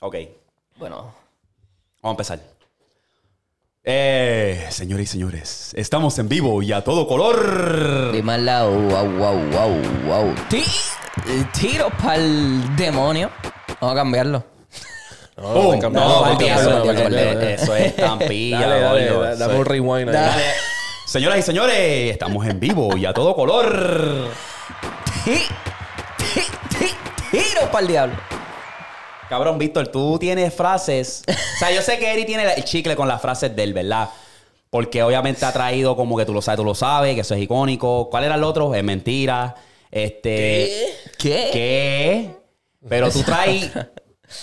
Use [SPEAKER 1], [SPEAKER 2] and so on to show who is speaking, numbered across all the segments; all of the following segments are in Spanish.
[SPEAKER 1] Ok,
[SPEAKER 2] Bueno,
[SPEAKER 1] vamos a empezar. Eh, señores y señores, estamos en vivo y a todo color.
[SPEAKER 2] de mal lado, wow, wow, wow, wow. Ti- tiro pa'l demonio. Vamos a cambiarlo.
[SPEAKER 3] No,
[SPEAKER 1] ¡Pum!
[SPEAKER 3] te cambié.
[SPEAKER 1] No,
[SPEAKER 2] No,
[SPEAKER 1] papi,
[SPEAKER 2] cambié,
[SPEAKER 1] eso,
[SPEAKER 2] no,
[SPEAKER 1] eso-
[SPEAKER 2] cambié,
[SPEAKER 1] eso- eso es estampilla,
[SPEAKER 3] Dale, dale,
[SPEAKER 1] gordo.
[SPEAKER 3] da- dame
[SPEAKER 1] Eso
[SPEAKER 3] un
[SPEAKER 1] es-
[SPEAKER 3] rewind ahí.
[SPEAKER 2] Dale.
[SPEAKER 1] Señoras y señores, estamos en vivo y a todo color.
[SPEAKER 2] Ti- ti- ti- Tiro pa'l diablo.
[SPEAKER 1] Cabrón, Víctor, tú tienes frases. O sea, yo sé que Eri tiene el chicle con las frases del, ¿verdad? Porque obviamente ha traído como que tú lo sabes, tú lo sabes, que eso es icónico. ¿Cuál era el otro? Es mentira. Este.
[SPEAKER 2] ¿Qué?
[SPEAKER 1] ¿Qué? Pero tú traes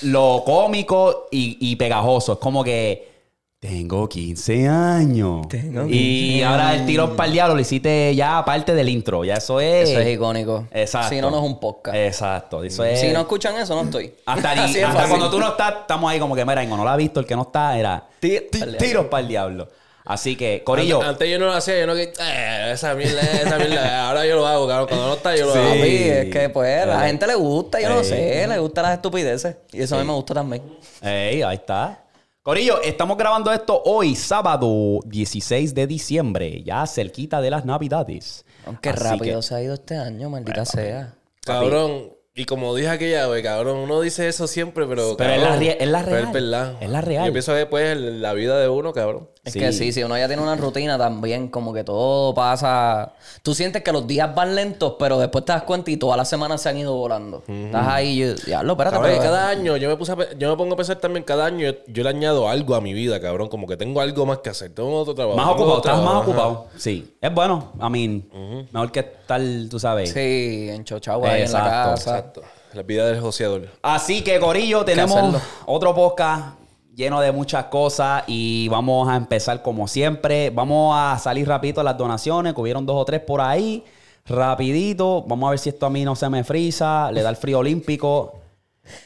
[SPEAKER 1] lo cómico y, y pegajoso. Es como que. Tengo 15 años.
[SPEAKER 2] Tengo
[SPEAKER 1] y
[SPEAKER 2] 15
[SPEAKER 1] ahora el tiro para el diablo lo hiciste ya aparte del intro. Ya eso es.
[SPEAKER 2] Eso es icónico.
[SPEAKER 1] Exacto.
[SPEAKER 2] Si no, no es un podcast.
[SPEAKER 1] Exacto. Eso es.
[SPEAKER 2] Si no escuchan eso, no estoy.
[SPEAKER 1] Hasta, ni-
[SPEAKER 2] Así de
[SPEAKER 1] hasta
[SPEAKER 2] fácil.
[SPEAKER 1] cuando tú no estás, estamos ahí como que, mira, Ingo no la ha visto, el que no está era
[SPEAKER 2] Tiro
[SPEAKER 1] ti-
[SPEAKER 2] pa'l diablo.
[SPEAKER 1] tiros para el diablo. Así que, Corillo,
[SPEAKER 3] Antes, antes yo no lo hacía, yo no que. eh, esa mierda, esa mierda. Ahora yo lo hago, cabrón. Cuando no está, yo lo
[SPEAKER 1] Sí.
[SPEAKER 3] hago.
[SPEAKER 2] Papi, es que pues a la gente le gusta, yo no
[SPEAKER 1] Sí.
[SPEAKER 2] sé, le gustan las estupideces. Y eso a mí me gusta también.
[SPEAKER 1] ey, ahí está. Corillo, estamos grabando esto hoy, sábado 16 de diciembre, ya cerquita de las Navidades.
[SPEAKER 2] Aunque
[SPEAKER 1] Así
[SPEAKER 2] rápido
[SPEAKER 1] que-
[SPEAKER 2] se ha ido este año, maldita sea.
[SPEAKER 3] Cabrón. Y como dije aquella vez, cabrón, uno dice eso siempre, pero.
[SPEAKER 1] Pero es la
[SPEAKER 3] cabrón,
[SPEAKER 1] rie- es la
[SPEAKER 3] pero
[SPEAKER 1] real.
[SPEAKER 3] Es verdad.
[SPEAKER 1] Es la real.
[SPEAKER 3] Yo pienso que después en la vida de uno, cabrón.
[SPEAKER 2] Es
[SPEAKER 1] Sí.
[SPEAKER 2] que sí, si uno ya tiene una rutina también, como que todo pasa. Tú sientes que los días van lentos, pero después te das cuenta y todas las semanas se han ido volando. Estás ahí, yo, diablo, espérate,
[SPEAKER 3] Cabrón,
[SPEAKER 2] pero-
[SPEAKER 1] eh,
[SPEAKER 3] y cada año yo me puse a pe- yo me pongo a pensar también cada año yo, yo le añado algo a mi vida, cabrón, como que tengo algo más que hacer, tengo otro trabajo.
[SPEAKER 1] Más
[SPEAKER 3] tengo
[SPEAKER 1] ocupado,
[SPEAKER 3] otro
[SPEAKER 1] estás más
[SPEAKER 3] trabajo, ajá.
[SPEAKER 1] ocupado. Sí, es bueno. I mean, mejor que tal, tú sabes.
[SPEAKER 2] Sí, en Chochagua, ahí en la
[SPEAKER 1] Exacto,
[SPEAKER 2] casa.
[SPEAKER 3] Exacto. La vida del joseador.
[SPEAKER 1] Así que, Corillo, tenemos
[SPEAKER 2] hacerlo.
[SPEAKER 1] otro podcast lleno de muchas cosas y vamos a empezar como siempre. Vamos a salir rapidito las donaciones, que hubieron dos o tres por ahí. Rapidito, vamos a ver si esto a mí no se me frisa, le da el frío olímpico.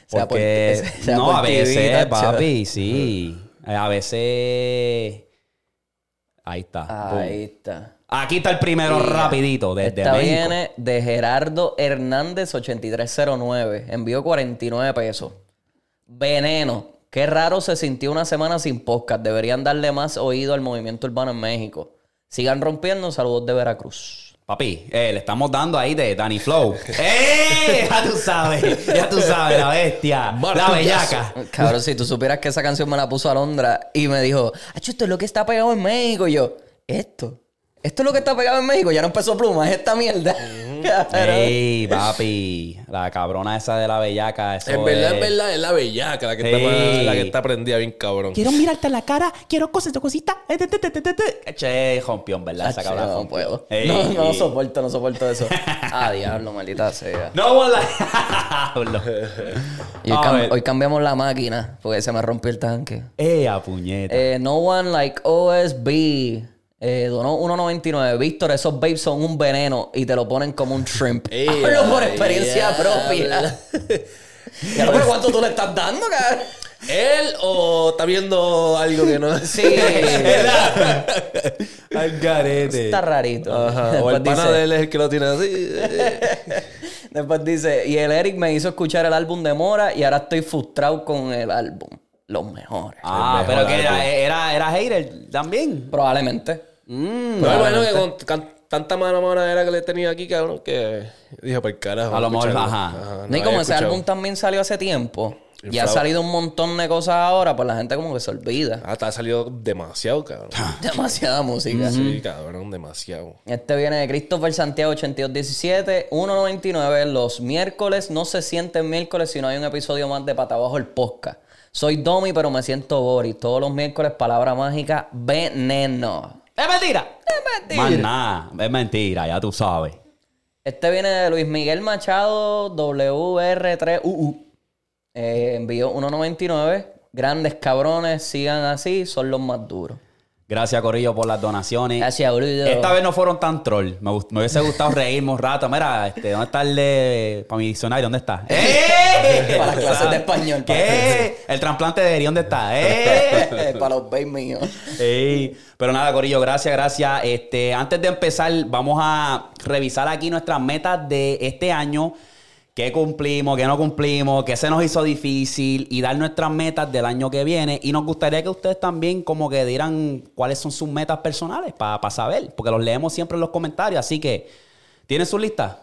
[SPEAKER 2] Sea por-
[SPEAKER 1] Porque
[SPEAKER 2] sea
[SPEAKER 1] no,
[SPEAKER 2] por
[SPEAKER 1] a veces,
[SPEAKER 2] TV, tacho.
[SPEAKER 1] papi, sí. Eh, A veces ahí está. Boom.
[SPEAKER 2] Ahí está.
[SPEAKER 1] Aquí está el primero
[SPEAKER 2] Mira,
[SPEAKER 1] rapidito desde
[SPEAKER 2] Esta
[SPEAKER 1] México.
[SPEAKER 2] viene de Gerardo Hernández 8309. Envío 49 pesos. Veneno. Qué raro se sintió una semana sin podcast. Deberían darle más oído al movimiento urbano en México. Sigan rompiendo. Saludos de Veracruz.
[SPEAKER 1] Papi, eh, le estamos dando ahí de Danny Flow. ¡Eh! Ya tú sabes, ya tú sabes, la bestia, la
[SPEAKER 3] Martillazo.
[SPEAKER 1] bellaca.
[SPEAKER 2] Cabrón, si tú supieras que esa canción me la puso Alondra y me dijo, Acho, esto es lo que está pegado en México. Y yo, esto. Esto es lo que está pegado en México. Ya no empezó pluma, es esta mierda. Cabrón.
[SPEAKER 1] ¡Ey, papi! La cabrona esa de la bellaca. Eso
[SPEAKER 3] En verdad,
[SPEAKER 1] es-
[SPEAKER 3] en verdad, es la bellaca la que,
[SPEAKER 1] Sí.
[SPEAKER 3] está, la que está prendida bien cabrón.
[SPEAKER 1] Quiero mirarte a la cara, quiero cosas, cositas. eh, te, te, te, te, te, te. Che, rompión, ¿verdad? Esa
[SPEAKER 2] Acho,
[SPEAKER 1] cabrona.
[SPEAKER 2] no
[SPEAKER 1] rompió.
[SPEAKER 2] puedo.
[SPEAKER 1] Ey.
[SPEAKER 2] No, no soporto, no soporto eso. ah, diablo, maldita sea.
[SPEAKER 1] No, bola. Diablo.
[SPEAKER 2] Y hoy,
[SPEAKER 1] A
[SPEAKER 2] cam-
[SPEAKER 1] ver.
[SPEAKER 2] hoy cambiamos la máquina porque se me rompió el tanque.
[SPEAKER 1] ¡Eh, a puñeta!
[SPEAKER 2] Eh, no one like OSB. Eh, donó 1.99. Víctor, esos babes son un veneno y te lo ponen como un shrimp.
[SPEAKER 3] Ey,
[SPEAKER 2] Hablo por
[SPEAKER 3] ay,
[SPEAKER 2] experiencia
[SPEAKER 3] ya,
[SPEAKER 2] propia. Ya, pero ¿cuánto tú le estás dando, cabrón?
[SPEAKER 3] ¿Él o está viendo algo que no es?
[SPEAKER 2] Sí.
[SPEAKER 1] ¿Verdad? ¡Al garete!
[SPEAKER 2] Está rarito.
[SPEAKER 3] Ajá. O el
[SPEAKER 2] Después
[SPEAKER 3] pana
[SPEAKER 2] dice-
[SPEAKER 3] de él es el que lo tiene así.
[SPEAKER 2] Después dice, y el Eric me hizo escuchar el álbum de Mora y ahora estoy frustrado con el álbum. Los mejores.
[SPEAKER 1] Ah,
[SPEAKER 3] El mejor
[SPEAKER 1] pero que era,
[SPEAKER 3] álbum.
[SPEAKER 1] era, era hater también.
[SPEAKER 2] Probablemente.
[SPEAKER 1] Mm.
[SPEAKER 3] No, bueno, que con can- tanta mano manadera que le he tenido aquí, cabrón, que dijo, por carajo.
[SPEAKER 1] A lo mejor,
[SPEAKER 3] escucharlo".
[SPEAKER 1] ajá.
[SPEAKER 2] No, y
[SPEAKER 3] había
[SPEAKER 2] como ese
[SPEAKER 3] escuchado.
[SPEAKER 2] álbum también salió hace tiempo
[SPEAKER 3] El
[SPEAKER 2] y ha
[SPEAKER 3] Flow.
[SPEAKER 2] salido un montón de cosas ahora, pues la gente como que se olvida.
[SPEAKER 3] Ah, te ha salido demasiado, cabrón.
[SPEAKER 2] Demasiada
[SPEAKER 1] Mm.
[SPEAKER 2] música.
[SPEAKER 3] Sí, cabrón, demasiado.
[SPEAKER 2] Este viene de Christopher Santiago 8217, 1.99. Los miércoles no se sienten miércoles si no hay un episodio más de Pata Abajo el Podcast. Soy Domi, pero me siento Boris. Todos los miércoles, palabra mágica, veneno.
[SPEAKER 1] ¡Es mentira! ¡Es mentira! Más nada, es mentira, ya tú sabes.
[SPEAKER 2] Este viene de Luis Miguel Machado, WR3UU. Eh, envió 1.99. Grandes cabrones, sigan así, son los más duros.
[SPEAKER 1] Gracias, Corillo, por las donaciones.
[SPEAKER 2] Gracias, boludo.
[SPEAKER 1] Esta vez no fueron tan troll. Me, gust- me hubiese gustado reírme un rato. Mira, este, ¿dónde está el de... Para mi diccionario, ¿dónde está? ¡Eh!
[SPEAKER 2] Para las clases de español, para
[SPEAKER 1] ¿Qué? El trasplante de Eri, ¿dónde está? ¡Eh!
[SPEAKER 2] Para los bays míos.
[SPEAKER 1] Ey, Pero nada, Corillo, gracias, gracias. Este, antes de empezar, vamos a revisar aquí nuestras metas de este año. qué cumplimos, qué no cumplimos, qué se nos hizo difícil y dar nuestras metas del año que viene. Y nos gustaría que ustedes también como que dieran cuáles son sus metas personales para saber, porque los leemos siempre en los comentarios. Así que, ¿tienen su lista?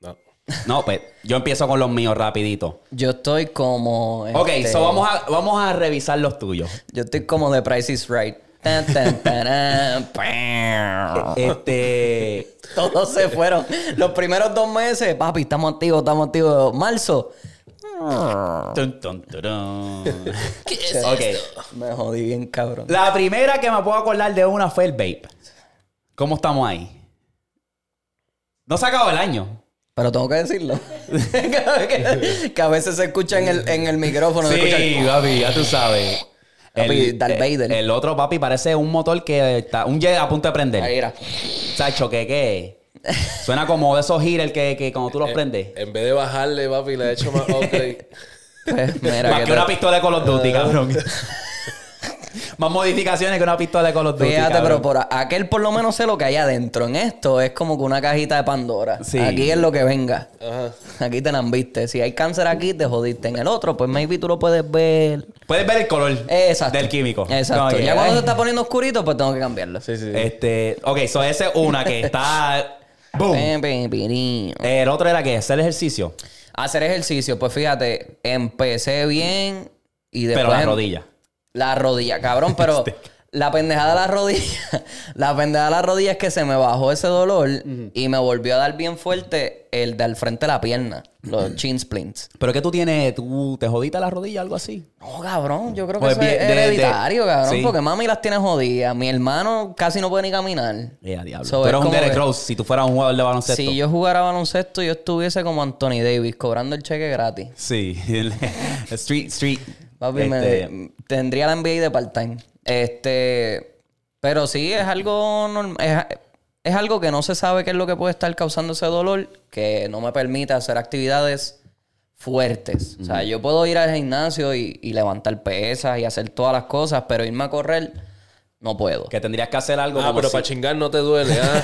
[SPEAKER 3] No.
[SPEAKER 1] No, pues yo empiezo con los míos rapidito.
[SPEAKER 2] Yo estoy como.
[SPEAKER 1] Ok,
[SPEAKER 2] este,
[SPEAKER 1] so vamos a, vamos a revisar los tuyos.
[SPEAKER 2] Yo estoy como de Price is Right. Tan, tan, tarán, pam.
[SPEAKER 1] Este.
[SPEAKER 2] Todos se fueron. Los primeros dos meses, papi, estamos activos, estamos activos. Marzo.
[SPEAKER 1] tun, tun, turun.
[SPEAKER 2] es
[SPEAKER 1] Ok.
[SPEAKER 2] Me jodí bien, cabrón.
[SPEAKER 1] La primera que me puedo acordar de una fue el vape. ¿Cómo estamos ahí? No se acabó el año.
[SPEAKER 2] Pero tengo que decirlo. que, a veces se escucha en el, en el micrófono. se escucha el-
[SPEAKER 1] papi, ya tú sabes.
[SPEAKER 2] Papi, Darth Vader.
[SPEAKER 1] El, otro papi parece un motor que está. Un jet a punto de prender.
[SPEAKER 2] Ahí era.
[SPEAKER 1] Sacho, que qué. Suena como de esos heaters que, que cuando tú
[SPEAKER 2] Eh,
[SPEAKER 1] los prendes.
[SPEAKER 3] En vez de bajarle, papi, le he hecho más upgrade.
[SPEAKER 2] Pues, mira,
[SPEAKER 1] Más
[SPEAKER 2] que
[SPEAKER 1] que
[SPEAKER 2] te- Eh,
[SPEAKER 1] una pistola de Call of Duty, cabrón. Más modificaciones que una pistola de Call of Duty.
[SPEAKER 2] Fíjate,
[SPEAKER 1] cabrón.
[SPEAKER 2] pero por a- aquel por lo menos sé lo que hay adentro. En esto es como que una cajita de Pandora.
[SPEAKER 1] Sí.
[SPEAKER 2] Aquí es lo que venga.
[SPEAKER 3] Ajá.
[SPEAKER 2] Aquí te lambiste. Si hay cáncer aquí, te jodiste. En el otro, pues maybe tú lo puedes ver.
[SPEAKER 1] Puedes ver el color
[SPEAKER 2] Exacto.
[SPEAKER 1] del químico.
[SPEAKER 2] Exacto.
[SPEAKER 1] No, que-
[SPEAKER 2] ya cuando se está poniendo oscurito, pues tengo que cambiarlo.
[SPEAKER 3] Sí, sí.
[SPEAKER 1] Este, ok, so esa es una que está. ¡Boom!
[SPEAKER 2] Pim, pim, pirín.
[SPEAKER 1] El otro era que hacer ejercicio,
[SPEAKER 2] Hacer ejercicio, pues fíjate, empecé bien y después. em-
[SPEAKER 1] pero la rodilla. Este.
[SPEAKER 2] La rodilla, cabrón, pero la pendejada de la rodilla, la pendejada de la rodilla es que se me bajó ese dolor y me volvió a dar bien fuerte el del frente de la pierna, los chin splints.
[SPEAKER 1] ¿Pero qué tú tienes? ¿Tú te jodiste la rodilla algo así?
[SPEAKER 2] No, cabrón, yo creo que
[SPEAKER 1] Pues
[SPEAKER 2] eso
[SPEAKER 1] bien,
[SPEAKER 2] es
[SPEAKER 1] de- de-
[SPEAKER 2] hereditario, cabrón,
[SPEAKER 1] sí.
[SPEAKER 2] porque mami las tiene jodidas, mi hermano casi no puede ni caminar.
[SPEAKER 1] Ya, Eh, diablo.
[SPEAKER 2] So,
[SPEAKER 1] tú
[SPEAKER 2] es
[SPEAKER 1] eres un
[SPEAKER 2] como
[SPEAKER 1] Derek
[SPEAKER 2] que-
[SPEAKER 1] Rose si tú fueras un jugador de baloncesto.
[SPEAKER 2] Si yo jugara baloncesto, yo estuviese como Anthony Davis, cobrando el cheque gratis.
[SPEAKER 1] Sí, el- Street, Street.
[SPEAKER 2] Papi,
[SPEAKER 1] Este,
[SPEAKER 2] me, tendría la NBA de part-time. Este, pero sí, es algo norm- es, es algo que no se sabe qué es lo que puede estar causando ese dolor, que no me permite hacer actividades fuertes. O sea, yo puedo ir al gimnasio y, y levantar pesas y hacer todas las cosas, pero irme a correr no puedo.
[SPEAKER 1] Que tendrías que hacer algo.
[SPEAKER 3] Ah,
[SPEAKER 1] como
[SPEAKER 3] pero
[SPEAKER 1] si-
[SPEAKER 3] para chingar no te duele, ¿ah?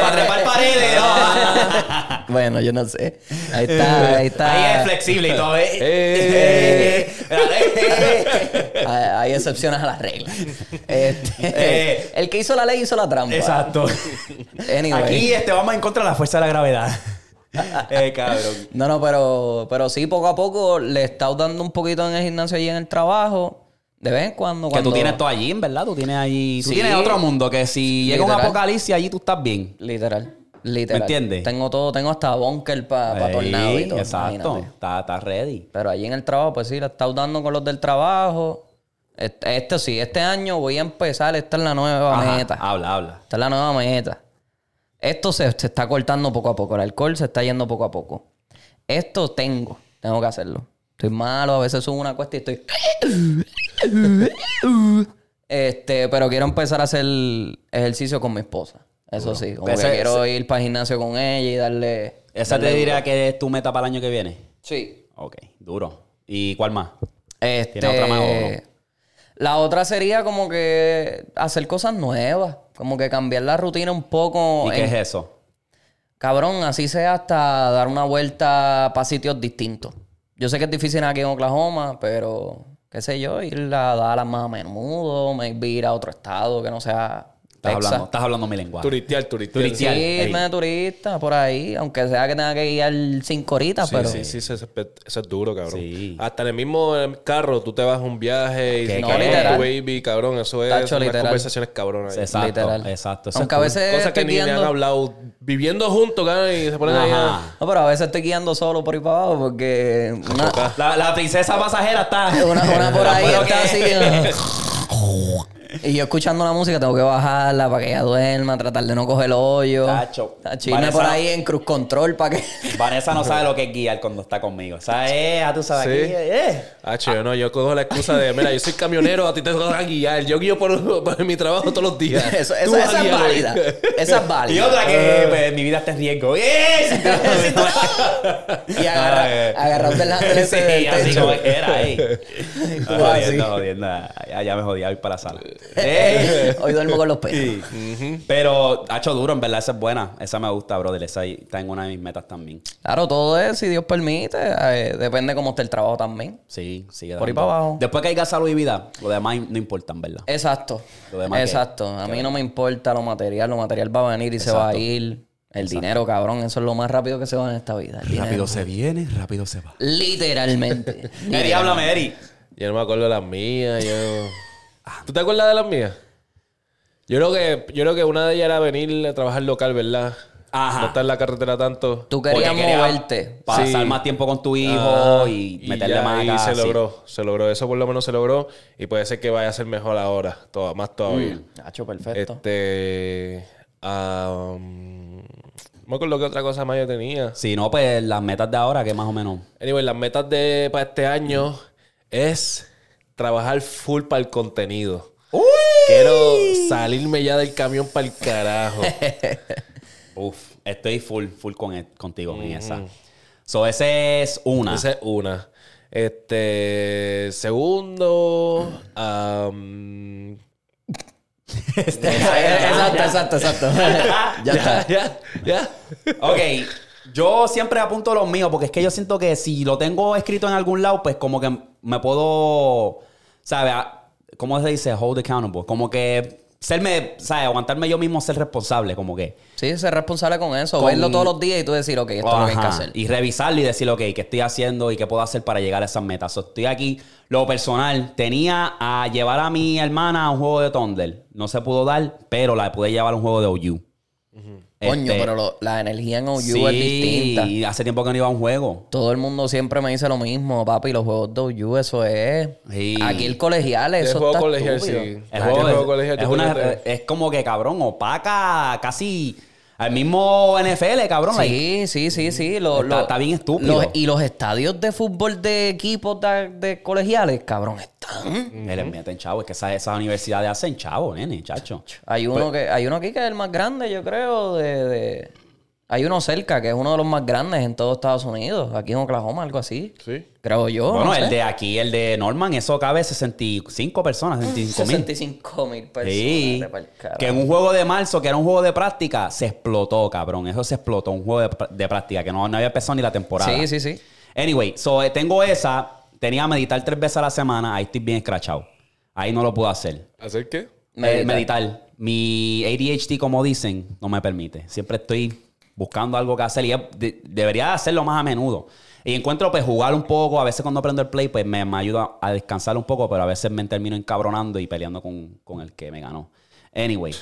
[SPEAKER 1] para trepar paredes, no.
[SPEAKER 2] Bueno, yo no sé. Ahí está, ahí está.
[SPEAKER 1] Eh, Ahí es flexible y todo. ¿eh?
[SPEAKER 3] Eh.
[SPEAKER 2] Hay, hay excepciones a las reglas. Este,
[SPEAKER 1] Eh.
[SPEAKER 2] el que hizo la ley hizo la trampa.
[SPEAKER 1] Exacto.
[SPEAKER 2] Anyway.
[SPEAKER 1] Aquí este, vamos en contra de la fuerza de la gravedad. eh, cabrón.
[SPEAKER 2] No, no, pero, pero sí, poco a poco le he estado dando un poquito en el gimnasio y en el trabajo. De vez en cuando.
[SPEAKER 1] Que
[SPEAKER 2] cuando-
[SPEAKER 1] tú tienes todo allí, en ¿verdad? Tú tienes allí. Tú
[SPEAKER 2] Sí.
[SPEAKER 1] tienes otro mundo que si llega un
[SPEAKER 2] Literal.
[SPEAKER 1] apocalipsis allí tú estás bien.
[SPEAKER 2] Literal. Literal.
[SPEAKER 1] ¿Me entiendes?
[SPEAKER 2] Tengo todo, tengo hasta bunker para
[SPEAKER 1] Ey,
[SPEAKER 2] tornado y todo.
[SPEAKER 1] Exacto.
[SPEAKER 2] imagínate.
[SPEAKER 1] Está, está ready.
[SPEAKER 2] Pero allí en el trabajo, pues sí, le he estado dando con los del trabajo. Este, este sí, este año voy a empezar. Esta es la nueva
[SPEAKER 1] Ajá,
[SPEAKER 2] meta.
[SPEAKER 1] Habla, habla.
[SPEAKER 2] Esta es la nueva meta. Esto se, se está cortando poco a poco. El alcohol se está yendo poco a poco. Esto tengo. Tengo que hacerlo. Estoy malo, a veces subo una cuesta y estoy. Este, pero quiero empezar a hacer ejercicio con mi esposa. Eso sí. Como
[SPEAKER 1] pues Ese-
[SPEAKER 2] que quiero ir para gimnasio con ella y darle.
[SPEAKER 1] Esa te diría que es tu meta para el año que viene.
[SPEAKER 2] Sí.
[SPEAKER 1] Ok, duro. ¿Y cuál más?
[SPEAKER 2] Este,
[SPEAKER 1] otra más o no?
[SPEAKER 2] La otra sería como que hacer cosas nuevas. Como que cambiar la rutina un poco.
[SPEAKER 1] ¿Y qué
[SPEAKER 2] Pues en-
[SPEAKER 1] es eso?
[SPEAKER 2] Cabrón, así sea hasta dar una vuelta para sitios distintos. Yo sé que es difícil aquí en Oklahoma, pero qué sé yo, ir a Dallas más a menudo, maybe ir a otro estado que no sea
[SPEAKER 1] Estás
[SPEAKER 2] Texas.
[SPEAKER 1] hablando, estás hablando mi lenguaje.
[SPEAKER 3] Turistear, turistear.
[SPEAKER 1] Turistear. Ey.
[SPEAKER 2] Irme de turista por ahí, aunque sea que tenga que guiar cinco horitas,
[SPEAKER 3] Sí,
[SPEAKER 2] pero...
[SPEAKER 3] sí, sí, eso es- eso es duro, cabrón.
[SPEAKER 1] Sí.
[SPEAKER 3] Hasta en el mismo em, carro, tú te vas a un viaje y
[SPEAKER 1] Que
[SPEAKER 3] se
[SPEAKER 1] no,
[SPEAKER 3] queda con
[SPEAKER 2] literal.
[SPEAKER 3] tu baby, cabrón. Eso es
[SPEAKER 2] Tacho,
[SPEAKER 3] unas
[SPEAKER 2] literal.
[SPEAKER 3] conversaciones cabronas. ahí.
[SPEAKER 1] Exacto,
[SPEAKER 2] Literal.
[SPEAKER 1] exacto. Eso
[SPEAKER 2] Aunque
[SPEAKER 1] es
[SPEAKER 2] a
[SPEAKER 1] cool.
[SPEAKER 2] veces
[SPEAKER 3] Cosas que
[SPEAKER 2] estoy
[SPEAKER 3] ni le han
[SPEAKER 2] guiando-
[SPEAKER 3] hablado. Viviendo juntos, cabrón, y se ponen ahí a-
[SPEAKER 1] Ajá.
[SPEAKER 2] No, pero a veces estoy guiando solo por ahí para abajo porque una,
[SPEAKER 1] La, la princesa pasajera está.
[SPEAKER 2] Una, una por
[SPEAKER 1] La
[SPEAKER 2] ahí
[SPEAKER 1] puedo
[SPEAKER 2] está
[SPEAKER 1] que-
[SPEAKER 2] así. Y yo escuchando la música tengo que bajarla para que ella duerma, tratar de no coger el hoyo.
[SPEAKER 1] Tacho.
[SPEAKER 2] Chisme
[SPEAKER 1] Vanessa-
[SPEAKER 2] por ahí en cruz control para que...
[SPEAKER 1] Vanessa no sabe lo que es guiar cuando está conmigo. O sea, eh, ah, tú sabes
[SPEAKER 3] Sí.
[SPEAKER 1] aquí, eh.
[SPEAKER 3] Ah, yo no, yo cojo la excusa de, mira, yo soy camionero, a ti te toca guiar. Yo guío por, por mi trabajo todos los días.
[SPEAKER 2] Eso,
[SPEAKER 3] Tú
[SPEAKER 2] eso-
[SPEAKER 3] vas
[SPEAKER 2] esa
[SPEAKER 3] a
[SPEAKER 2] es
[SPEAKER 3] guiar hoy.
[SPEAKER 2] válida. Esa es
[SPEAKER 1] Y
[SPEAKER 2] válida.
[SPEAKER 1] otra que pues, mi vida está en riesgo. ¡Eh! Si te- si te-
[SPEAKER 2] Y agarra-
[SPEAKER 1] Ah, eh.
[SPEAKER 2] agarrarte el handle ese
[SPEAKER 1] Sí,
[SPEAKER 2] del
[SPEAKER 1] así
[SPEAKER 2] techo.
[SPEAKER 1] como era, eh.
[SPEAKER 2] Tú así. Eh,
[SPEAKER 1] Jodiendo, jodiendo. Ya, ya me jodía ir para la sala. Ey.
[SPEAKER 2] Hoy duermo con los perros.
[SPEAKER 1] Pero, hacho duro, en verdad, esa es buena. Esa me gusta, brother. Esa ahí está en una de mis metas también.
[SPEAKER 2] Claro, todo es, si Dios permite. eh, depende cómo esté el trabajo también.
[SPEAKER 1] Sí, sí.
[SPEAKER 2] Por ahí para abajo.
[SPEAKER 1] Después que haya salud y vida, lo demás no importa, en verdad.
[SPEAKER 2] Exacto.
[SPEAKER 1] Lo demás que-
[SPEAKER 2] Exacto. A mí no me importa lo material. Lo material va a venir y se va a ir. El dinero, cabrón. Eso es lo más rápido que se va en esta vida. el dinero.
[SPEAKER 1] se viene, rápido se va.
[SPEAKER 2] Literalmente.
[SPEAKER 1] Eri, háblame, Eri.
[SPEAKER 3] Yo no me acuerdo de las mías. Yo...
[SPEAKER 2] Ah.
[SPEAKER 3] ¿Tú te acuerdas de las mías? Yo creo que, yo creo que una de ellas era venir a trabajar local, ¿verdad?
[SPEAKER 1] Ajá.
[SPEAKER 3] No estar en la carretera tanto.
[SPEAKER 2] Tú querías
[SPEAKER 1] Porque quería
[SPEAKER 2] moverte.
[SPEAKER 1] Pasar
[SPEAKER 3] Sí.
[SPEAKER 1] más tiempo con tu hijo
[SPEAKER 3] Ajá.
[SPEAKER 1] y
[SPEAKER 3] Y
[SPEAKER 1] meterle
[SPEAKER 3] ya
[SPEAKER 1] más
[SPEAKER 3] ahí
[SPEAKER 1] acá,
[SPEAKER 3] se
[SPEAKER 1] sí.
[SPEAKER 3] logró, se logró. Eso por lo menos se logró. Y puede ser que vaya a ser mejor ahora, to- más todavía.
[SPEAKER 1] Mm.
[SPEAKER 2] Nacho, perfecto.
[SPEAKER 3] Este. am, no me acuerdo qué otra cosa más yo tenía.
[SPEAKER 1] Si no, pues las metas de ahora, que más o menos.
[SPEAKER 3] Anyway, las metas de para este año es trabajar full para el contenido. Quiero salirme ya del camión para el carajo.
[SPEAKER 1] Uf, estoy full, full con e- contigo en esa. So, esa es una.
[SPEAKER 3] Esa es una. Este. Segundo. am, Eh,
[SPEAKER 2] exacto, exacto, exacto. ya está.
[SPEAKER 3] ya, ya.
[SPEAKER 1] Ok, yo siempre apunto los míos porque es que yo siento que si lo tengo escrito en algún lado, pues como que me puedo, ¿sabes? A- ¿Cómo se dice? Hold accountable. Como que serme, ¿sabes? Aguantarme yo mismo, ser responsable, como que.
[SPEAKER 2] Sí, ser responsable con eso.
[SPEAKER 1] Con-
[SPEAKER 2] Verlo todos los días y tú decir, ok, esto es lo que hay que
[SPEAKER 1] Ajá.
[SPEAKER 2] hacer.
[SPEAKER 1] Y revisarlo y decir, ok, ¿qué estoy haciendo y qué puedo hacer para llegar a esas metas? So, estoy aquí. Lo personal, tenía a llevar a mi hermana a un juego de Thunder. No se pudo dar, pero la pude llevar a un juego de OU.
[SPEAKER 2] Coño,
[SPEAKER 1] Este,
[SPEAKER 2] pero lo- la energía en OU es
[SPEAKER 1] sí,
[SPEAKER 2] distinta.
[SPEAKER 1] y hace tiempo que no iba a un juego.
[SPEAKER 2] Todo el mundo siempre me dice lo mismo, papi, los juegos de OU, eso es.
[SPEAKER 1] Sí.
[SPEAKER 2] Aquí el colegial, eso
[SPEAKER 3] El juego
[SPEAKER 2] está
[SPEAKER 3] colegial,
[SPEAKER 2] estúpido.
[SPEAKER 3] sí.
[SPEAKER 1] El
[SPEAKER 3] Ah,
[SPEAKER 1] juego
[SPEAKER 3] el
[SPEAKER 1] es,
[SPEAKER 3] juego colegial,
[SPEAKER 1] es
[SPEAKER 3] yo
[SPEAKER 1] una-
[SPEAKER 3] creo que-
[SPEAKER 1] es como que, cabrón, opaca casi al mismo NFL, cabrón. like,
[SPEAKER 2] Sí, sí, sí, sí. lo-
[SPEAKER 1] Está-
[SPEAKER 2] lo-
[SPEAKER 1] está bien estúpido.
[SPEAKER 2] los- y los estadios de fútbol de equipos de, de colegiales, cabrón, están.
[SPEAKER 1] que les meten chavo. Es que esa- esas, universidades hacen chavo, nene, chacho.
[SPEAKER 2] Hay uno
[SPEAKER 1] Pues
[SPEAKER 2] que, hay uno aquí que es el más grande, yo creo, de, de- hay uno cerca que es uno de los más grandes en todo Estados Unidos, aquí en Oklahoma, algo así.
[SPEAKER 3] Sí.
[SPEAKER 2] Creo yo.
[SPEAKER 1] Bueno,
[SPEAKER 2] Oh, no
[SPEAKER 1] el
[SPEAKER 2] sé.
[SPEAKER 1] de aquí, el de Norman, eso cabe 65 personas, 65
[SPEAKER 2] Mm,
[SPEAKER 1] mil.
[SPEAKER 2] 65 mil personas.
[SPEAKER 1] Sí.
[SPEAKER 2] vete pa'l carajo.
[SPEAKER 1] Que en un juego de marzo, que era un juego de práctica, se explotó, cabrón. Eso se explotó, un juego de, pr- de práctica, que no, no había empezado ni la temporada.
[SPEAKER 2] Sí, sí, sí.
[SPEAKER 1] Anyway, so, eh, tengo esa. Tenía que meditar tres veces a la semana. Ahí estoy bien escrachado. Ahí no lo pude hacer.
[SPEAKER 3] ¿Hacer qué?
[SPEAKER 1] Eh, Meditar. Mi ADHD, como dicen, no me permite. Siempre estoy buscando algo que hacer y es- de- debería hacerlo más a menudo. Y encuentro, pues, jugar un poco. A veces cuando prendo el play, pues, me, me ayuda a descansar un poco, pero a veces me termino encabronando y peleando con, con el que me ganó. Anyway.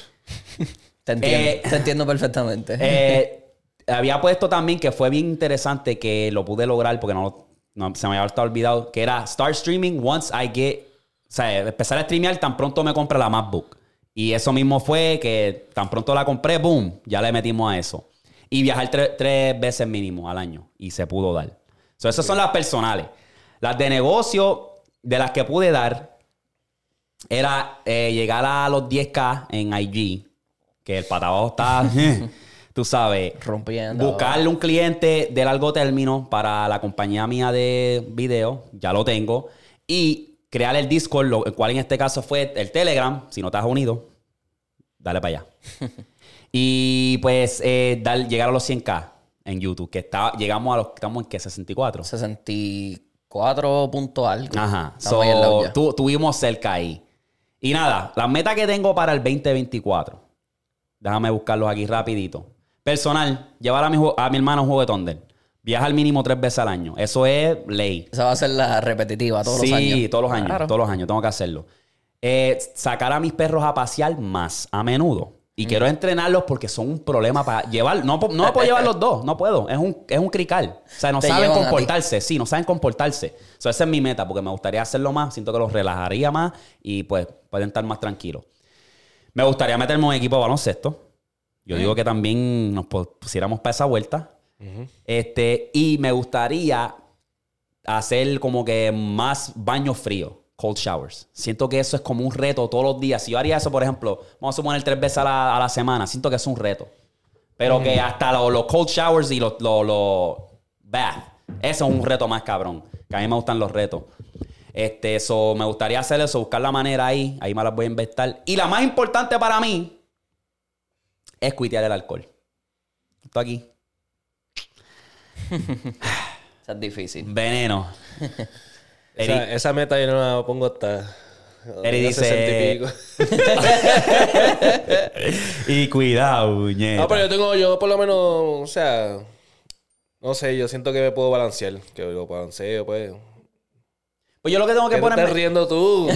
[SPEAKER 2] Te entiendo,
[SPEAKER 1] Eh,
[SPEAKER 2] te entiendo perfectamente.
[SPEAKER 1] Eh, había puesto también que fue bien interesante que lo pude lograr porque no, no- se me había olvidado que era start streaming once I get, o sea, empezar a streamear tan pronto me compra la MacBook. Y eso mismo fue que tan pronto la compré, boom, ya le metimos a eso. Y viajar tre- tres veces mínimo al año y se pudo dar. So, esas son las personales. Las de negocio, de las que pude dar, era eh, llegar a los 10K en IG, que el patabajo está, tú sabes,
[SPEAKER 2] Rompiendo.
[SPEAKER 1] buscarle un cliente de largo término para la compañía mía de video, ya lo tengo, y crear el Discord, lo, el cual en este caso fue el Telegram, si no estás unido, dale para allá. y pues eh, dar- llegar a los 100K en YouTube, que está, llegamos a los, estamos en que 64.
[SPEAKER 2] 64 punto algo.
[SPEAKER 1] Ajá.
[SPEAKER 2] Estamos ahí al lado
[SPEAKER 1] So,
[SPEAKER 2] ya.
[SPEAKER 1] tu- tuvimos cerca ahí. Y nada, las metas que tengo para el 2024. Déjame buscarlos aquí rapidito. Personal, llevar a mi, ju- a mi hermano a un juego de Thunder. Viajar mínimo tres veces al año. Eso es ley.
[SPEAKER 2] Esa va a ser la repetitiva todos
[SPEAKER 1] sí,
[SPEAKER 2] los años.
[SPEAKER 1] todos los años.
[SPEAKER 2] Claro.
[SPEAKER 1] Todos los años, tengo que hacerlo. Eh, sacar a mis perros a pasear más a menudo. Y quiero entrenarlos porque son un problema para llevar. No, po- no puedo llevar los dos, no puedo. Es un, es un crical. O sea, no
[SPEAKER 2] Te
[SPEAKER 1] saben
[SPEAKER 2] llevan a ti.
[SPEAKER 1] comportarse. Sí, no saben comportarse. So, esa es mi meta porque me gustaría hacerlo más. Siento que los relajaría más y pues pueden estar más tranquilos. Me gustaría meterme en un equipo de baloncesto. Yo digo que también nos po- pusiéramos para esa vuelta. Este, y me gustaría hacer como que más baños fríos, cold showers. Siento que eso es como un reto todos los días. Si yo haría eso, por ejemplo, vamos a suponer tres veces a la, a la semana, siento que es un reto. Pero que hasta lo- los cold showers y los, los, los bath, eso es un reto más cabrón. Que a mí me gustan los retos. Este, eso me gustaría hacer eso, buscar la manera ahí. Ahí me las voy a inventar. Y la más importante para mí es cuitear el alcohol. Esto aquí.
[SPEAKER 2] Esa es difícil.
[SPEAKER 1] Mm. Veneno.
[SPEAKER 3] Esa,
[SPEAKER 1] Eric.
[SPEAKER 3] esa meta yo no la pongo hasta.
[SPEAKER 1] Eri
[SPEAKER 3] ya
[SPEAKER 1] dice-
[SPEAKER 3] 60 y pico.
[SPEAKER 1] Y cuidado, puñeta.
[SPEAKER 3] No, pero yo tengo, yo por lo menos, o sea, no sé, yo siento que me puedo balancear. Que lo balanceo, pues.
[SPEAKER 1] Pues yo lo que tengo que
[SPEAKER 3] ¿Qué te
[SPEAKER 1] ponerme...
[SPEAKER 3] estás riendo tú?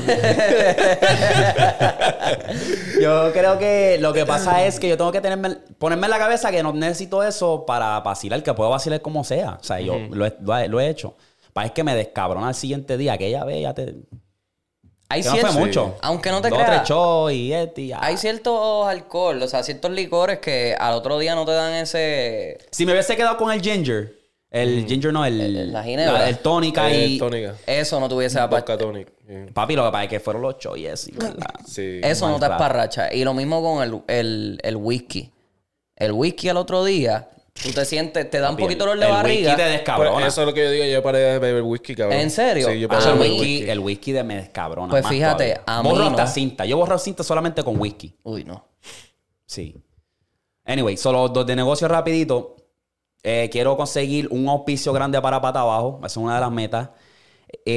[SPEAKER 1] Yo creo que lo que pasa es que yo tengo que tenerme, ponerme en la cabeza que no necesito eso para vacilar, que puedo vacilar como sea. O sea, yo lo, he- lo he- lo he hecho. Para es que me descabrona al siguiente día, que ella ve, ya te.
[SPEAKER 2] Hay
[SPEAKER 1] que no fue
[SPEAKER 2] cierto-
[SPEAKER 1] mucho.
[SPEAKER 2] Aunque no te
[SPEAKER 1] Dos,
[SPEAKER 2] creas.
[SPEAKER 1] tres shows y este y ya.
[SPEAKER 2] Hay ciertos alcohol, o sea, ciertos licores que al otro día no te dan ese.
[SPEAKER 1] Si me hubiese quedado con el ginger, el ginger no, el.
[SPEAKER 2] Mm. El- la ginebra.
[SPEAKER 1] el tónica y.
[SPEAKER 3] Eh, tónica.
[SPEAKER 2] Eso no tuviese la
[SPEAKER 3] Vodka tonic. Eh,
[SPEAKER 1] Papi, lo que pasa es que fueron los shows y eso, y ¿verdad?
[SPEAKER 3] Sí.
[SPEAKER 2] Eso no te
[SPEAKER 1] Maltrato.
[SPEAKER 2] esparracha. Y lo mismo con el, el, el whisky. El whisky al otro día, tú te sientes, te da un poquito dolor de
[SPEAKER 1] el
[SPEAKER 2] barriga.
[SPEAKER 1] Whisky te
[SPEAKER 3] Pero
[SPEAKER 1] descabrona.
[SPEAKER 3] eso es lo que yo digo, yo paré de beber whisky, cabrón.
[SPEAKER 2] ¿En serio?
[SPEAKER 3] Sí, yo
[SPEAKER 1] O
[SPEAKER 3] paré
[SPEAKER 1] sea,
[SPEAKER 2] Ah,
[SPEAKER 3] de
[SPEAKER 1] el,
[SPEAKER 3] beber
[SPEAKER 2] whisky.
[SPEAKER 1] whisky, el whisky de me descabrona.
[SPEAKER 2] Pues
[SPEAKER 1] más
[SPEAKER 2] fíjate,
[SPEAKER 1] todavía.
[SPEAKER 2] a mí
[SPEAKER 1] Borro
[SPEAKER 2] no.
[SPEAKER 1] hasta cinta. Yo borro cinta solamente con whisky.
[SPEAKER 2] Uy, no.
[SPEAKER 1] Sí. Anyway, solo dos de negocio rapidito. Eh, quiero conseguir un auspicio grande para pata abajo. Esa es una de las metas.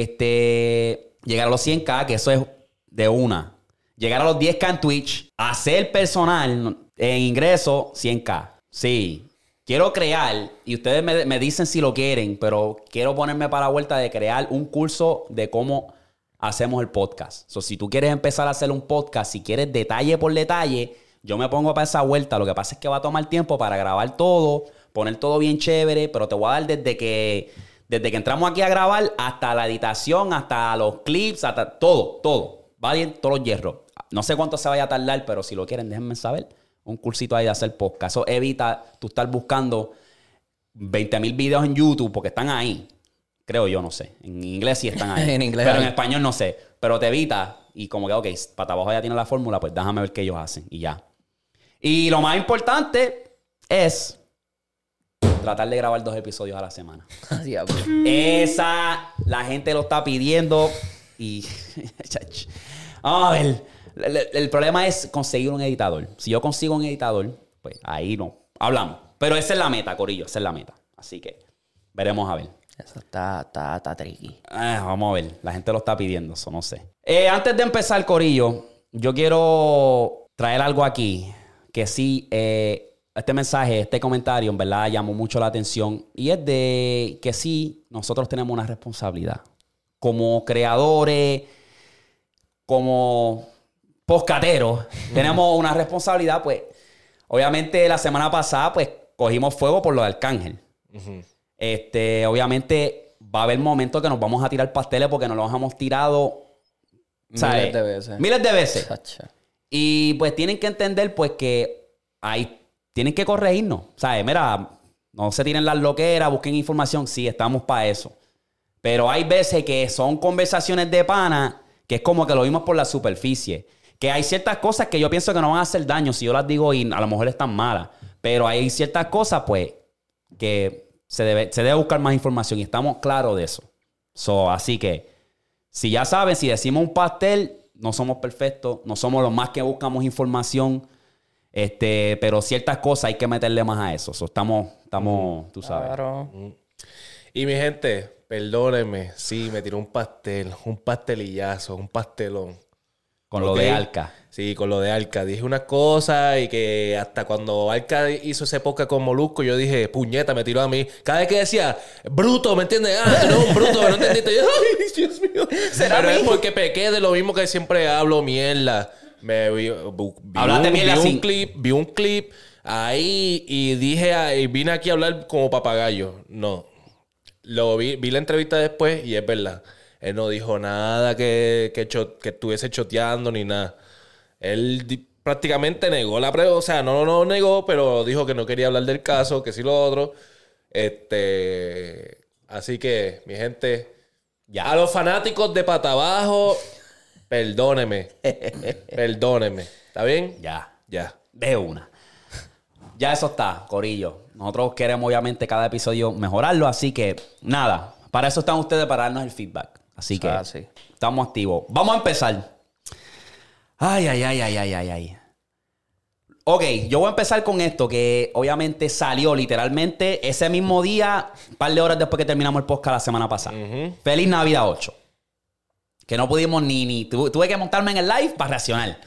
[SPEAKER 1] Este, llegar a los 100k, que eso es de una. Llegar a los 10k en Twitch. Hacer personal en ingreso 100k. Sí. Quiero crear, y ustedes me, me dicen si lo quieren, pero quiero ponerme para la vuelta de crear un curso de cómo hacemos el podcast. So, si tú quieres empezar a hacer un podcast, si quieres detalle por detalle, yo me pongo para esa vuelta. Lo que pasa es que va a tomar tiempo para grabar todo, poner todo bien chévere, pero te voy a dar desde que, desde que entramos aquí a grabar hasta la editación, hasta los clips, hasta todo, todo. Va a ir todos los hierros. No sé cuánto se vaya a tardar, pero si lo quieren, déjenme saber. Un cursito ahí de hacer podcast. Eso evita tú estar buscando 20 mil videos en YouTube porque están ahí. Creo yo, no sé. En inglés sí están ahí.
[SPEAKER 2] En inglés
[SPEAKER 1] Pero
[SPEAKER 2] hay.
[SPEAKER 1] en español no sé. Pero te evita y como que, ok, para abajo ya tiene la fórmula, pues déjame ver qué ellos hacen y ya. Y lo más importante es tratar de grabar dos episodios a la semana.
[SPEAKER 2] Ah, Diablo.
[SPEAKER 1] Esa, la gente lo está pidiendo y... Chach. Vamos a ver. El, el- el problema es conseguir un editador. Si yo consigo un editador, pues ahí no. Hablamos. Pero esa es la meta, Corillo. Esa es la meta. Así que veremos a ver.
[SPEAKER 2] Eso está, está, está tricky.
[SPEAKER 1] Ah, vamos a ver. La gente lo está pidiendo, eso no sé. Eh, antes de empezar, Corillo, yo quiero traer algo aquí que sí, eh, este mensaje, este comentario, en verdad llamó mucho la atención. Y es de que sí, nosotros tenemos una responsabilidad. Como creadores, como poscateros, tenemos una responsabilidad, pues. Obviamente, la semana pasada, pues, cogimos fuego por lo de Arcángel. Este, obviamente, va a haber momentos que nos vamos a tirar pasteles porque nos los hemos tirado. ¿sabes?
[SPEAKER 2] Miles de veces.
[SPEAKER 1] Miles de veces.
[SPEAKER 2] Chacha.
[SPEAKER 1] Y pues tienen que entender, pues, que ahí tienen que corregirnos. ¿Sabes? Mira, no se tiren las loqueras, busquen información. Sí, estamos para eso. Pero hay veces que son conversaciones de pana que es como que lo vimos por la superficie. Que hay ciertas cosas que yo pienso que no van a hacer daño si yo las digo y a lo mejor están malas. Pero hay ciertas cosas, pues, que se debe, se debe buscar más información y estamos claros de eso. So, así que, si ya saben, si decimos un pastel, no somos perfectos, no somos los más que buscamos información. Este, pero ciertas cosas hay que meterle más a eso. So, estamos, estamos, tú sabes.
[SPEAKER 2] Claro.
[SPEAKER 3] Y mi gente, perdónenme. Sí, me tiró un pastel, un pastelillazo, un pastelón.
[SPEAKER 1] Con lo de
[SPEAKER 3] Ok.
[SPEAKER 1] Alca.
[SPEAKER 3] Sí, con lo de Arca. Dije una cosa y que hasta cuando Arca hizo ese podcast con Molusco, yo dije, puñeta, me tiró a mí. Cada vez que decía, bruto, ¿me entiendes? Ah, tú eres un bruto, ¿no entendiste? Yo, ay, Dios mío.
[SPEAKER 2] ¿Será
[SPEAKER 3] Pero
[SPEAKER 2] a
[SPEAKER 3] es
[SPEAKER 2] mí?
[SPEAKER 3] porque pequé de lo mismo que siempre hablo, mierda. Me vi, bu- vi
[SPEAKER 1] Hablaste
[SPEAKER 3] un,
[SPEAKER 1] mierda
[SPEAKER 3] vi un
[SPEAKER 1] sin-
[SPEAKER 3] clip, vi un clip ahí y dije, ah, y vine aquí a hablar como papagayo. No. Lo vi, vi la entrevista después y es verdad. Él no dijo nada que, que, cho- que estuviese choteando ni nada. Él di- prácticamente negó la prueba, o sea, no no negó, pero dijo que no quería hablar del caso, que sí lo otro. Este, así que, mi gente,
[SPEAKER 1] Ya.
[SPEAKER 3] a los fanáticos de pata abajo, perdóneme. perdóneme. ¿Está bien?
[SPEAKER 1] Ya.
[SPEAKER 3] Ya.
[SPEAKER 1] De una. Ya eso está, Corillo. Nosotros queremos, obviamente, cada episodio mejorarlo. Así que, nada. Para eso están ustedes, para darnos el feedback. Así que
[SPEAKER 2] Ah, sí.
[SPEAKER 1] estamos activos. Vamos a empezar. Ay, ay, ay, ay, ay, ay, ay. Ok, yo voy a empezar con esto que obviamente salió literalmente ese mismo día, un par de horas después que terminamos el podcast la semana pasada. Feliz Navidad 8. Que no pudimos ni... ni tu- tuve que montarme en el live para reaccionar.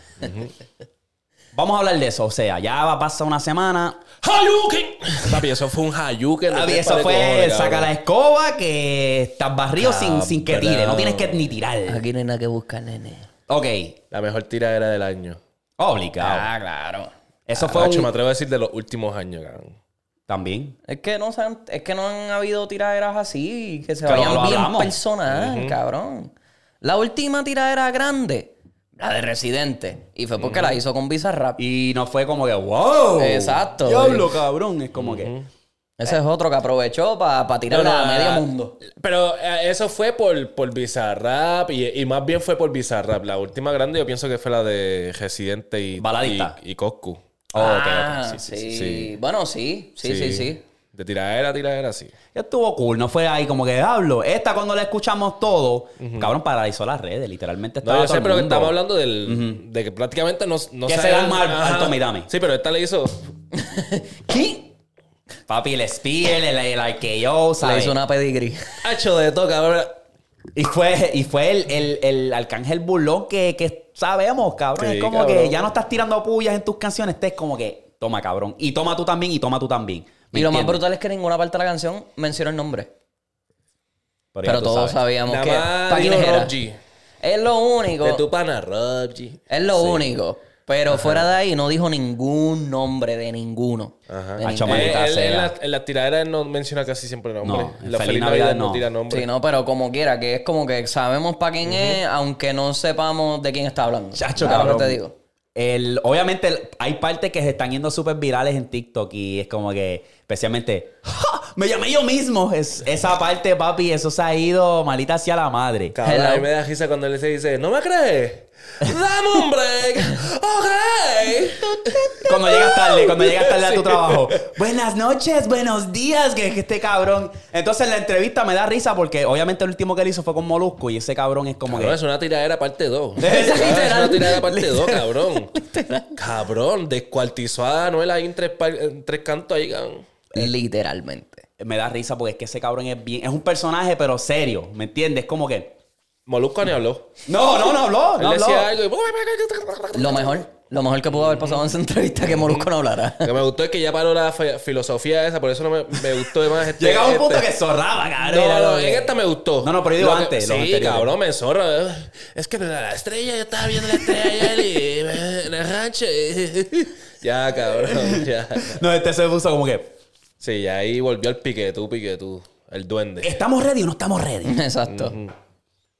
[SPEAKER 1] Vamos a hablar de eso. O sea, ya va a pasar una semana.
[SPEAKER 3] ¡Hayuken! Papi, eso fue un Hayuken. de
[SPEAKER 1] Papi,
[SPEAKER 3] tres
[SPEAKER 1] eso
[SPEAKER 3] pares de
[SPEAKER 1] fue
[SPEAKER 3] cojones,
[SPEAKER 1] saca
[SPEAKER 3] cabrón.
[SPEAKER 1] la escoba que estás barrido sin, sin que tire. No
[SPEAKER 3] Cabrón.
[SPEAKER 1] tienes que ni tirar.
[SPEAKER 2] Aquí no hay nada que buscar, nene.
[SPEAKER 1] Ok.
[SPEAKER 3] La mejor tiradera del año.
[SPEAKER 1] Obligado.
[SPEAKER 2] claro.
[SPEAKER 1] Eso fue
[SPEAKER 3] Nacho,
[SPEAKER 1] un-
[SPEAKER 3] me atrevo a decir de los últimos años, cabrón.
[SPEAKER 1] También.
[SPEAKER 2] Es que no se han- es que no han habido tiraderas así, que se
[SPEAKER 1] Pero
[SPEAKER 2] vayan
[SPEAKER 1] lo
[SPEAKER 2] bien
[SPEAKER 1] hablamos.
[SPEAKER 2] personal, cabrón. La última tiradera grande, la de Residente. Y fue porque la hizo con Bizarrap.
[SPEAKER 1] Y no fue como que, wow.
[SPEAKER 2] Exacto.
[SPEAKER 1] Diablo, cabrón. Es como que.
[SPEAKER 2] Ese es otro que aprovechó para tirarla
[SPEAKER 3] Pero
[SPEAKER 2] a
[SPEAKER 3] nada,
[SPEAKER 2] medio mundo.
[SPEAKER 3] Pero eh, eso fue por, por Bizarrap y, y más bien fue por Bizarrap. La última grande yo pienso que fue la de Residente y,
[SPEAKER 1] Baladita.
[SPEAKER 3] y, y Coscu.
[SPEAKER 2] Ah, sí, Bueno, sí, sí, sí, sí.
[SPEAKER 3] De tiradera, tiradera, sí.
[SPEAKER 1] Estuvo cool. No fue ahí como que, diablo. Esta, cuando la escuchamos todo, cabrón, paralizó las redes. Literalmente
[SPEAKER 3] No,
[SPEAKER 1] estaba.
[SPEAKER 3] yo sé,
[SPEAKER 1] todo el
[SPEAKER 3] pero que
[SPEAKER 1] mundo.
[SPEAKER 3] estamos hablando del, de que prácticamente no, no
[SPEAKER 1] Que se dan
[SPEAKER 3] sabían-
[SPEAKER 1] mal,
[SPEAKER 3] Ajá.
[SPEAKER 1] alto midame.
[SPEAKER 3] Sí, pero esta le hizo.
[SPEAKER 2] ¿Qué?
[SPEAKER 1] Papi, el Spear, el, el RKO,
[SPEAKER 2] Le
[SPEAKER 1] ¿sabes?
[SPEAKER 2] hizo una pedigree.
[SPEAKER 3] Hacho de toca, ahora.
[SPEAKER 1] Y fue, y fue el, el, el arcángel burlón que, que sabemos, cabrón.
[SPEAKER 3] Sí,
[SPEAKER 1] es como
[SPEAKER 3] cabrón.
[SPEAKER 1] que ya no estás tirando pullas en tus canciones. Este es como que, toma, cabrón. Y toma tú también, y toma tú también. ¿Me
[SPEAKER 2] Y lo más
[SPEAKER 1] entiendes?
[SPEAKER 2] brutal es que ninguna parte de la canción menciona el nombre.
[SPEAKER 1] ya
[SPEAKER 2] Pero
[SPEAKER 1] tú sabes.
[SPEAKER 2] todos sabíamos
[SPEAKER 3] Nada
[SPEAKER 2] que.
[SPEAKER 3] más
[SPEAKER 2] ¿Para quién
[SPEAKER 3] digo
[SPEAKER 2] era?
[SPEAKER 3] Rob G.
[SPEAKER 2] Es lo único.
[SPEAKER 3] De tu pana, Rob G.
[SPEAKER 2] Es lo único. Pero fuera de ahí no dijo ningún nombre de ninguno.
[SPEAKER 3] Ajá.
[SPEAKER 2] De
[SPEAKER 1] Ah,
[SPEAKER 2] ninguno.
[SPEAKER 1] chama-
[SPEAKER 3] Eh,
[SPEAKER 1] Maldita
[SPEAKER 3] él-
[SPEAKER 1] sea.
[SPEAKER 3] en, la, en la tiradera él no menciona casi siempre nombre.
[SPEAKER 1] No, en
[SPEAKER 3] la
[SPEAKER 1] Feliz
[SPEAKER 3] Feliz
[SPEAKER 1] Navidad
[SPEAKER 3] Navidad, no
[SPEAKER 1] no.
[SPEAKER 3] tira nombre.
[SPEAKER 2] Sí, no, pero como quiera, que es como que sabemos para quién es, aunque no sepamos de quién está hablando.
[SPEAKER 1] Chacho,
[SPEAKER 2] Ahora
[SPEAKER 1] cabrón.
[SPEAKER 2] te digo.
[SPEAKER 1] El, obviamente el- hay partes que se están yendo súper virales en TikTok y es como que, especialmente, ¡Ja! me llamé yo mismo. Es, esa parte, papi, eso se ha ido malita hacia la madre.
[SPEAKER 3] Cabrón,
[SPEAKER 2] Hello.
[SPEAKER 3] a mí me da risa cuando él se dice, ¿no me crees? ¡Dame un break! ¡Ok!
[SPEAKER 1] Cuando llegas tarde, cuando llegas tarde a tu trabajo. Buenas noches, buenos días, que que este cabrón. Entonces la entrevista me da risa porque obviamente el último que él hizo fue con Molusco y ese cabrón es como
[SPEAKER 3] Cabrón,
[SPEAKER 1] que...
[SPEAKER 3] es una tiradera parte 2.
[SPEAKER 1] Es
[SPEAKER 3] es
[SPEAKER 1] literal.
[SPEAKER 3] una tiradera parte 2, cabrón. Cabrón, descuartizó a Anuel ahí en tres, pa- en tres cantos ahí, cabrón.
[SPEAKER 2] Literalmente.
[SPEAKER 1] Me da risa porque es que ese cabrón es bien... Es un personaje, pero serio, ¿me entiendes? Como que...
[SPEAKER 3] Molusco ni habló.
[SPEAKER 1] No, no, no habló,
[SPEAKER 3] Él
[SPEAKER 1] no habló.
[SPEAKER 3] decía algo y...
[SPEAKER 2] Lo mejor, lo mejor que pudo haber pasado en esa entrevista que Molusco no hablara.
[SPEAKER 3] Lo que me gustó es que ya paró la fe- filosofía esa, por eso no me, me gustó de más este...
[SPEAKER 1] Llegaba un punto
[SPEAKER 3] este-
[SPEAKER 1] que zorraba, cabrón.
[SPEAKER 3] No,
[SPEAKER 1] Era
[SPEAKER 3] no,
[SPEAKER 1] como que-
[SPEAKER 3] en esta me gustó.
[SPEAKER 1] eh. No, no, pero yo digo
[SPEAKER 3] Lo que-
[SPEAKER 1] antes, los
[SPEAKER 3] Sí,
[SPEAKER 1] anteriores.
[SPEAKER 3] cabrón, me zorra. eh. Es que la estrella, yo estaba viendo la estrella ayer y en el rancho. eh. Ya, cabrón, ya.
[SPEAKER 1] No, este se puso como que...
[SPEAKER 3] Sí, y ahí volvió el piquetú, piquetú. El duende.
[SPEAKER 1] ¿Estamos ready o no estamos ready?
[SPEAKER 2] Exacto.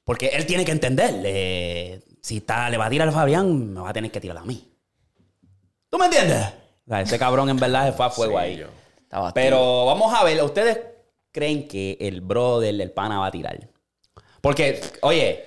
[SPEAKER 1] Porque él tiene que entender. eh, si está, le va a tirar a Fabián, me va a tener que tirar a mí. ¿Tú me entiendes? O sea, ese cabrón en verdad se fue a fuego
[SPEAKER 3] Sí,
[SPEAKER 1] ahí.
[SPEAKER 3] yo.
[SPEAKER 2] Estaba
[SPEAKER 1] Pero vamos a ver, ¿ustedes creen que el brother, el pana, va a tirar? Porque, oye,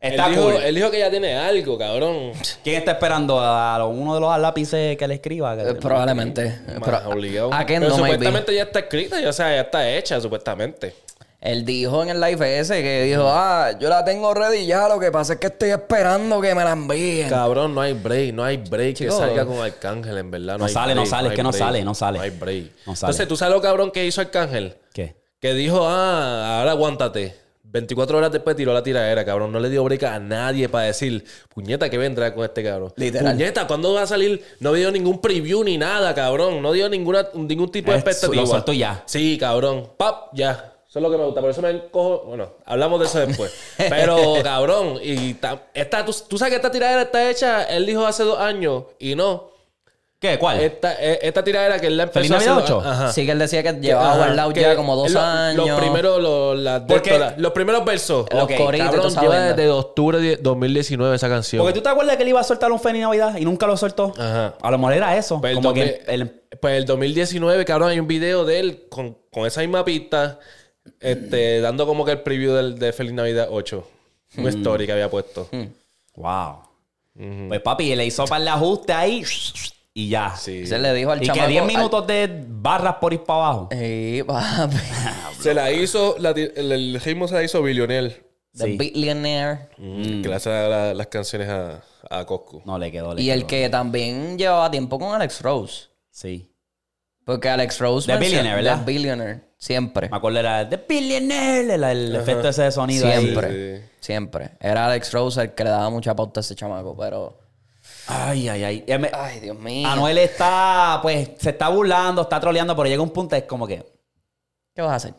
[SPEAKER 1] está
[SPEAKER 3] él, dijo,
[SPEAKER 1] cool.
[SPEAKER 3] él dijo que ya tiene algo, cabrón.
[SPEAKER 1] ¿Quién está esperando? ¿A uno de los lápices que le escriba?
[SPEAKER 2] Eh, Probablemente. Eh,
[SPEAKER 3] Más
[SPEAKER 2] pero-
[SPEAKER 3] obligado.
[SPEAKER 2] ¿A qué
[SPEAKER 3] Pero
[SPEAKER 2] no, maybe?
[SPEAKER 3] supuestamente ya está escrita, ya, o sea, ya está hecha, supuestamente.
[SPEAKER 2] Él dijo en el live ese que dijo, ah, yo la tengo ready ya, lo que pasa es que estoy esperando que me la envíen.
[SPEAKER 3] Cabrón, no hay break, no hay break
[SPEAKER 2] Chico.
[SPEAKER 3] que salga con Arcángel, en verdad. No,
[SPEAKER 1] No
[SPEAKER 3] hay
[SPEAKER 1] sale, no
[SPEAKER 3] break,
[SPEAKER 1] sale, es
[SPEAKER 3] hay
[SPEAKER 1] que no
[SPEAKER 3] break,
[SPEAKER 1] sale, no sale.
[SPEAKER 3] No hay break.
[SPEAKER 1] No sale.
[SPEAKER 3] Entonces, ¿tú sabes lo cabrón que hizo Arcángel?
[SPEAKER 1] ¿Qué?
[SPEAKER 3] Que dijo, ah, ahora aguántate. 24 horas después tiró la tiradera, cabrón. No le dio breca a nadie para decir, puñeta, que vendrá con este cabrón?
[SPEAKER 2] Literal.
[SPEAKER 3] Puñeta, ¿cuándo va a salir? No dio ningún preview ni nada, cabrón. No dio ninguna, ningún tipo de
[SPEAKER 1] Es- lo
[SPEAKER 3] expectativa.
[SPEAKER 1] soltó ya.
[SPEAKER 3] Sí, cabrón. Pap, ya. Eso es lo que me gusta. Por eso me encojo. Bueno, hablamos de eso después. Pero, cabrón, y ta- esta, tú, tú sabes que esta tiradera está hecha, él dijo hace dos años, y no.
[SPEAKER 1] ¿Qué? ¿Cuál?
[SPEAKER 3] Esta, e- esta tiradera que él la empezó
[SPEAKER 1] ¿Feliz Navidad
[SPEAKER 3] hace dos-
[SPEAKER 1] ocho?
[SPEAKER 3] Ajá.
[SPEAKER 2] Sí que él decía que llevaba
[SPEAKER 3] Ajá,
[SPEAKER 2] guardado
[SPEAKER 3] que
[SPEAKER 2] ya como dos
[SPEAKER 3] lo-
[SPEAKER 2] años.
[SPEAKER 3] Los primeros, los, las de
[SPEAKER 1] Porque-
[SPEAKER 3] esto, la- los primeros versos.
[SPEAKER 2] Los
[SPEAKER 3] Ok,
[SPEAKER 2] coritos,
[SPEAKER 3] cabrón,
[SPEAKER 2] esa
[SPEAKER 3] lleva
[SPEAKER 2] vaina.
[SPEAKER 3] desde octubre de 2019 esa canción.
[SPEAKER 1] Porque tú te acuerdas que él iba a soltar un Feliz Navidad y nunca lo soltó.
[SPEAKER 3] Ajá.
[SPEAKER 1] A lo mejor era eso.
[SPEAKER 3] Pues el
[SPEAKER 1] como que
[SPEAKER 3] 2000
[SPEAKER 1] el- el-
[SPEAKER 3] Pues el 2019, cabrón, hay un video de él con, con esa misma pista,
[SPEAKER 2] Mm.
[SPEAKER 3] este, dando como que el preview del, de Feliz Navidad 8. Una story que había puesto.
[SPEAKER 2] Mm.
[SPEAKER 1] Wow. Pues papi, le hizo para el ajuste ahí y ya.
[SPEAKER 3] Sí.
[SPEAKER 2] Se le dijo al
[SPEAKER 1] y
[SPEAKER 2] chamaco...
[SPEAKER 1] que 10
[SPEAKER 2] al-
[SPEAKER 1] minutos de barras por ir para abajo.
[SPEAKER 2] Sí, papi.
[SPEAKER 3] Se la hizo, la ti- el, el ritmo se la hizo Billionel.
[SPEAKER 2] The
[SPEAKER 1] Sí.
[SPEAKER 2] Billionaire. Mm.
[SPEAKER 3] Gracias a la- las canciones a, a Coscu.
[SPEAKER 1] No, le quedó. le
[SPEAKER 2] Y
[SPEAKER 1] quedó.
[SPEAKER 2] el que también llevaba tiempo con Alex Rose.
[SPEAKER 1] Sí.
[SPEAKER 2] Porque Alex Rose...
[SPEAKER 1] The
[SPEAKER 2] menciona-
[SPEAKER 1] Billionaire, ¿verdad?
[SPEAKER 2] The Billionaire. Siempre.
[SPEAKER 1] Me acuerdo era The Billionaire, el, el efecto ese de sonido. ahí.
[SPEAKER 2] Siempre.
[SPEAKER 3] Sí, sí.
[SPEAKER 2] Siempre. Era Alex Rose el que le daba mucha pauta a ese chamaco, pero...
[SPEAKER 1] Ay, ay, ay. Eh, me-
[SPEAKER 2] Ay, Dios mío.
[SPEAKER 1] Anuel está, pues, se está burlando, está troleando, pero llega un punto, es como que,
[SPEAKER 2] ¿Qué vas a hacer?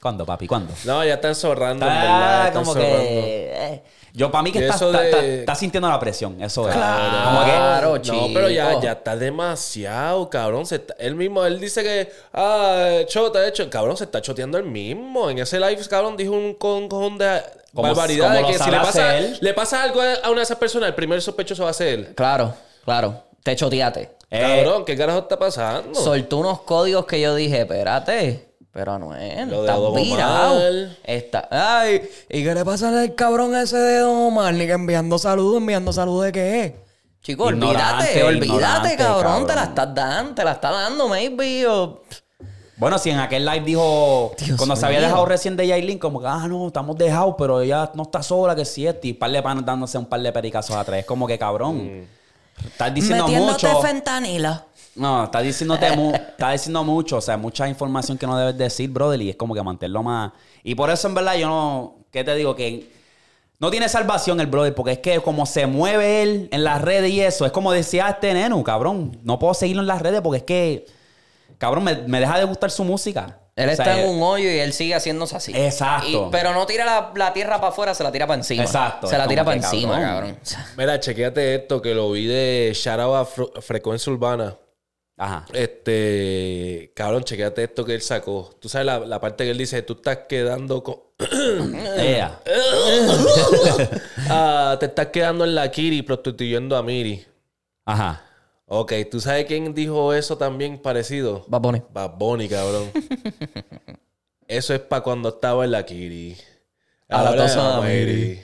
[SPEAKER 1] ¿cuándo, papi? ¿Cuándo?
[SPEAKER 3] No, ya están zorrando,
[SPEAKER 2] Ah,
[SPEAKER 3] en
[SPEAKER 1] Está
[SPEAKER 3] verdad. Están
[SPEAKER 1] como
[SPEAKER 3] zorrando.
[SPEAKER 1] que. eh, Yo, para mí, que
[SPEAKER 3] Y
[SPEAKER 1] está,
[SPEAKER 3] eso
[SPEAKER 1] está-
[SPEAKER 3] de-
[SPEAKER 1] está- está sintiendo la presión. Eso es. Como Ah, que.
[SPEAKER 2] Claro, chico.
[SPEAKER 3] No, pero ya,
[SPEAKER 1] oh.
[SPEAKER 3] ya está demasiado, cabrón. Se está- él mismo, él dice que, ah, chota, hecho. Cabrón, se está choteando él mismo. En ese live, cabrón, dijo un con- cojón de
[SPEAKER 1] Como-
[SPEAKER 3] barbaridad.
[SPEAKER 1] como lo
[SPEAKER 3] que si
[SPEAKER 1] sabe
[SPEAKER 3] le pasa,
[SPEAKER 1] hacer él.
[SPEAKER 3] le pasa algo a una de esas personas, el primer sospechoso va a ser él.
[SPEAKER 2] Claro, claro. Te choteaste.
[SPEAKER 1] Eh,
[SPEAKER 3] Cabrón, ¿qué carajo está pasando?
[SPEAKER 2] Soltó unos códigos que yo dije, espérate. Pero Anuel,
[SPEAKER 3] Lo de
[SPEAKER 2] estás
[SPEAKER 3] Don Omar.
[SPEAKER 2] virado. Está... Ay, ¿y qué le pasa al cabrón ese de Don Omar? Ni que enviando saludos, enviando saludos de qué Chico, olvídate,
[SPEAKER 1] Ignorante,
[SPEAKER 2] olvídate,
[SPEAKER 1] ignorante,
[SPEAKER 2] cabrón. Te la
[SPEAKER 1] cabrón.
[SPEAKER 2] estás dando, te la está dando, maybe. O...
[SPEAKER 1] Bueno, si en aquel live dijo.
[SPEAKER 2] Dios
[SPEAKER 1] cuando se había
[SPEAKER 2] mío.
[SPEAKER 1] dejado recién de Yailin, como que, ah, no, estamos dejados, pero ella no está sola, que si este. Y un par de panos dándose un par de pericazos atrás. Es como que, cabrón. Estás diciendo mucho.
[SPEAKER 2] fentanila.
[SPEAKER 1] No, estás diciéndote mu- estás diciendo mucho, o sea, mucha información que no debes decir, brother, y es como que mantenerlo más. Y por eso, en verdad, yo no. ¿Qué te digo? Que no tiene salvación el brother, porque es que como se mueve él en las redes y eso, es como decía este neno, cabrón. No puedo seguirlo en las redes porque es que. Cabrón, me, me deja de gustar su música.
[SPEAKER 2] Él
[SPEAKER 1] O sea, eh,
[SPEAKER 2] está en un hoyo y él sigue haciéndose así.
[SPEAKER 1] Exacto.
[SPEAKER 2] Y- pero no tira la, la tierra para afuera, se la tira para encima.
[SPEAKER 1] Exacto,
[SPEAKER 2] Se la
[SPEAKER 1] es
[SPEAKER 2] tira para
[SPEAKER 1] como que,
[SPEAKER 2] encima,
[SPEAKER 1] cabrón.
[SPEAKER 2] cabrón. O sea,
[SPEAKER 3] Mira, chequéate esto, que lo vi de Sharaba Frecuencia Urbana.
[SPEAKER 1] Ajá.
[SPEAKER 3] Este, cabrón, chequéate esto que él sacó. Tú sabes la, la parte que él dice, tú estás quedando con...
[SPEAKER 1] Ea.
[SPEAKER 3] Ah, te estás quedando en la Kiri prostituyendo a Miri.
[SPEAKER 1] Ajá.
[SPEAKER 3] Ok, ¿tú sabes quién dijo eso también parecido?
[SPEAKER 2] Bad Bunny.
[SPEAKER 3] Bad Bunny, cabrón. eso es para cuando estaba en la Kiri.
[SPEAKER 2] A la
[SPEAKER 3] Ahora es
[SPEAKER 2] tosada,
[SPEAKER 3] a Miri.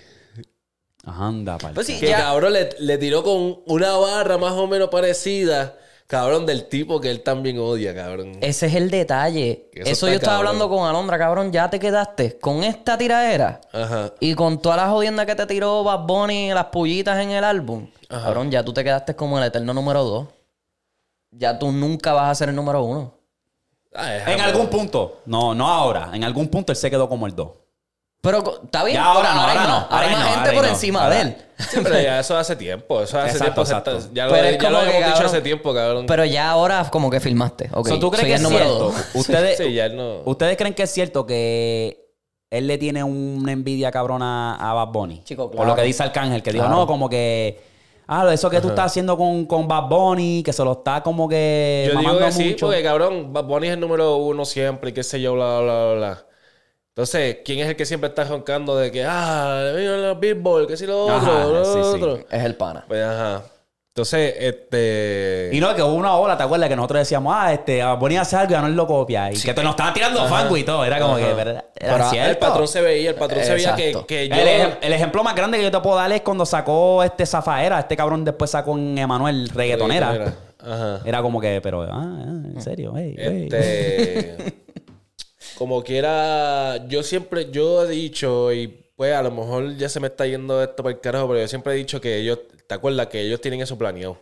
[SPEAKER 1] Ajá, anda, pal.
[SPEAKER 2] Pues sí,
[SPEAKER 3] Que
[SPEAKER 2] ya.
[SPEAKER 3] cabrón le, le tiró con una barra más o menos parecida, cabrón, del tipo que él también odia, cabrón.
[SPEAKER 2] Ese es el detalle.
[SPEAKER 3] Que
[SPEAKER 2] Eso,
[SPEAKER 3] eso está
[SPEAKER 2] yo estaba
[SPEAKER 3] cabrón.
[SPEAKER 2] hablando con Alondra, cabrón. Ya te quedaste con esta tiradera
[SPEAKER 3] Ajá.
[SPEAKER 2] y con todas las jodiendas que te tiró Bad Bunny, las pullitas en el álbum. Cabrón, ya tú te quedaste como el eterno número dos. Ya tú nunca vas a ser el número uno.
[SPEAKER 3] Ah, es
[SPEAKER 1] En
[SPEAKER 3] jamón.
[SPEAKER 1] algún punto. No, no ahora. En algún punto él se quedó como el 2.
[SPEAKER 2] Pero co- está bien.
[SPEAKER 1] Ya, ahora no,
[SPEAKER 2] hay
[SPEAKER 1] ahora
[SPEAKER 2] más-
[SPEAKER 1] no,
[SPEAKER 2] Ahora hay
[SPEAKER 1] ahora
[SPEAKER 2] más
[SPEAKER 1] no,
[SPEAKER 2] gente
[SPEAKER 1] ahora
[SPEAKER 2] por
[SPEAKER 1] no.
[SPEAKER 2] encima
[SPEAKER 1] Ahora-
[SPEAKER 2] de él.
[SPEAKER 3] Sí, pero ya eso hace tiempo. Eso hace
[SPEAKER 1] Exacto,
[SPEAKER 3] tiempo. se
[SPEAKER 1] exacto.
[SPEAKER 3] está- ya lo,
[SPEAKER 2] Pero es
[SPEAKER 3] ya lo
[SPEAKER 2] como que,
[SPEAKER 3] habíamos dicho
[SPEAKER 2] cabrón,
[SPEAKER 3] hace tiempo, cabrón.
[SPEAKER 2] Pero ya ahora como que filmaste. Ok,
[SPEAKER 1] So, ¿Tú crees
[SPEAKER 2] soy
[SPEAKER 1] que
[SPEAKER 2] el
[SPEAKER 1] es
[SPEAKER 2] número
[SPEAKER 1] cierto?
[SPEAKER 2] dos.
[SPEAKER 1] Ustedes,
[SPEAKER 3] Sí, ya él no.
[SPEAKER 1] ¿Ustedes creen que es cierto que él le tiene una envidia cabrona a Bad Bunny?
[SPEAKER 2] Chico,
[SPEAKER 1] Por
[SPEAKER 2] claro.
[SPEAKER 1] lo que dice Arcángel, que dijo,
[SPEAKER 2] Claro.
[SPEAKER 1] no, como que. Ah, eso que tú estás haciendo con, con Bad Bunny, que se lo está como que
[SPEAKER 3] Yo digo
[SPEAKER 1] Eh, mamando
[SPEAKER 3] que
[SPEAKER 1] mucho.
[SPEAKER 3] sí, porque cabrón, Bad Bunny es el número uno siempre, y qué sé yo, bla, bla, bla, bla. Entonces, ¿quién es el que siempre está roncando de que, ah, mira los Billboard, que si lo otro,
[SPEAKER 1] Ajá,
[SPEAKER 3] lo
[SPEAKER 1] sí, sí.
[SPEAKER 3] otro?
[SPEAKER 2] Es el pana.
[SPEAKER 3] Pues, ajá. Entonces, este...
[SPEAKER 1] Y no, que hubo una ola, ¿te acuerdas? Que nosotros decíamos, ah, este, Bad Bunny hace algo y a no lo copia. Y que te nos estaban tirando fango y todo. Era como que, pero era, era
[SPEAKER 2] Pero el
[SPEAKER 1] cierto.
[SPEAKER 3] el patrón se veía, el patrón se veía que,
[SPEAKER 2] Exacto.
[SPEAKER 3] que yo...
[SPEAKER 1] El, ejem- el ejemplo más grande que yo te puedo dar es cuando sacó este Zafaera. Este cabrón después sacó en Emanuel, reggaetonera.
[SPEAKER 3] Ajá.
[SPEAKER 1] Era como que, pero, ah, ah, en serio, ey, ey.
[SPEAKER 3] Este, como quiera, yo siempre, yo he dicho, y pues a lo mejor ya se me está yendo esto para el carajo, pero yo siempre he dicho que ellos, ¿te acuerdas? Que ellos tienen eso planeado.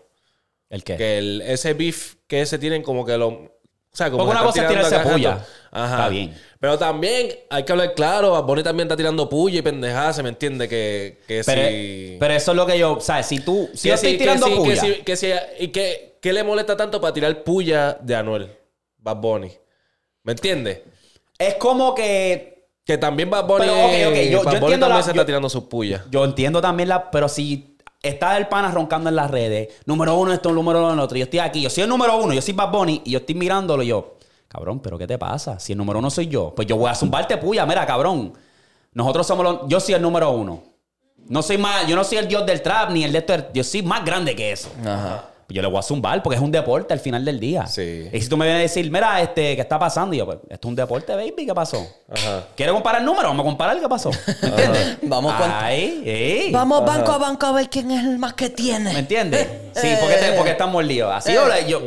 [SPEAKER 1] ¿El qué?
[SPEAKER 3] Que el, ese beef que se tienen como que lo... O sea, como
[SPEAKER 1] Porque
[SPEAKER 3] que
[SPEAKER 1] una cosa
[SPEAKER 3] están
[SPEAKER 1] es
[SPEAKER 3] tirando
[SPEAKER 1] tirarse
[SPEAKER 3] acá
[SPEAKER 1] puya.
[SPEAKER 3] rato. Ajá.
[SPEAKER 1] Está bien.
[SPEAKER 3] Pero también hay que hablar claro, Bad Bunny también está tirando puya y pendejada, se me entiende que, que
[SPEAKER 1] Pero,
[SPEAKER 3] si...
[SPEAKER 1] pero eso es lo que yo, ¿sabes? Si tú, si
[SPEAKER 3] que
[SPEAKER 1] yo estoy
[SPEAKER 3] sí, que
[SPEAKER 1] tirando
[SPEAKER 3] sí, que
[SPEAKER 1] puya,
[SPEAKER 3] sí, que sí, y que, ¿qué le molesta tanto para tirar puya de Anuel? Bad Bunny. ¿Me entiendes?
[SPEAKER 1] es como que
[SPEAKER 3] Que también Bad Bunny,
[SPEAKER 1] Pero, ok, ok, yo- yo
[SPEAKER 3] Bad Bunny
[SPEAKER 1] entiendo
[SPEAKER 3] también
[SPEAKER 1] la-
[SPEAKER 3] se
[SPEAKER 1] yo-
[SPEAKER 3] está tirando sus puyas.
[SPEAKER 1] yo entiendo también la, pero si está el pana roncando en las redes, número uno esto, número uno en otro, yo estoy aquí, yo soy el número uno, yo soy Bad Bunny y yo estoy mirándolo y yo, cabrón, pero ¿qué te pasa? Si el número uno soy yo, pues yo voy a zumbarte puya, mira, cabrón. Nosotros somos los, yo soy el número uno. No soy más, yo no soy el dios del trap ni el de esto, yo soy más grande que eso.
[SPEAKER 2] Ajá.
[SPEAKER 1] Yo le voy a zumbar porque es un deporte al final del día.
[SPEAKER 3] Sí.
[SPEAKER 1] Y si tú me vienes a decir, mira, este, ¿qué está pasando? Y yo, pues, esto es un deporte, baby, ¿qué pasó?
[SPEAKER 3] Ajá.
[SPEAKER 1] ¿Quieres comparar el número? Vamos a comparar qué pasó. ¿Entiendes?
[SPEAKER 2] Vamos con-
[SPEAKER 1] Ahí, ey.
[SPEAKER 2] Vamos banco a banco a ver quién es el más que tiene.
[SPEAKER 1] ¿Me entiendes? Sí, porque, te- porque estamos líos. Así yo, le- yo,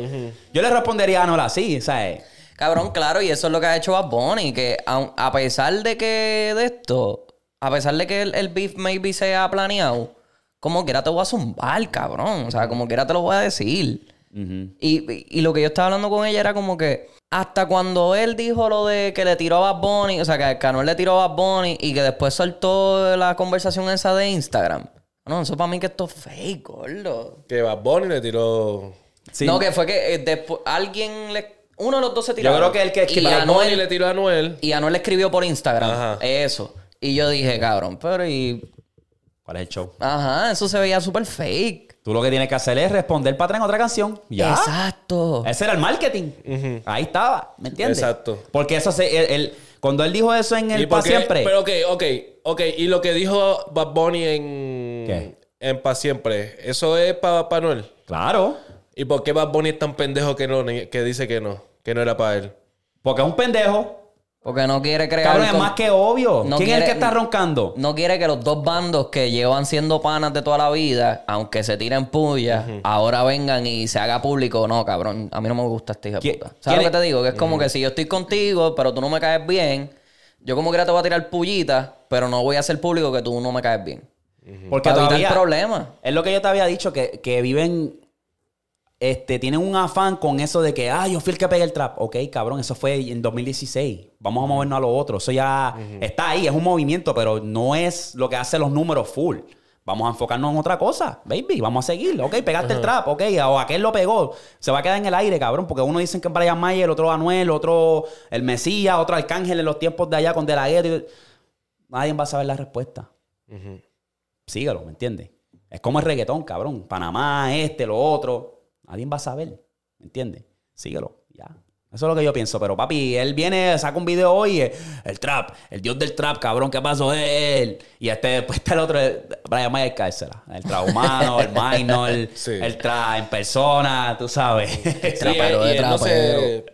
[SPEAKER 1] yo le respondería a Nola así, ¿sabes?
[SPEAKER 2] Cabrón, claro, y eso es lo que ha hecho Bad Bunny, que a, a pesar de que de esto, a pesar de que el, el beef maybe sea planeado, como quiera te voy a zumbar, cabrón. O sea, como quiera te lo voy a decir.
[SPEAKER 1] Mm.
[SPEAKER 2] Y, y- y lo que yo estaba hablando con ella era como que hasta cuando él dijo lo de que le tiró a Bad Bunny, o sea, que Canol le tiró a Bad Bunny y que después soltó la conversación esa de Instagram. No, eso para mí que esto es fake, gordo.
[SPEAKER 3] Que Bad Bunny le tiró...
[SPEAKER 1] Sí.
[SPEAKER 2] No, que fue que eh, despu- alguien le... Uno de los dos se tiró.
[SPEAKER 1] Yo creo que el que- que
[SPEAKER 2] y
[SPEAKER 1] Bad
[SPEAKER 3] Bad
[SPEAKER 2] Anuel-
[SPEAKER 3] Bunny le tiró a Anuel.
[SPEAKER 2] y Anuel escribió por Instagram.
[SPEAKER 3] Ajá.
[SPEAKER 2] Eso. Y yo dije, cabrón, pero y.
[SPEAKER 1] ¿Cuál es el show?
[SPEAKER 2] Ajá, eso se veía súper fake.
[SPEAKER 1] Tú lo que tienes que hacer es responder para traer otra canción. Ya.
[SPEAKER 2] Exacto.
[SPEAKER 1] Ese era el marketing. Ahí estaba, ¿me entiendes?
[SPEAKER 3] Exacto.
[SPEAKER 1] Porque eso se, él- él- cuando él dijo eso en
[SPEAKER 3] ¿Y
[SPEAKER 1] el
[SPEAKER 3] por
[SPEAKER 1] Pa'
[SPEAKER 3] qué?
[SPEAKER 1] siempre.
[SPEAKER 3] Pero ok, ok, ok. Y lo que dijo Bad Bunny en...
[SPEAKER 1] ¿Qué?
[SPEAKER 3] En Pa' Siempre. Eso es para pa Anuel.
[SPEAKER 1] Claro.
[SPEAKER 3] ¿Y por qué Bad Bunny es tan pendejo que, no, que dice que no? Que no era para él.
[SPEAKER 1] Porque es un pendejo.
[SPEAKER 2] Porque no quiere crear.
[SPEAKER 1] Cabrón, es
[SPEAKER 2] con-
[SPEAKER 1] más que obvio.
[SPEAKER 2] No
[SPEAKER 1] ¿Quién es el
[SPEAKER 2] quiere-
[SPEAKER 1] que está roncando?
[SPEAKER 2] No quiere que los dos bandos que llevan siendo panas de toda la vida, aunque se tiren puya, ahora vengan y se haga público. No, cabrón, a mí no me gusta este hija de
[SPEAKER 1] ¿Qui-
[SPEAKER 2] puta. ¿Sabes
[SPEAKER 1] quién
[SPEAKER 2] lo que
[SPEAKER 1] es-
[SPEAKER 2] te digo? Que es como que si yo estoy contigo, pero tú no me caes bien, yo como quiera te voy a tirar pullita, pero no voy a hacer público que tú no me caes bien.
[SPEAKER 1] Porque
[SPEAKER 2] Para
[SPEAKER 1] todavía.
[SPEAKER 2] evitar problemas.
[SPEAKER 1] Es lo que yo te había dicho, que, que viven. Este, tienen un afán con eso de que, ah, yo fui el que pegué el trap. Ok, cabrón, eso fue en 2016. Vamos a movernos a lo otro. Eso ya está ahí, es un movimiento, pero no es lo que hace los números full. Vamos a enfocarnos en otra cosa, baby. Vamos a seguir. Ok, pegaste el trap, ok. O aquel lo pegó. Se va a quedar en el aire, cabrón. Porque uno dicen que es Brian Mayer, otro Anuel, otro el Mesías, otro Arcángel en los tiempos de allá con De La Guerra. y- Nadie va a saber la respuesta sígalo, ¿me entiendes? Es como el reggaetón, cabrón. Panamá, este, lo otro. Nadie va a saber, ¿me entiendes? Síguelo, ya. Eso es lo que yo pienso. Pero papi, él viene, saca un video hoy, eh, el trap, el dios del trap, cabrón, ¿qué pasó? Él. Y este, después está el otro, eh, Brian Mayer Cársela. El trap humano, el minor,
[SPEAKER 3] Sí.
[SPEAKER 1] el trap en persona, tú sabes.
[SPEAKER 3] Sí,
[SPEAKER 2] Trapero
[SPEAKER 3] y
[SPEAKER 2] de
[SPEAKER 3] él no
[SPEAKER 2] trapero.
[SPEAKER 3] se-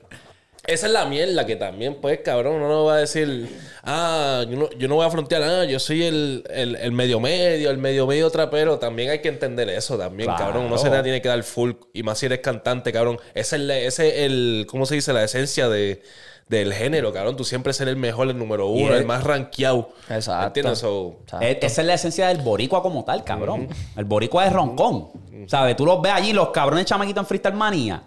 [SPEAKER 3] Esa es la mierda que también, pues, cabrón, uno no va a decir, ah, yo no, yo no voy a frontear nada, yo soy el, el- el medio medio, el medio medio trapero. También hay que entender eso también,
[SPEAKER 1] Claro.
[SPEAKER 3] cabrón. Uno se la tiene que dar full, y más si eres cantante, cabrón. Esa es, la- ese es el, ¿cómo se dice? La esencia de, del género, cabrón. Tú siempre ser el mejor, el número uno,
[SPEAKER 1] Yeah.
[SPEAKER 3] el más rankeado.
[SPEAKER 2] Exacto.
[SPEAKER 3] ¿Entiendes? So,
[SPEAKER 2] Exacto.
[SPEAKER 1] Es- Esa es la esencia del boricua como tal, cabrón. El boricua es roncón. ¿Sabes? Tú los ves allí, los cabrones chamaquitos en Freestyle Manía.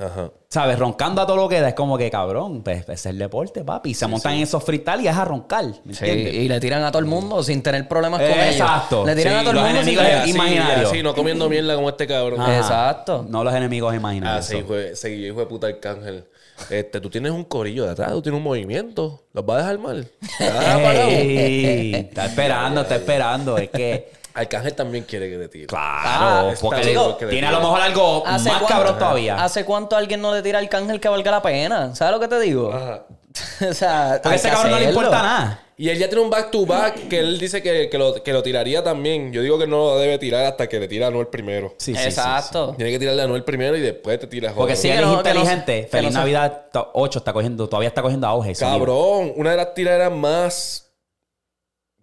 [SPEAKER 3] ajá.
[SPEAKER 1] ¿Sabes? Roncando a todo lo que da. Es como que, cabrón, pues, ese es el deporte, papi. Y se montan en esos freestyle y es a roncar. ¿Me
[SPEAKER 2] Sí,
[SPEAKER 1] entiendes?
[SPEAKER 2] y le tiran a todo el mundo sin tener problemas con ellos.
[SPEAKER 1] Exacto.
[SPEAKER 2] Le tiran
[SPEAKER 1] Sí,
[SPEAKER 2] a todo el
[SPEAKER 1] los
[SPEAKER 2] mundo sin
[SPEAKER 1] enemigos
[SPEAKER 2] tener-
[SPEAKER 1] de-
[SPEAKER 3] Así,
[SPEAKER 1] imaginario.
[SPEAKER 3] así, no comiendo mierda como este cabrón.
[SPEAKER 1] Ajá.
[SPEAKER 2] Exacto.
[SPEAKER 1] No los enemigos
[SPEAKER 3] Ah,
[SPEAKER 1] imaginarios.
[SPEAKER 3] sí, fue, seguí yo, hijo de puta Arcángel. Este, tú tienes un corillo de atrás, tú tienes un movimiento. ¿Los vas a dejar mal? Ah, parado.
[SPEAKER 1] Ey, está esperando, está esperando. Es que,
[SPEAKER 3] Arcángel también quiere que te tire.
[SPEAKER 1] claro,
[SPEAKER 3] Ah,
[SPEAKER 1] porque
[SPEAKER 3] está
[SPEAKER 1] digo,
[SPEAKER 3] bien, que le
[SPEAKER 1] tiene a
[SPEAKER 3] diga.
[SPEAKER 1] lo mejor algo más
[SPEAKER 2] ¿Hace cuánto-
[SPEAKER 1] cabrón todavía.
[SPEAKER 2] ¿Hace cuánto alguien no le tira al cángel que valga la pena? ¿Sabes lo que te digo?
[SPEAKER 3] Ajá.
[SPEAKER 2] o sea,
[SPEAKER 1] Porque a
[SPEAKER 2] hay
[SPEAKER 1] ese
[SPEAKER 2] que
[SPEAKER 1] cabrón no le
[SPEAKER 2] hacerlo.
[SPEAKER 1] importa nada.
[SPEAKER 3] Y él ya tiene un back to back que él dice que, que lo, que lo tiraría también. Yo digo que no lo debe tirar hasta que le tira a Noel primero.
[SPEAKER 1] Sí, sí, sí,
[SPEAKER 2] Exacto.
[SPEAKER 3] Tiene que tirarle a Noel primero y después te tiras
[SPEAKER 1] Porque
[SPEAKER 3] otro.
[SPEAKER 1] si
[SPEAKER 2] que
[SPEAKER 1] eres
[SPEAKER 2] no- que no-
[SPEAKER 1] inteligente,
[SPEAKER 2] que
[SPEAKER 1] Feliz
[SPEAKER 2] no se-
[SPEAKER 1] Navidad 8 está cogiendo, todavía está cogiendo auge. ese libro.
[SPEAKER 3] Cabrón, una de las tiraderas más.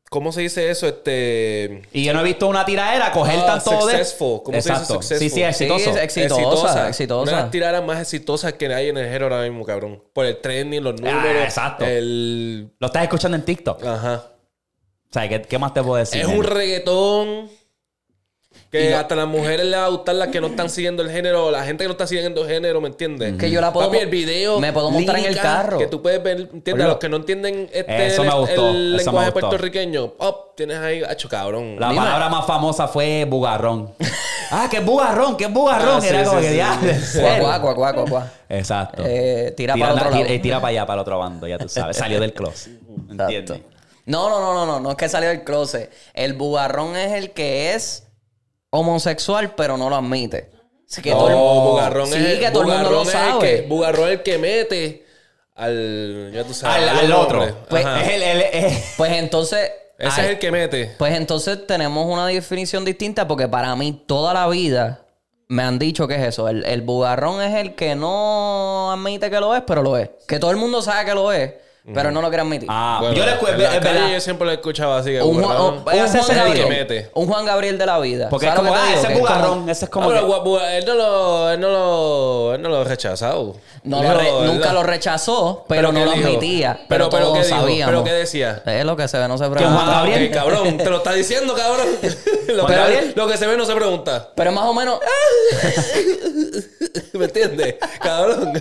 [SPEAKER 3] ¿Cómo se dice eso? Este.
[SPEAKER 1] Y yo no he visto una tiradera coger
[SPEAKER 3] Ah,
[SPEAKER 1] tanto
[SPEAKER 3] successful.
[SPEAKER 1] de.
[SPEAKER 3] ¿Cómo se dice
[SPEAKER 1] Exacto. Sí,
[SPEAKER 3] successful?
[SPEAKER 1] sí, exitoso.
[SPEAKER 2] Sí, es exitosa, exitosa.
[SPEAKER 3] Una de las tiradas más exitosas que hay en el género ahora mismo, cabrón. Por el trending,
[SPEAKER 2] Ah,
[SPEAKER 3] los números.
[SPEAKER 1] exacto.
[SPEAKER 3] El.
[SPEAKER 1] Lo estás escuchando en TikTok.
[SPEAKER 3] Ajá.
[SPEAKER 1] O sea, ¿qué, qué más te puedo decir?
[SPEAKER 3] es un
[SPEAKER 1] nene?
[SPEAKER 3] reggaetón. Que
[SPEAKER 2] Y la-
[SPEAKER 3] hasta las mujeres les va a gustar las que no están siguiendo el género, la gente que no está siguiendo el género, ¿me entiendes?
[SPEAKER 2] Que yo la puedo
[SPEAKER 3] Papi,
[SPEAKER 2] mo-
[SPEAKER 3] el video.
[SPEAKER 2] me puedo montar en el carro.
[SPEAKER 3] Que tú puedes ver, ¿entiendes?
[SPEAKER 1] Oye,
[SPEAKER 3] A los que no entienden este,
[SPEAKER 1] eso
[SPEAKER 3] el,
[SPEAKER 1] me gustó, eso
[SPEAKER 3] el
[SPEAKER 1] me
[SPEAKER 3] lenguaje
[SPEAKER 1] gustó.
[SPEAKER 3] puertorriqueño. Pop, tienes ahí, hacho cabrón.
[SPEAKER 1] La
[SPEAKER 2] Dime.
[SPEAKER 1] palabra más famosa fue bugarrón. ah, que es bugarrón, que es bugarrón.
[SPEAKER 3] Ah, sí,
[SPEAKER 1] Era
[SPEAKER 3] sí,
[SPEAKER 1] como
[SPEAKER 3] sí,
[SPEAKER 1] que ya.
[SPEAKER 3] sí.
[SPEAKER 1] ¿en
[SPEAKER 2] Cuá,
[SPEAKER 1] serio?
[SPEAKER 2] cuá, cuá, cuá, cuá, cuá.
[SPEAKER 1] Exacto.
[SPEAKER 2] Eh, tira para
[SPEAKER 1] la-
[SPEAKER 2] otro lado.
[SPEAKER 1] tira- eh, tira para allá, para el otro bando, ya tú sabes. Salió del closet. ¿Entiendes?
[SPEAKER 2] Exacto. No, no, no, no, no, no es que salió del closet. El bugarrón es el que es homosexual, pero no lo admite. Así que
[SPEAKER 3] No,
[SPEAKER 2] todo el-
[SPEAKER 3] Bugarrón
[SPEAKER 2] Sí,
[SPEAKER 3] es el,
[SPEAKER 2] que todo el mundo
[SPEAKER 3] Bugarrón
[SPEAKER 2] lo
[SPEAKER 3] es el
[SPEAKER 2] sabe.
[SPEAKER 3] que- Bugarrón es el que mete al. Ya tú sabes.
[SPEAKER 1] Al,
[SPEAKER 3] al
[SPEAKER 1] al
[SPEAKER 3] hombre.
[SPEAKER 1] otro.
[SPEAKER 2] Pues,
[SPEAKER 3] Ajá.
[SPEAKER 1] Es el- el- es-
[SPEAKER 2] Pues entonces.
[SPEAKER 3] Ese
[SPEAKER 2] ay,
[SPEAKER 3] es el que mete.
[SPEAKER 2] Pues entonces tenemos una definición distinta porque para mí toda la vida me han dicho que es eso. El, el bugarrón es el que no admite que lo es, pero lo es. Que todo el mundo sabe que lo es, pero no lo quiere admitir.
[SPEAKER 1] Ah,
[SPEAKER 3] Bueno,
[SPEAKER 1] yo le
[SPEAKER 3] en la
[SPEAKER 1] escuché.
[SPEAKER 3] calle yo siempre lo escuchaba así que
[SPEAKER 2] un, Juan, oh,
[SPEAKER 3] bugarrón.
[SPEAKER 2] un- un
[SPEAKER 1] Ese es
[SPEAKER 2] Juan
[SPEAKER 1] el
[SPEAKER 2] Gabriel,
[SPEAKER 3] que mete.
[SPEAKER 2] un Juan Gabriel de la vida.
[SPEAKER 1] Porque es
[SPEAKER 2] ¿Sabes lo
[SPEAKER 1] como,
[SPEAKER 2] que
[SPEAKER 1] ah,
[SPEAKER 2] te digo?
[SPEAKER 1] ese
[SPEAKER 2] Que
[SPEAKER 1] es
[SPEAKER 2] es como-
[SPEAKER 1] bugarrón. Ese es como.
[SPEAKER 3] No,
[SPEAKER 1] que-
[SPEAKER 3] Ah, pero guap- guap- él no lo, él no lo, él no lo ha rechazado.
[SPEAKER 2] No
[SPEAKER 3] Él
[SPEAKER 2] lo re-
[SPEAKER 3] dijo,
[SPEAKER 2] nunca
[SPEAKER 3] ¿verdad?
[SPEAKER 2] lo rechazó, pero,
[SPEAKER 3] ¿qué
[SPEAKER 2] no lo
[SPEAKER 3] dijo?
[SPEAKER 2] admitía. Pero,
[SPEAKER 3] Pero, pero,
[SPEAKER 2] todos
[SPEAKER 3] ¿qué dijo?
[SPEAKER 2] sabíamos.
[SPEAKER 3] ¿Pero qué decía?
[SPEAKER 2] Es lo que se ve, no se
[SPEAKER 1] Que Juan
[SPEAKER 2] pregunta.
[SPEAKER 1] Gabriel-
[SPEAKER 3] Ok, cabrón, te lo está diciendo, cabrón. lo,
[SPEAKER 1] Juan
[SPEAKER 3] que,
[SPEAKER 1] Gabriel.
[SPEAKER 3] lo que se ve no se pregunta.
[SPEAKER 2] Pero es más o menos,
[SPEAKER 3] ¿Me entiendes? Cabrón.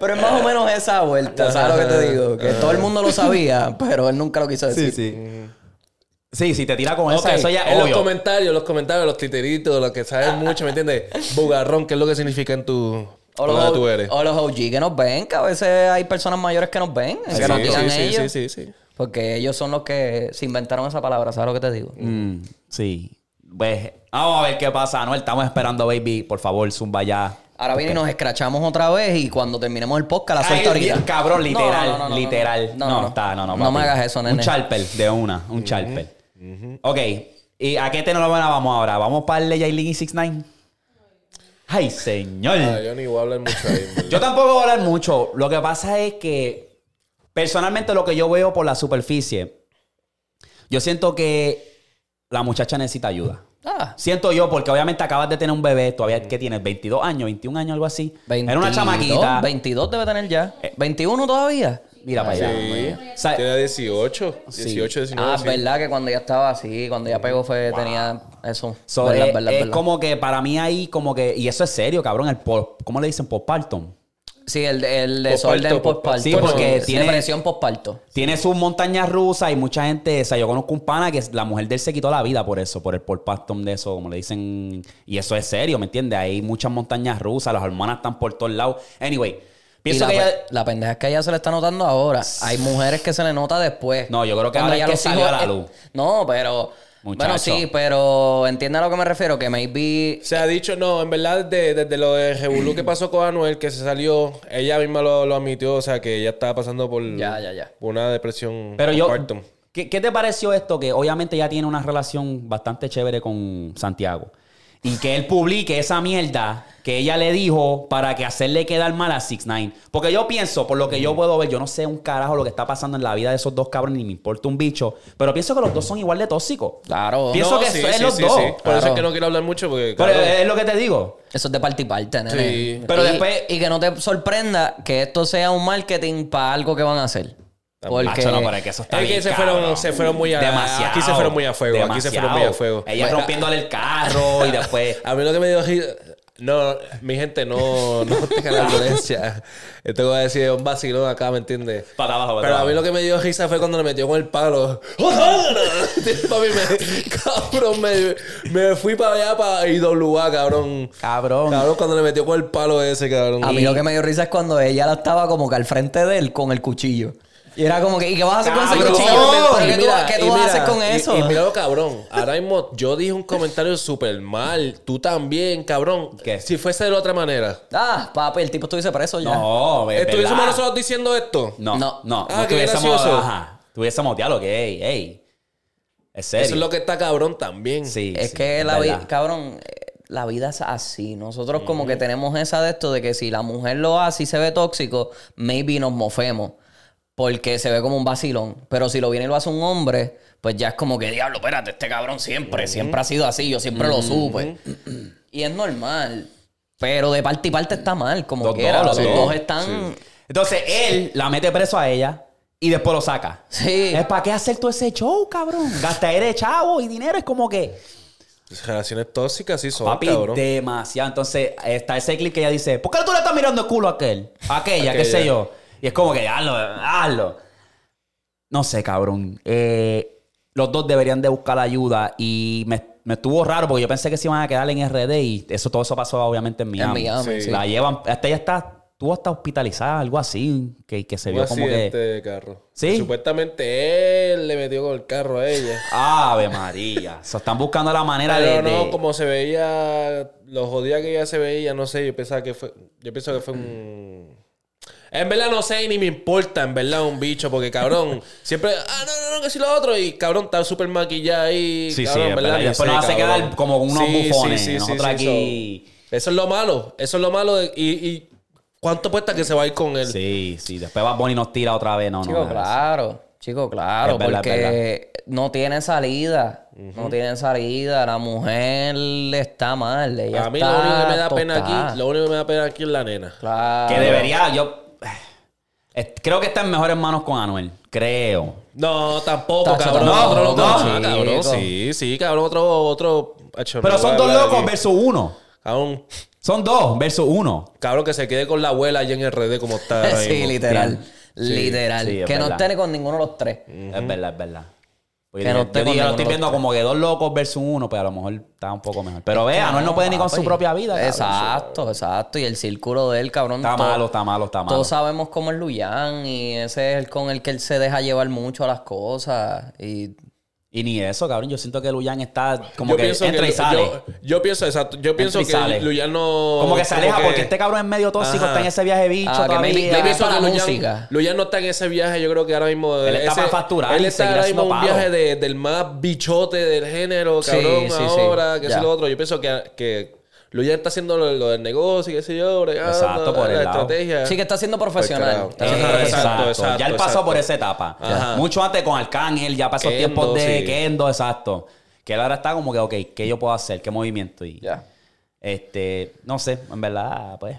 [SPEAKER 2] pero es más
[SPEAKER 1] Eh,
[SPEAKER 2] o menos esa vuelta, ¿sabes lo que te digo? Que todo el mundo lo sabía, pero él nunca lo quiso decir.
[SPEAKER 1] Sí, sí. Sí, sí, te tira con
[SPEAKER 3] Ok,
[SPEAKER 1] esa. Eso ya
[SPEAKER 3] en los
[SPEAKER 1] obvio.
[SPEAKER 3] comentarios, los comentarios, los titeritos, los que saben mucho, ¿me entiendes? Bugarrón, ¿qué es lo que significa en tu...
[SPEAKER 2] O los,
[SPEAKER 3] donde tú eres?
[SPEAKER 2] o los OG que nos ven, que a veces hay personas mayores que nos ven, que nos
[SPEAKER 3] sí,
[SPEAKER 2] digan
[SPEAKER 3] sí,
[SPEAKER 2] ellos.
[SPEAKER 3] sí, sí, sí.
[SPEAKER 2] Porque ellos son los que se inventaron esa palabra, ¿sabes lo que te digo?
[SPEAKER 1] Mm, sí. Pues, vamos a ver qué pasa, ¿no? Estamos esperando, baby. Por favor, zumba ya.
[SPEAKER 2] Ahora viene y nos escrachamos otra vez y cuando terminemos el podcast la
[SPEAKER 1] Ay,
[SPEAKER 2] suelta ahorita.
[SPEAKER 1] bien, cabrón, literal,
[SPEAKER 2] No, no, no, no,
[SPEAKER 1] literal. No,
[SPEAKER 2] No, no, no.
[SPEAKER 1] está, no, no.
[SPEAKER 2] No
[SPEAKER 1] papi.
[SPEAKER 2] me hagas eso,
[SPEAKER 1] Un
[SPEAKER 2] nene.
[SPEAKER 1] charper de una, un charper. Ok, ¿y a qué telenovela vamos ahora? ¿Vamos para el de Yailin y 69? Ay, señor.
[SPEAKER 3] Ah, yo ni voy a hablar mucho ahí. en verdad.
[SPEAKER 1] Yo tampoco voy a hablar mucho. Lo que pasa es que, personalmente, lo que yo veo por la superficie, yo siento que la muchacha necesita ayuda.
[SPEAKER 2] Ah,
[SPEAKER 1] Siento yo, porque obviamente acabas de tener un bebé, todavía que tienes 22 años, 21 años, algo así.
[SPEAKER 2] 22,
[SPEAKER 1] Era una chamaquita. Eh,
[SPEAKER 2] 22 debe tener ya. 21 todavía.
[SPEAKER 1] Mira para allá.
[SPEAKER 3] Sí.
[SPEAKER 1] O sea,
[SPEAKER 3] Tiene 18, 18, 19.
[SPEAKER 2] ah,
[SPEAKER 3] sí.
[SPEAKER 2] verdad que cuando ya estaba así, cuando ya pegó fue, tenía eso.
[SPEAKER 1] So, eh,
[SPEAKER 2] verdad,
[SPEAKER 1] es,
[SPEAKER 2] verdad,
[SPEAKER 1] es
[SPEAKER 2] verdad.
[SPEAKER 1] como que para mí ahí como que y eso es serio cabrón el por, cómo le dicen postpartum
[SPEAKER 2] Sí, el, el desorden
[SPEAKER 3] Posparto,
[SPEAKER 2] postparto.
[SPEAKER 1] Sí, porque
[SPEAKER 2] Sí,
[SPEAKER 1] tiene-
[SPEAKER 2] Depresión postparto.
[SPEAKER 1] tiene sus montañas rusas y mucha gente o sea yo conozco un pana que la mujer de él se quitó la vida por eso por el postpartum de eso como le dicen y eso es serio ¿me entiendes? hay muchas montañas rusas las hormonas están por todos lados anyway
[SPEAKER 2] Y
[SPEAKER 1] pienso
[SPEAKER 2] la,
[SPEAKER 1] que ella-
[SPEAKER 2] pe- la pendeja es que a ella se le está notando ahora. Hay mujeres que se le nota después.
[SPEAKER 1] No, yo creo que ahora es
[SPEAKER 2] ya
[SPEAKER 1] que
[SPEAKER 2] los
[SPEAKER 1] salió
[SPEAKER 2] hijos-
[SPEAKER 1] a la luz.
[SPEAKER 2] No, pero... Bueno,
[SPEAKER 1] Muchacho.
[SPEAKER 2] sí, pero entiende a lo que me refiero, que maybe...
[SPEAKER 3] Se ha dicho, no, en verdad, de- desde lo de Revolú que pasó con Anuel, que se salió, ella misma lo, lo admitió, o sea, que ella estaba pasando por
[SPEAKER 2] Ya, ya, ya.
[SPEAKER 3] por una depresión
[SPEAKER 1] pero yo
[SPEAKER 3] postpartum.
[SPEAKER 1] ¿qué, qué te pareció esto que obviamente ya tiene una relación bastante chévere con Santiago y que él publique esa mierda que ella le dijo para que hacerle quedar mal a 6ix9ine. Porque yo pienso, por lo que yo puedo ver, yo no sé un carajo lo que está pasando en la vida de esos dos cabrones, ni me importa un bicho, pero pienso que los dos son igual de tóxicos.
[SPEAKER 2] Claro.
[SPEAKER 1] Pienso
[SPEAKER 3] No,
[SPEAKER 1] que
[SPEAKER 3] sí,
[SPEAKER 1] eso es
[SPEAKER 3] sí,
[SPEAKER 1] los
[SPEAKER 3] sí,
[SPEAKER 1] dos.
[SPEAKER 3] sí. Por eso es
[SPEAKER 2] claro.
[SPEAKER 3] que no quiero hablar mucho, porque.
[SPEAKER 1] Pero
[SPEAKER 3] claro,
[SPEAKER 1] es lo que te digo.
[SPEAKER 2] Eso es de parte y parte, nene.
[SPEAKER 3] Sí.
[SPEAKER 1] Pero
[SPEAKER 2] y,
[SPEAKER 1] después-
[SPEAKER 2] Y que no te sorprenda que esto sea un marketing para algo que van a hacer. Porque...
[SPEAKER 1] Macho, no, pero es que eso está
[SPEAKER 3] Es que
[SPEAKER 1] bien,
[SPEAKER 3] se fueron-
[SPEAKER 1] cabrón.
[SPEAKER 3] se fueron muy a- aquí se fueron muy a fuego, aquí se fueron muy a fuego.
[SPEAKER 1] Ella rompiéndole el carro y después...
[SPEAKER 3] A mí lo que me dio risa- No, mi gente, no, no tenga la violencia. Esto que voy a decir es un vacilón acá, ¿me entiendes?
[SPEAKER 1] Para abajo, para
[SPEAKER 3] Pero a
[SPEAKER 1] abajo.
[SPEAKER 3] mí lo que me dio risa fue cuando le metió con el palo. Papi, me, cabrón, me, me fui para allá, para IWA, cabrón.
[SPEAKER 1] Cabrón.
[SPEAKER 3] Cabrón, cuando le metió con el palo ese, cabrón.
[SPEAKER 2] A mí lo que me dio risa es cuando ella la estaba como que al frente de él con el cuchillo. Y era como que, ¿y qué vas a hacer con ese
[SPEAKER 1] Cabrón.
[SPEAKER 2] cuchillo?
[SPEAKER 1] Y
[SPEAKER 2] ¿Pero ¿Qué tú,
[SPEAKER 3] mira,
[SPEAKER 2] qué tú
[SPEAKER 3] y
[SPEAKER 2] vas a
[SPEAKER 3] mira,
[SPEAKER 2] hacer con
[SPEAKER 3] y-
[SPEAKER 2] eso?
[SPEAKER 3] Y, mira lo cabrón. Ahora mismo yo dije un comentario súper mal. Tú también, cabrón.
[SPEAKER 1] ¿Qué?
[SPEAKER 3] Si fuese de la otra manera.
[SPEAKER 2] Ah, papi, el tipo estuviese preso ya.
[SPEAKER 1] No, es
[SPEAKER 3] ¿Estuviésemos
[SPEAKER 1] verdad.
[SPEAKER 3] Eh, nosotros diciendo esto?
[SPEAKER 1] No, no,
[SPEAKER 2] No.
[SPEAKER 1] no.
[SPEAKER 3] Ah, qué
[SPEAKER 1] tuviésemos,
[SPEAKER 3] gracioso.
[SPEAKER 1] ajá, tuviésemos diálogo, que, ey, ey. Es serio.
[SPEAKER 3] Eso es lo que está cabrón también.
[SPEAKER 1] Sí,
[SPEAKER 2] es
[SPEAKER 1] sí,
[SPEAKER 2] que la vida,
[SPEAKER 1] verdad.
[SPEAKER 2] cabrón, eh, la vida es así. Nosotros como que tenemos esa de esto de que si la mujer lo hace y se ve tóxico, maybe nos mofemos. Porque se ve como un vacilón. Pero si lo viene y lo hace un hombre, pues ya es como que, diablo, espérate, este cabrón siempre, siempre ha sido así, yo siempre lo supe. y es normal. Pero de parte y parte está mal, como
[SPEAKER 1] Los
[SPEAKER 2] quiera.
[SPEAKER 1] dos,
[SPEAKER 2] Los
[SPEAKER 1] sí.
[SPEAKER 2] dos están...
[SPEAKER 1] Entonces él la mete preso a ella y después lo saca.
[SPEAKER 2] Sí.
[SPEAKER 1] Es para qué hacer todo ese show, cabrón. Gastar de chavo y dinero es como que.
[SPEAKER 3] Relaciones tóxicas, sí son,
[SPEAKER 1] Papi,
[SPEAKER 3] cabrón.
[SPEAKER 1] demasiado. Entonces está ese clip que ella dice: ¿Por qué tú le estás mirando el culo a aquel? A aquella, qué
[SPEAKER 3] Aquella.
[SPEAKER 1] sé yo. Y es como que hazlo, hazlo. No sé, cabrón. Eh, los dos deberían de buscar ayuda y me, me estuvo raro porque yo pensé que se iban a quedar en RD y eso todo eso pasó obviamente en Miami.
[SPEAKER 2] Miami,
[SPEAKER 3] sí.
[SPEAKER 1] La llevan, hasta ella está, tuvo hasta hospitalizada, algo así, que, que se
[SPEAKER 3] Un
[SPEAKER 1] vio como
[SPEAKER 3] accidente
[SPEAKER 1] que...
[SPEAKER 3] de este carro.
[SPEAKER 1] ¿Sí?
[SPEAKER 3] Y Supuestamente él le metió con el carro a ella.
[SPEAKER 1] Ave María. Se están buscando la manera de...
[SPEAKER 3] Pero
[SPEAKER 1] de-
[SPEAKER 3] no, como se veía, lo jodida que ella se veía, no sé, yo pensaba que fue, yo pienso que fue un... En verdad no sé, y ni me importa, en verdad, un bicho, porque cabrón, siempre, ah, no, no, no, que si lo otro, y cabrón, está súper maquillada ahí.
[SPEAKER 1] Sí, sí,
[SPEAKER 3] cabrón,
[SPEAKER 1] es
[SPEAKER 3] en verdad,
[SPEAKER 1] verdad. Y
[SPEAKER 3] ni
[SPEAKER 1] después
[SPEAKER 3] sé,
[SPEAKER 1] nos hace
[SPEAKER 3] cabrón.
[SPEAKER 1] quedar como unos bufones. Nosotros aquí-
[SPEAKER 3] so- Eso es lo malo, eso es lo malo, de- y, y ¿Cuánto cuesta que se va a ir con él?
[SPEAKER 1] Sí, sí. Después Bad Bunny nos tira otra vez. No, no,
[SPEAKER 2] Chico,
[SPEAKER 1] no.
[SPEAKER 2] claro. Chico, claro.
[SPEAKER 1] Es verdad,
[SPEAKER 2] porque no tiene salida. No tiene salida. La mujer está mal. Ella
[SPEAKER 3] a mí
[SPEAKER 2] está
[SPEAKER 3] lo único que me da pena
[SPEAKER 2] tostada.
[SPEAKER 3] aquí, lo único que me da pena aquí es la nena.
[SPEAKER 2] Claro.
[SPEAKER 3] Ah,
[SPEAKER 1] Que debería, yo... Eh, Creo que está en mejores manos con Anuel. Creo.
[SPEAKER 3] No, tampoco,
[SPEAKER 2] Tacho,
[SPEAKER 3] cabrón.
[SPEAKER 2] tampoco,
[SPEAKER 3] Otro loco.
[SPEAKER 2] no,
[SPEAKER 3] sí, cabrón,
[SPEAKER 2] chico.
[SPEAKER 3] sí, sí, cabrón, otro, otro. Acho,
[SPEAKER 1] Pero
[SPEAKER 3] no voy
[SPEAKER 1] son
[SPEAKER 3] a
[SPEAKER 1] dos
[SPEAKER 3] hablar
[SPEAKER 1] locos
[SPEAKER 3] aquí.
[SPEAKER 1] versus uno.
[SPEAKER 3] Cabrón,
[SPEAKER 1] Son dos versus uno.
[SPEAKER 3] cabrón, que se quede con la abuela allá en RD como está. ahora
[SPEAKER 2] sí,
[SPEAKER 3] mismo.
[SPEAKER 2] literal.
[SPEAKER 1] Sí,
[SPEAKER 2] literal.
[SPEAKER 1] sí, es
[SPEAKER 2] que no
[SPEAKER 1] verdad.
[SPEAKER 2] esté ni con ninguno de los tres.
[SPEAKER 1] Es verdad, es verdad. Porque
[SPEAKER 2] Que no
[SPEAKER 1] yo-
[SPEAKER 2] esté
[SPEAKER 1] yo,
[SPEAKER 2] con
[SPEAKER 1] digo, lo
[SPEAKER 2] ninguno
[SPEAKER 1] estoy
[SPEAKER 2] de los
[SPEAKER 1] viendo como que dos locos versus uno, pero a lo mejor está un poco mejor. Pero vea, Anuel no puede ni con su
[SPEAKER 2] papi.
[SPEAKER 1] propia vida. cabrón.
[SPEAKER 2] Exacto, exacto. Y el círculo de él, cabrón.
[SPEAKER 1] Está
[SPEAKER 2] todo-
[SPEAKER 1] malo, está malo, está malo.
[SPEAKER 2] Todos sabemos cómo es Luyan y ese es el con el que él se deja llevar mucho a las cosas. Y
[SPEAKER 1] Y ni eso, cabrón. Yo siento que Luyan está como
[SPEAKER 3] Yo
[SPEAKER 1] que
[SPEAKER 3] pienso
[SPEAKER 1] entra y
[SPEAKER 3] que-
[SPEAKER 1] sale.
[SPEAKER 3] Yo, yo pienso, exacto. Yo pienso
[SPEAKER 1] y
[SPEAKER 3] que
[SPEAKER 1] sale.
[SPEAKER 3] Luyan no.
[SPEAKER 1] como que se aleja porque este cabrón es medio tóxico,
[SPEAKER 3] Ajá.
[SPEAKER 1] está en ese viaje bicho
[SPEAKER 2] Ah, que
[SPEAKER 1] todavía.
[SPEAKER 2] maybe-
[SPEAKER 3] Yo
[SPEAKER 2] maybe
[SPEAKER 3] pienso
[SPEAKER 2] Para
[SPEAKER 3] que
[SPEAKER 2] la
[SPEAKER 3] Luyan,
[SPEAKER 2] música.
[SPEAKER 3] Luyan no está en ese viaje. Yo creo que ahora mismo.
[SPEAKER 1] Él está
[SPEAKER 3] ese-
[SPEAKER 1] para facturar
[SPEAKER 3] Él
[SPEAKER 1] y
[SPEAKER 3] está
[SPEAKER 1] seguir
[SPEAKER 3] ahora mismo en un
[SPEAKER 1] haciendo
[SPEAKER 3] viaje
[SPEAKER 1] palo.
[SPEAKER 3] de- del más bichote del género, cabrón.
[SPEAKER 2] sí, sí.
[SPEAKER 3] ahora, que
[SPEAKER 2] Ya.
[SPEAKER 3] es lo otro. Yo pienso que, que Luyan está haciendo lo, lo del negocio, qué sé yo, bregando,
[SPEAKER 1] Exacto, por
[SPEAKER 3] la
[SPEAKER 1] el lado.
[SPEAKER 3] estrategia.
[SPEAKER 2] sí que está siendo
[SPEAKER 3] carajo.
[SPEAKER 2] profesional. Está siendo
[SPEAKER 3] Ajá,
[SPEAKER 2] profesional.
[SPEAKER 1] exacto,
[SPEAKER 3] exacto, exacto,
[SPEAKER 1] ya él pasó
[SPEAKER 3] exacto.
[SPEAKER 1] por esa etapa.
[SPEAKER 3] Ajá.
[SPEAKER 1] Mucho antes con Arcángel, ya pasó
[SPEAKER 3] Kendo,
[SPEAKER 1] tiempos de
[SPEAKER 3] sí.
[SPEAKER 1] Kendo, exacto. Que él ahora está como que, ok, ¿qué yo puedo hacer? ¿Qué movimiento? Y,
[SPEAKER 2] Ya.
[SPEAKER 1] Este, no sé, en verdad, pues.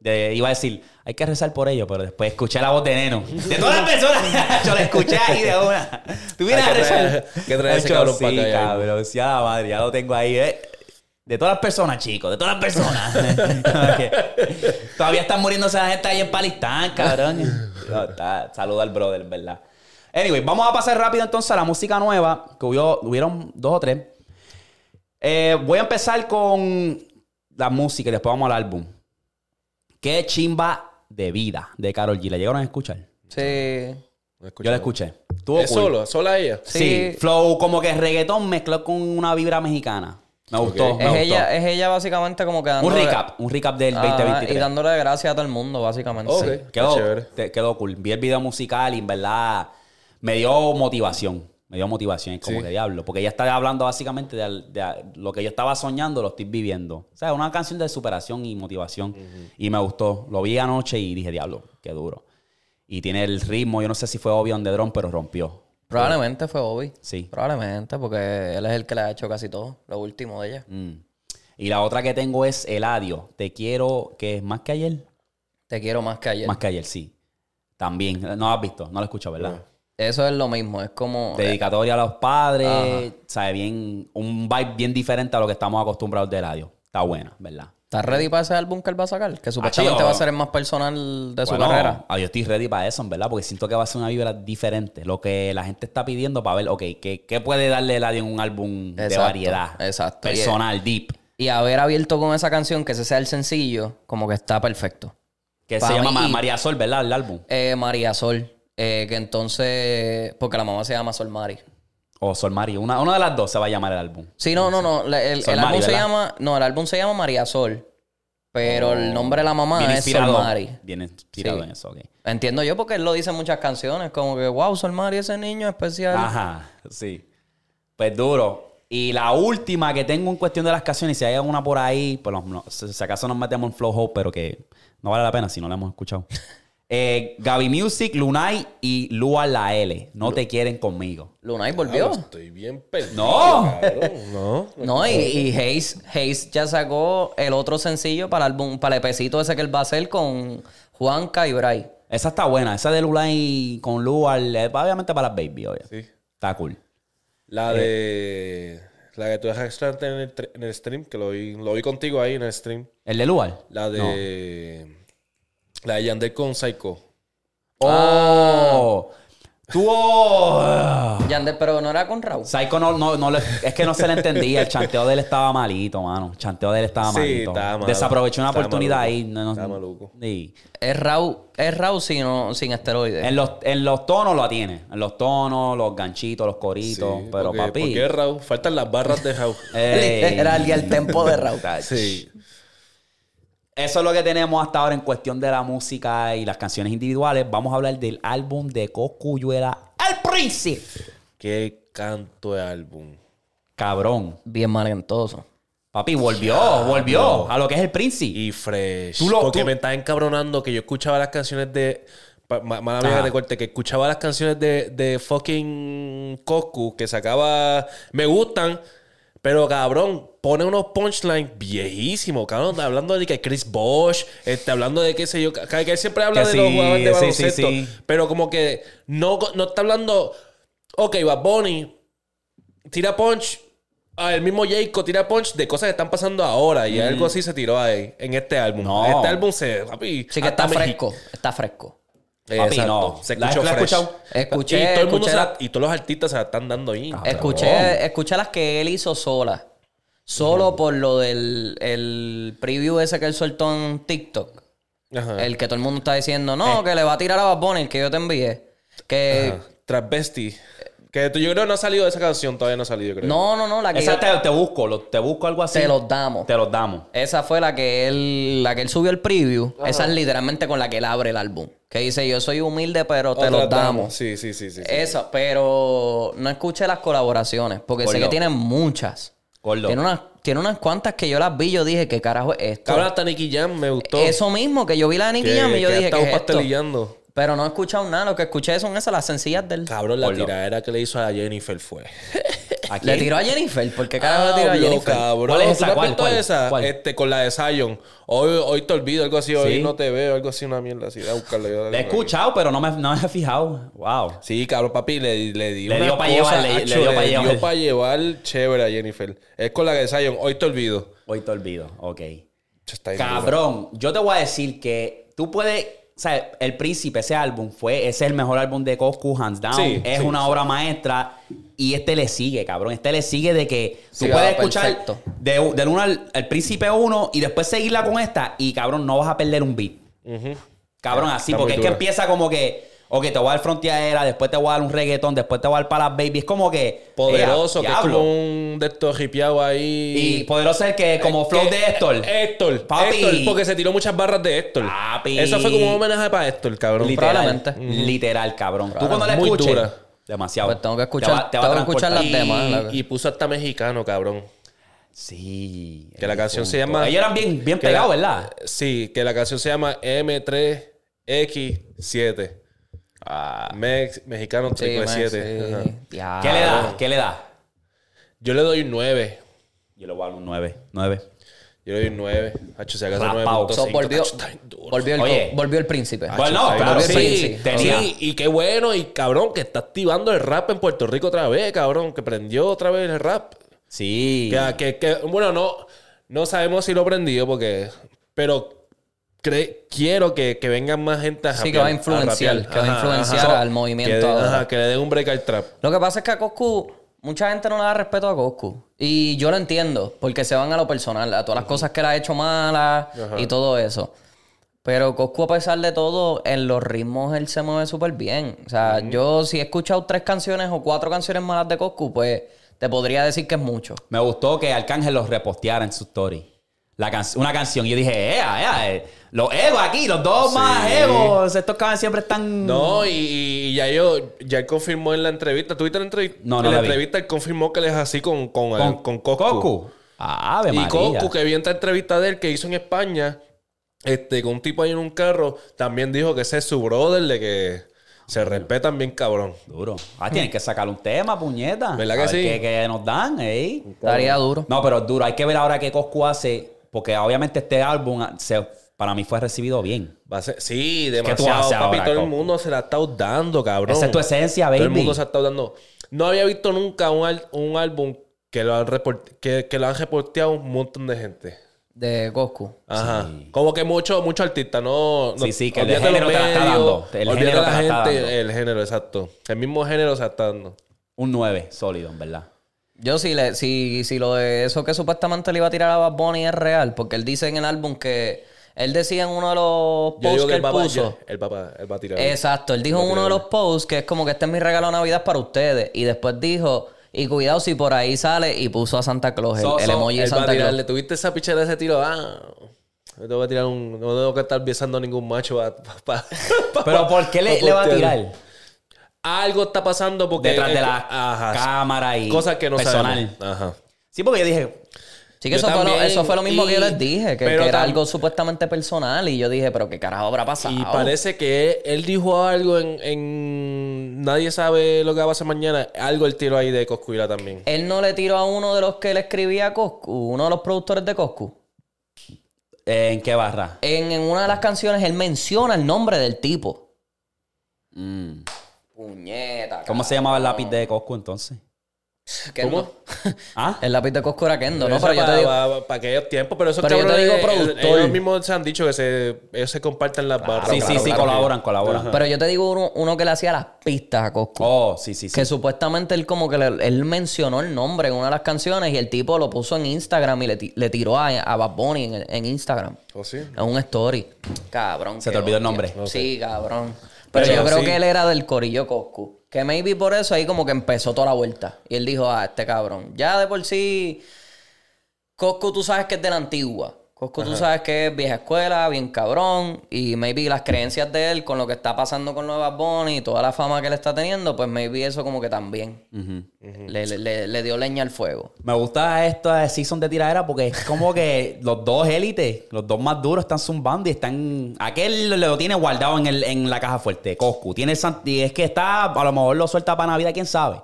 [SPEAKER 1] de- iba a decir, hay que rezar por ello, pero después escuché la voz de Neno. De todas las personas, yo la escuché ahí de una. Tú vienes
[SPEAKER 3] Hay
[SPEAKER 1] a
[SPEAKER 3] que
[SPEAKER 1] rezar.
[SPEAKER 3] traer- que traer ese
[SPEAKER 1] Nacho,
[SPEAKER 3] cabrón pa'
[SPEAKER 1] sí,
[SPEAKER 3] acá, ya.
[SPEAKER 1] cabrón, sí, a la madre, ya lo tengo ahí. eh. De todas las personas, chicos, de todas las personas. Que Todavía están muriéndose la gente ahí en Palistán, cabrón. No, está- saluda al brother, en ¿verdad? Anyway, vamos a pasar rápido entonces a la música nueva, que hubo, hubieron dos o tres. Eh, voy a empezar con la música y después vamos al álbum. Qué chimba de vida de Carol G. ¿La llegaron a escuchar?
[SPEAKER 2] Sí.
[SPEAKER 3] No
[SPEAKER 1] Yo la escuché. Estuvo
[SPEAKER 3] ¿Es
[SPEAKER 1] cool.
[SPEAKER 3] solo? ¿Sola ella?
[SPEAKER 1] Sí.
[SPEAKER 2] Sí.
[SPEAKER 1] Flow como que reggaetón mezcló con una vibra mexicana. Me gustó.
[SPEAKER 3] Ok.
[SPEAKER 1] me
[SPEAKER 2] Es
[SPEAKER 1] gustó.
[SPEAKER 2] ella, es ella básicamente como que
[SPEAKER 1] Un
[SPEAKER 2] dándole-
[SPEAKER 1] recap. Un recap del
[SPEAKER 2] Ajá, y
[SPEAKER 1] 2023.
[SPEAKER 2] dándole gracias a todo el mundo, básicamente.
[SPEAKER 3] Ok.
[SPEAKER 2] Sí.
[SPEAKER 1] Quedó,
[SPEAKER 3] Chévere.
[SPEAKER 1] te- quedó cool. Vi el video musical y en verdad me dio motivación. Me dio motivación. Es como
[SPEAKER 3] Sí.
[SPEAKER 1] que diablo. Porque ella está hablando básicamente de, de lo que yo estaba soñando, lo estoy viviendo. O sea, una canción de superación y motivación. Y me gustó. Lo vi anoche y dije, diablo, qué duro. Y tiene el ritmo. Yo no sé si fue obvio on the drum, pero rompió.
[SPEAKER 2] Probablemente fue Bobby.
[SPEAKER 1] Sí.
[SPEAKER 2] Probablemente, porque él es el que le ha hecho casi todo. Lo último de ella.
[SPEAKER 1] Mm. Y la otra que tengo es Eladio. Te quiero, que es más que ayer.
[SPEAKER 2] Te quiero más que ayer.
[SPEAKER 1] Más que ayer, sí. También. No la has visto, no la escuchas, ¿verdad?
[SPEAKER 2] Eso es lo mismo. Es como.
[SPEAKER 1] Dedicatoria a los padres, sabe bien, un vibe bien diferente a lo que estamos acostumbrados de radio. Está buena, ¿verdad?
[SPEAKER 2] ¿Estás ready para ese álbum que él va a sacar? Que supuestamente
[SPEAKER 1] chico.
[SPEAKER 2] va a ser el más personal de su
[SPEAKER 1] Bueno,
[SPEAKER 2] carrera.
[SPEAKER 1] ah, yo estoy ready para eso, en verdad, porque siento que va a ser una vibra diferente. Lo que la gente está pidiendo para ver, ok, ¿qué, qué puede darle radio en un álbum de
[SPEAKER 2] Exacto,
[SPEAKER 1] variedad?
[SPEAKER 2] exacto.
[SPEAKER 1] Personal, deep.
[SPEAKER 2] Y haber abierto con esa canción, que ese sea el sencillo, como que está perfecto.
[SPEAKER 1] Que
[SPEAKER 2] Pa'
[SPEAKER 1] se llama
[SPEAKER 2] mí-
[SPEAKER 1] Ma- María Sol, ¿verdad? El álbum.
[SPEAKER 2] Eh, María Sol. eh, que entonces. Porque la mamá se llama Sol Mari.
[SPEAKER 1] O Sol María. Una, una de las dos se va a llamar el álbum.
[SPEAKER 2] Sí, no, no, no. la- El,
[SPEAKER 1] Sol
[SPEAKER 2] el
[SPEAKER 1] Mari,
[SPEAKER 2] álbum se
[SPEAKER 1] ¿verdad?
[SPEAKER 2] llama. No, el álbum se llama María Sol. Pero
[SPEAKER 1] Oh,
[SPEAKER 2] el nombre de la mamá
[SPEAKER 1] Bien
[SPEAKER 2] Ah, es Sol
[SPEAKER 1] inspirado.
[SPEAKER 2] Mari.
[SPEAKER 1] Bien inspirado
[SPEAKER 2] Sí.
[SPEAKER 1] en eso, ok.
[SPEAKER 2] Entiendo yo porque él lo dice en muchas canciones. Como que, wow, Sol Mari, ese niño especial.
[SPEAKER 1] Ajá, sí. Pues duro. Y la última que tengo en cuestión de las canciones, si hay alguna por ahí, pues no- no, si si acaso nos metemos en Flow Hope, pero que no vale la pena si no la hemos escuchado. Eh, Gaby Music, Lunay y Lua La L. No te quieren conmigo.
[SPEAKER 2] Lunay
[SPEAKER 3] Claro,
[SPEAKER 2] volvió.
[SPEAKER 3] Ah, pues Estoy bien perdido.
[SPEAKER 1] ¡No!
[SPEAKER 3] cabrón, no.
[SPEAKER 2] No, y, y Hayes, Hayes ya sacó el otro sencillo para el álbum, para el epecito ese que él va a hacer con Juanca y Bray.
[SPEAKER 1] Esa está buena. Esa de Lunay con Lua, es obviamente para las baby, obvio.
[SPEAKER 3] Sí.
[SPEAKER 1] Está cool.
[SPEAKER 3] La de. La que tú dejaste en el, tre- en el stream, que lo vi, lo vi contigo ahí en el stream.
[SPEAKER 1] ¿El de Luar?
[SPEAKER 3] La de. La de Yandel con Psycho. Ah.
[SPEAKER 1] ¡Oh! ¡Tuvo! Ah.
[SPEAKER 2] Yandel, pero no era con Raúl.
[SPEAKER 1] Psycho no, no, no le- es que no se le entendía. El chanteo de él estaba malito, mano. El chanteo de él estaba
[SPEAKER 3] Sí,
[SPEAKER 1] malito.
[SPEAKER 3] estaba malo.
[SPEAKER 1] Desaprovechó una
[SPEAKER 3] Estaba
[SPEAKER 1] oportunidad
[SPEAKER 3] maluco.
[SPEAKER 1] ahí. No, no-
[SPEAKER 3] Estaba maluco.
[SPEAKER 1] Sí.
[SPEAKER 2] Es Raúl, es Raúl sino- sin esteroides.
[SPEAKER 1] En los, en los tonos lo tiene. En los tonos, los ganchitos, los coritos.
[SPEAKER 3] Sí,
[SPEAKER 1] pero Eh, papi.
[SPEAKER 3] porque- Porque Raúl, faltan las barras de Raúl.
[SPEAKER 1] ey.
[SPEAKER 2] Literal, y el tempo de Raúl.
[SPEAKER 3] sí.
[SPEAKER 1] Eso es lo que tenemos hasta ahora en cuestión de la música y las canciones individuales. Vamos a hablar del álbum de Coscuyuela, El Príncipe.
[SPEAKER 3] Qué canto de álbum.
[SPEAKER 1] Cabrón.
[SPEAKER 2] Bien malentoso.
[SPEAKER 1] Papi, volvió, volvió a lo que es el príncipe.
[SPEAKER 3] Y fresh.
[SPEAKER 1] Tú lo-
[SPEAKER 3] Porque
[SPEAKER 1] tú-
[SPEAKER 3] me está encabronando que yo escuchaba las canciones de. pa- ma- Mala mía
[SPEAKER 1] Ajá.
[SPEAKER 3] que te corte, que escuchaba las canciones de, de fucking Coscu que sacaba. Me gustan, pero cabrón, pone unos punchlines viejísimos, cabrón. Hablando de que Chris Bosch, este, hablando de qué sé yo. ca- Que él siempre habla
[SPEAKER 1] Que
[SPEAKER 3] de
[SPEAKER 1] sí,
[SPEAKER 3] los jugadores de
[SPEAKER 1] sí, sí,
[SPEAKER 3] baloncesto.
[SPEAKER 1] sí.
[SPEAKER 3] Pero como que no, no está hablando. Ok, Bad Bunny, tira punch. Ah, el mismo Jayco tira punch de cosas que están pasando ahora. Y
[SPEAKER 2] Mm.
[SPEAKER 3] algo así se tiró ahí en este álbum.
[SPEAKER 1] No.
[SPEAKER 3] Este álbum se. Papi,
[SPEAKER 1] Ah,
[SPEAKER 2] Sí que
[SPEAKER 3] hasta
[SPEAKER 2] está
[SPEAKER 3] Mexi-
[SPEAKER 2] fresco, está fresco.
[SPEAKER 3] Eh,
[SPEAKER 1] Papi,
[SPEAKER 3] exacto.
[SPEAKER 1] no.
[SPEAKER 3] Se
[SPEAKER 1] ¿La-
[SPEAKER 3] escuchó
[SPEAKER 1] la has
[SPEAKER 3] fresh.
[SPEAKER 1] escuchado?
[SPEAKER 2] Escuché,
[SPEAKER 3] y, todo el mundo
[SPEAKER 2] escuché
[SPEAKER 3] se la-
[SPEAKER 2] la-
[SPEAKER 3] y todos los artistas se la están dando ahí.
[SPEAKER 1] Ah.
[SPEAKER 2] Escuché, escuché las que él hizo sola. Solo por lo del el preview ese que él soltó en TikTok.
[SPEAKER 3] Ajá.
[SPEAKER 2] El que todo el mundo está diciendo, no, que le va a tirar a Bad Bunny, el que yo te envié. Que.
[SPEAKER 3] Ajá. Travesti. Que tú- yo creo que no ha salido de esa canción, todavía no ha salido, yo creo.
[SPEAKER 2] No, no, no, la que.
[SPEAKER 1] Esa
[SPEAKER 2] yo-
[SPEAKER 1] te, te busco, lo- te busco algo así.
[SPEAKER 2] Te los damos.
[SPEAKER 1] Te los damos.
[SPEAKER 2] Esa fue la que él, la que él subió el preview. Esa es literalmente con la que él abre el álbum. Que dice, yo soy humilde, pero te
[SPEAKER 3] Otra
[SPEAKER 2] los
[SPEAKER 3] dama.
[SPEAKER 2] damos.
[SPEAKER 3] Sí, sí, sí, sí. sí.
[SPEAKER 2] Esa, pero no escuché las colaboraciones, porque sé
[SPEAKER 1] Gordo.
[SPEAKER 2] que tienen muchas.
[SPEAKER 1] Gordo.
[SPEAKER 2] Tiene unas, tiene unas cuantas que yo las vi, yo dije, ¿qué carajo es esto?
[SPEAKER 3] Cabrón, hasta Nicky Jam me gustó.
[SPEAKER 2] Eso mismo, que yo vi la de Nicky
[SPEAKER 3] Que-
[SPEAKER 2] Jam y yo
[SPEAKER 3] que ha
[SPEAKER 2] dije,
[SPEAKER 3] estado
[SPEAKER 2] ¿qué es esto?
[SPEAKER 3] pastelillando.
[SPEAKER 2] Pero no he escuchado nada, lo que escuché son esas, las sencillas del...
[SPEAKER 3] Cabrón, la
[SPEAKER 1] Por lo-
[SPEAKER 3] tiradera que le hizo a Jennifer fue.
[SPEAKER 1] Aquí.
[SPEAKER 2] Le tiró a Jennifer, ¿por qué carajo le tiró a
[SPEAKER 3] Diablo,
[SPEAKER 2] Jennifer?
[SPEAKER 3] cabrón.
[SPEAKER 1] ¿Cuál es
[SPEAKER 3] ¿Tú
[SPEAKER 1] esa?
[SPEAKER 3] no has
[SPEAKER 1] ¿Cuál?
[SPEAKER 3] visto
[SPEAKER 1] ¿Cuál?
[SPEAKER 3] esa?
[SPEAKER 1] ¿Cuál?
[SPEAKER 3] Este, con la de Zion. Hoy, hoy te olvido, algo así. Hoy
[SPEAKER 1] Sí.
[SPEAKER 3] no te veo, algo así, una mierda así. Voy a buscarlo, yo-
[SPEAKER 1] La he escuchado, pero no me, no me he fijado. Wow.
[SPEAKER 3] Sí, cabrón, papi, le, le di
[SPEAKER 1] Le
[SPEAKER 3] una
[SPEAKER 1] dio pa'
[SPEAKER 3] cosa,
[SPEAKER 1] llevar, le- le
[SPEAKER 3] hacho,
[SPEAKER 1] dio pa'
[SPEAKER 3] le dio
[SPEAKER 1] llevar.
[SPEAKER 3] pa' llevar chévere a Jennifer. Es con la de Zion. Hoy te olvido.
[SPEAKER 1] Hoy te olvido. Ok.
[SPEAKER 3] Ch, está bien dura.
[SPEAKER 1] Cabrón, yo te voy a decir que tú puedes. O sea, El Príncipe, ese álbum fue, ese es el mejor álbum de Coscu, hands down.
[SPEAKER 3] Sí,
[SPEAKER 1] es
[SPEAKER 3] sí,
[SPEAKER 1] una
[SPEAKER 3] sí.
[SPEAKER 1] obra maestra. Y este le sigue, cabrón. Este le sigue de que tú
[SPEAKER 2] Sí,
[SPEAKER 1] puedes
[SPEAKER 2] ah,
[SPEAKER 1] escuchar
[SPEAKER 2] perfecto.
[SPEAKER 1] de, del uno al el Príncipe 1 y después seguirla con esta. Y cabrón, no vas a perder un beat. Cabrón, así,
[SPEAKER 3] Está
[SPEAKER 1] porque es
[SPEAKER 3] muy
[SPEAKER 1] que
[SPEAKER 3] dura.
[SPEAKER 1] empieza como que, ok, te voy a dar frontiera, después te voy a dar un reggaetón, después te voy a dar para las baby. Es como que.
[SPEAKER 3] Poderoso,
[SPEAKER 1] eh,
[SPEAKER 3] que es
[SPEAKER 1] diablo.
[SPEAKER 3] como un de estos hipiados ahí.
[SPEAKER 1] Y poderoso es el que, como flow
[SPEAKER 3] que-
[SPEAKER 1] de Héctor.
[SPEAKER 3] Héctor,
[SPEAKER 1] Papi.
[SPEAKER 3] Héctor, porque se tiró muchas barras de Héctor.
[SPEAKER 1] Papi.
[SPEAKER 3] Eso fue como un homenaje para Héctor, cabrón.
[SPEAKER 1] Literal,
[SPEAKER 2] Probablemente.
[SPEAKER 1] literal, cabrón. Tú cuando la
[SPEAKER 3] Muy
[SPEAKER 1] escuches.
[SPEAKER 3] dura.
[SPEAKER 1] Demasiado.
[SPEAKER 2] Pues tengo que escuchar-
[SPEAKER 1] Te va- te va a
[SPEAKER 2] tengo que escuchar
[SPEAKER 1] transportar.
[SPEAKER 2] las demás. Literal.
[SPEAKER 3] Y, y puso hasta mexicano, cabrón.
[SPEAKER 1] Sí.
[SPEAKER 3] Que la
[SPEAKER 1] el
[SPEAKER 3] canción se
[SPEAKER 1] difunto.
[SPEAKER 3] llama-
[SPEAKER 1] Ellos eran bien, bien
[SPEAKER 3] que la-
[SPEAKER 1] pegados, ¿verdad?
[SPEAKER 3] Sí, que la canción se llama M3X7. Mex- mexicano
[SPEAKER 2] Sí, man,
[SPEAKER 3] 777.
[SPEAKER 2] sí. Diablo.
[SPEAKER 3] Ajá.
[SPEAKER 1] ¿Qué le da? ¿Qué le da?
[SPEAKER 3] Yo le doy un 9.
[SPEAKER 1] Yo le voy a dar un 9. 9.
[SPEAKER 3] Yo le doy un 9. Hacho, se acaso
[SPEAKER 1] Rapao.
[SPEAKER 3] 9.5.
[SPEAKER 2] So, volvió,
[SPEAKER 3] Hacho, está bien duro. Ah,
[SPEAKER 2] volvió, el,
[SPEAKER 1] Oye.
[SPEAKER 2] volvió el príncipe.
[SPEAKER 3] Hacho,
[SPEAKER 1] Bueno,
[SPEAKER 3] está bien
[SPEAKER 1] claro,
[SPEAKER 3] duro.
[SPEAKER 1] sí,
[SPEAKER 3] sí,
[SPEAKER 1] tenía.
[SPEAKER 3] sí, y qué bueno, y cabrón, que está activando el rap en Puerto Rico otra vez, cabrón, que prendió otra vez el rap.
[SPEAKER 1] Sí.
[SPEAKER 3] Que, que- que- bueno, no, no sabemos si lo prendió porque. Pero cre- quiero que, que vengan más gente a
[SPEAKER 2] Sí, que
[SPEAKER 3] rapear,
[SPEAKER 2] va a influenciar,
[SPEAKER 3] rapear.
[SPEAKER 2] que va a influenciar al movimiento
[SPEAKER 3] Que, de-
[SPEAKER 2] ahora.
[SPEAKER 3] ajá, que le den un break al trap.
[SPEAKER 2] Lo que pasa es que a Coscu, mucha gente no le da respeto a Coscu. Y yo lo entiendo, porque se van a lo personal, a todas las cosas que él ha hecho malas y todo eso. Pero Coscu, a pesar de todo, en los ritmos él se mueve súper bien. O sea, yo si he escuchado tres canciones o cuatro canciones malas de Coscu, pues te podría decir que es mucho.
[SPEAKER 1] Me gustó que Arcángel los reposteara en su story. La can- una canción. Y yo dije, ea, ea, eh, los egos aquí, los dos más egos. Estos cabrones siempre están.
[SPEAKER 3] No, y, y ya yo, ya él confirmó en la entrevista. ¿Tuviste la entrevista?
[SPEAKER 1] No, no
[SPEAKER 3] En
[SPEAKER 1] la
[SPEAKER 3] la
[SPEAKER 1] vi.
[SPEAKER 3] entrevista él confirmó que él es así con, con,
[SPEAKER 1] con,
[SPEAKER 3] con
[SPEAKER 1] Coco.
[SPEAKER 3] Coscu.
[SPEAKER 1] Ah, Ave
[SPEAKER 3] Y
[SPEAKER 1] María.
[SPEAKER 3] Coscu, que vi en esta entrevista de él que hizo en España, este, con un tipo ahí en un carro, también dijo que ese es su brother, de que se respetan bien cabrón.
[SPEAKER 1] Duro. Ah, tienen que sacar un tema, puñeta.
[SPEAKER 3] ¿Verdad que
[SPEAKER 1] A ver
[SPEAKER 3] sí?
[SPEAKER 1] qué- qué nos dan, ¿eh?
[SPEAKER 2] Estaría duro.
[SPEAKER 1] No, pero es duro. Hay que ver ahora qué Coscu hace, porque obviamente este álbum se- para mí fue recibido bien.
[SPEAKER 3] Va a ser- sí,
[SPEAKER 1] tú
[SPEAKER 3] demasiado,
[SPEAKER 1] haces
[SPEAKER 3] papi.
[SPEAKER 1] ahora,
[SPEAKER 3] todo el
[SPEAKER 1] Coco?
[SPEAKER 3] mundo se la está dando, cabrón.
[SPEAKER 1] Esa es tu esencia,
[SPEAKER 3] Todo el
[SPEAKER 1] baby.
[SPEAKER 3] mundo se la está dando. No había visto nunca un, al- un álbum que lo, han report- que, que lo han reporteado un montón de gente.
[SPEAKER 2] De Coscu.
[SPEAKER 3] Ajá. Como que mucho, mucho artista, no. no-
[SPEAKER 1] Sí, sí, que el
[SPEAKER 3] olvídate
[SPEAKER 1] género
[SPEAKER 3] los
[SPEAKER 1] te la está
[SPEAKER 3] medios,
[SPEAKER 1] dando. El
[SPEAKER 3] olvídate
[SPEAKER 1] género
[SPEAKER 3] la
[SPEAKER 1] te la está
[SPEAKER 3] gente,
[SPEAKER 1] dando.
[SPEAKER 3] el género, exacto. El mismo género se la está dando.
[SPEAKER 1] Un 9 sólido, en verdad.
[SPEAKER 2] Yo sí, le, sí, sí lo de eso que supuestamente le iba a tirar a Bad Bunny es real, porque él dice en el álbum que él decía en uno de los
[SPEAKER 3] Yo
[SPEAKER 2] posts que,
[SPEAKER 3] digo que
[SPEAKER 2] él
[SPEAKER 3] el papá,
[SPEAKER 2] puso.
[SPEAKER 3] el papá, el va a tirar.
[SPEAKER 2] Exacto, él dijo en uno de los posts que es como que este es mi regalo de Navidad para ustedes. Y después dijo, y cuidado si por ahí sale, y puso a Santa Claus, el,
[SPEAKER 1] So,
[SPEAKER 2] el
[SPEAKER 1] so,
[SPEAKER 2] emoji de
[SPEAKER 3] Él va a
[SPEAKER 2] Santa Claus.
[SPEAKER 3] tirarle. ¿Tuviste esa pichera de ese tiro? Ah, no tengo que tirar un. No tengo que estar besando a ningún macho. a- pa- pa- pa-
[SPEAKER 1] Pero ¿por qué le,
[SPEAKER 3] pa-
[SPEAKER 1] le va a
[SPEAKER 3] postearlo.
[SPEAKER 1] tirar?
[SPEAKER 3] Algo está pasando porque.
[SPEAKER 1] Detrás de
[SPEAKER 3] eh,
[SPEAKER 1] la
[SPEAKER 3] Ajá.
[SPEAKER 1] cámara y
[SPEAKER 3] Cosas que no
[SPEAKER 1] personal.
[SPEAKER 3] sabemos. Ajá.
[SPEAKER 1] Sí, porque yo dije,
[SPEAKER 2] Sí,
[SPEAKER 3] Yo
[SPEAKER 2] que eso, fue lo,
[SPEAKER 3] también,
[SPEAKER 2] eso fue lo mismo
[SPEAKER 3] y-
[SPEAKER 2] que yo les dije, que,
[SPEAKER 3] pero
[SPEAKER 2] que era
[SPEAKER 3] tam-
[SPEAKER 2] algo supuestamente personal y yo dije, pero qué carajo habrá pasado.
[SPEAKER 1] oh.
[SPEAKER 3] Y parece que él dijo algo en, en- Nadie sabe lo que va a pasar mañana. Algo el tiro ahí de Coscuila también.
[SPEAKER 2] Él no le tiró a uno de los que le escribía a Coscu, uno de los productores de Coscu.
[SPEAKER 1] eh, ¿En qué barra?
[SPEAKER 2] En, en una de las canciones él menciona el nombre del tipo.
[SPEAKER 1] Mm.
[SPEAKER 2] Puñeta.
[SPEAKER 1] ¿Cómo se llamaba el lápiz de Coscu entonces?
[SPEAKER 2] ¿Cómo?
[SPEAKER 1] ¿Ah?
[SPEAKER 2] El lápiz de Coscu era Kendo, ¿no?
[SPEAKER 3] Eso
[SPEAKER 2] Pero yo
[SPEAKER 3] para,
[SPEAKER 2] te digo,
[SPEAKER 3] para- para aquellos tiempos, pero esos
[SPEAKER 2] Pero yo te
[SPEAKER 3] cabrones,
[SPEAKER 2] digo
[SPEAKER 3] eh,
[SPEAKER 2] productor.
[SPEAKER 3] Ellos mismos se han dicho que se, ellos se comparten las barras.
[SPEAKER 1] sí, sí, sí, colaboran, colaboran.
[SPEAKER 2] pero yo te digo uno, uno que le hacía las pistas a Coscu.
[SPEAKER 1] Oh, sí, sí, sí.
[SPEAKER 2] Que supuestamente él como que le- él mencionó el nombre en una de las canciones y el tipo lo puso en Instagram y le, ti- le tiró a, a Bad Bunny en, en Instagram.
[SPEAKER 3] ¿O sí?
[SPEAKER 2] En un story. Cabrón.
[SPEAKER 1] Se te
[SPEAKER 2] qué
[SPEAKER 1] olvidó el
[SPEAKER 2] hostia.
[SPEAKER 1] nombre.
[SPEAKER 2] Sí, cabrón. Pero,
[SPEAKER 3] Pero
[SPEAKER 2] yo creo
[SPEAKER 3] sí.
[SPEAKER 2] que él era del corillo Coscu. Que maybe por eso ahí como que empezó toda la vuelta. Y él dijo, ah, este cabrón. Ya de por sí, Coscu tú sabes que es de la antigua. Coscu tú sabes que es vieja escuela, bien cabrón. Y maybe las creencias de él con lo que está pasando con Nueva Bunny y toda la fama que él está teniendo, pues maybe eso como que también
[SPEAKER 1] Ujú.
[SPEAKER 2] le, le- le- le dio leña al fuego.
[SPEAKER 1] Me gusta esta season de tiradera porque es como que los dos élites, los dos más duros están zumbando y están... Aquel lo- lo tiene guardado en, el, en la caja fuerte, Coscu. Tiene el san- y es que está, a lo mejor lo suelta para Navidad, quién sabe.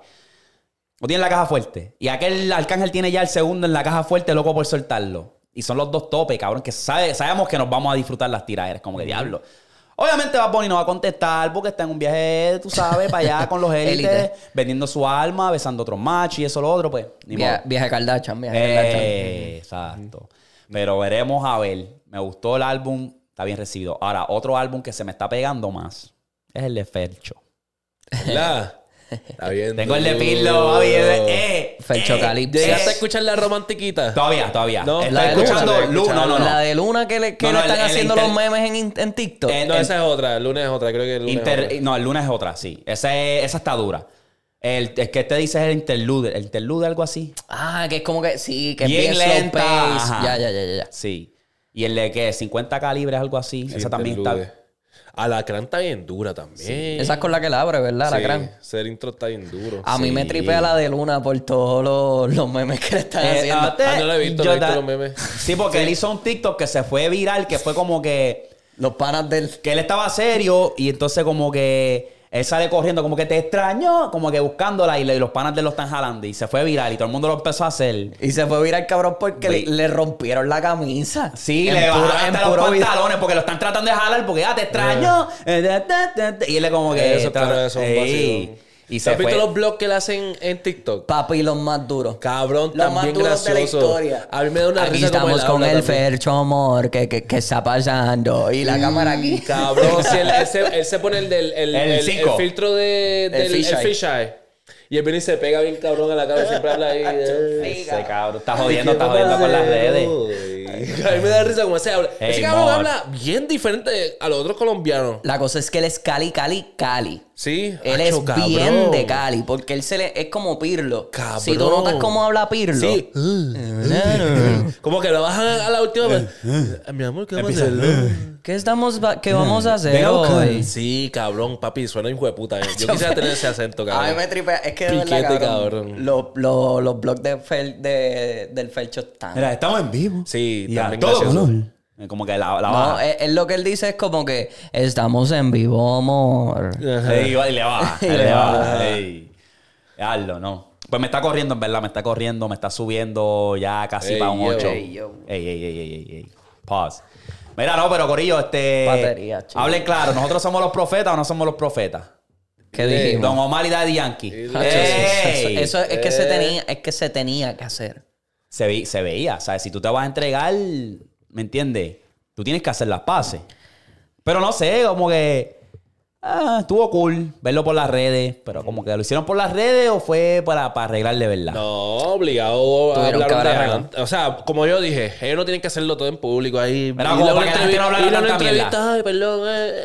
[SPEAKER 1] Lo tiene en la caja fuerte. Y aquel Arcángel tiene ya el segundo en la caja fuerte, loco por soltarlo. Y son los dos topes, cabrón, que sabe- sabemos que nos vamos a disfrutar las tiraderas, como que diablo. Obviamente Bad Bunny no va a contestar porque está en un viaje, tú sabes, para allá con los élites,
[SPEAKER 2] Élite.
[SPEAKER 1] vendiendo su alma, besando a otros machos y eso lo otro, pues. Ni modo.
[SPEAKER 2] Vieja, vieja Kardashian, vieja Kardashian.
[SPEAKER 1] Eh, exacto. Pero veremos a ver. Me gustó el álbum, está bien recibido. Ahora, otro álbum que se me está pegando más es el de Fercho.
[SPEAKER 3] ¿Verdad? Está bien.
[SPEAKER 1] Tengo el de
[SPEAKER 3] duro.
[SPEAKER 1] Pirlo,
[SPEAKER 2] Uh.
[SPEAKER 1] papi, eh, eh,
[SPEAKER 2] Fercho
[SPEAKER 1] eh,
[SPEAKER 2] Calipso.
[SPEAKER 3] ¿Llegaste a
[SPEAKER 1] eh.
[SPEAKER 3] escuchar la romantiquita?
[SPEAKER 1] Todavía, todavía.
[SPEAKER 3] No,
[SPEAKER 1] Estoy
[SPEAKER 2] La de
[SPEAKER 1] escuchando
[SPEAKER 2] Luna,
[SPEAKER 1] Lu- no, no, no.
[SPEAKER 2] La de Luna que le, que
[SPEAKER 1] No,
[SPEAKER 2] le
[SPEAKER 1] no,
[SPEAKER 2] están
[SPEAKER 1] el- el
[SPEAKER 2] haciendo
[SPEAKER 1] inter-
[SPEAKER 2] los memes en, in- en TikTok.
[SPEAKER 1] Eh,
[SPEAKER 3] No,
[SPEAKER 1] el-
[SPEAKER 3] esa es otra. El lunes es otra. Creo que el lunes
[SPEAKER 1] Inter-
[SPEAKER 3] es otra.
[SPEAKER 1] no, el lunes es otra, sí. Esa, es- esa está dura. El, el que te dice es el interlude, el interlude, algo así.
[SPEAKER 2] Ah, que es como que sí, que
[SPEAKER 1] Bien
[SPEAKER 2] es bien
[SPEAKER 1] lenta,
[SPEAKER 2] slow pace.
[SPEAKER 1] ajá.
[SPEAKER 2] Ya, ya, ya, ya, ya.
[SPEAKER 1] Sí. Y el de que 50 calibres, algo así.
[SPEAKER 3] Sí,
[SPEAKER 1] esa también
[SPEAKER 3] interlude.
[SPEAKER 1] está.
[SPEAKER 3] Alacrán está bien dura también.
[SPEAKER 2] Esa es con la que la abre, ¿verdad? La gran.
[SPEAKER 3] Ser intro está bien duro.
[SPEAKER 2] A mí me tripea la de Luna por todos los, los memes que le están
[SPEAKER 1] Eh,
[SPEAKER 2] haciendo.
[SPEAKER 1] ah, te-
[SPEAKER 3] Ah, no lo he visto, no he
[SPEAKER 1] yo
[SPEAKER 3] visto
[SPEAKER 1] ta-
[SPEAKER 3] los memes.
[SPEAKER 1] Sí, porque él hizo un TikTok que se fue viral, que fue como que.
[SPEAKER 2] Los panas del.
[SPEAKER 1] que él estaba serio y entonces como que él sale corriendo como que te extraño, como que buscándola y, le- y los panas de los están jalando y se fue viral y todo el mundo lo empezó a hacer.
[SPEAKER 2] Y se fue a virar cabrón porque le,
[SPEAKER 1] Güey.
[SPEAKER 2] le rompieron la camisa.
[SPEAKER 1] Sí,
[SPEAKER 2] En
[SPEAKER 1] le
[SPEAKER 2] puro-
[SPEAKER 1] bajaron
[SPEAKER 2] en
[SPEAKER 1] hasta los
[SPEAKER 2] puro video.
[SPEAKER 1] pantalones porque lo están tratando de jalar porque ah, te extraño. eh, ta, ta, ta, ta. Y él es como que...
[SPEAKER 3] Eso, claro, eso es un
[SPEAKER 1] Ey.
[SPEAKER 3] vacilón.
[SPEAKER 1] Y
[SPEAKER 3] ¿Te
[SPEAKER 1] se
[SPEAKER 3] has visto
[SPEAKER 1] fue.
[SPEAKER 3] los blogs que le hacen en TikTok?
[SPEAKER 2] Papi, los más duros.
[SPEAKER 3] Cabrón,
[SPEAKER 2] Los más
[SPEAKER 3] también
[SPEAKER 2] duros de la
[SPEAKER 3] gracioso.
[SPEAKER 2] historia.
[SPEAKER 3] A mí me da una
[SPEAKER 2] Aquí
[SPEAKER 3] risa como
[SPEAKER 2] estamos
[SPEAKER 3] él
[SPEAKER 2] con
[SPEAKER 3] habla
[SPEAKER 2] el
[SPEAKER 3] también.
[SPEAKER 2] Fercho Amor, que, que, que está pasando. Y la cámara aquí.
[SPEAKER 3] Cabrón, si él, él se, él se pone el, del,
[SPEAKER 1] El
[SPEAKER 3] el, el- el
[SPEAKER 1] cinco.
[SPEAKER 3] filtro de, del el
[SPEAKER 2] fisheye.
[SPEAKER 3] fisheye. Y él viene y se pega bien cabrón a la cara. Siempre habla ahí. eh,
[SPEAKER 1] Ese cabrón, está jodiendo, está jodiendo con las redes.
[SPEAKER 3] Uy. A mí me da risa como ese habla. ese
[SPEAKER 1] Ey,
[SPEAKER 3] cabrón
[SPEAKER 1] mor.
[SPEAKER 3] habla bien diferente a los otros colombianos.
[SPEAKER 2] La cosa es que él es Cali, Cali, Cali.
[SPEAKER 3] Sí.
[SPEAKER 2] Él
[SPEAKER 3] Acho,
[SPEAKER 2] es
[SPEAKER 3] cabrón.
[SPEAKER 2] bien de Cali, porque él se le, es como Pirlo.
[SPEAKER 3] Cabrón.
[SPEAKER 2] Si tú notas cómo habla Pirlo.
[SPEAKER 3] Sí. Como que lo bajan a la última vez. Mi amor, ¿qué vamos a hacer?
[SPEAKER 2] ¿Qué, estamos, va-
[SPEAKER 3] Hmm.
[SPEAKER 2] qué vamos a hacer
[SPEAKER 1] Venga, busca.
[SPEAKER 2] hoy?
[SPEAKER 3] Sí, cabrón, papi, suena hijo de puta. eh. Yo quisiera tener ese acento,
[SPEAKER 2] A mí
[SPEAKER 3] cabrón.
[SPEAKER 2] me tripea. Es que de verdad,
[SPEAKER 3] Piquete,
[SPEAKER 2] cabrón,
[SPEAKER 3] cabrón.
[SPEAKER 2] Los, los, los blogs de Fel- de- del Felcho están.
[SPEAKER 1] Mira, estamos en vivo.
[SPEAKER 3] Sí,
[SPEAKER 1] y a
[SPEAKER 3] también
[SPEAKER 1] todo
[SPEAKER 3] gracioso.
[SPEAKER 1] color. Eh, Como que la, la
[SPEAKER 2] No,
[SPEAKER 1] baja.
[SPEAKER 2] es, es lo que él dice es como que estamos en vivo, amor.
[SPEAKER 1] Ey, va- y le baja. y le baja. ey. Hazlo, no. Pues me está corriendo, en verdad, me está corriendo, me está subiendo ya casi
[SPEAKER 3] Ey,
[SPEAKER 1] para un
[SPEAKER 3] yo.
[SPEAKER 1] 8.
[SPEAKER 2] Ey,
[SPEAKER 1] Ey,
[SPEAKER 2] yo.
[SPEAKER 1] ey, ey, ey, ey, ey. Pause. Mira, no, pero Corillo, este.
[SPEAKER 2] Batería, chico.
[SPEAKER 1] Hablen claro, ¿nosotros somos los profetas o no somos los profetas?
[SPEAKER 3] Eh,
[SPEAKER 1] Eh,
[SPEAKER 2] ¿Qué dijimos?
[SPEAKER 1] Don Omar y Daddy Yankee.
[SPEAKER 3] la-
[SPEAKER 2] Eso,
[SPEAKER 3] eh,
[SPEAKER 1] Ey.
[SPEAKER 2] eso es que se tenía, es que se tenía que hacer.
[SPEAKER 1] Se, vi- se veía, ¿sabes? Si tú te vas a entregar, ¿me entiendes? Tú tienes que hacer las paces. Pero no sé, como que. ah, estuvo cool verlo por las redes, pero como que lo hicieron por las redes o fue para, para arreglar de verdad.
[SPEAKER 3] No, obligado a
[SPEAKER 2] Tuvieron que
[SPEAKER 3] hablar
[SPEAKER 2] haber
[SPEAKER 3] de
[SPEAKER 2] arreglado.
[SPEAKER 3] antes. O sea, como yo dije, ellos no tienen que hacerlo todo en público ahí.
[SPEAKER 1] Mira, como
[SPEAKER 3] luego
[SPEAKER 1] para que la gente no hablara
[SPEAKER 3] y luego
[SPEAKER 1] tanta
[SPEAKER 3] entrevista,
[SPEAKER 1] mierda.
[SPEAKER 3] Ay, perdón. eh,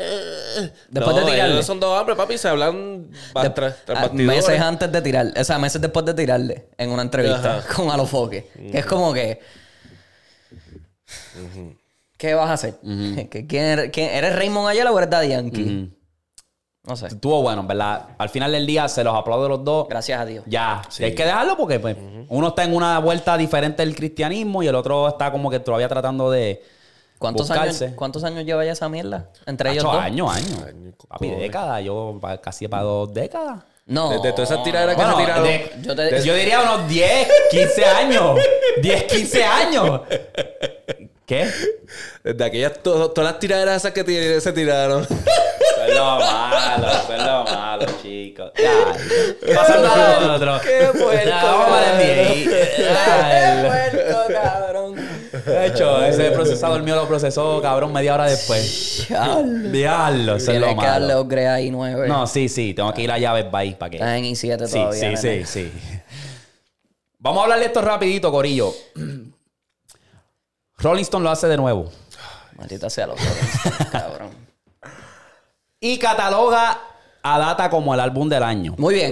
[SPEAKER 3] eh.
[SPEAKER 2] Después de
[SPEAKER 3] No,
[SPEAKER 2] tirarle.
[SPEAKER 3] ellos Son dos hombres, papi, se hablan ba-
[SPEAKER 2] De-
[SPEAKER 3] tras- tras
[SPEAKER 2] ah,
[SPEAKER 3] bastidores.
[SPEAKER 2] meses antes de tirar, o sea, meses después de tirarle en una entrevista
[SPEAKER 3] Ajá.
[SPEAKER 2] con Alofoque. Que es como que. er-, ¿Qué vas a hacer? ¿Que quién eres, quién- eres Raymond Ayala o eres Daddy Yankee? No sé.
[SPEAKER 1] Estuvo bueno, ¿verdad? Al final del día se los aplaudo a los dos.
[SPEAKER 2] Gracias a Dios.
[SPEAKER 1] Ya, hay que dejarlo porque pues, uno está en una vuelta diferente del cristianismo y el otro está como que todavía tratando de
[SPEAKER 2] ¿Cuántos años,
[SPEAKER 1] buscarse.
[SPEAKER 2] ¿Cuántos años lleva ya esa mierda? Entre ellos
[SPEAKER 1] Hacho,
[SPEAKER 2] dos.
[SPEAKER 1] años, años.
[SPEAKER 3] Años,
[SPEAKER 1] Papi,
[SPEAKER 3] cojones.
[SPEAKER 1] décadas. Yo pa- casi para dos décadas.
[SPEAKER 2] No.
[SPEAKER 3] Desde todas esas tiraderas que
[SPEAKER 1] Bueno,
[SPEAKER 3] se tiraron.
[SPEAKER 1] de-
[SPEAKER 2] yo te-
[SPEAKER 1] yo diría unos 10, 15 años. 10, 15 años. ¿Qué?
[SPEAKER 3] Desde aquellas, to- todas las tiraderas esas que ti- se tiraron.
[SPEAKER 1] Eso es lo malo, eso es lo malo, chicos. Ya, pasando a lo otro.
[SPEAKER 2] Qué puerco,
[SPEAKER 1] Ya, vamos a la NBA.
[SPEAKER 2] Qué puerco, cabrón.
[SPEAKER 1] Ya, De hecho, ese procesador mío lo procesó, cabrón, media hora después. Diablo, eso es
[SPEAKER 2] Tienes
[SPEAKER 1] lo
[SPEAKER 2] que darle
[SPEAKER 1] malo.
[SPEAKER 2] upgrade ahí nueve.
[SPEAKER 1] No, sí, sí, tengo que ir a llaves bye para que...
[SPEAKER 2] Estás en I7
[SPEAKER 1] Sí,
[SPEAKER 2] todavía.
[SPEAKER 1] sí, sí,
[SPEAKER 2] nene.
[SPEAKER 1] sí. Vamos a hablar de esto rapidito, Corillo. Rolling Stone lo hace de nuevo.
[SPEAKER 2] Maldita sea los otros. cabrón.
[SPEAKER 1] Y cataloga a Data como el álbum del año.
[SPEAKER 2] Muy bien.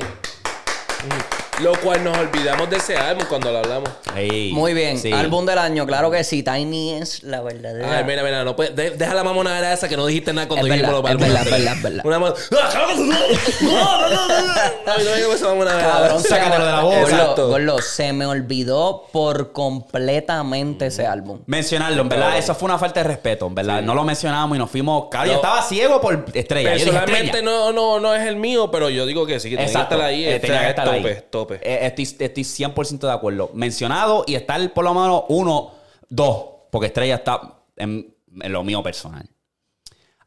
[SPEAKER 3] Lo cual nos olvidamos de ese álbum cuando lo hablamos.
[SPEAKER 1] Sí,
[SPEAKER 2] Muy bien.
[SPEAKER 1] sí.
[SPEAKER 2] Álbum del año, claro que sí. Tiny es la verdadera.
[SPEAKER 3] Ay, mira, mira, no puedes. de- deja la mamonadera esa que no dijiste nada cuando
[SPEAKER 2] Es verdad,
[SPEAKER 3] dijimos
[SPEAKER 2] es
[SPEAKER 3] los álbumes.
[SPEAKER 2] verdad, es verdad, es verdad.
[SPEAKER 3] Una mamona. No, no, no, no, no. No, no digo esa mamonadera.
[SPEAKER 2] Cabrón, se
[SPEAKER 1] Sácatelo
[SPEAKER 2] me-
[SPEAKER 1] de la boca.
[SPEAKER 2] Gordo,
[SPEAKER 3] Exacto.
[SPEAKER 2] gordo, se me olvidó por completamente
[SPEAKER 1] Mm.
[SPEAKER 2] ese álbum.
[SPEAKER 1] Mencionarlo, en verdad, eso fue una falta de respeto, en verdad. No lo mencionábamos y nos fuimos. Claro, yo
[SPEAKER 3] No.
[SPEAKER 1] estaba ciego por estrella. Yo dije,
[SPEAKER 3] Personalmente
[SPEAKER 1] estrella.
[SPEAKER 3] no, no, no es el mío, pero yo digo que sí, que tenía que
[SPEAKER 1] Exacto.
[SPEAKER 3] estar ahí.
[SPEAKER 1] Eh,
[SPEAKER 3] este,
[SPEAKER 1] tenía que estar ahí.
[SPEAKER 3] tope, tope.
[SPEAKER 1] Eh, estoy, estoy 100% de acuerdo. Mencionado y estar por lo menos uno, dos, porque estrella está en, en lo mío personal.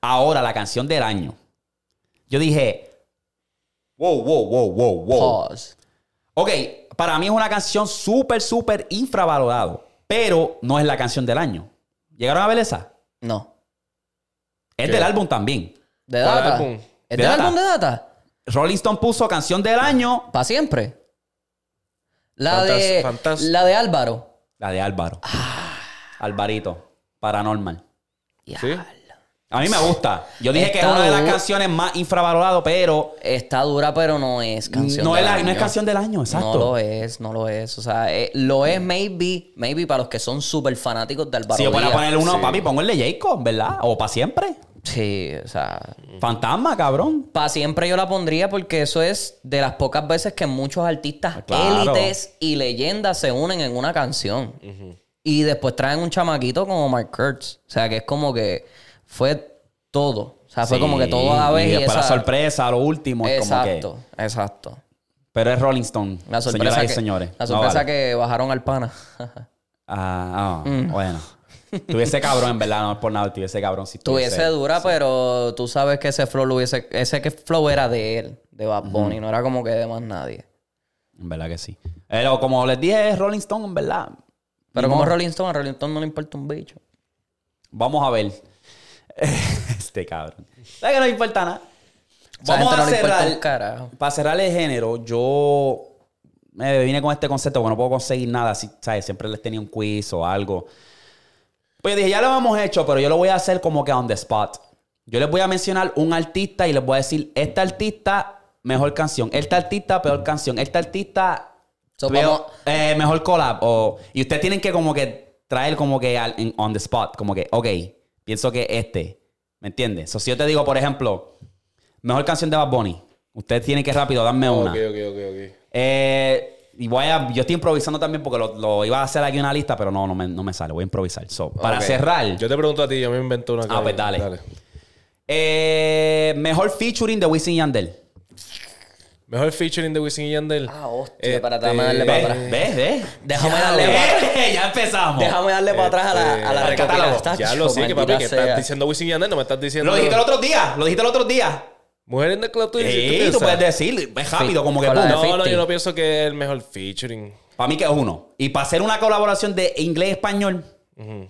[SPEAKER 1] Ahora, la canción del año. Yo dije, wow, wow, wow, wow, wow.
[SPEAKER 2] Pause.
[SPEAKER 1] Ok, para mí es una canción súper, súper infravalorado, pero no es la canción del año. ¿Llegaron a ver esa?
[SPEAKER 2] No.
[SPEAKER 1] Es
[SPEAKER 3] ¿Qué?
[SPEAKER 1] del álbum también.
[SPEAKER 2] ¿De
[SPEAKER 3] ¿Cuál
[SPEAKER 2] data?
[SPEAKER 3] álbum?
[SPEAKER 2] ¿Es
[SPEAKER 1] ¿De
[SPEAKER 2] del
[SPEAKER 1] Data?
[SPEAKER 2] álbum de data?
[SPEAKER 1] Rolling Stone puso canción del año,
[SPEAKER 2] ¿Para siempre? La
[SPEAKER 3] Fantas-
[SPEAKER 2] de.
[SPEAKER 3] fantas-
[SPEAKER 2] La de Álvaro.
[SPEAKER 1] la de Álvaro.
[SPEAKER 2] Ah.
[SPEAKER 1] Alvarito, Paranormal.
[SPEAKER 3] ¿Sí?
[SPEAKER 1] A mí me gusta. Yo dije que es
[SPEAKER 2] Está
[SPEAKER 1] una de las
[SPEAKER 2] duro.
[SPEAKER 1] canciones más infravaloradas, pero
[SPEAKER 2] Está dura, pero no es canción.
[SPEAKER 1] no,
[SPEAKER 2] del
[SPEAKER 1] es la-
[SPEAKER 2] año.
[SPEAKER 1] no es canción del año, exacto.
[SPEAKER 2] No lo es, no lo es. O sea, eh, lo es maybe, maybe para los que son súper fanáticos de Álvaro
[SPEAKER 1] si yo fuera a
[SPEAKER 2] Díaz.
[SPEAKER 1] poner uno,
[SPEAKER 3] Sí.
[SPEAKER 1] papi, pongo el de Jacob, ¿verdad? O para siempre.
[SPEAKER 2] Sí, o sea...
[SPEAKER 1] Fantasma, cabrón.
[SPEAKER 2] Para siempre yo la pondría porque eso es de las pocas veces que muchos artistas
[SPEAKER 1] Ah, Claro.
[SPEAKER 2] élites y leyendas se unen en una canción. Y después traen un chamaquito como Mark Kurtz. O sea, que es como que fue todo. O sea, fue
[SPEAKER 1] Sí,
[SPEAKER 2] como que todo a la vez.
[SPEAKER 1] Y después la
[SPEAKER 2] esa-
[SPEAKER 1] sorpresa, lo último. es como que-
[SPEAKER 2] Exacto, exacto.
[SPEAKER 1] Pero es Rolling Stone.
[SPEAKER 2] La sorpresa,
[SPEAKER 1] señoras
[SPEAKER 2] que,
[SPEAKER 1] y señores.
[SPEAKER 2] La
[SPEAKER 1] No
[SPEAKER 2] sorpresa
[SPEAKER 1] vale.
[SPEAKER 2] que bajaron al pana.
[SPEAKER 1] Ah, ah,
[SPEAKER 2] Mm.
[SPEAKER 1] bueno. Tuviese cabrón, en verdad, no es por nada, tuviese cabrón. Si
[SPEAKER 2] Tuviese dura, pero tú sabes que ese flow lo hubiese, ese que flow era de él, de Bad Bunny, no era como que de más nadie.
[SPEAKER 1] En verdad que sí. Pero como les dije, es Rolling Stone, en verdad.
[SPEAKER 2] Pero
[SPEAKER 1] Ni
[SPEAKER 2] como
[SPEAKER 1] modo.
[SPEAKER 2] Rolling Stone, a Rolling Stone no le importa un bicho.
[SPEAKER 1] Vamos a ver. este cabrón. ¿Sabes que no importa nada?
[SPEAKER 2] O sea,
[SPEAKER 1] Vamos
[SPEAKER 2] gente
[SPEAKER 1] a
[SPEAKER 2] no le importa
[SPEAKER 1] cerrar.
[SPEAKER 2] un carajo.
[SPEAKER 1] Para cerrar el género, yo me vine con este concepto porque no puedo conseguir nada. Así, ¿sabes? Siempre les tenía un quiz o algo. Pues dije, ya lo hemos hecho, pero yo lo voy a hacer como que on the spot. Yo les voy a mencionar un artista y les voy a decir, este artista, mejor canción. Este artista, peor canción. Este artista,
[SPEAKER 2] So,
[SPEAKER 1] peor-
[SPEAKER 2] vamos-
[SPEAKER 1] eh, mejor collab. O, y ustedes tienen que como que traer como que al- en- on the spot. Como que, ok, pienso que este. ¿Me entiendes? So, si yo te digo, por ejemplo, mejor canción de Bad Bunny. Ustedes tienen que rápido darme una.
[SPEAKER 3] Ok, ok, ok, ok.
[SPEAKER 1] Eh, y voy a, yo estoy improvisando también porque lo, lo iba a hacer aquí una lista, pero no, no me, no me sale. Voy a improvisar. So, para
[SPEAKER 2] Ok.
[SPEAKER 1] cerrar,
[SPEAKER 3] Yo te pregunto a ti, yo me invento una.
[SPEAKER 1] Ah, pues dale. eh, mejor featuring de Wisin y Yandel.
[SPEAKER 3] Mejor featuring de Wisin y Yandel. Este,
[SPEAKER 2] Ah, hostia, espérate, déjame darle para
[SPEAKER 1] ¿Ves?
[SPEAKER 2] atrás.
[SPEAKER 1] ¿Ves? ¿Ves?
[SPEAKER 2] Déjame
[SPEAKER 1] Ya,
[SPEAKER 2] darle
[SPEAKER 1] ¿ves?
[SPEAKER 2] para
[SPEAKER 1] Ya empezamos.
[SPEAKER 2] Déjame darle para atrás a la, a la
[SPEAKER 1] Al
[SPEAKER 2] recopilada.
[SPEAKER 1] catálogo.
[SPEAKER 2] Está
[SPEAKER 3] este, Ya
[SPEAKER 2] chico,
[SPEAKER 3] lo sé, que
[SPEAKER 2] maldita
[SPEAKER 3] papi, que
[SPEAKER 2] sea.
[SPEAKER 3] estás diciendo Wisin y Yandel, no me estás diciendo.
[SPEAKER 1] Lo dijiste el otro día. Lo dijiste el otro día.
[SPEAKER 3] Mujer en el club, tú dijiste
[SPEAKER 1] Sí, tú
[SPEAKER 3] esa.
[SPEAKER 1] puedes decir. Es rápido, como que
[SPEAKER 2] Con la
[SPEAKER 1] pum.
[SPEAKER 2] de
[SPEAKER 1] No.
[SPEAKER 3] No, no,
[SPEAKER 2] 50.
[SPEAKER 3] yo no pienso que es el mejor featuring.
[SPEAKER 1] Para mí que es uno. Y para hacer una colaboración de inglés-español,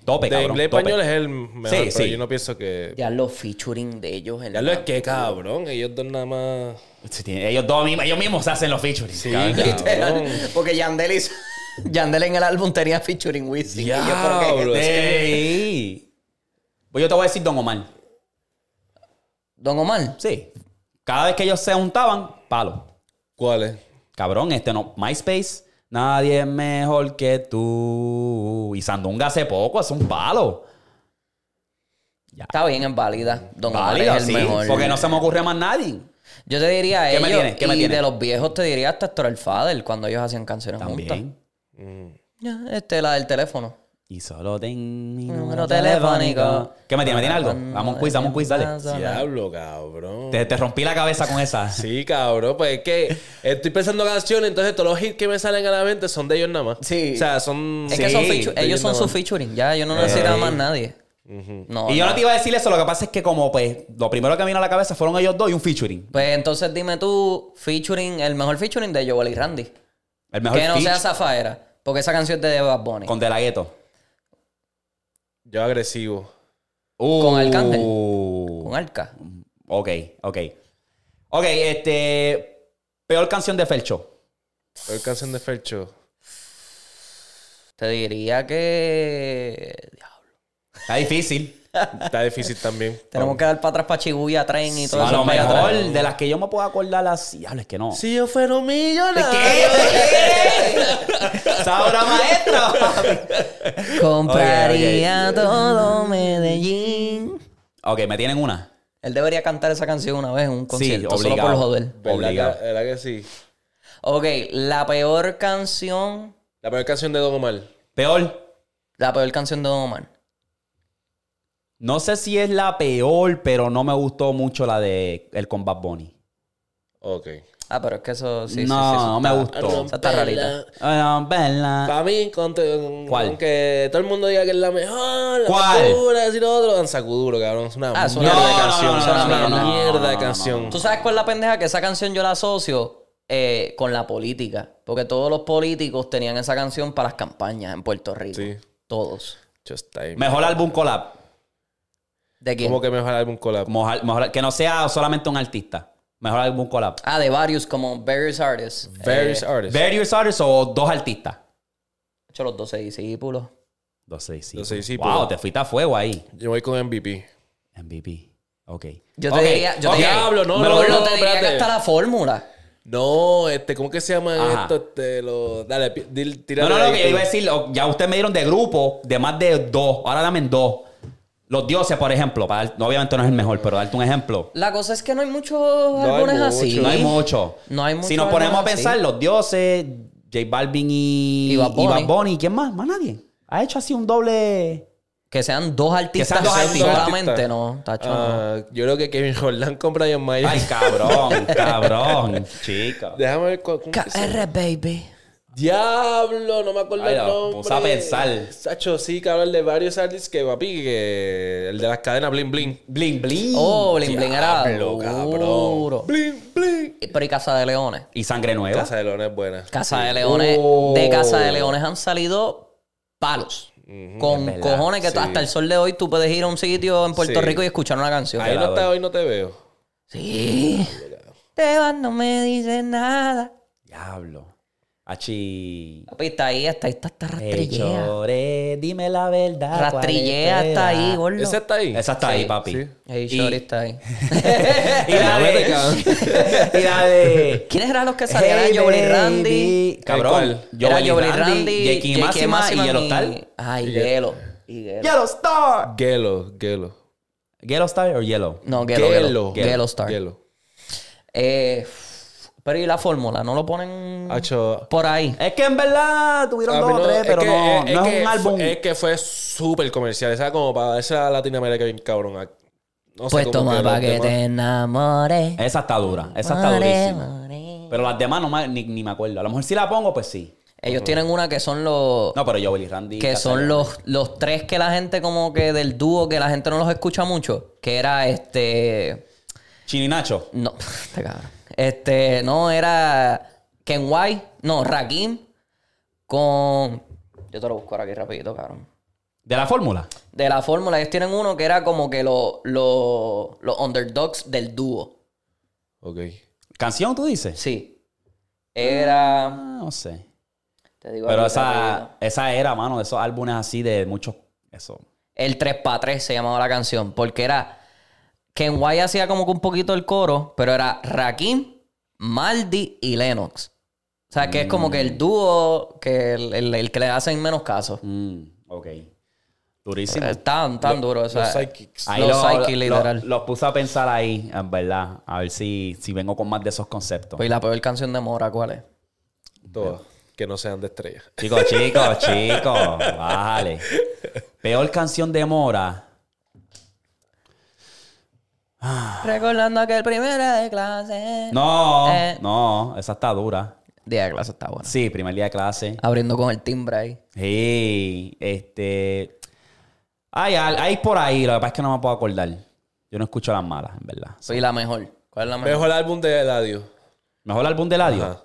[SPEAKER 1] tope,
[SPEAKER 3] de
[SPEAKER 1] cabrón.
[SPEAKER 3] inglés
[SPEAKER 1] tope.
[SPEAKER 3] español es el mejor,
[SPEAKER 1] Sí,
[SPEAKER 3] pero
[SPEAKER 1] sí.
[SPEAKER 3] yo no pienso que.
[SPEAKER 2] Ya los featuring de ellos. en
[SPEAKER 3] Ya lo
[SPEAKER 2] la-
[SPEAKER 3] es que, cabrón. Ellos dos nada más.
[SPEAKER 1] Sí, tiene- Ellos, dos mismos, ellos mismos se hacen los featuring.
[SPEAKER 3] Sí,
[SPEAKER 1] cabrón.
[SPEAKER 3] cabrón.
[SPEAKER 2] Porque Yandel hizo... Yandel en el álbum tenía featuring Wisin. y yo Este, creo que-
[SPEAKER 3] Diablo. es que-
[SPEAKER 1] Ey. Pues yo te voy a decir Don Omar.
[SPEAKER 2] Don Omar.
[SPEAKER 1] Sí. Cada vez que ellos se juntaban, palo.
[SPEAKER 3] ¿Cuál es?
[SPEAKER 1] Cabrón, este no. MySpace, nadie es mejor que tú. Y Sandunga hace poco, es un palo. Ya.
[SPEAKER 2] Está bien, es válida. Don Omar
[SPEAKER 1] Válido,
[SPEAKER 2] es el
[SPEAKER 1] sí,
[SPEAKER 2] mejor.
[SPEAKER 1] Porque no se me ocurre más nadie.
[SPEAKER 2] Yo te diría
[SPEAKER 1] ¿Qué
[SPEAKER 2] ellos.
[SPEAKER 1] me tienes? ¿Qué me
[SPEAKER 2] y
[SPEAKER 1] tienes?
[SPEAKER 2] de los viejos te diría hasta Héctor el Father cuando ellos hacían canciones juntas.
[SPEAKER 1] También.
[SPEAKER 2] Ya, Este, la del teléfono.
[SPEAKER 1] Y solo ten mi
[SPEAKER 2] Número
[SPEAKER 1] número
[SPEAKER 2] telefónico. Mm,
[SPEAKER 1] telefónico. ¿Qué me tiene? ¿Me tiene algo? Vamos un quiz, vamos un quiz,
[SPEAKER 2] Ah,
[SPEAKER 1] dale.
[SPEAKER 3] Diablo, cabrón.
[SPEAKER 1] Te, te rompí la cabeza con esa.
[SPEAKER 3] Sí, cabrón, pues es que estoy pensando canciones, entonces todos los hits que me salen a la mente son de ellos nada más.
[SPEAKER 2] Sí.
[SPEAKER 3] O sea, son.
[SPEAKER 2] Es que son
[SPEAKER 1] Sí,
[SPEAKER 2] feature-
[SPEAKER 3] estoy
[SPEAKER 2] ellos son
[SPEAKER 3] viendo
[SPEAKER 2] su featuring, ya. Yo no necesito a más nadie. No,
[SPEAKER 1] Eh. y yo no
[SPEAKER 2] no.
[SPEAKER 1] te iba a decir eso, lo que pasa es que como pues lo primero que me vino a la cabeza fueron ellos dos y un featuring.
[SPEAKER 2] Pues entonces dime tú, featuring, el mejor featuring de Joel y Randy.
[SPEAKER 1] El mejor
[SPEAKER 2] que no sea
[SPEAKER 1] featuring
[SPEAKER 2] Zafaera, porque esa canción es de Bad Bunny.
[SPEAKER 1] con De La Ghetto.
[SPEAKER 3] Yo agresivo.
[SPEAKER 1] Con
[SPEAKER 2] Arcángel. Con Arca.
[SPEAKER 1] Uh. Ok, ok. Ok, este... Peor canción de Felcho.
[SPEAKER 3] Peor canción de Fercho.
[SPEAKER 2] Te diría que. Diablo.
[SPEAKER 1] Está difícil.
[SPEAKER 3] Está difícil también.
[SPEAKER 2] Tenemos que dar para atrás para Chibuya, tren y todo
[SPEAKER 1] a
[SPEAKER 2] eso.
[SPEAKER 1] lo
[SPEAKER 2] para allá
[SPEAKER 1] mejor
[SPEAKER 2] atrás.
[SPEAKER 1] de las que yo me puedo acordar las... Diablo, es que no.
[SPEAKER 3] Si yo fuera un millonario.
[SPEAKER 1] ¿Sabra maestra? papi?
[SPEAKER 2] Compraría
[SPEAKER 1] Ok, ok.
[SPEAKER 2] todo Medellín.
[SPEAKER 1] ok, me tienen una.
[SPEAKER 2] Él debería cantar esa canción una vez en un concierto, solo por
[SPEAKER 1] obligado.
[SPEAKER 2] joder.
[SPEAKER 3] ¿Verdad,
[SPEAKER 1] Obligado.
[SPEAKER 3] que- verdad que sí?
[SPEAKER 2] Ok, la peor canción.
[SPEAKER 3] La peor canción de Don Omar.
[SPEAKER 1] Peor.
[SPEAKER 2] La peor canción de Don Omar.
[SPEAKER 1] No sé si es la peor, pero no me gustó mucho la de el con Bad Bunny.
[SPEAKER 3] Ok.
[SPEAKER 2] Ah, pero es que eso sí, sí,
[SPEAKER 1] no,
[SPEAKER 2] sí,
[SPEAKER 1] no
[SPEAKER 2] eso
[SPEAKER 1] me
[SPEAKER 2] está-
[SPEAKER 1] gustó.
[SPEAKER 2] Esa está rarita.
[SPEAKER 1] Ah, verla.
[SPEAKER 3] Para mí, con, con-
[SPEAKER 1] ¿Cuál?
[SPEAKER 3] con que todo el mundo diga que es la mejor, la
[SPEAKER 1] ¿Cuál?
[SPEAKER 3] más dura, decir otro, Dan Sacuduro, cabrón. Es una
[SPEAKER 2] Ah, es una-
[SPEAKER 3] mierda de
[SPEAKER 2] No, no, no,
[SPEAKER 3] canción.
[SPEAKER 2] no,
[SPEAKER 3] Es
[SPEAKER 2] no,
[SPEAKER 3] una
[SPEAKER 2] no, no,
[SPEAKER 1] no,
[SPEAKER 3] mierda de
[SPEAKER 1] no, no,
[SPEAKER 3] canción.
[SPEAKER 2] ¿Tú sabes cuál es la pendeja? Que esa canción yo la asocio eh, con la política. Porque todos los políticos tenían esa canción para las campañas en Puerto Rico.
[SPEAKER 3] Sí.
[SPEAKER 2] Todos.
[SPEAKER 3] Just time.
[SPEAKER 1] Mejor álbum collab.
[SPEAKER 2] ¿De quién?
[SPEAKER 3] ¿Cómo que mejor álbum collab?
[SPEAKER 1] Mejor- mejor- que no sea solamente un artista. Mejor álbum collab.
[SPEAKER 2] Ah, de varios, como various artists.
[SPEAKER 3] Various
[SPEAKER 2] Eh,
[SPEAKER 3] artists.
[SPEAKER 1] Various artists o dos artistas.
[SPEAKER 2] hecho, los 12 discípulos.
[SPEAKER 1] 12 discípulos.
[SPEAKER 3] Doce discípulos.
[SPEAKER 1] Wow, te fuiste a fuego ahí.
[SPEAKER 3] Yo voy con MVP.
[SPEAKER 1] MVP. Ok.
[SPEAKER 2] Yo te
[SPEAKER 1] Ok,
[SPEAKER 2] diría. Yo te
[SPEAKER 1] ok.
[SPEAKER 2] diría-
[SPEAKER 3] Diablo, no,
[SPEAKER 2] Pero
[SPEAKER 3] no,
[SPEAKER 2] yo
[SPEAKER 3] no,
[SPEAKER 2] te diría que
[SPEAKER 3] espérate.
[SPEAKER 2] hasta la fórmula.
[SPEAKER 3] No, este, ¿cómo que se llama
[SPEAKER 1] Ajá.
[SPEAKER 3] esto? Este, lo... Dale, pi- dil-
[SPEAKER 1] No,
[SPEAKER 3] tírale
[SPEAKER 1] no, no,
[SPEAKER 3] ahí
[SPEAKER 1] que
[SPEAKER 2] este.
[SPEAKER 3] tú.
[SPEAKER 1] yo iba a decir, lo- ya ustedes me dieron de grupo, de más de dos, ahora dame en dos. Los dioses, por ejemplo, para dar- obviamente no es el mejor, pero darte un ejemplo.
[SPEAKER 2] La cosa es que no hay muchos
[SPEAKER 3] hay
[SPEAKER 2] álbumes así.
[SPEAKER 3] mucho.
[SPEAKER 1] No hay mucho.
[SPEAKER 2] No hay mucho
[SPEAKER 1] Si nos ponemos a
[SPEAKER 2] álbum así.
[SPEAKER 1] pensar, los dioses, J Balvin y,
[SPEAKER 2] Y Bad Bunny.
[SPEAKER 1] y Bunny, ¿quién más? Más nadie. Ha hecho así un doble.
[SPEAKER 2] Que sean dos artistas
[SPEAKER 1] sean dos artistas.
[SPEAKER 2] solamente, no, tacho, no.
[SPEAKER 3] Ah, yo creo que Kevin Jordan con Brian Mayer.
[SPEAKER 1] Ay, cabrón, cabrón, chico.
[SPEAKER 3] Déjame ver cu- cómo que se-
[SPEAKER 2] KR, baby.
[SPEAKER 3] Diablo, no me acuerdo
[SPEAKER 1] Ay,
[SPEAKER 3] el
[SPEAKER 1] la
[SPEAKER 3] nombre.
[SPEAKER 1] puse a pensar.
[SPEAKER 3] Sacho, sí, cabrón, de varios artists que papi, que el de las cadenas Bling Bling.
[SPEAKER 1] Bling, bling.
[SPEAKER 2] Oh, Bling Bling era
[SPEAKER 3] Diablo,
[SPEAKER 2] duro.
[SPEAKER 3] cabrón. Bling Bling.
[SPEAKER 2] Pero y Casa de Leones.
[SPEAKER 1] Y sangre nueva.
[SPEAKER 3] Casa de León es buena.
[SPEAKER 2] Casa de Leones.
[SPEAKER 1] Oh.
[SPEAKER 2] De Casa de Leones han salido palos. Con
[SPEAKER 1] verdad,
[SPEAKER 2] cojones que tú-
[SPEAKER 3] sí.
[SPEAKER 2] hasta el sol de hoy tú puedes ir a un sitio en Puerto
[SPEAKER 3] Sí.
[SPEAKER 2] Rico y escuchar una canción.
[SPEAKER 3] Ahí
[SPEAKER 1] la
[SPEAKER 3] no está,
[SPEAKER 1] doy.
[SPEAKER 3] hoy no te veo.
[SPEAKER 2] Sí. Te vas, no me dices nada.
[SPEAKER 1] Diablo. Achi.
[SPEAKER 2] Papi, está ahí, está ahí, está, está rastrillea.
[SPEAKER 1] Chore, dime la verdad.
[SPEAKER 2] Rastrillea
[SPEAKER 1] cuál
[SPEAKER 2] está
[SPEAKER 1] era.
[SPEAKER 2] ahí, gordo.
[SPEAKER 3] Ese está ahí.
[SPEAKER 1] Esa está
[SPEAKER 2] Sí,
[SPEAKER 1] ahí, papi.
[SPEAKER 3] sí.
[SPEAKER 2] Ey,
[SPEAKER 1] Y-
[SPEAKER 2] Shorty está ahí.
[SPEAKER 1] Y la
[SPEAKER 3] Vete,
[SPEAKER 1] de. y la de.
[SPEAKER 2] ¿Quiénes eran los que salían?
[SPEAKER 1] Hey,
[SPEAKER 2] Era Jowell y
[SPEAKER 1] baby.
[SPEAKER 2] Randy.
[SPEAKER 1] Cabrón.
[SPEAKER 3] ¿Cuál?
[SPEAKER 2] Era Jowell y Randy.
[SPEAKER 1] Randy, Jackie
[SPEAKER 2] J.K.
[SPEAKER 1] Máxima y
[SPEAKER 2] Massiman
[SPEAKER 1] Yellowstar.
[SPEAKER 2] Ay, Yelo. Y Gelo.
[SPEAKER 1] Yellowstar.
[SPEAKER 3] Gelo, Gelo.
[SPEAKER 1] Yellowstar o Yellow.
[SPEAKER 2] No, Gelo. Gelo.
[SPEAKER 3] Gelo.
[SPEAKER 2] Gelo Star.
[SPEAKER 3] Gelo.
[SPEAKER 2] Eh, pero y la fórmula, ¿no lo ponen
[SPEAKER 3] Acho,
[SPEAKER 2] por ahí?
[SPEAKER 1] Es que en verdad tuvieron
[SPEAKER 3] A
[SPEAKER 1] dos
[SPEAKER 3] mí
[SPEAKER 1] o tres, pero
[SPEAKER 3] que-
[SPEAKER 1] no, no es,
[SPEAKER 3] que
[SPEAKER 1] un
[SPEAKER 3] fue-
[SPEAKER 1] álbum.
[SPEAKER 3] Es que fue súper comercial. Esa como para esa Latinoamérica bien cabrón. ah, No sé,
[SPEAKER 2] Pues
[SPEAKER 3] como
[SPEAKER 2] toma
[SPEAKER 3] que
[SPEAKER 2] pa'
[SPEAKER 3] los
[SPEAKER 2] que
[SPEAKER 3] demás-
[SPEAKER 2] te enamores.
[SPEAKER 1] Esa está dura, Eh, esa está
[SPEAKER 2] More,
[SPEAKER 1] durísima.
[SPEAKER 2] more.
[SPEAKER 1] Pero las demás no me- ni, ni me acuerdo. A lo mejor si la pongo, pues sí.
[SPEAKER 2] Ellos tienen una que son los...
[SPEAKER 1] No, pero yo, Billy Randy.
[SPEAKER 2] que
[SPEAKER 1] Casaleo.
[SPEAKER 2] son los, los tres que la gente como que del dúo que la gente no los escucha mucho. Que era este...
[SPEAKER 1] Chininacho.
[SPEAKER 2] No, este cabrón. Este, no, era Ken White, no, Rakim con... Yo te lo busco ahora aquí rapidito, cabrón.
[SPEAKER 1] De la fórmula.
[SPEAKER 2] De la fórmula, ellos tienen uno que era como que lo- lo- los underdogs del dúo.
[SPEAKER 3] Ok.
[SPEAKER 1] ¿Canción tú dices?
[SPEAKER 2] Sí. Era...
[SPEAKER 1] Ah, no sé.
[SPEAKER 2] Te digo
[SPEAKER 1] Pero
[SPEAKER 2] aquí
[SPEAKER 1] esa,
[SPEAKER 2] rapidito.
[SPEAKER 1] esa era, mano, de esos álbumes así de muchos. Eso.
[SPEAKER 2] El 3x3 se llamaba la canción, porque era... Ken White hacía como que un poquito el coro, pero era Rakim, Maldi y Lennox. O sea, que es
[SPEAKER 3] Mm.
[SPEAKER 2] como que el dúo que el, el- el que le hacen menos caso.
[SPEAKER 1] Mm, ok. Durísimo.
[SPEAKER 2] Es Eh, tan, tan duro. O sea,
[SPEAKER 3] los psychics.
[SPEAKER 1] Ahí
[SPEAKER 2] los
[SPEAKER 1] lo-
[SPEAKER 2] psychics,
[SPEAKER 1] lo-
[SPEAKER 2] literal.
[SPEAKER 1] Los puse a pensar ahí, en verdad. A ver si, si vengo con más de esos conceptos.
[SPEAKER 2] Pues, ¿Y la peor canción de Mora cuál es?
[SPEAKER 3] Todas. Que no sean de estrellas.
[SPEAKER 1] Chicos, chicos, chicos. Vale. Peor canción de Mora.
[SPEAKER 2] Recordando que el primero de clase.
[SPEAKER 1] No,
[SPEAKER 2] Eh.
[SPEAKER 1] no, esa está dura.
[SPEAKER 2] Día de clase está bueno.
[SPEAKER 1] Sí, primer día de clase.
[SPEAKER 2] Abriendo con el timbre ahí.
[SPEAKER 1] Sí, este. Hay, al- hay por ahí, lo que pasa es que no me puedo acordar. Yo no escucho las malas, en verdad.
[SPEAKER 2] Soy la mejor. ¿Cuál es la mejor?
[SPEAKER 3] Mejor álbum de Eladio.
[SPEAKER 1] Mejor álbum de Eladio.
[SPEAKER 3] Ajá.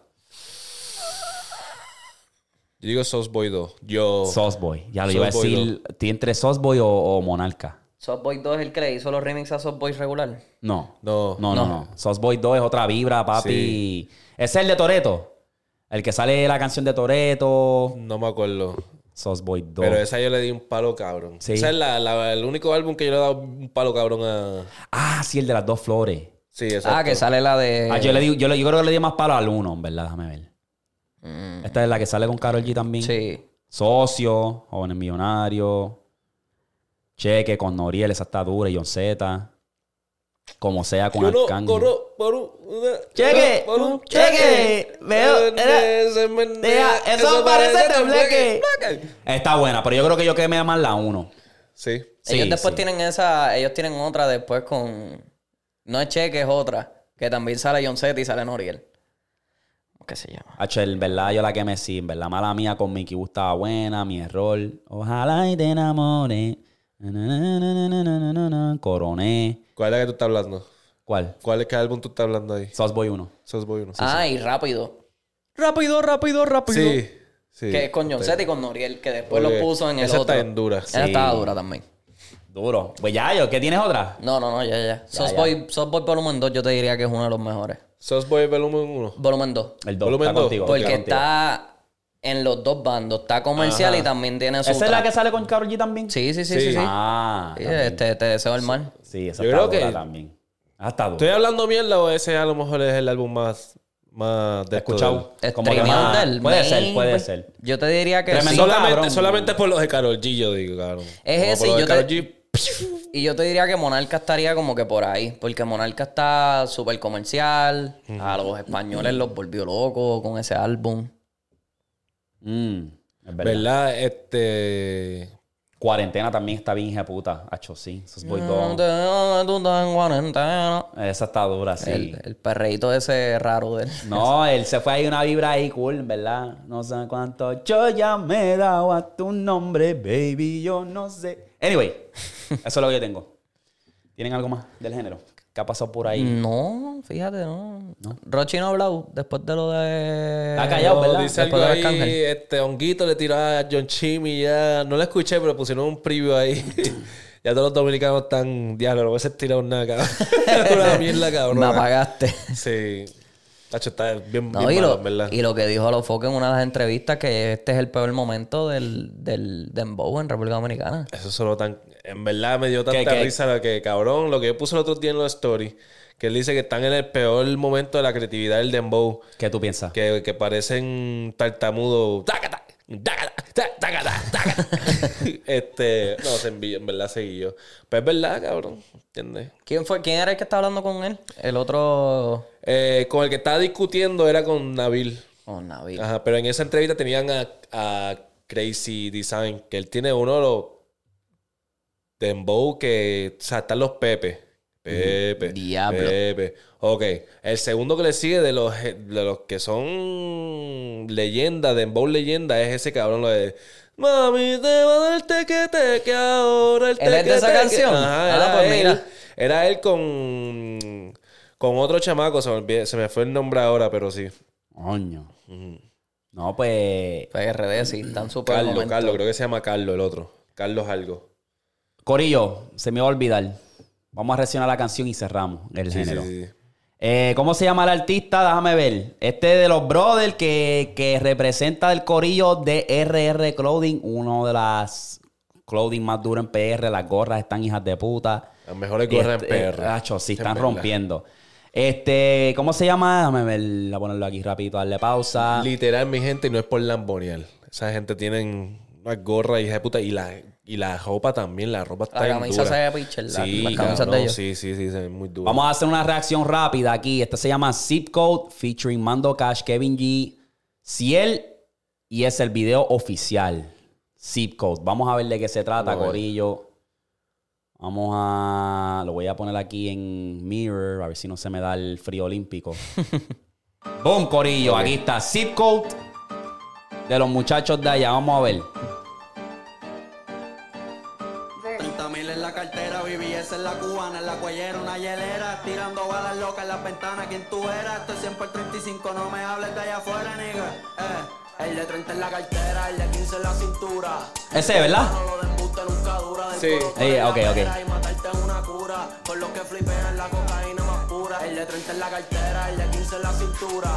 [SPEAKER 3] Yo digo Sauce Boy 2. Yo.
[SPEAKER 1] Sosboy. Ya lo iba a
[SPEAKER 3] Sauce Boy
[SPEAKER 1] decir. ¿Estoy entre Sosboy o, o Monarca?
[SPEAKER 2] Soft Boy 2 es el que le hizo los remixes a Soft Boy regular.
[SPEAKER 1] No.
[SPEAKER 3] No.
[SPEAKER 1] No, no, no. Sosboy 2 es otra vibra, papi. Es el de Toreto. El que sale la canción de Toreto.
[SPEAKER 3] No me acuerdo.
[SPEAKER 1] Sosboy 2.
[SPEAKER 3] Pero esa yo le di un palo cabrón.
[SPEAKER 1] Sí.
[SPEAKER 3] Esa es la- la- el único álbum que yo le he dado un palo cabrón a.
[SPEAKER 1] Ah, sí, el de las dos flores.
[SPEAKER 3] Sí, exacto.
[SPEAKER 2] Ah, que sale la de.
[SPEAKER 1] Ah, yo, le di, yo, le- yo creo que le di más palo al uno, en verdad, déjame ver. Esta es la que sale con Carol G también.
[SPEAKER 2] Mm, Sí.
[SPEAKER 1] Socio, Jóvenes Millonarios, Cheque con Noriel, esa está dura, y John Z. Como sea con
[SPEAKER 3] Yo no
[SPEAKER 1] Arcángel.
[SPEAKER 3] corro por una-
[SPEAKER 1] Cheque,
[SPEAKER 3] por un
[SPEAKER 1] cheque. Veo, era-
[SPEAKER 3] Ese men-
[SPEAKER 1] Deja, eso parece tembleque. Está buena, pero yo creo que yo quemé más la 1.
[SPEAKER 3] Sí.
[SPEAKER 1] Sí,
[SPEAKER 2] ellos después
[SPEAKER 1] sí.
[SPEAKER 2] tienen esa. Ellos tienen otra después con. No es Cheque, es otra. Que también sale John Zeta y sale Noriel. ¿Qué se llama?
[SPEAKER 1] H, en verdad yo la quemé sí, en verdad mala mía con Mickey Wu estaba buena, mi error. Ojalá y te enamore. Na, na, na, na, na, na, na, na. Coroné.
[SPEAKER 3] ¿Cuál es la que tú estás hablando?
[SPEAKER 1] ¿Cuál?
[SPEAKER 3] ¿Cuál es que álbum tú estás hablando ahí?
[SPEAKER 1] Sosboy 1.
[SPEAKER 3] Sos Boy 1. Sí.
[SPEAKER 2] ah, y rápido. Rápido, rápido, rápido.
[SPEAKER 3] sí. sí.
[SPEAKER 2] Que es con John Zeta y con Noriel, que después
[SPEAKER 3] Ok.
[SPEAKER 2] lo puso en el
[SPEAKER 3] Esa
[SPEAKER 2] otro.
[SPEAKER 3] está en dura.
[SPEAKER 2] Esa estaba dura también.
[SPEAKER 1] Duro. Pues ya, yo, ¿qué tienes otra?
[SPEAKER 2] No, no, no, ya, ya. Softboy, Softboy Volumen 2 yo te diría que es uno de los mejores.
[SPEAKER 3] Sos Boy Volumen 1.
[SPEAKER 2] Volumen 2.
[SPEAKER 1] El 2.
[SPEAKER 3] Volumen
[SPEAKER 1] Está
[SPEAKER 3] dos.
[SPEAKER 1] contigo.
[SPEAKER 2] Porque
[SPEAKER 1] está contigo.
[SPEAKER 2] está en los dos bandos. Está comercial y también tiene su...
[SPEAKER 1] ¿Esa es la
[SPEAKER 2] tra-
[SPEAKER 1] que sale con Karol G también?
[SPEAKER 2] Sí, sí, sí,
[SPEAKER 3] Sí.
[SPEAKER 2] sí. sí.
[SPEAKER 1] Ah,
[SPEAKER 2] Sí, este, te deseo el mal.
[SPEAKER 1] sí, esa
[SPEAKER 3] Yo
[SPEAKER 1] está
[SPEAKER 3] creo que-
[SPEAKER 1] dura también. Ah, está dura.
[SPEAKER 3] ¿Estoy hablando mierda o ese a lo mejor es el álbum más, más de esto
[SPEAKER 1] Escuchado.
[SPEAKER 2] Te
[SPEAKER 1] Como que
[SPEAKER 2] streamearon
[SPEAKER 1] más-
[SPEAKER 2] del
[SPEAKER 1] Puede
[SPEAKER 2] main,
[SPEAKER 1] ser, puede
[SPEAKER 2] pues.
[SPEAKER 1] ser.
[SPEAKER 2] Yo te diría que
[SPEAKER 1] Tremendo.
[SPEAKER 3] de-
[SPEAKER 2] sí.
[SPEAKER 1] cabrón.
[SPEAKER 3] Solamente, solamente por los de Karol G, yo digo, cabrón.
[SPEAKER 2] Es
[SPEAKER 3] Como
[SPEAKER 2] ese,
[SPEAKER 3] por
[SPEAKER 2] yo
[SPEAKER 3] los de
[SPEAKER 2] te-
[SPEAKER 3] Karol G,
[SPEAKER 2] Y yo te diría que Monarca estaría como que por ahí. Porque Monarca está súper comercial. A los españoles los volvió locos con ese álbum.
[SPEAKER 1] Mm, es verdad.
[SPEAKER 3] ¿verdad? Este.
[SPEAKER 1] Cuarentena también está bien hija puta. Hacho, sí. Eso es
[SPEAKER 2] No te- tú estás en cuarentena.
[SPEAKER 1] Esa está dura, sí.
[SPEAKER 2] El, el perreíto ese raro de él.
[SPEAKER 1] No, él se fue ahí una vibra ahí cool, en ¿verdad? No sé cuánto. Yo ya me he dado a tu nombre, baby. Yo no sé. Anyway, eso es lo que yo tengo. ¿Tienen algo más del género? ¿Qué ha pasado por
[SPEAKER 3] Mm.
[SPEAKER 1] ahí?
[SPEAKER 2] No, fíjate, no. Rochi no ha hablado después de lo de.
[SPEAKER 1] Está callado,
[SPEAKER 3] no,
[SPEAKER 1] ¿verdad?
[SPEAKER 3] Dice algo
[SPEAKER 2] Después de
[SPEAKER 3] ahí,
[SPEAKER 2] Arcángel.
[SPEAKER 3] este honguito le tiró a John Chimmy ya. No lo escuché, pero pusieron un preview ahí. ya todos los dominicanos están diablo, no voy a tirar nada, cabrón. Una mierda,
[SPEAKER 2] Me
[SPEAKER 3] cabrón.
[SPEAKER 2] apagaste.
[SPEAKER 3] Sí. Tacho, está bien,
[SPEAKER 2] No,
[SPEAKER 3] bien
[SPEAKER 2] y,
[SPEAKER 3] malo,
[SPEAKER 2] lo,
[SPEAKER 3] en ¿verdad?
[SPEAKER 2] y lo que dijo Alofoque en una de las entrevistas, que este es el peor momento del, del Dembow en República Dominicana.
[SPEAKER 3] Eso solo tan. En verdad me dio tanta
[SPEAKER 1] ¿Qué, qué?
[SPEAKER 3] risa lo que, cabrón, lo que yo puse el otro día en los stories, que él dice que están en el peor momento de la creatividad del Dembow.
[SPEAKER 1] ¿Qué tú piensas?
[SPEAKER 3] Que, que parecen tartamudos. ¡Tácata! ¡Tácata! tá- ¡Tácata! ¡Tácata! este. No, se envió, en verdad seguí yo. Pero es verdad, cabrón. ¿Entiendes?
[SPEAKER 2] ¿Quién fue? ¿Quién era el que estaba hablando con él? El otro.
[SPEAKER 3] Eh, con el que estaba discutiendo era con Nabil.
[SPEAKER 2] Oh, Navi.
[SPEAKER 3] Ajá, pero en esa entrevista tenían a, a Crazy Design, que él tiene uno de los Dembow que. O sea, están los Pepe. Pepe.
[SPEAKER 2] Diablo.
[SPEAKER 3] Pepe. Ok. El segundo que le sigue de los, de los que son leyenda, Dembow leyenda, es ese cabrón, lo de. Mami, te va a dar el teque teque ahora. El
[SPEAKER 2] ¿Él es de
[SPEAKER 3] teque,
[SPEAKER 2] esa
[SPEAKER 3] teque".
[SPEAKER 2] canción?
[SPEAKER 3] Ajá,
[SPEAKER 2] Ah,
[SPEAKER 3] era
[SPEAKER 2] pues
[SPEAKER 3] él.
[SPEAKER 2] mira.
[SPEAKER 3] Era él con. Con otro chamaco, se me, olvidé- se me fue el nombre ahora, pero sí.
[SPEAKER 1] Coño.
[SPEAKER 3] Mm-hmm.
[SPEAKER 1] No, pues.
[SPEAKER 2] PRD, sí, están súper.
[SPEAKER 3] Carlos,
[SPEAKER 2] momento.
[SPEAKER 3] Carlos, creo que se llama Carlos el otro. Carlos algo.
[SPEAKER 1] Corillo, se me va a olvidar. Vamos a reaccionar a la canción y cerramos el
[SPEAKER 3] Sí,
[SPEAKER 1] género.
[SPEAKER 3] sí, sí.
[SPEAKER 1] Eh, ¿Cómo se llama el artista? Déjame ver. Este es de los brothers que, que representa el corillo de RR Clothing, uno de las clothing más duras en PR. Las gorras están hijas de puta.
[SPEAKER 3] Las mejores gorras en
[SPEAKER 1] Este, eh,
[SPEAKER 3] PR.
[SPEAKER 1] Nacho, sí,
[SPEAKER 3] En
[SPEAKER 1] están
[SPEAKER 3] verdad.
[SPEAKER 1] rompiendo. Este, ¿cómo se llama? Déjame ver, voy a ponerlo aquí rapidito, darle pausa.
[SPEAKER 3] Literal, mi gente, y no es por lambonear. Esa gente tienen una gorra hija de puta. Y la, y la ropa también, la ropa está
[SPEAKER 2] La
[SPEAKER 3] bien
[SPEAKER 2] camisa
[SPEAKER 3] dura.
[SPEAKER 2] se ve pichel, la-
[SPEAKER 3] sí,
[SPEAKER 2] las camisas de
[SPEAKER 3] cabrón,
[SPEAKER 2] ellos.
[SPEAKER 3] Sí, sí, sí, se ve muy dura.
[SPEAKER 1] Vamos a hacer una reacción rápida aquí. Esta se llama Zip Code featuring Mando Cash, Kevin G, Ciel y es el video oficial. Zip Code. Vamos a ver de qué se trata,
[SPEAKER 3] Vamos a ver.
[SPEAKER 1] Corillo. Vamos a. Lo voy a poner aquí en Mirror, a ver si no se me da el frío olímpico. Boom, Corillo. Aquí está Zip Code de los muchachos de allá. Vamos a ver.
[SPEAKER 4] 30 mil en la cartera, viví esa en la cubana, en la cuellera, una hielera, tirando balas locas en las ventanas, quien tú eras, estoy siempre el 35, no me hables de allá afuera, nigga. Eh, el de 30 en la cartera, el de 15 en la cintura.
[SPEAKER 1] Ese, ¿verdad?
[SPEAKER 4] No lo desbuste nunca dura, del
[SPEAKER 3] Sí.
[SPEAKER 4] coro tú
[SPEAKER 1] Eh,
[SPEAKER 4] eres
[SPEAKER 1] ok,
[SPEAKER 4] la
[SPEAKER 1] ok.
[SPEAKER 4] pera Y matarte es una cura, con los que flipean la cocaína más pura. El de 30 en la cartera, el de 15 en la cintura.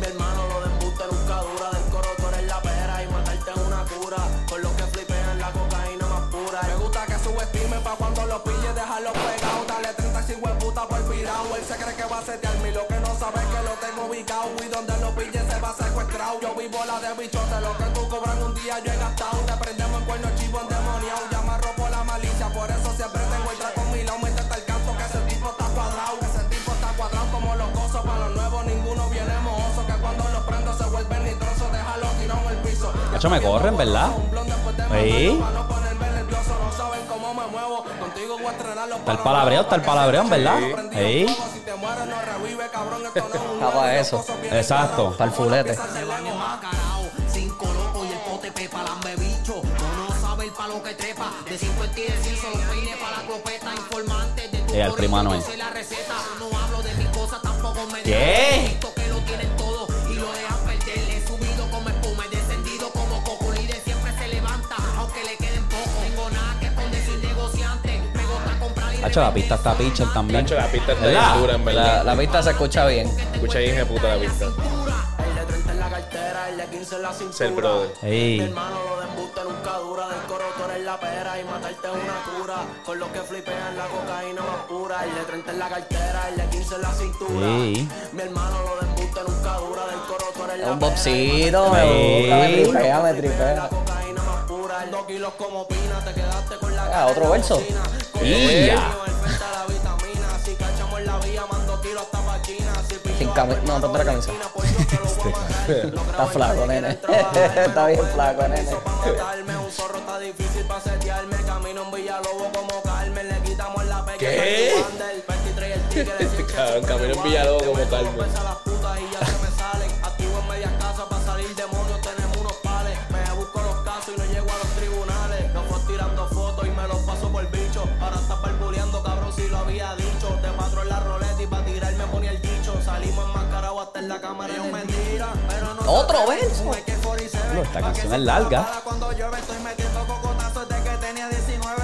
[SPEAKER 4] Mi hermano lo desbuste nunca dura, del coro tú eres la pera y matarte es una cura, con los que flipean la cocaína más pura. Me gusta que subestime pa' cuando lo pille, dejarlo pegado, dale 30 sin hueputa por virado. Él se cree que va a setearme y lo que no sabe es que lo tengo ubicado y donde lo pille se va secuestrado. Yo vivo la de bichote, lo que tú cobras un día yo he gastado, te prendemos el cuerno chivo endemoniado, ya me arropo la malicia, por eso siempre tengo el trapo mi lado, métete al canto que ese tipo está cuadrado, ese tipo está cuadrado como los gozos, para los nuevos ninguno viene mohoso, que cuando los prendo se vuelven nitrosos, déjalo tirado en el piso.
[SPEAKER 1] Cacho, me corren, ¿verdad? Sí.
[SPEAKER 4] Para no ponerme nervioso, no saben cómo me muevo. Contigo voy a estrenar los
[SPEAKER 1] Está el palabreo, está el palabreón, ¿verdad? Sí.
[SPEAKER 4] Si te mueres, no revive, cabrón. Esto no es un
[SPEAKER 2] Está pa'
[SPEAKER 4] juego,
[SPEAKER 2] eso.
[SPEAKER 4] los cosas vienen
[SPEAKER 1] Exacto.
[SPEAKER 4] cuadrados,
[SPEAKER 2] Pa'l
[SPEAKER 4] como las
[SPEAKER 2] fulete.
[SPEAKER 4] piezas del año.
[SPEAKER 5] enmascarao, cinco locos y el pote pepa lambe bicho. Uno sabe el palo que trepa, de 50 y de 100 son los peines para la copeta. Informante de tu
[SPEAKER 1] Eh, al
[SPEAKER 5] corrido,
[SPEAKER 1] primo
[SPEAKER 5] yo
[SPEAKER 1] Anuel.
[SPEAKER 5] sé la receta. No hablo de mis cosas, tampoco me
[SPEAKER 1] ¿Qué?
[SPEAKER 5] Visto que lo tienen todo y lo dejan perder. He subido como espuma, he descendido como coco. Líder siempre se levanta, aunque le queden poco. Tengo nada que esconder, soy negociante. Me gusta comprar y
[SPEAKER 1] Cacho, la pista
[SPEAKER 5] revender,
[SPEAKER 1] está
[SPEAKER 5] soy
[SPEAKER 1] pichel
[SPEAKER 5] amante.
[SPEAKER 1] también.
[SPEAKER 3] Cacho, la pista está
[SPEAKER 1] ¿Verdad?
[SPEAKER 3] bien dura, en
[SPEAKER 2] La,
[SPEAKER 3] verdad.
[SPEAKER 2] la pista se escucha bien.
[SPEAKER 3] Escucha hija de puta la pista.
[SPEAKER 4] El de 30 en la cartera, el de 15 en la cintura.
[SPEAKER 3] Ser brother.
[SPEAKER 1] Ey.
[SPEAKER 4] Mi hermano lo de embuste nunca dura, del coro tú eres la pera y matarte es una cura. Con los que flipean la cocaína más pura. El de 30 en la cartera, el de 15 en la cintura.
[SPEAKER 1] Ey.
[SPEAKER 4] Mi hermano lo de embuste nunca dura, del coro tú eres
[SPEAKER 2] Es
[SPEAKER 4] la
[SPEAKER 2] un
[SPEAKER 4] pera y
[SPEAKER 2] bobcito, me gusta, me
[SPEAKER 1] Sí.
[SPEAKER 2] tripea, me tripea.
[SPEAKER 4] la cocaína más pura. El dos kilos como pina, te quedaste con la
[SPEAKER 2] Ah, otro
[SPEAKER 4] de
[SPEAKER 2] verso.
[SPEAKER 4] cocina. Con
[SPEAKER 1] Ya.
[SPEAKER 4] el niño, el frente a la vitamina. Si cachamos la vía, mando kilos hasta pa' China. Si pillo a
[SPEAKER 2] cami-
[SPEAKER 4] Fernando
[SPEAKER 2] no, ponte la camisa.
[SPEAKER 4] Valentina, por Dios que lo voy a matar. No creo
[SPEAKER 2] Está
[SPEAKER 4] en
[SPEAKER 2] flaco,
[SPEAKER 4] nadie,
[SPEAKER 2] nene.
[SPEAKER 4] quieren trabajar,
[SPEAKER 2] Está bien
[SPEAKER 4] pero
[SPEAKER 2] flaco,
[SPEAKER 4] pueden
[SPEAKER 2] nene.
[SPEAKER 4] permiso pa' matarme. Un zorro está difícil pa' setearme. Camino en Villalobos como Carmen. Le quitamos la peca.
[SPEAKER 3] ¿Qué?
[SPEAKER 4] al Wander, el 23 y el Tigre, decir que
[SPEAKER 3] Cabrón,
[SPEAKER 4] siempre
[SPEAKER 3] camino en
[SPEAKER 4] igual.
[SPEAKER 3] Villalobos
[SPEAKER 4] Le
[SPEAKER 3] como
[SPEAKER 4] meto los
[SPEAKER 3] Carmen.
[SPEAKER 4] besos a las putas y ya se me salen. Activo en medias casas para salir demonios, tenemos unos pales. Me busco los casos y no llego a los tribunales. No fue tirando fotos y me los paso por bicho. Ahora estás barbuleando, cabrón, si lo había dicho. Te patro en la roleta y para tirarme ponía el dicho. Salimos enmascarados hasta en la cámara y es mentira. Pero no
[SPEAKER 2] Otro verso.
[SPEAKER 1] No, esta canción es larga.
[SPEAKER 4] Cuando llueve estoy metiendo cocotazos desde que tenía 19.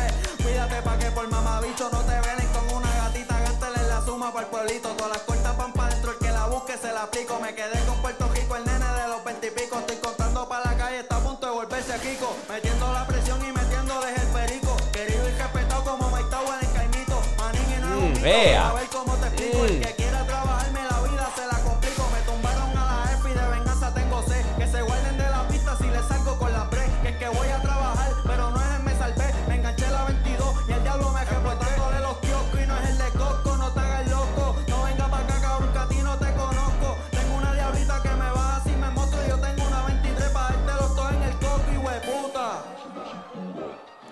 [SPEAKER 4] Cuídate pa' que por mamabicho no te venen con una gatita. Gántale la suma para el pueblito. Todas las cortas van para adentro. El que la busque se la aplico. Me quedé con Puerto Rico, el nene de los 20 y pico. Estoy contando para la calle, está a punto de volverse Kiko. Metiendo la presión y metiendo desde el perico. Querido y respetado como Mike Tower en Caimito. Manín en Aguilito.
[SPEAKER 1] vea.
[SPEAKER 4] A ver cómo te explico. El que quiera trabajarme la vida se la complico. Me tumbaron a la F y de venganza tengo sed. Que se guarden de la pista si les salgo con la pre. Que es que voy a trabajar, pero no es el me salvé. Me enganché la 22 y el diablo me explotándole los kioscos. Y no es el de Costco, no te hagas loco. No venga pa' acá, cabrón, que a ti no te conozco. Tengo una diablita que me baja si me mostro. Yo tengo una 23 para darte los dos en el coco y hueputa.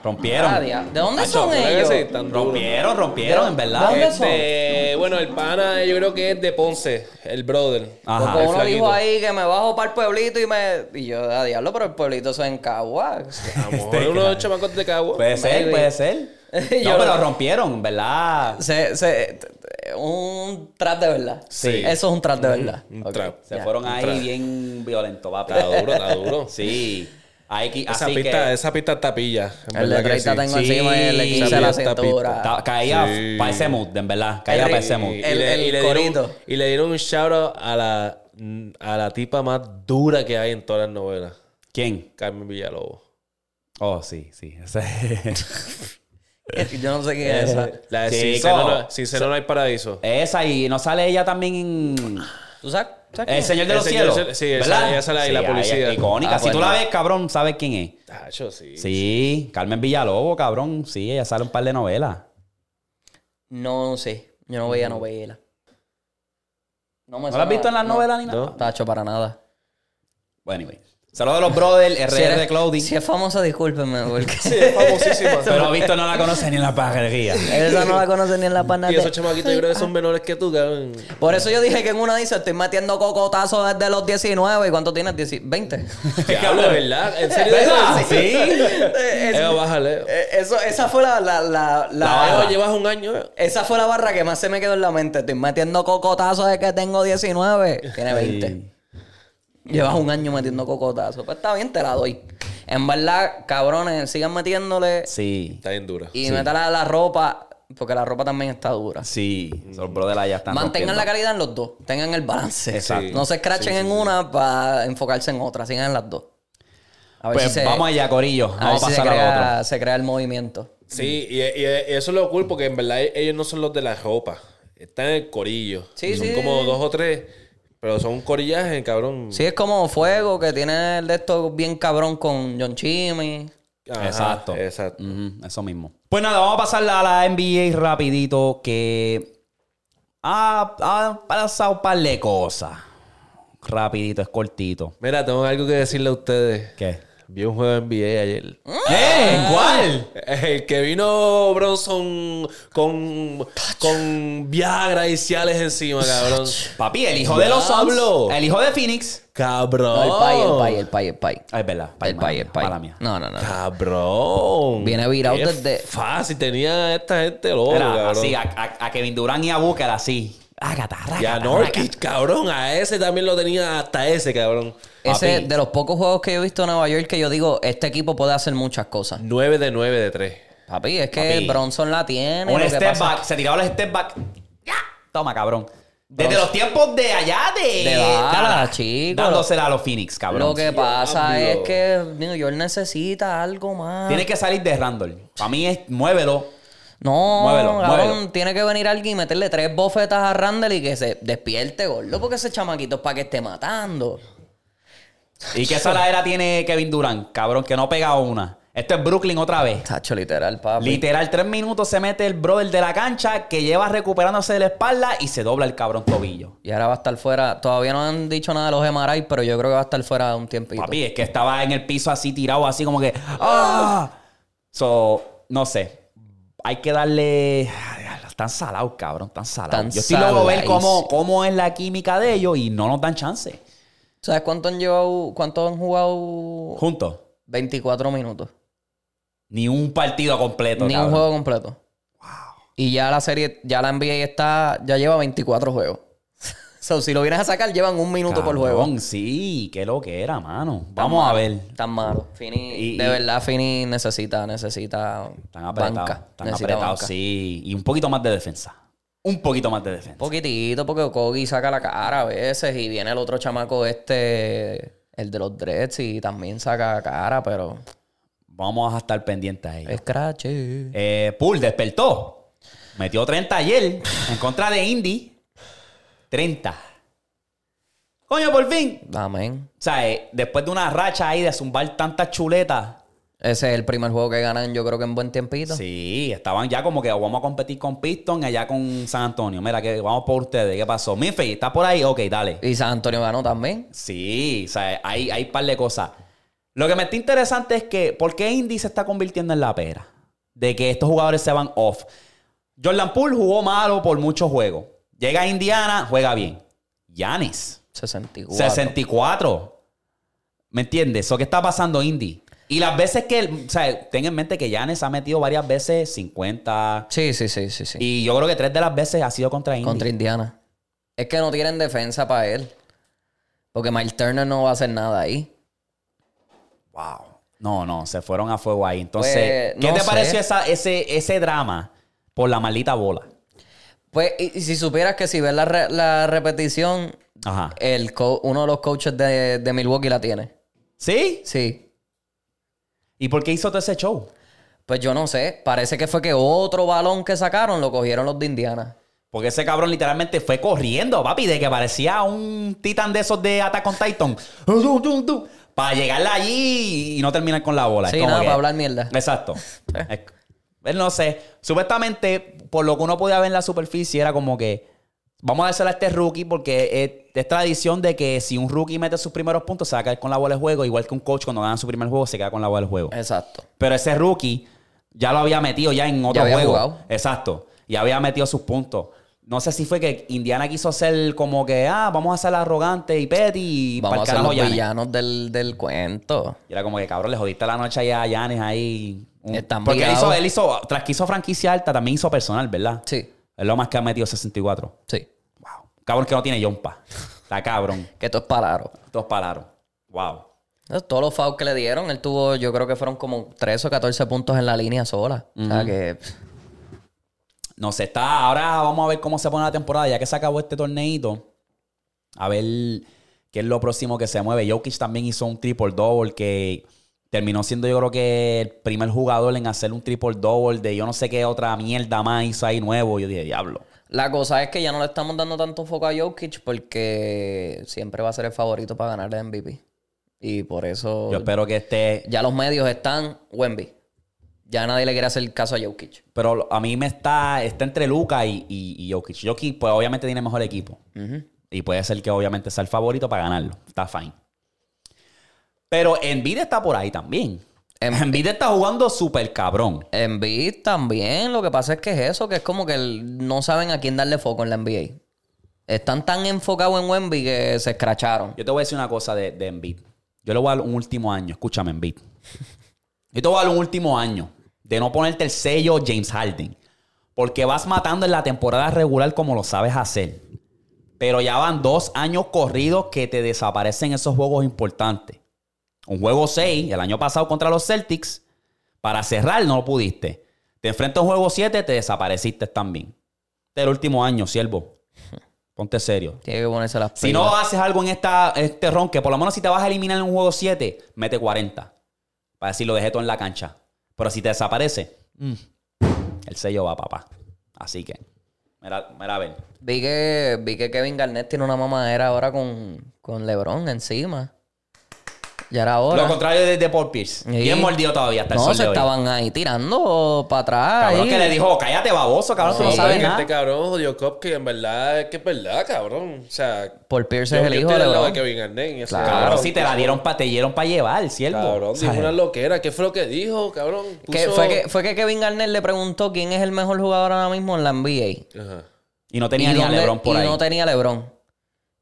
[SPEAKER 1] Rompieron.
[SPEAKER 2] Ah, dia- ¿De dónde
[SPEAKER 1] Cacho,
[SPEAKER 2] son
[SPEAKER 1] creo que
[SPEAKER 2] ellos?
[SPEAKER 1] sí, tan duro. Rompieron, rompieron, en verdad.
[SPEAKER 2] ¿Dónde son?
[SPEAKER 3] Este, bueno, el pana yo creo que es de Ponce, el brother.
[SPEAKER 1] Ajá.
[SPEAKER 2] Porque
[SPEAKER 3] el
[SPEAKER 2] uno dijo
[SPEAKER 3] flaquito.
[SPEAKER 2] ahí que me bajo para el pueblito y me. Y yo, a diablo, pero el pueblito eso es en Cagua.
[SPEAKER 3] A lo mejor uno de los chamacos de Cagua.
[SPEAKER 1] Puede ser,
[SPEAKER 2] Maybe.
[SPEAKER 1] puede ser. No,
[SPEAKER 2] Yo lo-
[SPEAKER 1] pero rompieron, ¿verdad?
[SPEAKER 2] Se, se- t- t- un trap de verdad.
[SPEAKER 3] Sí.
[SPEAKER 2] Eso es un trap de verdad.
[SPEAKER 3] Un
[SPEAKER 2] Ok,
[SPEAKER 3] trap.
[SPEAKER 1] Se
[SPEAKER 2] ya.
[SPEAKER 1] fueron ahí
[SPEAKER 3] Entra.
[SPEAKER 1] bien violento, papi.
[SPEAKER 3] Está duro, está duro.
[SPEAKER 1] Sí. Hay que,
[SPEAKER 3] Esa
[SPEAKER 1] así
[SPEAKER 3] pista,
[SPEAKER 1] que
[SPEAKER 3] esa pista tapilla.
[SPEAKER 2] El de 30 tengo encima y el de 15 a la
[SPEAKER 3] Sí, esta
[SPEAKER 2] cintura.
[SPEAKER 1] ta- caía
[SPEAKER 3] Sí.
[SPEAKER 1] para ese mood, en verdad. Caía
[SPEAKER 2] El
[SPEAKER 1] para
[SPEAKER 2] ri-
[SPEAKER 1] ese mood.
[SPEAKER 3] Y
[SPEAKER 2] El-
[SPEAKER 3] le-
[SPEAKER 2] el
[SPEAKER 3] y le dieron-
[SPEAKER 2] corito.
[SPEAKER 3] y le dieron un shout out a la, a la tipa más dura que hay en todas las novelas.
[SPEAKER 1] ¿Quién?
[SPEAKER 3] Carmen Villalobos.
[SPEAKER 1] Oh, sí, sí.
[SPEAKER 2] Yo no sé quién es esa.
[SPEAKER 3] La de
[SPEAKER 1] Chico.
[SPEAKER 3] Sincero, no, Sincero no hay paraíso.
[SPEAKER 1] Esa y no sale ella también en...
[SPEAKER 2] ¿Tú sabes? ¿Sabes quién
[SPEAKER 1] El
[SPEAKER 2] es?
[SPEAKER 1] Señor de
[SPEAKER 3] El
[SPEAKER 1] los
[SPEAKER 3] Señor
[SPEAKER 1] Cielos.
[SPEAKER 3] del Cielo, sí, esa-
[SPEAKER 1] ¿verdad?
[SPEAKER 3] ella sale ahí, la
[SPEAKER 1] ella
[SPEAKER 3] policía. pues
[SPEAKER 1] es icónica.
[SPEAKER 2] Ah,
[SPEAKER 1] si tú
[SPEAKER 2] bueno.
[SPEAKER 1] la ves, cabrón, sabes quién es.
[SPEAKER 3] Tacho, sí.
[SPEAKER 1] Sí, Carmen Villalobos, cabrón. Sí, ella sale un par de novelas.
[SPEAKER 2] No sé. Yo no veía novela. No me
[SPEAKER 1] ¿No la has visto en las novelas ni nada?
[SPEAKER 2] Tacho, para nada.
[SPEAKER 1] Bueno, anyway. Saludos a los brothers, RR
[SPEAKER 2] Si eres-
[SPEAKER 1] de Clothing.
[SPEAKER 2] Si es famosa, discúlpenme, porque
[SPEAKER 3] Sí, es famosísima.
[SPEAKER 1] Pero visto no la conoce ni en la pajería.
[SPEAKER 2] esa no la conoce ni en la
[SPEAKER 3] y
[SPEAKER 2] panadería.
[SPEAKER 3] esos chamaquitos yo creo que son menores que tú, cabrón.
[SPEAKER 2] Por eso yo dije que en una dice, estoy metiendo cocotazo desde los 19. ¿Y cuánto tienes? Dieci- 20.
[SPEAKER 3] Diablo, ¿verdad? ¿En serio?
[SPEAKER 1] ¿Verdad? Sí.
[SPEAKER 2] Eh,
[SPEAKER 3] Eva,
[SPEAKER 2] es-
[SPEAKER 3] bájale.
[SPEAKER 2] eh, eso, esa fue la, la, la, la-
[SPEAKER 3] La bajo, llevas un año. eh.
[SPEAKER 2] Esa fue la barra que más se me quedó en la mente. Estoy metiendo cocotazo desde que tengo 19. Tiene 20. Llevas un año metiendo cocotazo. Pues está bien, te la doy. En verdad, cabrones, sigan metiéndole
[SPEAKER 1] Sí,
[SPEAKER 3] Está bien dura.
[SPEAKER 2] y métala a la ropa, porque la ropa también está dura.
[SPEAKER 1] sí. Los brothers allá están.
[SPEAKER 2] Mantengan la
[SPEAKER 1] rompiendo.
[SPEAKER 2] calidad en los dos, tengan el balance.
[SPEAKER 1] Exacto.
[SPEAKER 2] No se escrachen en una para enfocarse en otra, sigan en las dos. A ver
[SPEAKER 1] Pues
[SPEAKER 2] si se,
[SPEAKER 1] vamos allá, Corillo.
[SPEAKER 2] a
[SPEAKER 1] Vamos a
[SPEAKER 2] ver si se
[SPEAKER 1] pasar a la otra.
[SPEAKER 2] crea, se crea el movimiento.
[SPEAKER 3] Sí, y, y- y eso es lo cool porque en verdad ellos no son los de la ropa. Están en el corillo.
[SPEAKER 2] Sí,
[SPEAKER 3] son
[SPEAKER 2] sí.
[SPEAKER 3] como dos o tres, pero son un corillaje, cabrón.
[SPEAKER 2] Sí, es como Fuego, que tiene el de estos bien cabrón con John Chimmy.
[SPEAKER 3] Ajá,
[SPEAKER 1] Exacto.
[SPEAKER 3] Exacto.
[SPEAKER 1] Ujú, eso mismo. Pues nada, vamos a pasar a la NBA rapidito que ha, ha pasado un par de cosas. Rapidito, es cortito.
[SPEAKER 3] Mira, tengo algo que decirle a ustedes.
[SPEAKER 1] ¿Qué?
[SPEAKER 3] Vi un juego de NBA ayer.
[SPEAKER 2] Ah.
[SPEAKER 1] ¿Eh? ¿Cuál?
[SPEAKER 3] ¿Eh? El que vino Bronson con, con Viagra y Ciales encima, cabrón.
[SPEAKER 1] Papi, el hijo de los
[SPEAKER 3] Diablo.
[SPEAKER 1] Suns. El hijo de Phoenix.
[SPEAKER 3] Cabrón.
[SPEAKER 2] No, el pay, el pay, el pay, el pay.
[SPEAKER 1] Ah, es verdad.
[SPEAKER 2] El
[SPEAKER 1] mala
[SPEAKER 2] pay, el
[SPEAKER 1] mía,
[SPEAKER 2] pay.
[SPEAKER 1] mala mía.
[SPEAKER 2] No, no, no.
[SPEAKER 3] Cabrón.
[SPEAKER 2] Viene virado
[SPEAKER 3] Qué
[SPEAKER 2] desde-
[SPEAKER 3] Fácil, tenía esta gente loco,
[SPEAKER 1] Era
[SPEAKER 3] cabrón.
[SPEAKER 1] así, a, a- a Kevin Durant y a Booker así. Ágata,
[SPEAKER 3] Y a
[SPEAKER 1] rágata,
[SPEAKER 3] Norkic, cabrón. A ese también lo tenía hasta ese, cabrón.
[SPEAKER 2] Ese
[SPEAKER 1] Papi.
[SPEAKER 2] de los pocos juegos que yo he visto en Nueva York que yo digo, este equipo puede hacer muchas cosas.
[SPEAKER 3] 9 de 9 de 3.
[SPEAKER 2] Papi, es que
[SPEAKER 1] Papi.
[SPEAKER 2] Bronson la tiene.
[SPEAKER 1] Un
[SPEAKER 2] lo que
[SPEAKER 1] step
[SPEAKER 2] pasa-
[SPEAKER 1] back. Se tiraba el step back. ¡Ya! Toma, cabrón. Desde
[SPEAKER 2] Bro.
[SPEAKER 1] los tiempos de allá de...
[SPEAKER 2] De Dallas, chico.
[SPEAKER 1] Dándosela a los Phoenix, cabrón.
[SPEAKER 2] Lo que pasa es
[SPEAKER 3] Diablo.
[SPEAKER 2] que New York necesita algo más.
[SPEAKER 1] Tiene que salir de Randall. Para mí es muévelo.
[SPEAKER 2] No,
[SPEAKER 1] Muévelo,
[SPEAKER 2] cabrón,
[SPEAKER 1] muévelo.
[SPEAKER 2] tiene que venir alguien y meterle tres bofetas a Randall y que se despierte, gordo, porque ese chamaquito es para que esté matando.
[SPEAKER 1] ¿Y qué saladera tiene Kevin Durant? Cabrón, que no pega una. Esto es Brooklyn otra vez.
[SPEAKER 2] Tacho, literal, papi.
[SPEAKER 1] Literal, tres minutos se mete el brother de la cancha que lleva recuperándose de la espalda y se dobla el cabrón tobillo.
[SPEAKER 2] y ahora va a estar fuera. Todavía no han dicho nada de los Emaray, pero yo creo que va a estar fuera un tiempito.
[SPEAKER 1] Papi, es que estaba en el piso así tirado, así como que. ¡Ah! So, no sé. Hay que darle. Ay, Están salados, cabrón. Están salados.
[SPEAKER 2] Están
[SPEAKER 1] Yo estoy luego ver cómo,
[SPEAKER 2] saladísimos.
[SPEAKER 1] cómo es la química de ellos y no nos dan chance.
[SPEAKER 2] ¿Sabes cuánto han llevado, cuánto han jugado?
[SPEAKER 1] Juntos.
[SPEAKER 2] 24 minutos.
[SPEAKER 1] Ni un partido completo.
[SPEAKER 2] Ni un
[SPEAKER 1] cabrón.
[SPEAKER 2] juego completo. Y ya la serie, ya la NBA está, ya lleva 24 juegos. so, si lo vienes a sacar, llevan un minuto por juego.
[SPEAKER 1] Cabrón, Sí, qué lo que era, mano.
[SPEAKER 2] Tan
[SPEAKER 1] Vamos a
[SPEAKER 2] malo,
[SPEAKER 1] ver.
[SPEAKER 2] Tan malo. Fini,
[SPEAKER 1] Y-
[SPEAKER 2] de
[SPEAKER 1] y-
[SPEAKER 2] verdad, Fini necesita, necesita.
[SPEAKER 1] Están apretados.
[SPEAKER 2] banca.
[SPEAKER 1] Están
[SPEAKER 2] Necesita
[SPEAKER 1] apretados,
[SPEAKER 2] banca.
[SPEAKER 1] sí. Y un poquito más de defensa. Un poquito más de defensa.
[SPEAKER 2] Poquitito, porque Kogi saca la cara a veces y viene el otro chamaco este, el de los dreads, y también saca cara, pero.
[SPEAKER 1] Vamos a estar pendientes a ellos.
[SPEAKER 2] Scratch.
[SPEAKER 1] Eh, Poole despertó. Metió 30 ayer en contra de Indy. 30. Coño, por fin.
[SPEAKER 2] Amén.
[SPEAKER 1] O sea, eh, después de una racha ahí de zumbar tantas chuletas.
[SPEAKER 2] Ese es el primer juego que ganan, yo creo que en buen tiempito.
[SPEAKER 1] Sí, estaban ya como que "Oh, vamos a competir con Piston allá con San Antonio. Mira, que vamos por ustedes. ¿Qué pasó? Miffy, ¿está por ahí? Ok, dale.
[SPEAKER 2] Y San Antonio ganó también.
[SPEAKER 1] Sí, o sea, hay, hay par de cosas. Lo que me está interesante es que, ¿por qué Indy se está convirtiendo en la pera? De que estos jugadores se van off. Jordan Poole jugó malo por muchos juegos. Llega a Indiana, juega bien. Yanis,
[SPEAKER 2] 64.
[SPEAKER 1] 64. ¿Me entiendes? ¿So qué está pasando Indy? Y las veces que, él- o sea, ten en mente que Yanis ha metido varias veces 50.
[SPEAKER 2] Sí, sí, sí, sí. sí.
[SPEAKER 1] Y yo creo que tres de las veces ha sido contra Indy.
[SPEAKER 2] Contra Indiana. Es que no tienen defensa para él. Porque Miles Turner no va a hacer nada ahí.
[SPEAKER 1] Wow. No, no, se fueron a fuego ahí. Entonces,
[SPEAKER 2] Pues,
[SPEAKER 1] ¿qué
[SPEAKER 2] no
[SPEAKER 1] te
[SPEAKER 2] sé.
[SPEAKER 1] pareció esa- ese, ese drama por la maldita bola?
[SPEAKER 2] Pues, y, y si supieras que si ves la, re- la repetición,
[SPEAKER 1] Ajá.
[SPEAKER 2] el co- uno de los coaches de, de Milwaukee la tiene.
[SPEAKER 1] ¿Sí?
[SPEAKER 2] Sí.
[SPEAKER 1] ¿Y por qué hizo todo ese show?
[SPEAKER 2] Pues yo no sé. Parece que fue que otro balón que sacaron lo cogieron los de Indiana.
[SPEAKER 1] Porque ese cabrón literalmente fue corriendo, papi, de que parecía un titán de esos de Attack on Titan. Para llegarle allí y no terminar con la bola. Es
[SPEAKER 2] Sí,
[SPEAKER 1] como
[SPEAKER 2] nada,
[SPEAKER 1] que-
[SPEAKER 2] para hablar mierda. Eh.
[SPEAKER 1] Exacto. Es- Él no sé. Supuestamente, por lo que uno podía ver en la superficie, era como que vamos a dársela a este rookie porque es, es tradición de que si un rookie mete sus primeros puntos, se va a quedar con la bola del juego, igual que un coach cuando gana su primer juego, se queda con la bola del juego.
[SPEAKER 2] Exacto.
[SPEAKER 1] Pero ese rookie ya lo había metido ya en otro
[SPEAKER 2] había
[SPEAKER 1] juego.
[SPEAKER 2] jugado.
[SPEAKER 1] Exacto. Y había metido sus puntos. No sé si fue que Indiana quiso ser como que, ah, vamos a ser arrogante y petty y
[SPEAKER 2] Vamos a
[SPEAKER 1] pa'l
[SPEAKER 2] ser
[SPEAKER 1] carajo
[SPEAKER 2] los
[SPEAKER 1] Giannis.
[SPEAKER 2] villanos del, del cuento.
[SPEAKER 1] Y era como que, cabrón, le jodiste la noche allá a Yanes ahí. Un-
[SPEAKER 2] Están
[SPEAKER 1] Porque él hizo,
[SPEAKER 2] brigados.
[SPEAKER 1] él hizo, tras que hizo franquicia alta, también hizo personal, ¿verdad?
[SPEAKER 2] Sí,
[SPEAKER 1] Es lo más que ha metido 64.
[SPEAKER 2] sí.
[SPEAKER 1] Wow. Cabrón que no tiene yompa. Está cabrón.
[SPEAKER 2] Que esto es pararo.
[SPEAKER 1] Todos pararon. Wow.
[SPEAKER 2] Entonces, Todos los fouls que le dieron, él tuvo, yo creo que fueron como 13 o 14 puntos en la línea sola. O sea que pff,
[SPEAKER 1] No sé, está. Ahora vamos a ver cómo se pone la temporada. Ya que se acabó este torneito, a ver qué es lo próximo que se mueve. Jokic también hizo un triple double que terminó siendo, yo creo que, el primer jugador en hacer un triple double de yo no sé qué otra mierda más hizo ahí nuevo. Yo dije, diablo.
[SPEAKER 2] la cosa es que ya no le estamos dando tanto foco a Jokic porque siempre va a ser el favorito para ganar el MVP. Y por eso
[SPEAKER 1] Yo espero que este esté.
[SPEAKER 2] ya los medios están Wemby. Ya nadie le quiere hacer caso a Jokic.
[SPEAKER 1] Pero lo- a mí me está. Está entre Luca y, y, y Jokic. Jokic, pues obviamente tiene mejor equipo. Y puede ser que obviamente sea el favorito para ganarlo. Está fine. Pero Envid está por ahí también.
[SPEAKER 2] Em-
[SPEAKER 1] Envid está jugando súper cabrón.
[SPEAKER 2] Embiid también, lo que pasa es que es eso, que es como que el- no saben a quién darle foco en la NBA. Están tan enfocados en Wemby que se escracharon.
[SPEAKER 1] Yo te voy a decir una cosa de, de Embiid. Yo le voy a dar un último año. Escúchame, Embiid. Yo te voy a dar un último año de no ponerte el sello James Harden. Porque vas matando en la temporada regular como lo sabes hacer. Pero ya van dos años corridos que te desaparecen esos juegos importantes. Un juego 6, el año pasado contra los Celtics, para cerrar no lo pudiste. Te enfrentas a un juego 7, te desapareciste también. Este es el último año, siervo. Ponte serio.
[SPEAKER 2] Tiene que ponerse las
[SPEAKER 1] Si
[SPEAKER 2] pilas.
[SPEAKER 1] no haces algo en esta, este ron, que por lo menos si te vas a eliminar en un juego 7, mete 40. Para decir, lo dejé todo en la cancha. Pero si te desaparece, mm, el sello va, papá. Así que, mira, mira, a ver.
[SPEAKER 2] Vi que, vi que Kevin Garnett tiene una mamadera ahora con, con LeBron encima. Ya era hora.
[SPEAKER 1] Lo contrario de, de Paul Pierce.
[SPEAKER 2] Sí.
[SPEAKER 1] Bien mordido todavía hasta el
[SPEAKER 2] no,
[SPEAKER 1] sol
[SPEAKER 2] se
[SPEAKER 1] de hoy.
[SPEAKER 2] estaban ahí tirando para atrás.
[SPEAKER 1] Cabrón
[SPEAKER 2] ahí.
[SPEAKER 1] que le dijo, cállate baboso, cabrón, tú no
[SPEAKER 3] pero
[SPEAKER 1] sabes
[SPEAKER 3] es que
[SPEAKER 1] nada.
[SPEAKER 3] Este cabrón jodió Cop, que en verdad es que es verdad, cabrón. O sea,
[SPEAKER 2] Por Pierce
[SPEAKER 3] yo-
[SPEAKER 2] es el
[SPEAKER 3] yo
[SPEAKER 2] hijo
[SPEAKER 3] estoy
[SPEAKER 2] de
[SPEAKER 3] al lado
[SPEAKER 2] LeBron.
[SPEAKER 3] Kevin Garnett. y ese
[SPEAKER 2] Claro,
[SPEAKER 1] Cabrón, si te la dieron para te dieron para llevar, siervo.
[SPEAKER 3] Cabrón, dijo
[SPEAKER 1] ¿Sabes?
[SPEAKER 3] una loquera. ¿Qué fue lo que dijo, cabrón?
[SPEAKER 2] Que
[SPEAKER 3] Puso-
[SPEAKER 2] fue, que, fue que Kevin Garnett le preguntó quién es el mejor jugador ahora mismo en la NBA.
[SPEAKER 3] Ajá.
[SPEAKER 1] Y no tenía
[SPEAKER 2] y
[SPEAKER 1] ni a
[SPEAKER 2] dónde-
[SPEAKER 1] LeBron por
[SPEAKER 2] y
[SPEAKER 1] ahí.
[SPEAKER 2] no tenía LeBron.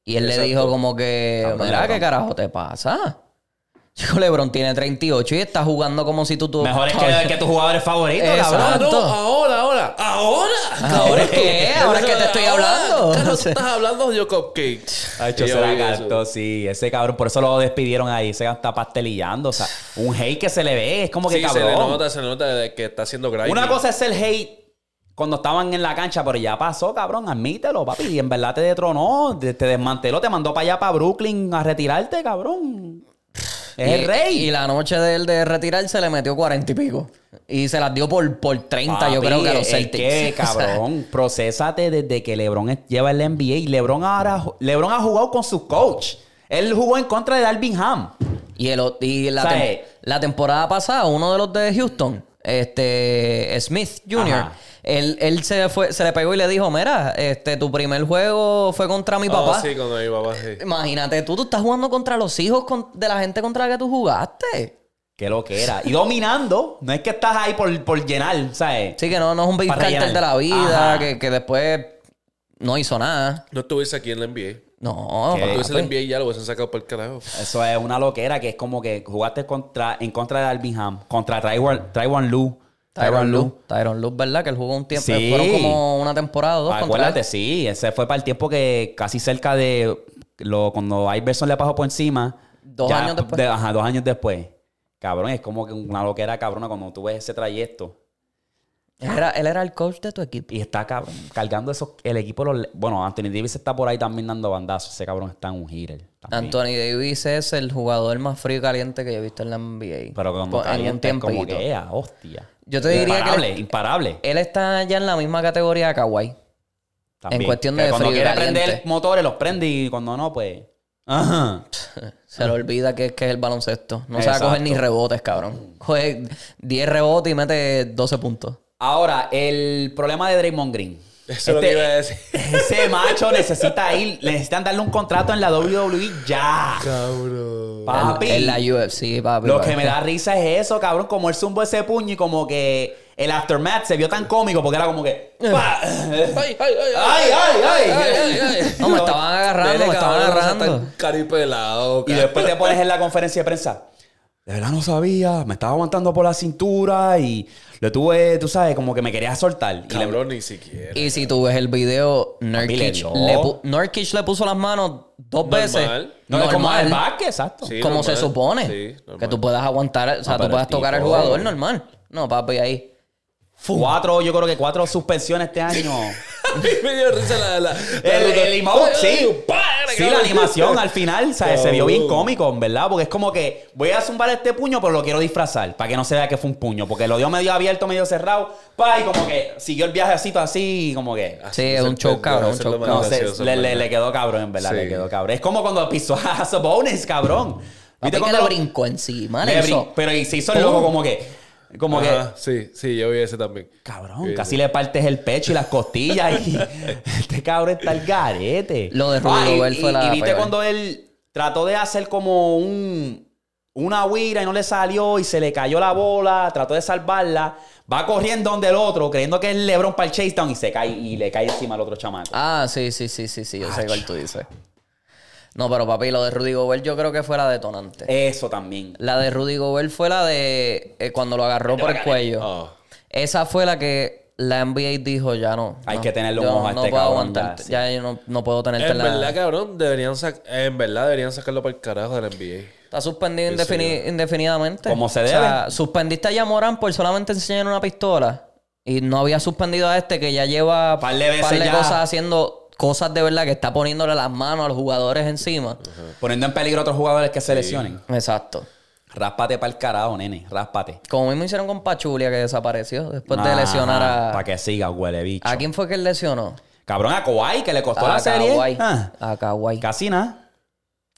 [SPEAKER 2] Y él le
[SPEAKER 3] Exacto.
[SPEAKER 2] dijo como que,
[SPEAKER 1] Cabrón,
[SPEAKER 2] mira,
[SPEAKER 1] LeBron.
[SPEAKER 2] ¿qué carajo te pasa? Chico, LeBron tiene 38 y está jugando como si tú... tú
[SPEAKER 1] Mejor es que, que tus jugadores favoritos,
[SPEAKER 2] Exacto.
[SPEAKER 1] cabrón.
[SPEAKER 3] Ah, no,
[SPEAKER 2] Tanto.
[SPEAKER 3] ahora, ahora, ahora.
[SPEAKER 2] ¿Ahora es que? ¿Ahora es que te estoy hablando?
[SPEAKER 3] Ahora,
[SPEAKER 2] No
[SPEAKER 3] Carlos,
[SPEAKER 2] sé.
[SPEAKER 3] estás hablando de yo Cupcake.
[SPEAKER 1] Ha hecho
[SPEAKER 3] Y yo
[SPEAKER 1] será
[SPEAKER 3] vi eso.
[SPEAKER 1] gato, sí. Ese cabrón, por eso lo despidieron ahí. Ese está pastelillando. O sea, un hate que se le ve. Es como que
[SPEAKER 3] Sí, se
[SPEAKER 1] cabrón.
[SPEAKER 3] le nota, se le nota de que está haciendo grinding.
[SPEAKER 1] Una cosa es el hate cuando estaban en la cancha, pero ya pasó, cabrón. Admítelo, papi. Y en verdad te detronó, te te desmanteló, te mandó para allá, para Brooklyn, a retirarte, cabrón. Es
[SPEAKER 2] Y-
[SPEAKER 1] el rey.
[SPEAKER 2] Y la noche de él de retirarse le metió 40 y pico. Y se las dio por, por 30, yo
[SPEAKER 1] Papi,
[SPEAKER 2] creo que a los
[SPEAKER 1] es
[SPEAKER 2] Celtics.
[SPEAKER 1] que,
[SPEAKER 2] O sea,
[SPEAKER 1] cabrón, procesate desde que LeBron es- lleva el NBA. Y LeBron, ahora, LeBron ha jugado con su coach. Él jugó en contra de Darvin Ham.
[SPEAKER 2] y el, o- y la,
[SPEAKER 1] O sea,
[SPEAKER 2] tem-
[SPEAKER 1] eh.
[SPEAKER 2] la temporada pasada, uno de los de Houston, este Smith Jr.,
[SPEAKER 1] Ajá.
[SPEAKER 2] él, él se fue, se le pegó y le dijo: Mira, este, tu primer juego fue contra mi
[SPEAKER 3] Oh,
[SPEAKER 2] papá.
[SPEAKER 3] sí, cuando mi papá, sí.
[SPEAKER 2] Imagínate, tú, tú estás jugando contra los hijos con- de la gente contra la que tú jugaste.
[SPEAKER 1] Que lo que era. Y dominando. No es que estás ahí por, por llenar, ¿sabes?
[SPEAKER 2] Así que no, no es un Big
[SPEAKER 1] Para
[SPEAKER 2] Carter
[SPEAKER 1] rellenar.
[SPEAKER 2] de la vida
[SPEAKER 1] Ajá.
[SPEAKER 2] que, que después no hizo nada.
[SPEAKER 3] No estuviese aquí en la
[SPEAKER 1] Eh,
[SPEAKER 3] NBA.
[SPEAKER 2] No,
[SPEAKER 1] Que
[SPEAKER 3] No
[SPEAKER 2] papi.
[SPEAKER 3] estuviese en la NBA ya lo hubiesen sacado por el carajo.
[SPEAKER 1] Eso es una loquera que es como que jugaste contra, en contra de Alvin Ham, contra Taiwan, Taiwan Lu.
[SPEAKER 2] Tyron
[SPEAKER 1] Tyronn
[SPEAKER 2] Lue. Tyron Lue, ¿verdad? Que él jugó un tiempo.
[SPEAKER 1] Sí. Ah,
[SPEAKER 2] Fueron como una temporada o dos contra
[SPEAKER 1] Acuérdate,
[SPEAKER 2] él.
[SPEAKER 1] sí, ese fue para el tiempo que casi cerca de lo, cuando Iverson le pasó por encima.
[SPEAKER 2] Dos años después.
[SPEAKER 1] de- ajá, dos años después. Cabrón, es como que una loquera cabrona cuando tú ves ese trayecto.
[SPEAKER 2] Él era, él era el coach de tu equipo.
[SPEAKER 1] Y está cabrón, cargando esos, el equipo. de los Le- bueno, Anthony Davis está por ahí también dando bandazos. Ese cabrón está en un heater. también.
[SPEAKER 2] Anthony Davis es el jugador más frío y caliente que yo he visto en la NBA.
[SPEAKER 1] Pero cuando
[SPEAKER 2] Por- Pues, en un
[SPEAKER 1] caliente es como
[SPEAKER 2] tiempito.
[SPEAKER 1] que, ea, hostia.
[SPEAKER 2] Yo te diría que
[SPEAKER 1] imparable,
[SPEAKER 2] él-
[SPEAKER 1] imparable.
[SPEAKER 2] Él está ya en la misma categoría de Kawhi.
[SPEAKER 1] También.
[SPEAKER 2] En cuestión
[SPEAKER 1] Que
[SPEAKER 2] de
[SPEAKER 1] Cuando
[SPEAKER 2] frío y
[SPEAKER 1] quiere
[SPEAKER 2] caliente.
[SPEAKER 1] prender motores, los prende y cuando no, pues. Ajá.
[SPEAKER 2] Se le olvida que, que es el baloncesto. No se va a
[SPEAKER 1] Exacto.
[SPEAKER 2] coger ni rebotes, cabrón. Coge 10 rebotes y mete 12 puntos.
[SPEAKER 1] Ahora, el problema de Draymond Green.
[SPEAKER 3] Eso es lo que
[SPEAKER 1] este-
[SPEAKER 3] iba a decir.
[SPEAKER 1] Ese macho necesita ir, necesitan darle un contrato en la WWE ya.
[SPEAKER 3] Cabrón.
[SPEAKER 1] Papi.
[SPEAKER 2] En, en la UFC, papi.
[SPEAKER 1] Lo
[SPEAKER 2] papi.
[SPEAKER 1] que me da risa es eso, cabrón, como él zumbó ese puño y como que el aftermath se vio tan cómico porque era como que. ¡pa!
[SPEAKER 3] Ay, ay, ay,
[SPEAKER 1] Ay, ay, ay.
[SPEAKER 2] No, me estaban agarrando, me estaban agarrando.
[SPEAKER 3] caripelado.
[SPEAKER 1] Y después te pones en la conferencia de prensa. De verdad no sabía, me estaba aguantando por la cintura y lo tuve, tú sabes, como que me quería soltar. Y le-
[SPEAKER 3] Cabrón, ni siquiera.
[SPEAKER 2] Y si tú ves el video, Nurkic
[SPEAKER 1] le dio.
[SPEAKER 2] le, pu- Nurkic le puso las manos dos veces.
[SPEAKER 1] no es como
[SPEAKER 2] Normal.
[SPEAKER 1] el back, exacto.
[SPEAKER 3] Sí,
[SPEAKER 2] como
[SPEAKER 3] normal.
[SPEAKER 2] se supone.
[SPEAKER 3] Sí, normal.
[SPEAKER 2] que tú puedas aguantar, o sea,
[SPEAKER 1] No,
[SPEAKER 2] tú
[SPEAKER 1] pero
[SPEAKER 2] puedas
[SPEAKER 1] el
[SPEAKER 2] tocar al
[SPEAKER 1] tipo-
[SPEAKER 2] jugador normal. No, papi, ahí.
[SPEAKER 1] Cuatro, yo creo que cuatro suspensiones este año.
[SPEAKER 3] A mí me dio risa la... la, la-
[SPEAKER 1] El-
[SPEAKER 3] la-
[SPEAKER 1] el emote, sí.
[SPEAKER 3] ¡Pah!
[SPEAKER 1] Sí, la animación al final, ¿sabes? Se vio bien
[SPEAKER 3] Cabrón.
[SPEAKER 1] cómico, en verdad, porque es como que voy a zumbar este puño, pero lo quiero disfrazar, para que no se vea que fue un puño, porque lo dio medio abierto, medio cerrado, pa, y como que siguió el viajecito así, y como que...
[SPEAKER 3] Ah,
[SPEAKER 2] Sí, es un show,
[SPEAKER 3] pendejo,
[SPEAKER 2] cabrón, un
[SPEAKER 3] eso es lo
[SPEAKER 2] show.
[SPEAKER 3] más
[SPEAKER 1] No sé,
[SPEAKER 3] gracioso,
[SPEAKER 1] le, le-
[SPEAKER 3] man.
[SPEAKER 1] le quedó cabrón, en verdad,
[SPEAKER 3] Sí. Mm.
[SPEAKER 1] le quedó cabrón. Es como cuando pisó a Sabonis, cabrón.
[SPEAKER 2] Papi, que
[SPEAKER 1] cuando
[SPEAKER 2] le
[SPEAKER 1] lo-
[SPEAKER 2] brincó encima,
[SPEAKER 1] le
[SPEAKER 2] le hizo-
[SPEAKER 1] brin- Pero y se hizo el loco como que... Como que...
[SPEAKER 3] Ajá, Sí, sí, yo vi ese también.
[SPEAKER 1] Cabrón, casi le partes el pecho y las costillas. Y este cabrón está al garete. Ah,
[SPEAKER 2] Lo de Rudy
[SPEAKER 1] y-
[SPEAKER 2] Gobert
[SPEAKER 1] y-
[SPEAKER 2] fue la
[SPEAKER 1] Y viste
[SPEAKER 2] peor.
[SPEAKER 1] cuando él trató de hacer como un. Una huira y no le salió y se le cayó la bola, trató de salvarla, va corriendo donde el otro, creyendo que es LeBron para el chase down y se cae y le cae encima al otro chamaco.
[SPEAKER 2] Ah, sí, sí, sí, sí, sí. Yo sé cuál tú dices. No, pero papi, lo de Rudy Gobert yo creo que fue la detonante.
[SPEAKER 1] Eso también.
[SPEAKER 2] La de Rudy Gobert fue la de eh, cuando lo agarró por el cuello.
[SPEAKER 1] Ah,
[SPEAKER 3] Oh.
[SPEAKER 2] Esa fue la que la NBA dijo, ya no.
[SPEAKER 1] Hay
[SPEAKER 2] no,
[SPEAKER 1] que tenerle un
[SPEAKER 2] yo
[SPEAKER 1] ojo a
[SPEAKER 2] no
[SPEAKER 1] este
[SPEAKER 2] puedo
[SPEAKER 1] cabrón,
[SPEAKER 2] aguantarte,
[SPEAKER 1] ya,
[SPEAKER 2] Ya, yo no, no puedo tenerte
[SPEAKER 3] En
[SPEAKER 2] en la...
[SPEAKER 3] verdad, cabrón, deberían sac- en verdad deberían sacarlo para el carajo del NBA.
[SPEAKER 2] Está suspendido
[SPEAKER 3] Sí,
[SPEAKER 2] indefini- indefinidamente.
[SPEAKER 1] Como se
[SPEAKER 2] O sea, suspendiste a Yamorán por solamente enseñar una pistola. Y no había suspendido a este que ya lleva
[SPEAKER 1] Par de veces ya.
[SPEAKER 2] cosas haciendo cosas de verdad que está poniéndole las manos a los jugadores encima.
[SPEAKER 1] Poniendo en peligro a otros jugadores que se lesionen.
[SPEAKER 2] Exacto.
[SPEAKER 1] Ráspate para el carajo, nene, ráspate.
[SPEAKER 2] Como mismo hicieron con Pachulia que desapareció después Pues de lesionar
[SPEAKER 1] Para
[SPEAKER 2] a.
[SPEAKER 1] que siga, huele bicho.
[SPEAKER 2] ¿A quién fue que él lesionó?
[SPEAKER 1] Cabrón, a Kawhi, que le costó
[SPEAKER 2] A
[SPEAKER 1] la serie.
[SPEAKER 2] Kawhi.
[SPEAKER 1] Ah.
[SPEAKER 2] A Kawhi.
[SPEAKER 1] Casi nada.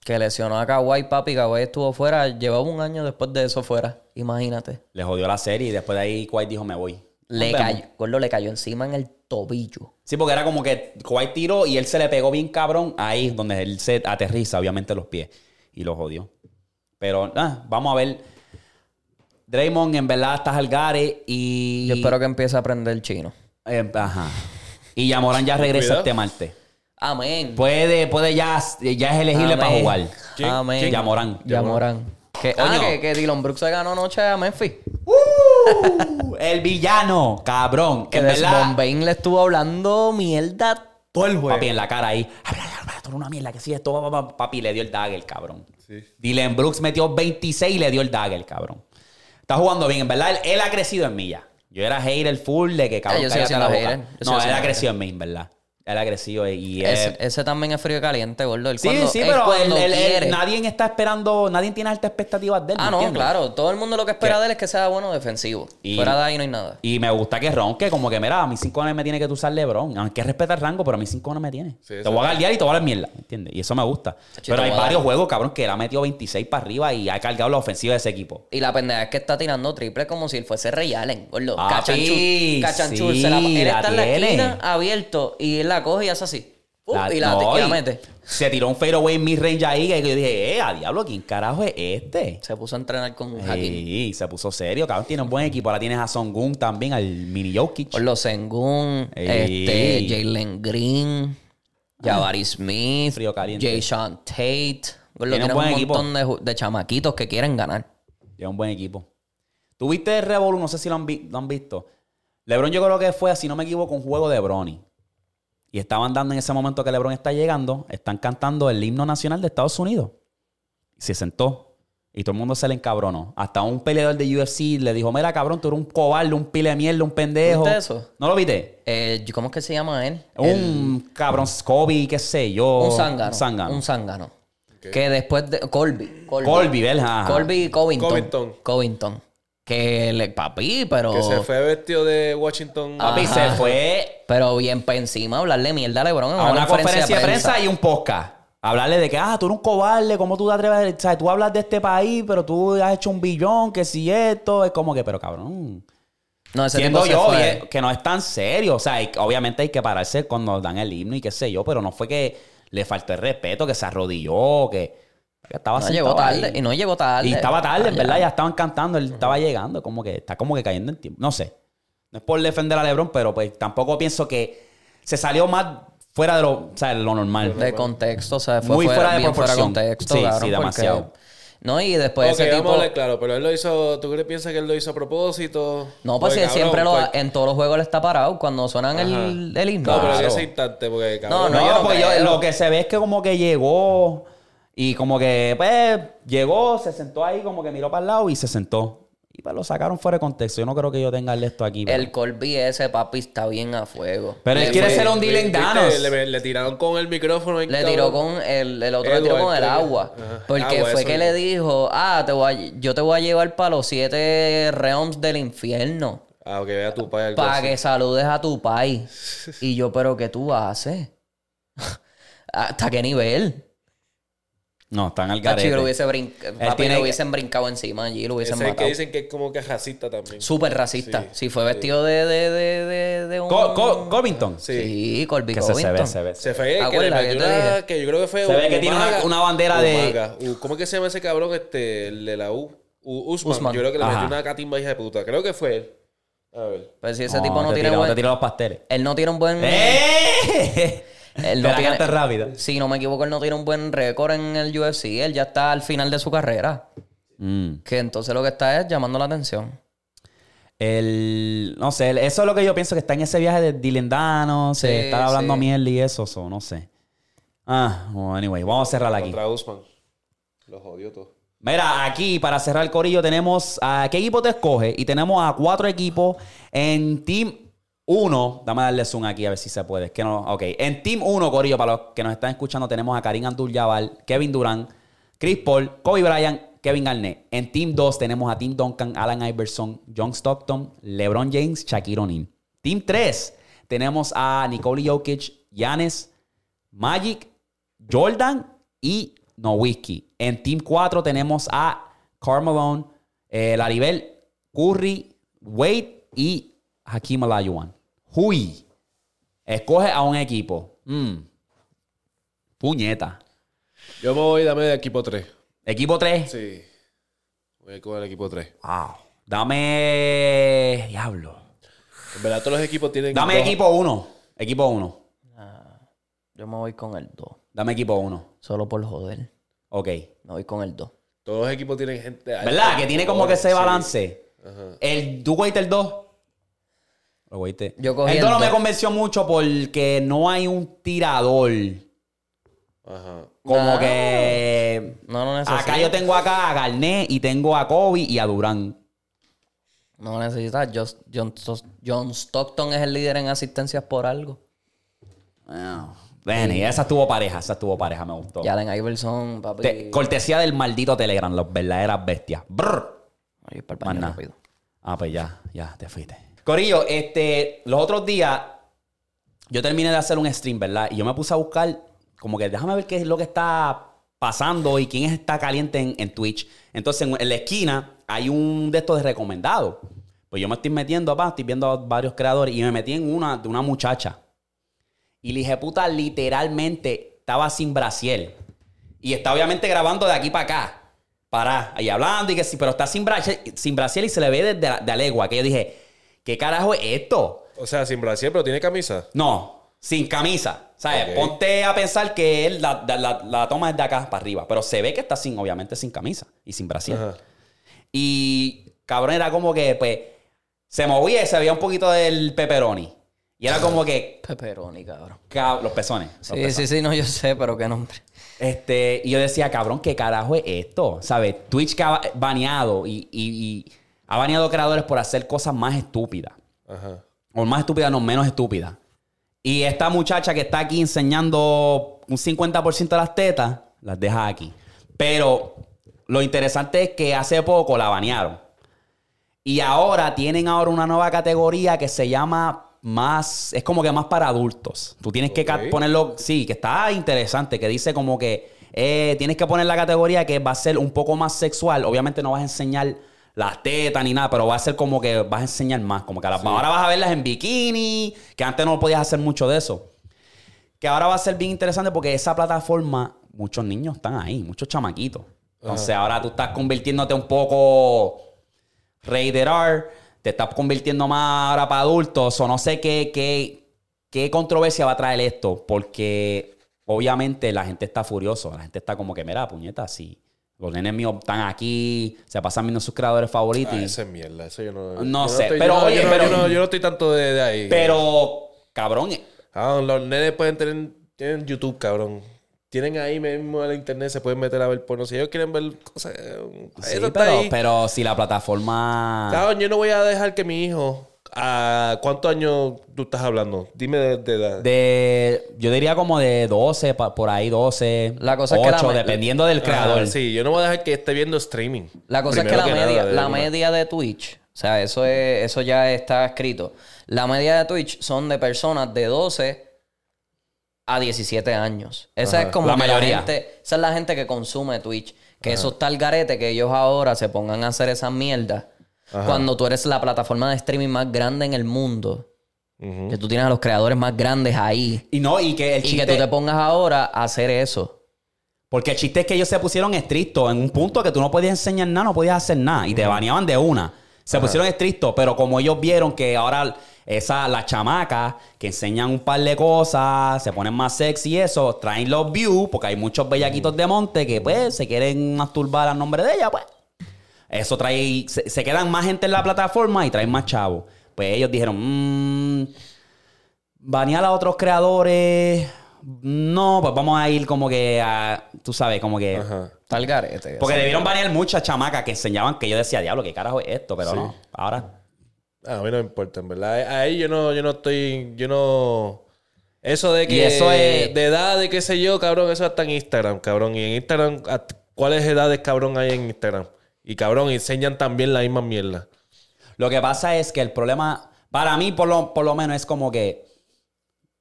[SPEAKER 2] Que lesionó a Kawhi, papi. Kawhi estuvo fuera. Llevaba un año después de eso fuera. Imagínate.
[SPEAKER 1] Le jodió la serie y después de ahí Kawhi dijo, me voy.
[SPEAKER 2] Le
[SPEAKER 1] Nos vemos.
[SPEAKER 2] cayó. Gordo le cayó encima en el tobillo.
[SPEAKER 1] Sí, porque era como que Kawhi tiró y él se le pegó bien cabrón ahí, es donde él se aterriza, obviamente, los pies. Y lo jodió. Pero, ah, vamos a ver. Draymond, en verdad, estás al gare y...
[SPEAKER 2] Yo espero que empiece a aprender el chino.
[SPEAKER 1] Eh, ajá. Y Yamoran ya regresa
[SPEAKER 3] Cuidado.
[SPEAKER 1] este martes.
[SPEAKER 2] Amén.
[SPEAKER 1] Puede, puede ya, ya es elegible para
[SPEAKER 2] Amén.
[SPEAKER 1] jugar.
[SPEAKER 3] ¿Quién?
[SPEAKER 2] Amén.
[SPEAKER 3] ¿Quién?
[SPEAKER 1] Ya Morán.
[SPEAKER 2] Ya Morán. Que, ah,
[SPEAKER 1] Coño.
[SPEAKER 2] que, que Dylan Brooks se ganó anoche a Memphis.
[SPEAKER 1] ¡Uh! El villano, cabrón.
[SPEAKER 2] Que
[SPEAKER 1] en verdad,
[SPEAKER 2] Bombain le estuvo hablando mierda todo el juego.
[SPEAKER 1] Papi, en la cara ahí. Habla, habla, habla, todo una mierda que sí, esto, va, va, va. papi, le dio el dagger, cabrón. Dylan Brooks metió 26 y le dio el dagger, cabrón. Está jugando bien, en verdad, él, él ha crecido en mí ya. Yo era hater full de que, cabrón,
[SPEAKER 2] Ah, yo sigo
[SPEAKER 1] cállate la
[SPEAKER 2] siendo
[SPEAKER 1] boca.
[SPEAKER 2] hater. Yo sigo
[SPEAKER 1] No, él
[SPEAKER 2] siendo
[SPEAKER 1] ha
[SPEAKER 2] hater.
[SPEAKER 1] crecido en mí, en verdad. Él ha crecido y es...
[SPEAKER 2] ese, ese también es frío y caliente, gordo. Él
[SPEAKER 1] Sí,
[SPEAKER 2] cuando-
[SPEAKER 1] sí,
[SPEAKER 2] él
[SPEAKER 1] pero él-
[SPEAKER 2] cuando
[SPEAKER 1] él- él-
[SPEAKER 2] quiere-
[SPEAKER 1] nadie está esperando, nadie tiene altas expectativas de él.
[SPEAKER 2] Ah,
[SPEAKER 1] ¿me
[SPEAKER 2] no,
[SPEAKER 1] entiendes?
[SPEAKER 2] claro. Todo el mundo lo que espera de él es que sea bueno defensivo.
[SPEAKER 1] Y-
[SPEAKER 2] Fuera de ahí no hay nada.
[SPEAKER 1] Y me gusta que ronque, como que, mira, a mis 5 años me tiene que usar LeBron. Aunque respeta el rango, pero a mis 5 años me tiene. te
[SPEAKER 3] exacto.
[SPEAKER 1] voy a galdear y te voy a dar mierda, ¿entiendes? Y eso me gusta.
[SPEAKER 2] te
[SPEAKER 1] pero
[SPEAKER 2] voy
[SPEAKER 1] hay
[SPEAKER 2] a dar.
[SPEAKER 1] varios juegos, cabrón, que él ha metido 26 para arriba y ha cargado la ofensiva de ese equipo.
[SPEAKER 2] Y la pendeja es que está tirando triple como si él fuese Ray Allen, gordo.
[SPEAKER 1] Papi,
[SPEAKER 2] Cachanchur. Cachanchur.
[SPEAKER 1] sí,
[SPEAKER 2] se la, él
[SPEAKER 1] la
[SPEAKER 2] está en la
[SPEAKER 1] tiene.
[SPEAKER 2] esquina abierto y él la coge y hace así. Uf, Uh, y la,
[SPEAKER 1] no,
[SPEAKER 2] y la
[SPEAKER 1] y
[SPEAKER 2] mete.
[SPEAKER 1] Se tiró un fadeaway en mid-range ahí que yo dije, eh, a diablo, ¿quién carajo es este?
[SPEAKER 2] Se puso a entrenar con un hacking.
[SPEAKER 1] Y se puso serio, cabrón. Tiene un buen equipo. Ahora tienes a Son Gun también, al mini Jokic.
[SPEAKER 2] Por los Sengun,
[SPEAKER 1] Ey.
[SPEAKER 2] este, Jalen Green, Jabari Smith,
[SPEAKER 1] Frío caliente.
[SPEAKER 2] Jay Sean Tate. Gordo,
[SPEAKER 1] Tiene un
[SPEAKER 2] tiene
[SPEAKER 1] buen
[SPEAKER 2] un
[SPEAKER 1] equipo.
[SPEAKER 2] montón de, ju- de chamaquitos que quieren ganar.
[SPEAKER 1] Tiene un buen equipo. Tuviste el Revolu, no sé si lo han, vi- lo han visto. LeBron, yo creo que fue, si no me equivoco, un juego de Bronny. Y estaban dando en ese momento que LeBron está llegando, están cantando el himno nacional de Estados Unidos. Y se sentó. Y todo el mundo se le encabronó. Hasta un peleador de UFC le dijo: Mira, cabrón, tú eres un cobarde, un pile de mierda, un pendejo.
[SPEAKER 2] ¿Viste eso?
[SPEAKER 1] ¿No lo viste?
[SPEAKER 2] Eh, ¿Cómo es que se llama él?
[SPEAKER 1] Un cabrón, Kobe, qué sé yo.
[SPEAKER 2] Un zángano.
[SPEAKER 1] Un zángano.
[SPEAKER 2] Un zángano. Que después de. Colby. Colby,
[SPEAKER 1] Colby, ¿verdad? Ajá.
[SPEAKER 2] Colby Covington.
[SPEAKER 3] Covington.
[SPEAKER 2] Covington. Que le, papi, pero.
[SPEAKER 3] Que se fue vestido de Washington.
[SPEAKER 1] Papi,
[SPEAKER 2] Ajá.
[SPEAKER 1] se fue
[SPEAKER 2] Pero bien para encima hablarle mierda a LeBron en
[SPEAKER 1] a una conferencia de prensa y un podcast. Hablarle de que, ah, tú eres un cobarde, ¿cómo tú te atreves? O sea, tú hablas de este país, pero tú has hecho un billón, que si esto, es como que, pero cabrón.
[SPEAKER 2] No, ese
[SPEAKER 1] Siendo
[SPEAKER 2] tipo se
[SPEAKER 1] yo,
[SPEAKER 2] fue.
[SPEAKER 1] oye, que no es tan serio. O sea, hay- obviamente hay que pararse cuando dan el himno y qué sé yo, pero no fue que le faltó el respeto, que se arrodilló, que, que estaba
[SPEAKER 2] No
[SPEAKER 1] sentado
[SPEAKER 2] llegó tarde.
[SPEAKER 1] ahí.
[SPEAKER 2] Y no llegó tarde.
[SPEAKER 1] Y estaba tarde, en
[SPEAKER 2] Allá.
[SPEAKER 1] verdad, ya estaban cantando, él estaba llegando, como que está como que cayendo en tiempo. No sé. No es por defender a LeBron, pero pues tampoco pienso que se salió más fuera de lo, o sea, de lo normal.
[SPEAKER 2] De contexto, o sea, fue
[SPEAKER 1] Muy fuera de
[SPEAKER 2] bien
[SPEAKER 1] proporción.
[SPEAKER 2] Fuera de contexto,
[SPEAKER 1] Sí,
[SPEAKER 2] cabrón,
[SPEAKER 1] sí,
[SPEAKER 2] porque-
[SPEAKER 1] demasiado.
[SPEAKER 2] No, y después
[SPEAKER 3] Ok,
[SPEAKER 2] ese
[SPEAKER 3] vamos a
[SPEAKER 2] tipo.
[SPEAKER 3] hablar claro, pero él lo hizo. ¿Tú crees piensas que él lo hizo a propósito?
[SPEAKER 2] No, pues si
[SPEAKER 3] Porque,
[SPEAKER 2] él siempre lo
[SPEAKER 3] cabrón,
[SPEAKER 2] ha- en todos los juegos él está parado cuando suenan el, el himno.
[SPEAKER 3] pues- No, pero en
[SPEAKER 2] Claro.
[SPEAKER 3] ese instante, porque
[SPEAKER 2] No,
[SPEAKER 3] cabrón.
[SPEAKER 1] No,
[SPEAKER 2] yo no
[SPEAKER 1] pues yo-
[SPEAKER 2] creo.
[SPEAKER 1] lo que se ve es que como que llegó y como que, pues, llegó, se sentó ahí, como que miró para el lado y se sentó. Y pues lo sacaron fuera de contexto. Yo no creo que yo tenga el esto aquí. pero-
[SPEAKER 2] El Colby ese, papi, está bien a fuego.
[SPEAKER 1] Pero él
[SPEAKER 2] Le-
[SPEAKER 1] quiere
[SPEAKER 2] le-
[SPEAKER 1] ser un
[SPEAKER 3] Viste,
[SPEAKER 1] Dylan Danos.
[SPEAKER 3] Le, le tiraron con el micrófono. ahí,
[SPEAKER 2] Le
[SPEAKER 3] cabrón.
[SPEAKER 2] tiró con el, el otro le tiró
[SPEAKER 3] Edward,
[SPEAKER 2] con el
[SPEAKER 3] creo que-
[SPEAKER 2] agua.
[SPEAKER 3] Ajá.
[SPEAKER 2] Porque
[SPEAKER 3] Agua,
[SPEAKER 2] fue
[SPEAKER 3] eso
[SPEAKER 2] que
[SPEAKER 3] es.
[SPEAKER 2] le dijo, ah, te voy a- yo te voy a llevar para los siete realms del infierno.
[SPEAKER 3] Ah, ok, vea tu padre. algo
[SPEAKER 2] Para
[SPEAKER 3] así.
[SPEAKER 2] que saludes a tu país. Y yo, pero ¿qué tú haces? ¿Hasta qué nivel?
[SPEAKER 1] No, están al
[SPEAKER 2] Cachi, lo
[SPEAKER 1] garete.
[SPEAKER 2] hubiese brin- papi,
[SPEAKER 1] tiene
[SPEAKER 2] lo
[SPEAKER 1] que-
[SPEAKER 2] hubiesen brincado encima allí, lo hubiesen
[SPEAKER 3] Ese es el que
[SPEAKER 2] matado.
[SPEAKER 3] dicen que es como que racista también.
[SPEAKER 2] Súper racista.
[SPEAKER 3] Sí,
[SPEAKER 2] Sí, fue vestido de, de, de, de, de un...
[SPEAKER 1] Co- co- Covington.
[SPEAKER 3] Sí.
[SPEAKER 2] sí, Colby
[SPEAKER 1] Que se, se ve,
[SPEAKER 2] Covington.
[SPEAKER 1] se ve.
[SPEAKER 3] Se fue el que le
[SPEAKER 2] Acuérdate que
[SPEAKER 3] metió
[SPEAKER 2] te
[SPEAKER 3] una-
[SPEAKER 2] dije.
[SPEAKER 3] que yo creo que fue
[SPEAKER 1] Se ve que tiene una-
[SPEAKER 3] Umaga.
[SPEAKER 1] una bandera de-
[SPEAKER 3] Umaga. U- ¿Cómo es que se llama ese cabrón? Este, el de la U. U- Usman.
[SPEAKER 2] Usman.
[SPEAKER 3] Yo creo que le
[SPEAKER 1] Ajá.
[SPEAKER 3] metió una catimba hija de puta. Creo que fue él. A ver.
[SPEAKER 2] Pero Pues si ese tipo no
[SPEAKER 1] te
[SPEAKER 2] tiene
[SPEAKER 1] tira-
[SPEAKER 2] buen...
[SPEAKER 1] te tira los pasteles.
[SPEAKER 2] Él no tiene un buen...
[SPEAKER 1] ¡Eh!
[SPEAKER 2] Él
[SPEAKER 1] Te
[SPEAKER 2] no
[SPEAKER 1] la
[SPEAKER 2] tiene...
[SPEAKER 1] cantas rápida.
[SPEAKER 2] Si no me equivoco, él no tiene un buen récord en el UFC. Él ya está al final de su carrera.
[SPEAKER 1] Mm.
[SPEAKER 2] Que entonces lo que está es llamando la atención.
[SPEAKER 1] El, no sé, el- eso es lo que yo pienso que está en ese viaje de Dilendano,
[SPEAKER 2] Sí,
[SPEAKER 1] se está hablando
[SPEAKER 2] sí.
[SPEAKER 1] miel y eso, so, no sé. Ah, bueno, anyway, vamos a cerrar aquí.
[SPEAKER 3] Contra Usman. Lo jodió todo.
[SPEAKER 1] Mira, aquí para cerrar el corillo tenemos a qué equipo te escoge y tenemos a cuatro equipos en Team 1. Dame darle zoom aquí a ver si se puede. Es que no, ok. En Team 1, corillo, para los que nos están escuchando, tenemos a Karim Abdul-Jabbar, Kevin Durant, Chris Paul, Kobe Bryant, Kevin Garnett. En Team 2 tenemos a Tim Duncan, Alan Iverson, John Stockton, LeBron James, Shaquille O'Neal. Team 3 tenemos a Nikola Jokic, Giannis, Magic, Jordan y Nowitzki. En Team 4 tenemos a Carmelone, eh, Laribel, Curry, Wade y Hakim Olajuwon. Huy. Escoge a un equipo. Mm. Puñeta.
[SPEAKER 3] Yo me voy, dame de equipo 3.
[SPEAKER 1] Equipo 3.
[SPEAKER 3] Sí. Voy con el equipo 3.
[SPEAKER 1] Wow. Dame... Diablo.
[SPEAKER 3] En verdad, todos los equipos tienen.
[SPEAKER 1] Dame
[SPEAKER 3] dos-
[SPEAKER 1] equipo 1. Equipo 1.
[SPEAKER 2] Yo me voy con el 2.
[SPEAKER 1] Dame equipo 1.
[SPEAKER 2] Solo por joder.
[SPEAKER 1] Ok.
[SPEAKER 2] Me voy con el 2.
[SPEAKER 3] Todos los equipos tienen gente. alta.
[SPEAKER 1] ¿Verdad? Que tiene como que ese
[SPEAKER 3] Sí.
[SPEAKER 1] balance.
[SPEAKER 3] Ajá.
[SPEAKER 1] El Do Waiter 2. Lo cogiste.
[SPEAKER 2] Yo cogí
[SPEAKER 1] el
[SPEAKER 2] el
[SPEAKER 1] 2 no me
[SPEAKER 2] dos.
[SPEAKER 1] convenció mucho porque no hay un tirador.
[SPEAKER 3] Ajá.
[SPEAKER 1] Como
[SPEAKER 2] No.
[SPEAKER 1] que.
[SPEAKER 2] No lo necesitas.
[SPEAKER 1] Acá yo tengo acá a Garnet y tengo a Kobe y a Durán.
[SPEAKER 2] No necesitas. Just- John, Stos- John Stockton es el líder en asistencias por algo. Ah,
[SPEAKER 1] Ven, y esa estuvo pareja, esa estuvo pareja, me gustó.
[SPEAKER 2] Y Allen Iverson, papi.
[SPEAKER 1] Te- cortesía del maldito Telegram, los verdaderas bestias. Brr.
[SPEAKER 2] Voy
[SPEAKER 1] Más
[SPEAKER 2] para el baño
[SPEAKER 1] nada.
[SPEAKER 2] rápido.
[SPEAKER 1] Ah, pues ya, ya, te fuiste. Corillo, este, los otros días yo terminé de hacer un stream, ¿verdad? Y yo me puse a buscar, como que déjame ver qué es lo que está pasando y quién está caliente en, en Twitch. Entonces, en, en la esquina hay un de estos de recomendados. Pues yo me estoy metiendo, papá, estoy viendo a varios creadores y me metí en una de una muchacha. Y le dije, puta, literalmente estaba sin brasier. Y está obviamente grabando de aquí para acá. Para, ahí hablando y que sí, pero está sin brasier, sin brasier y se le ve desde la, de la legua. Que yo dije, ¿qué carajo es esto?
[SPEAKER 3] O sea, sin brasier, pero tiene camisa.
[SPEAKER 1] No, sin camisa. ¿Sabes?
[SPEAKER 3] Ok.
[SPEAKER 1] Ponte a pensar que él la, la- la- la toma es de acá para arriba. Pero se ve que está sin, obviamente, sin camisa y sin brasier.
[SPEAKER 3] Ajá.
[SPEAKER 1] Y cabrón, era como que, pues, se movía y se veía un poquito del pepperoni. Y era como que,
[SPEAKER 2] Pepperoni, cabrón.
[SPEAKER 1] cab- los pezones. los
[SPEAKER 2] Sí,
[SPEAKER 1] pezones.
[SPEAKER 2] sí, sí, no, yo sé, pero qué nombre.
[SPEAKER 1] Este, y yo decía, cabrón, ¿qué carajo es esto? ¿Sabes? Twitch que ha baneado y, y- y ha baneado creadores por hacer cosas más estúpidas.
[SPEAKER 3] Ajá.
[SPEAKER 1] O más estúpidas, no menos estúpidas. Y esta muchacha que está aquí enseñando un 50% de las tetas, las deja aquí. Pero lo interesante es que hace poco la banearon. Y ahora tienen ahora una nueva categoría que se llama más, es como que más para adultos. Tú tienes que ca-
[SPEAKER 3] Ok.
[SPEAKER 1] ponerlo, sí, que está interesante, que dice como que eh, tienes que poner la categoría que va a ser un poco más sexual. Obviamente no vas a enseñar las tetas ni nada, pero va a ser como que vas a enseñar más. Como que a las- ahora vas a verlas en bikini, que antes no podías hacer mucho de eso que ahora va a ser bien interesante porque esa plataforma, muchos niños están ahí, muchos chamaquitos. Entonces ahora tú estás convirtiéndote un poco rated R, te estás convirtiendo más ahora para adultos o no sé qué, qué, qué controversia va a traer esto porque obviamente la gente está furioso, la gente está como que, mira, puñeta, sí. Los nenes míos están aquí, se pasan viendo sus creadores favoritos.
[SPEAKER 3] Ah,
[SPEAKER 1] y-
[SPEAKER 3] esa es mierda, eso yo no.
[SPEAKER 1] No
[SPEAKER 3] yo
[SPEAKER 1] sé,
[SPEAKER 3] estoy-
[SPEAKER 1] pero
[SPEAKER 3] yo no-
[SPEAKER 1] oye,
[SPEAKER 3] yo no-
[SPEAKER 1] pero-
[SPEAKER 3] yo no, yo no estoy tanto de, de ahí.
[SPEAKER 1] Pero, cabrón, eh,
[SPEAKER 3] Ah, los nenes pueden tener tienen YouTube, cabrón. Tienen ahí mismo el internet, se pueden meter a ver porno. Si ellos quieren ver cosas. eh,
[SPEAKER 1] sí,
[SPEAKER 3] eso está
[SPEAKER 1] pero,
[SPEAKER 3] ahí.
[SPEAKER 1] pero si la
[SPEAKER 2] Ah.
[SPEAKER 1] plataforma...
[SPEAKER 3] Cabrón, yo no voy a dejar que mi hijo. ¿A cuántos años tú estás hablando? Dime de, de edad.
[SPEAKER 1] De, yo diría como de 12, pa- por ahí 12.
[SPEAKER 2] La cosa es que la
[SPEAKER 1] 8,
[SPEAKER 2] me-
[SPEAKER 1] dependiendo del
[SPEAKER 3] Ah,
[SPEAKER 1] creador.
[SPEAKER 3] sí, yo no voy a dejar que esté viendo streaming.
[SPEAKER 2] La cosa es que
[SPEAKER 3] Primero
[SPEAKER 2] la media,
[SPEAKER 3] nada, de
[SPEAKER 2] la
[SPEAKER 3] una.
[SPEAKER 2] media de Twitch, o sea, eso, es, eso ya está escrito. La media de Twitch son de personas de 12 a 17 años. Esa es como
[SPEAKER 1] La
[SPEAKER 2] que
[SPEAKER 1] mayoría.
[SPEAKER 2] gente, esa es la gente que consume Twitch. Que eso está el garete, que ellos ahora se pongan a hacer esas mierdas. Cuando tú eres la plataforma de streaming más grande en el mundo. Que tú tienes a los creadores más grandes ahí.
[SPEAKER 1] Y no, y que el
[SPEAKER 2] Y
[SPEAKER 1] chiste.
[SPEAKER 2] que tú te pongas ahora a hacer eso.
[SPEAKER 1] Porque el chiste es que ellos se pusieron estrictos en un punto que tú no podías enseñar nada, no podías hacer nada. Y te baneaban de una. Se pusieron estrictos, pero como ellos vieron que ahora esa, las chamacas que enseñan un par de cosas, se ponen más sexy y eso, traen los views, porque hay muchos bellaquitos de monte que pues se quieren masturbar al nombre de ella, pues. Eso trae. Se, se quedan más gente en la plataforma y traen más chavos. Pues ellos dijeron, mmm, banear a otros creadores. No, pues vamos a ir como que a. Tú sabes, como que.
[SPEAKER 3] Ajá.
[SPEAKER 2] Está el garete.
[SPEAKER 1] Porque debieron banear muchas chamacas que enseñaban que yo decía, diablo, qué carajo es esto, pero
[SPEAKER 3] Sí.
[SPEAKER 1] no. Ahora.
[SPEAKER 3] Ah, a mí no me importa, en verdad. Ahí yo no, yo no estoy, yo no. Eso de que
[SPEAKER 1] Y eso es-
[SPEAKER 3] de edad, de qué sé yo, cabrón, eso está en Instagram, cabrón. Y en Instagram, ¿a- ¿cuáles edades, cabrón, hay en Instagram? Y cabrón, enseñan también la misma mierda.
[SPEAKER 1] Lo que pasa es que el problema. Para mí, por lo, por lo menos, es como que.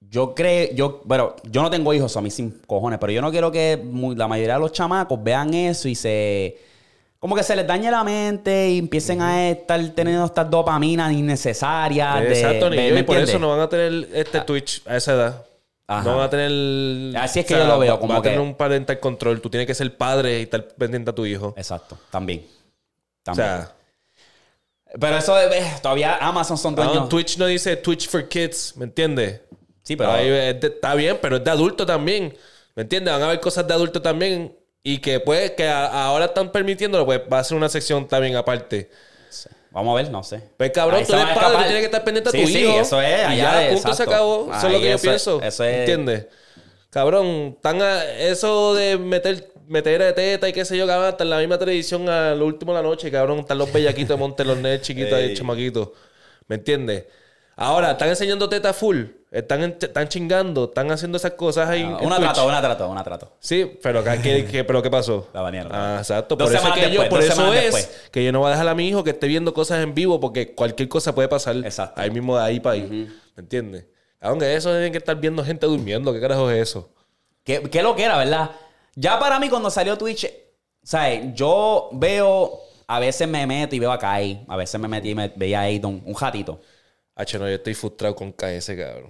[SPEAKER 1] Yo creo, yo, bueno, yo no tengo hijos, a mí sin cojones, pero yo no quiero que mu- la mayoría de los chamacos vean eso y se. Como que se les dañe la mente y empiecen a estar teniendo estas dopaminas innecesarias. de-
[SPEAKER 3] Exacto, ni
[SPEAKER 1] de-
[SPEAKER 3] yo,
[SPEAKER 1] ¿me
[SPEAKER 3] y por
[SPEAKER 1] entiendes? Ah.
[SPEAKER 3] eso no van a tener este Twitch a esa edad.
[SPEAKER 1] Ajá.
[SPEAKER 3] No van a tener.
[SPEAKER 1] Así es que yo lo veo,
[SPEAKER 3] va-
[SPEAKER 1] como
[SPEAKER 3] va a tener
[SPEAKER 1] que-
[SPEAKER 3] un parental control. Tú tienes que ser padre y estar pendiente a tu hijo.
[SPEAKER 1] Exacto, también.
[SPEAKER 3] O
[SPEAKER 1] También.
[SPEAKER 3] sea,
[SPEAKER 1] pero eso eh, todavía Amazon son dueños.
[SPEAKER 3] cabrón, ah, Twitch no dice Twitch for kids, ¿me entiendes?
[SPEAKER 1] sí, pero
[SPEAKER 3] Ahí es de- está bien, pero es de adulto también. ¿Me entiendes? Van a haber cosas de adulto también. Y que pues, que a- ahora están permitiéndolo, pues va a ser una sección también aparte.
[SPEAKER 1] vamos a ver, no sé.
[SPEAKER 3] Pues, cabrón,
[SPEAKER 1] Ahí
[SPEAKER 3] tú
[SPEAKER 1] se
[SPEAKER 3] eres
[SPEAKER 1] van a
[SPEAKER 3] padre, tú
[SPEAKER 1] escapar.
[SPEAKER 3] tienes que estar pendiente a tu
[SPEAKER 1] Sí, sí,
[SPEAKER 3] hijo.
[SPEAKER 1] eso es,
[SPEAKER 3] Y
[SPEAKER 1] allá
[SPEAKER 3] ya,
[SPEAKER 1] de-
[SPEAKER 3] punto, se
[SPEAKER 1] exacto.
[SPEAKER 3] acabó. Eso es lo
[SPEAKER 1] Ahí
[SPEAKER 3] que yo
[SPEAKER 1] eso-
[SPEAKER 3] pienso.
[SPEAKER 1] eso es-
[SPEAKER 3] ¿Entiendes? Cabrón, tan a- eso de meter meter de teta y qué sé yo, cabrón, hasta en la misma televisión a lo último de la noche, cabrón, están los bellaquitos de Monte, los nerds chiquitos y chamaquitos. ¿Me entiendes? Ahora, están enseñando teta full. Están, en- están chingando, están haciendo esas cosas ahí. en
[SPEAKER 1] Ah, Una
[SPEAKER 3] Twitch.
[SPEAKER 1] trato, una trato, una trato.
[SPEAKER 3] Sí, pero ¿qué, qué- qué- pero ¿qué pasó?
[SPEAKER 1] La banearon.
[SPEAKER 3] Ah, exacto.
[SPEAKER 1] Dos
[SPEAKER 3] Por eso, es
[SPEAKER 1] semanas
[SPEAKER 3] que yo,
[SPEAKER 1] después,
[SPEAKER 3] por
[SPEAKER 1] dos
[SPEAKER 3] eso
[SPEAKER 1] semanas
[SPEAKER 3] es
[SPEAKER 1] después.
[SPEAKER 3] que yo no voy a dejar a mi hijo que esté viendo cosas en vivo porque cualquier cosa puede pasar
[SPEAKER 1] Exacto.
[SPEAKER 3] ahí mismo de ahí para ahí. ¿Me entiendes? Aunque eso tienen que estar viendo gente durmiendo. ¿Qué carajo es eso?
[SPEAKER 1] ¿Qué, qué lo que era, ¿verdad? Ya para mí, cuando salió Twitch, ¿sabes? Yo veo, a veces me meto y veo a Kai, a veces me metí y me veía a Aidon, un ratito.
[SPEAKER 3] H, no, yo estoy frustrado con KS, cabrón.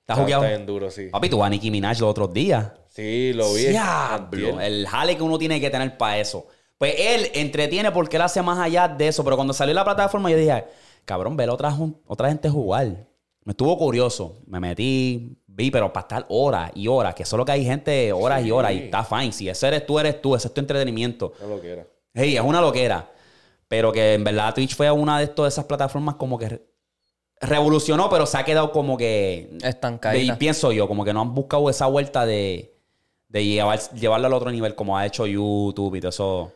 [SPEAKER 1] ¿Estás jugando?
[SPEAKER 3] Está bien duro, sí.
[SPEAKER 1] Papi, tú vas a Nicki Minaj los otros días.
[SPEAKER 3] Sí, lo vi.
[SPEAKER 1] Diablo,
[SPEAKER 3] Antier.
[SPEAKER 1] el jale que uno tiene que tener para eso. Pues él entretiene porque él hace más allá de eso. Pero cuando salió la plataforma, yo dije, cabrón, ver a otra, jun- otra gente jugar. Me estuvo curioso. Me metí, vi, pero para estar horas y horas, que solo que hay gente horas y horas y está fine. Si ese eres tú, eres tú, ese es tu entretenimiento.
[SPEAKER 3] No lo quiera.
[SPEAKER 1] Hey, es una loquera. Pero que en verdad Twitch fue una de, estos- de esas plataformas como que re- revolucionó, pero se ha quedado como que y
[SPEAKER 2] Estancadita.
[SPEAKER 1] pienso yo, como que no han buscado esa vuelta de, de llevar, llevarlo al otro nivel, como ha hecho YouTube y todo eso.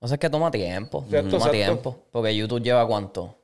[SPEAKER 2] O sea, es que toma tiempo.
[SPEAKER 3] Exacto,
[SPEAKER 2] toma
[SPEAKER 3] exacto.
[SPEAKER 2] tiempo. Porque YouTube lleva cuánto?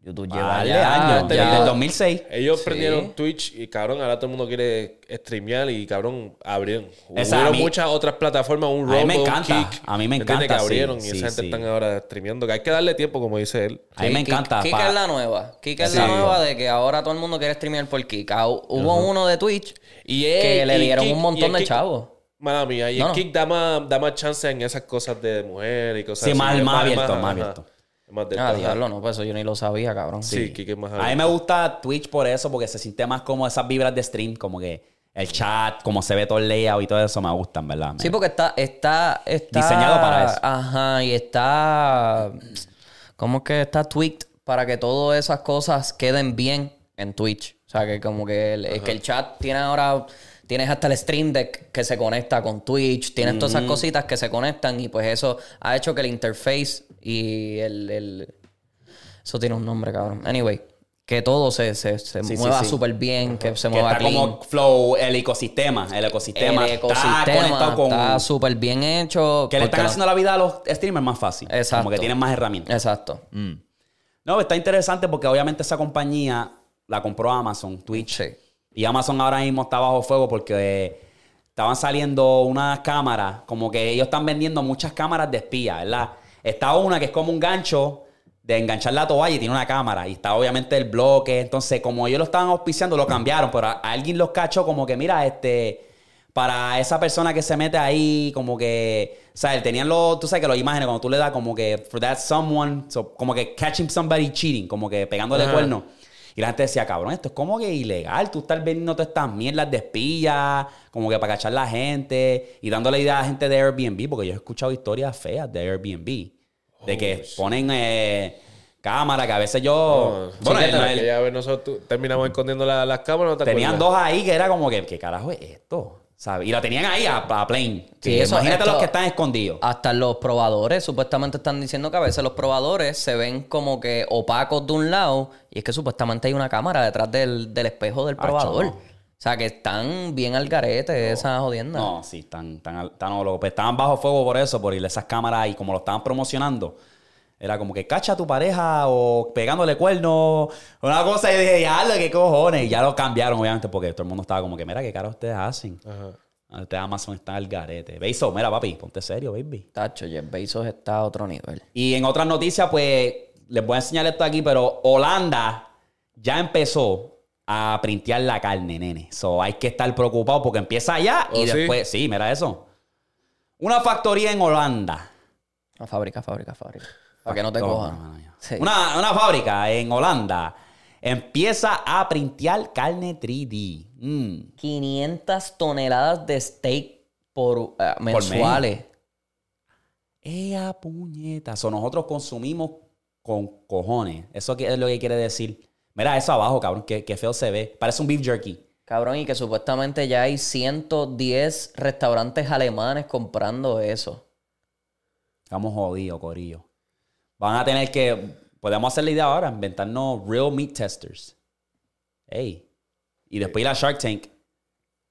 [SPEAKER 2] YouTube lleva
[SPEAKER 1] Par de
[SPEAKER 2] Ah, ya-
[SPEAKER 1] Ah, años,
[SPEAKER 2] ya-
[SPEAKER 1] desde el 2006.
[SPEAKER 3] Ellos
[SPEAKER 2] Sí.
[SPEAKER 3] prendieron Twitch y cabrón, ahora todo el mundo quiere streamear y cabrón, abrieron.
[SPEAKER 1] Esa, a
[SPEAKER 3] Hubieron
[SPEAKER 1] mí-
[SPEAKER 3] muchas otras plataformas, un
[SPEAKER 1] a mí me
[SPEAKER 3] Rumble, un
[SPEAKER 1] encanta,
[SPEAKER 3] Kick.
[SPEAKER 1] a mí me
[SPEAKER 3] ¿entiendes?
[SPEAKER 1] encanta,
[SPEAKER 3] Que abrieron
[SPEAKER 1] sí,
[SPEAKER 3] y
[SPEAKER 1] sí,
[SPEAKER 3] esa gente
[SPEAKER 1] sí.
[SPEAKER 3] están ahora streameando. Que hay que darle tiempo, como dice él.
[SPEAKER 1] A mí me
[SPEAKER 2] Kik-
[SPEAKER 1] encanta.
[SPEAKER 2] Kik
[SPEAKER 1] pa-
[SPEAKER 2] es la nueva. Kik es
[SPEAKER 1] Sí.
[SPEAKER 2] la nueva de que ahora todo el mundo quiere streamear por Kik. Ah, hu- Hubo uno de Twitch
[SPEAKER 3] Y
[SPEAKER 2] que
[SPEAKER 3] él-
[SPEAKER 2] le
[SPEAKER 3] y
[SPEAKER 2] dieron
[SPEAKER 3] Kick-
[SPEAKER 2] un
[SPEAKER 3] y
[SPEAKER 2] montón de
[SPEAKER 3] Kick-
[SPEAKER 2] chavos.
[SPEAKER 3] Mala mía, y
[SPEAKER 2] No,
[SPEAKER 3] el
[SPEAKER 2] no.
[SPEAKER 3] kick da más, da más chance en esas cosas de mujer y cosas
[SPEAKER 1] Sí,
[SPEAKER 3] así.
[SPEAKER 1] más-
[SPEAKER 3] Es
[SPEAKER 1] más abierto, más
[SPEAKER 3] ajá.
[SPEAKER 1] abierto.
[SPEAKER 3] Es más abierto,
[SPEAKER 2] Ah,
[SPEAKER 3] ajá.
[SPEAKER 2] diablo, no, pues eso yo ni lo sabía, cabrón.
[SPEAKER 3] Sí, kick es más
[SPEAKER 1] A mí me gusta Twitch por eso, porque se siente más como esas vibras de stream, como que el chat, como se ve todo el layout y todo eso me gustan, ¿verdad?
[SPEAKER 2] Sí, porque está, está, está-
[SPEAKER 1] Diseñado para eso.
[SPEAKER 2] Ajá, y está. ¿Cómo es que está tweaked para que todas esas cosas queden bien en Twitch? O sea, que como que el, que el chat tiene ahora. Tienes hasta el stream deck que se conecta con Twitch. Tienes todas esas cositas que se conectan y pues eso ha hecho que el interface y el. el- Eso tiene un nombre, cabrón. Anyway, que todo se, se, se
[SPEAKER 1] Sí, sí,
[SPEAKER 2] mueva
[SPEAKER 1] sí.
[SPEAKER 2] súper bien, que se
[SPEAKER 1] que
[SPEAKER 2] mueva
[SPEAKER 1] está
[SPEAKER 2] clean
[SPEAKER 1] como flow, el ecosistema, el ecosistema,
[SPEAKER 2] el Eh, ecosistema
[SPEAKER 1] está conectado con...
[SPEAKER 2] está súper bien hecho.
[SPEAKER 1] que le
[SPEAKER 2] porque
[SPEAKER 1] están
[SPEAKER 2] lo-
[SPEAKER 1] haciendo la vida a los streamers más fácil.
[SPEAKER 2] Exacto.
[SPEAKER 1] Como que tienen más herramientas.
[SPEAKER 2] Exacto.
[SPEAKER 1] Mm, No, está interesante porque obviamente esa compañía la compró Amazon, Twitch.
[SPEAKER 2] Sí.
[SPEAKER 1] Y Amazon ahora mismo está bajo fuego porque eh, estaban saliendo unas cámaras, como que ellos están vendiendo muchas cámaras de espía, ¿verdad? Está una que es como un gancho de enganchar la toalla y tiene una cámara. Y está obviamente el bloque. Entonces, como ellos lo estaban auspiciando, lo cambiaron. Pero a- alguien los cachó como que, mira, este... Para esa persona que se mete ahí, como que... O sea, tenían los... Tú sabes que los imágenes, cuando tú le das como que... For that someone... so- como que catching somebody cheating. Como que pegándole
[SPEAKER 3] Ajá.
[SPEAKER 1] cuerno. Y la gente decía, cabrón, esto es como que ilegal. Tú estás vendiendo todas estas mierdas de espías, como que para cachar la gente y dándole idea a la gente de Airbnb, porque yo he escuchado historias feas de Airbnb. De que ponen eh, cámara, que a veces yo. bueno, el- el-
[SPEAKER 3] ya ves, nosotros terminamos escondiendo la- las cámaras. ¿no te
[SPEAKER 1] tenían
[SPEAKER 3] acuerdas?
[SPEAKER 1] dos ahí que era como que, ¿qué carajo es esto? ¿Sabes? Y la tenían ahí a, a plain.
[SPEAKER 2] Sí,
[SPEAKER 1] Que
[SPEAKER 2] eso-
[SPEAKER 1] imagínate
[SPEAKER 2] esto-
[SPEAKER 1] los que están escondidos.
[SPEAKER 2] Hasta los probadores, supuestamente están diciendo que a veces los probadores se ven como que opacos de un lado. Y es que supuestamente hay una cámara detrás del, del espejo del
[SPEAKER 1] Acho,
[SPEAKER 2] probador.
[SPEAKER 1] no.
[SPEAKER 2] O sea, que están bien al garete esas jodiendas.
[SPEAKER 1] No, sí, están, están, al- están a lo loco. Pero estaban bajo fuego por eso, por ir esas cámaras y como lo estaban promocionando. Era como que cacha a tu pareja o pegándole cuernos. Una cosa y dije, ya, lo que cojones. Y ya lo cambiaron, obviamente, porque todo el mundo estaba como que, mira, qué caro ustedes hacen.
[SPEAKER 3] Ajá.
[SPEAKER 1] Ustedes Amazon están al garete. Bezos, mira, papi, ponte serio, baby.
[SPEAKER 2] Tacho, Jeff Bezos está a otro nivel.
[SPEAKER 1] Y en otras noticias, pues, les voy a enseñar esto aquí, pero Holanda ya empezó a printear la carne, nene. So, hay que estar preocupado porque empieza allá y
[SPEAKER 3] ¿Oh, sí?
[SPEAKER 1] después... Sí, mira eso. Una factoría en Holanda.
[SPEAKER 2] No, fábrica, fábrica, fábrica. Para que no te
[SPEAKER 1] Toma,
[SPEAKER 2] cojan.
[SPEAKER 1] mano mía.
[SPEAKER 2] Sí.
[SPEAKER 1] Una, una fábrica en Holanda empieza a printear carne 3D. Mm.
[SPEAKER 2] 500 toneladas de steak por, eh,
[SPEAKER 1] mes.
[SPEAKER 2] mensuales.
[SPEAKER 1] ¡Ea puñeta! So, nosotros consumimos con cojones. Eso que- es lo que quiere decir. Mira eso abajo, cabrón, que, que feo se ve. Parece un beef jerky.
[SPEAKER 2] Cabrón, y que supuestamente ya hay 110 restaurantes alemanes comprando eso.
[SPEAKER 1] Estamos jodidos, corillo. Van a tener que... Podemos hacer la idea ahora, inventarnos real meat testers. Ey. Y después ir a Shark Tank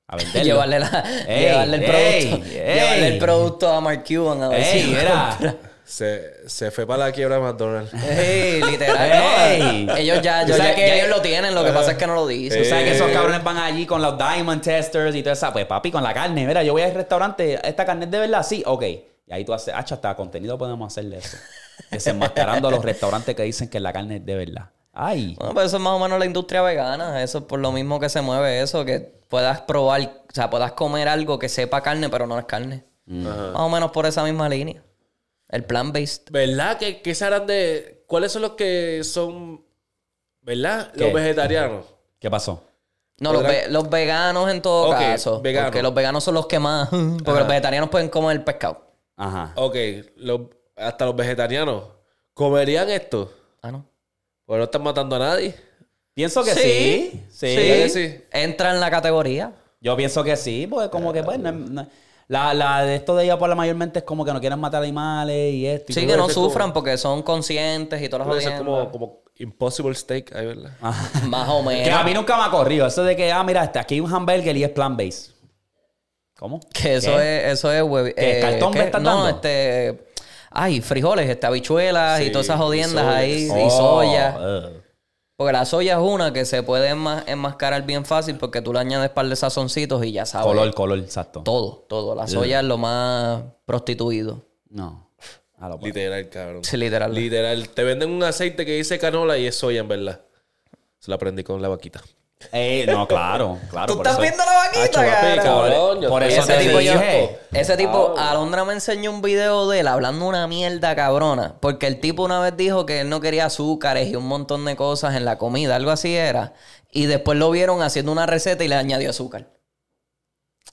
[SPEAKER 1] a venderlo.
[SPEAKER 2] Llevarle, la,
[SPEAKER 1] Ey,
[SPEAKER 2] llevarle el
[SPEAKER 1] ey,
[SPEAKER 2] producto.
[SPEAKER 1] ey.
[SPEAKER 2] Llevarle el producto a Mark Cuban a ver si
[SPEAKER 1] Ey,
[SPEAKER 2] lo
[SPEAKER 1] era...
[SPEAKER 2] compra.
[SPEAKER 3] Se, se fue para la quiebra de McDonald's.
[SPEAKER 2] Ey, literal. no, eh,
[SPEAKER 1] Ey.
[SPEAKER 2] ellos ya,
[SPEAKER 1] O
[SPEAKER 2] yo-
[SPEAKER 1] sea
[SPEAKER 2] ya-
[SPEAKER 1] que-
[SPEAKER 2] ya ellos lo tienen, lo que pasa es que no lo
[SPEAKER 1] Tú
[SPEAKER 2] dicen.
[SPEAKER 1] sabes que esos
[SPEAKER 3] Eh.
[SPEAKER 1] cabrones van allí con los diamond testers y todo eso. Pues papi, con la carne. Mira, yo voy al restaurante. ¿Esta carne es de verdad? Sí, ok. Y ahí tú haces, hacha, hasta contenido podemos hacerle eso. Desenmascarando a los restaurantes que dicen que la carne es de verdad. Ay.
[SPEAKER 2] Bueno, pero pues eso es más o menos la industria vegana. Eso es por lo mismo que se mueve eso, que puedas probar, o sea, puedas comer algo que sepa carne, pero no es carne.
[SPEAKER 3] Ajá.
[SPEAKER 2] Más o menos por esa misma línea. El plan based.
[SPEAKER 3] ¿Verdad? ¿Qué, qué serán de...? ¿Cuáles son los que son... ¿Verdad?
[SPEAKER 1] ¿Qué?
[SPEAKER 3] Los vegetarianos.
[SPEAKER 1] ¿Qué pasó?
[SPEAKER 2] No, los,
[SPEAKER 3] Podrán-
[SPEAKER 2] ve- los veganos en todo
[SPEAKER 3] Ok,
[SPEAKER 2] caso.
[SPEAKER 3] vegano.
[SPEAKER 2] Porque los veganos son los que más. Porque los vegetarianos pueden comer pescado.
[SPEAKER 1] Ajá.
[SPEAKER 3] Ok, los- hasta los vegetarianos. ¿Comerían esto?
[SPEAKER 2] Ah, no.
[SPEAKER 3] Pues no están matando a nadie.
[SPEAKER 1] Pienso que sí. Sí.
[SPEAKER 3] ¿Verdad que sí?
[SPEAKER 2] Entra en la categoría.
[SPEAKER 1] Yo pienso que sí, porque como que, bueno, no- la, la de esto de ella por la mayormente es como que no quieren matar animales y esto. y
[SPEAKER 2] Sí,
[SPEAKER 1] todo
[SPEAKER 2] que no
[SPEAKER 1] eso.
[SPEAKER 2] sufran porque son conscientes y todas las
[SPEAKER 3] Puede ser
[SPEAKER 2] jodiendas.
[SPEAKER 3] como, como Impossible Steak, ahí, ¿verdad?
[SPEAKER 1] Ajá.
[SPEAKER 2] Más o
[SPEAKER 1] Ah. Que a
[SPEAKER 2] menos.
[SPEAKER 1] mí nunca me ha corrido. Eso de que, ah, mira, este, aquí hay un hamburger y es plant-based. ¿Cómo?
[SPEAKER 2] Que eso
[SPEAKER 1] ¿Qué?
[SPEAKER 2] es, eso es, hue-
[SPEAKER 1] ¿Qué, cartón me estás
[SPEAKER 2] no,
[SPEAKER 1] dando?
[SPEAKER 2] este. Ay, frijoles, este, habichuelas y
[SPEAKER 3] Sí,
[SPEAKER 2] todas esas
[SPEAKER 3] y
[SPEAKER 2] jodiendas
[SPEAKER 3] soya.
[SPEAKER 2] ahí.
[SPEAKER 1] Oh,
[SPEAKER 2] y soya.
[SPEAKER 1] eh.
[SPEAKER 2] Porque la soya es una que se puede enma- enmascarar bien fácil porque tú le añades par de sazoncitos y ya sabes.
[SPEAKER 1] Color, color, exacto.
[SPEAKER 2] Todo, todo. La soya es lo más prostituido.
[SPEAKER 1] No. A lo pues.
[SPEAKER 3] Literal, cabrón.
[SPEAKER 2] Sí, literal.
[SPEAKER 3] Literal. Te venden un aceite que dice canola y es soya, en verdad. Se la aprendí con la vaquita.
[SPEAKER 1] Eh, no, claro, claro.
[SPEAKER 2] ¿Tú
[SPEAKER 1] por
[SPEAKER 2] estás
[SPEAKER 1] eso-
[SPEAKER 2] viendo la vaquita,
[SPEAKER 3] Acho, papi,
[SPEAKER 2] cara?
[SPEAKER 3] cabrón, yo
[SPEAKER 1] Por
[SPEAKER 3] estoy-
[SPEAKER 1] eso
[SPEAKER 2] Ese
[SPEAKER 1] te
[SPEAKER 2] tipo, yo-
[SPEAKER 1] dije.
[SPEAKER 2] ese tipo, Alondra me enseñó un video de él hablando una mierda cabrona. Porque el tipo una vez dijo que él no quería azúcares y un montón de cosas en la comida, algo así era. Y después lo vieron haciendo una receta y le añadió azúcar.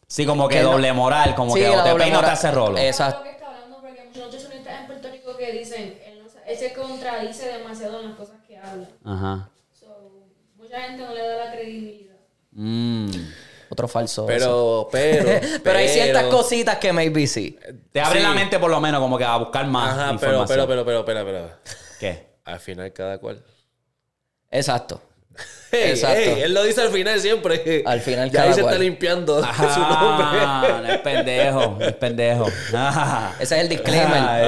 [SPEAKER 1] Sí, como que
[SPEAKER 2] Que no-
[SPEAKER 1] doble moral, como
[SPEAKER 2] Sí,
[SPEAKER 1] que
[SPEAKER 2] la
[SPEAKER 1] o te
[SPEAKER 2] doble
[SPEAKER 1] peino te
[SPEAKER 2] moral.
[SPEAKER 1] hace rolo.
[SPEAKER 2] Eh, Exacto.
[SPEAKER 6] Exacto. que está hablando porque hay muchos nutricionistas en Puerto Rico que dicen, él, no, sa- él se contradice demasiado en las cosas que habla.
[SPEAKER 1] Ajá.
[SPEAKER 6] So, mucha gente no le da la credibilidad.
[SPEAKER 1] Mm.
[SPEAKER 2] Otro falso. eso.
[SPEAKER 3] Pero, pero.
[SPEAKER 2] pero, hay ciertas cositas que maybe sí.
[SPEAKER 1] Te abre
[SPEAKER 3] Sí.
[SPEAKER 1] la mente por lo menos, como que a buscar más
[SPEAKER 3] Ajá, pero,
[SPEAKER 1] información.
[SPEAKER 3] pero, pero, pero, pero, pero.
[SPEAKER 1] ¿Qué?
[SPEAKER 3] Al final, cada cual.
[SPEAKER 2] Exacto.
[SPEAKER 3] Hey,
[SPEAKER 2] Exacto.
[SPEAKER 3] hey, él lo dice al final siempre.
[SPEAKER 2] Al final,
[SPEAKER 3] ya
[SPEAKER 2] cada
[SPEAKER 3] ahí se
[SPEAKER 2] cual.
[SPEAKER 3] está limpiando de su
[SPEAKER 1] Ah,
[SPEAKER 3] nombre.
[SPEAKER 1] no es pendejo, no es pendejo. Ah.
[SPEAKER 2] Ese es el disclaimer.
[SPEAKER 1] Ah,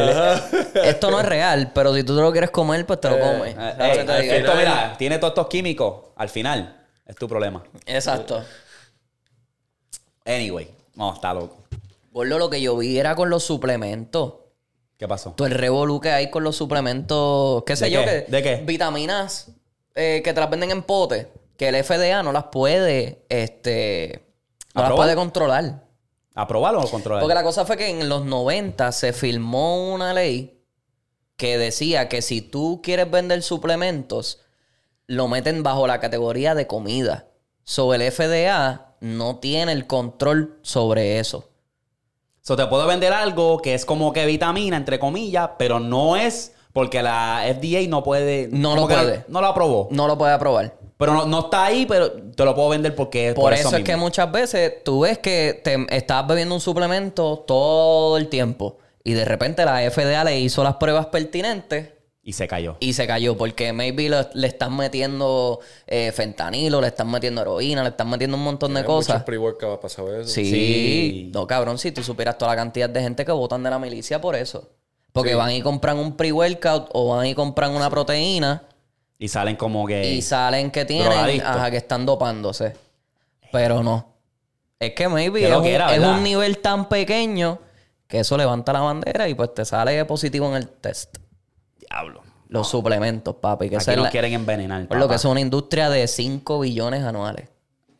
[SPEAKER 1] el-
[SPEAKER 2] Esto no es real, pero si tú te lo quieres comer, pues te lo comes.
[SPEAKER 1] Eh,
[SPEAKER 2] ¿Sabes
[SPEAKER 1] ey,
[SPEAKER 2] lo que te digo?
[SPEAKER 1] esto,
[SPEAKER 3] final-
[SPEAKER 1] mira, tiene todos estos químicos. Al final, es tu problema.
[SPEAKER 2] Exacto.
[SPEAKER 1] Anyway, no, está loco.
[SPEAKER 2] Gordo, lo que yo vi era con los suplementos.
[SPEAKER 1] ¿Qué pasó?
[SPEAKER 2] Todo el revolú que hay con los suplementos, qué sé
[SPEAKER 1] ¿De
[SPEAKER 2] yo,
[SPEAKER 1] qué?
[SPEAKER 2] que
[SPEAKER 1] ¿De qué?
[SPEAKER 2] vitaminas eh, que te las venden en pote, que el FDA no las puede, este, no las
[SPEAKER 1] ¿Aprobar?
[SPEAKER 2] puede controlar.
[SPEAKER 1] ¿Aprobarlo o controlar?
[SPEAKER 2] Porque la cosa fue que en los 90 se firmó una ley que decía que si tú quieres vender suplementos, lo meten bajo la categoría de comida. Sobre el FDA no tiene el control sobre eso.
[SPEAKER 1] So, te puedo vender algo que es como que vitamina, entre comillas, pero no es porque la FDA no puede.
[SPEAKER 2] No lo
[SPEAKER 1] como que
[SPEAKER 2] puede.
[SPEAKER 1] No lo aprobó.
[SPEAKER 2] No lo puede aprobar.
[SPEAKER 1] Pero no, no está ahí, pero te lo puedo vender porque es
[SPEAKER 2] Por, eso, es
[SPEAKER 1] mismo.
[SPEAKER 2] que muchas veces tú ves que te estás bebiendo un suplemento todo el tiempo y de repente la FDA le hizo las pruebas pertinentes
[SPEAKER 1] Y se cayó.
[SPEAKER 2] y se cayó porque maybe lo- le están metiendo eh, fentanilo, le están metiendo heroína, le están metiendo un montón de
[SPEAKER 3] Muchos
[SPEAKER 2] cosas.
[SPEAKER 3] pre-workout ha pasado eso.
[SPEAKER 2] Sí.
[SPEAKER 1] Sí.
[SPEAKER 2] No, cabrón, si tú supieras toda la cantidad de gente que votan de la milicia por eso. Porque van y compran un pre-workout o van y compran una proteína
[SPEAKER 1] Y salen como que.
[SPEAKER 2] y salen que tienen,
[SPEAKER 1] Eh, Drogadicto.
[SPEAKER 2] ajá, que están dopándose. Pero no. Es que maybe
[SPEAKER 1] Que
[SPEAKER 2] es,
[SPEAKER 1] lo
[SPEAKER 2] un,
[SPEAKER 1] quiera,
[SPEAKER 2] es
[SPEAKER 1] ¿verdad?
[SPEAKER 2] un nivel tan pequeño que eso levanta la bandera y pues te sale positivo en el test.
[SPEAKER 1] Diablo.
[SPEAKER 2] Los suplementos, papi. Que esa
[SPEAKER 1] Ah. Aquí
[SPEAKER 2] es
[SPEAKER 1] nos
[SPEAKER 2] la-
[SPEAKER 1] quieren envenenar.
[SPEAKER 2] por lo que
[SPEAKER 1] papá.
[SPEAKER 2] es una industria de 5 billones anuales.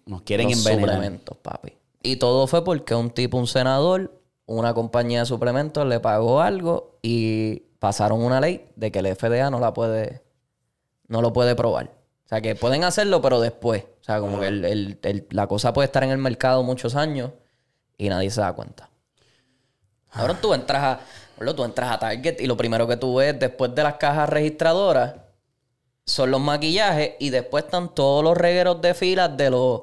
[SPEAKER 1] Nos quieren
[SPEAKER 2] los
[SPEAKER 1] envenenar.
[SPEAKER 2] suplementos, papi. Y todo fue porque un tipo, un senador, una compañía de suplementos le pagó algo y pasaron una ley de que el FDA no la puede, no lo puede probar. O sea, que pueden hacerlo, pero después. O sea, como que el- el- el- la cosa puede estar en el mercado muchos años y nadie se da cuenta. Ahora tú entras a, boludo, tú entras a Target y lo primero que tú ves después de las cajas registradoras son los maquillajes y después están todos los regueros de filas de los,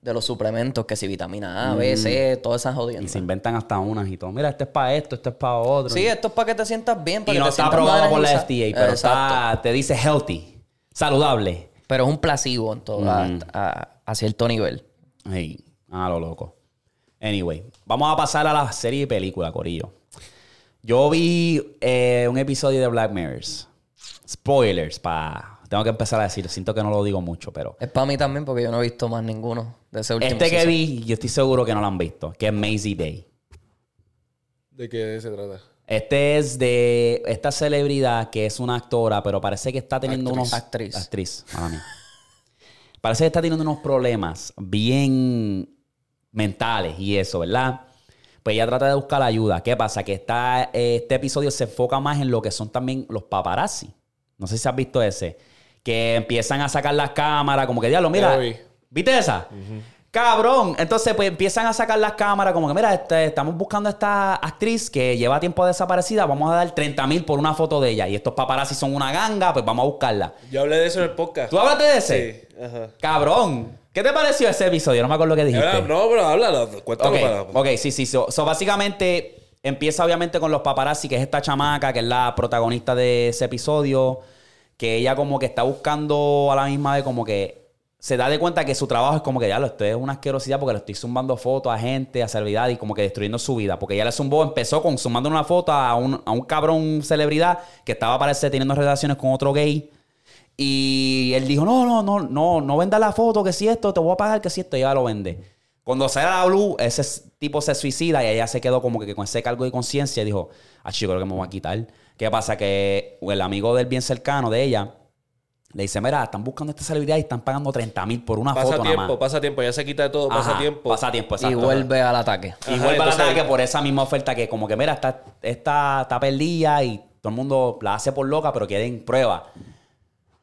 [SPEAKER 2] de los suplementos, que si vitamina A, B, C, todas esas
[SPEAKER 1] Mm. Y
[SPEAKER 2] jodiendas.
[SPEAKER 1] se inventan hasta unas y todo. Mira, este es para esto, este es para otro.
[SPEAKER 2] Sí, esto es para que te sientas bien. para
[SPEAKER 1] y
[SPEAKER 2] que
[SPEAKER 1] no
[SPEAKER 2] te
[SPEAKER 1] está
[SPEAKER 2] sientas más
[SPEAKER 1] aprobado por la
[SPEAKER 2] analizado.
[SPEAKER 1] FDA, pero
[SPEAKER 2] Exacto.
[SPEAKER 1] está, te dice healthy, saludable.
[SPEAKER 2] Pero es un placebo en
[SPEAKER 1] Mm.
[SPEAKER 2] todo, a- a- a cierto nivel.
[SPEAKER 1] Ay, a lo loco. Anyway, vamos a pasar a la serie y película, Corillo. Yo vi eh, un episodio de Black Mirrors. Spoilers, pa. Tengo que empezar a decir, siento que no lo digo mucho, pero.
[SPEAKER 2] Es para mí también porque yo no he visto más ninguno de ese último.
[SPEAKER 1] Este que
[SPEAKER 2] season.
[SPEAKER 1] vi, yo estoy seguro que no lo han visto, que es Maisie Day.
[SPEAKER 3] ¿De qué se trata?
[SPEAKER 1] Este es de esta celebridad que es una actora, pero parece que está teniendo
[SPEAKER 2] Actriz.
[SPEAKER 1] unos.
[SPEAKER 2] Actriz.
[SPEAKER 1] Actriz, mala mía. Parece que está teniendo unos problemas bien mentales y eso, ¿verdad? Pues ella trata de buscar ayuda. ¿Qué pasa? Que está, eh, este episodio se enfoca más en lo que son también los paparazzi. No sé si has visto ese. Que empiezan a sacar las cámaras, como que diablo, mira.
[SPEAKER 3] Ya lo vi.
[SPEAKER 1] ¿Viste esa? Cabrón. Entonces, pues empiezan a sacar las cámaras, como que, mira, este, estamos buscando a esta actriz que lleva tiempo desaparecida, vamos a dar 30 mil por una foto de ella. Y estos paparazzi son una ganga, pues vamos a buscarla.
[SPEAKER 3] Yo hablé de eso en el podcast.
[SPEAKER 1] ¿Tú hablaste de ese?
[SPEAKER 3] Sí, ajá.
[SPEAKER 1] Cabrón. ¿Qué te pareció ese episodio? No me acuerdo lo que dijiste.
[SPEAKER 3] Ahora, no, pero háblalo. Cuéntalo
[SPEAKER 1] Ok,
[SPEAKER 3] para...
[SPEAKER 1] ok, sí, sí. So, so, básicamente empieza obviamente con los paparazzi, que es esta chamaca, que es la protagonista de ese episodio, que ella como que está buscando a la misma de como que se da de cuenta que su trabajo es como que ya lo estoy, es una asquerosidad porque le estoy zumbando fotos a gente, a celebridad y como que destruyendo su vida. Porque ya le zumbó, empezó con zumbando una foto a un, a un cabrón celebridad que estaba, parece, teniendo relaciones con otro gay. Y él dijo, no, no, no, no, no venda la foto, que si esto, te voy a pagar, que si esto, y ella lo vende. Cuando sale a la blue, ese s- tipo se suicida y ella se quedó como que con ese cargo de conciencia y dijo, ah, chico, creo que me voy a quitar. ¿Qué pasa? Que el amigo del bien cercano de ella le dice, mira, están buscando esta celebridad y están pagando 30 mil por una
[SPEAKER 3] Pasa
[SPEAKER 1] foto nada
[SPEAKER 3] tiempo,
[SPEAKER 1] más.
[SPEAKER 3] pasa tiempo. Ya se quita de todo,
[SPEAKER 1] Ajá,
[SPEAKER 3] pasa tiempo.
[SPEAKER 1] Pasa tiempo, exacto.
[SPEAKER 2] y vuelve al ataque.
[SPEAKER 1] Y
[SPEAKER 3] Ajá,
[SPEAKER 1] vuelve al
[SPEAKER 3] entonces-
[SPEAKER 1] ataque por esa misma oferta que como que, mira, está, está, está perdida y todo el mundo la hace por loca, pero quieren pruebas.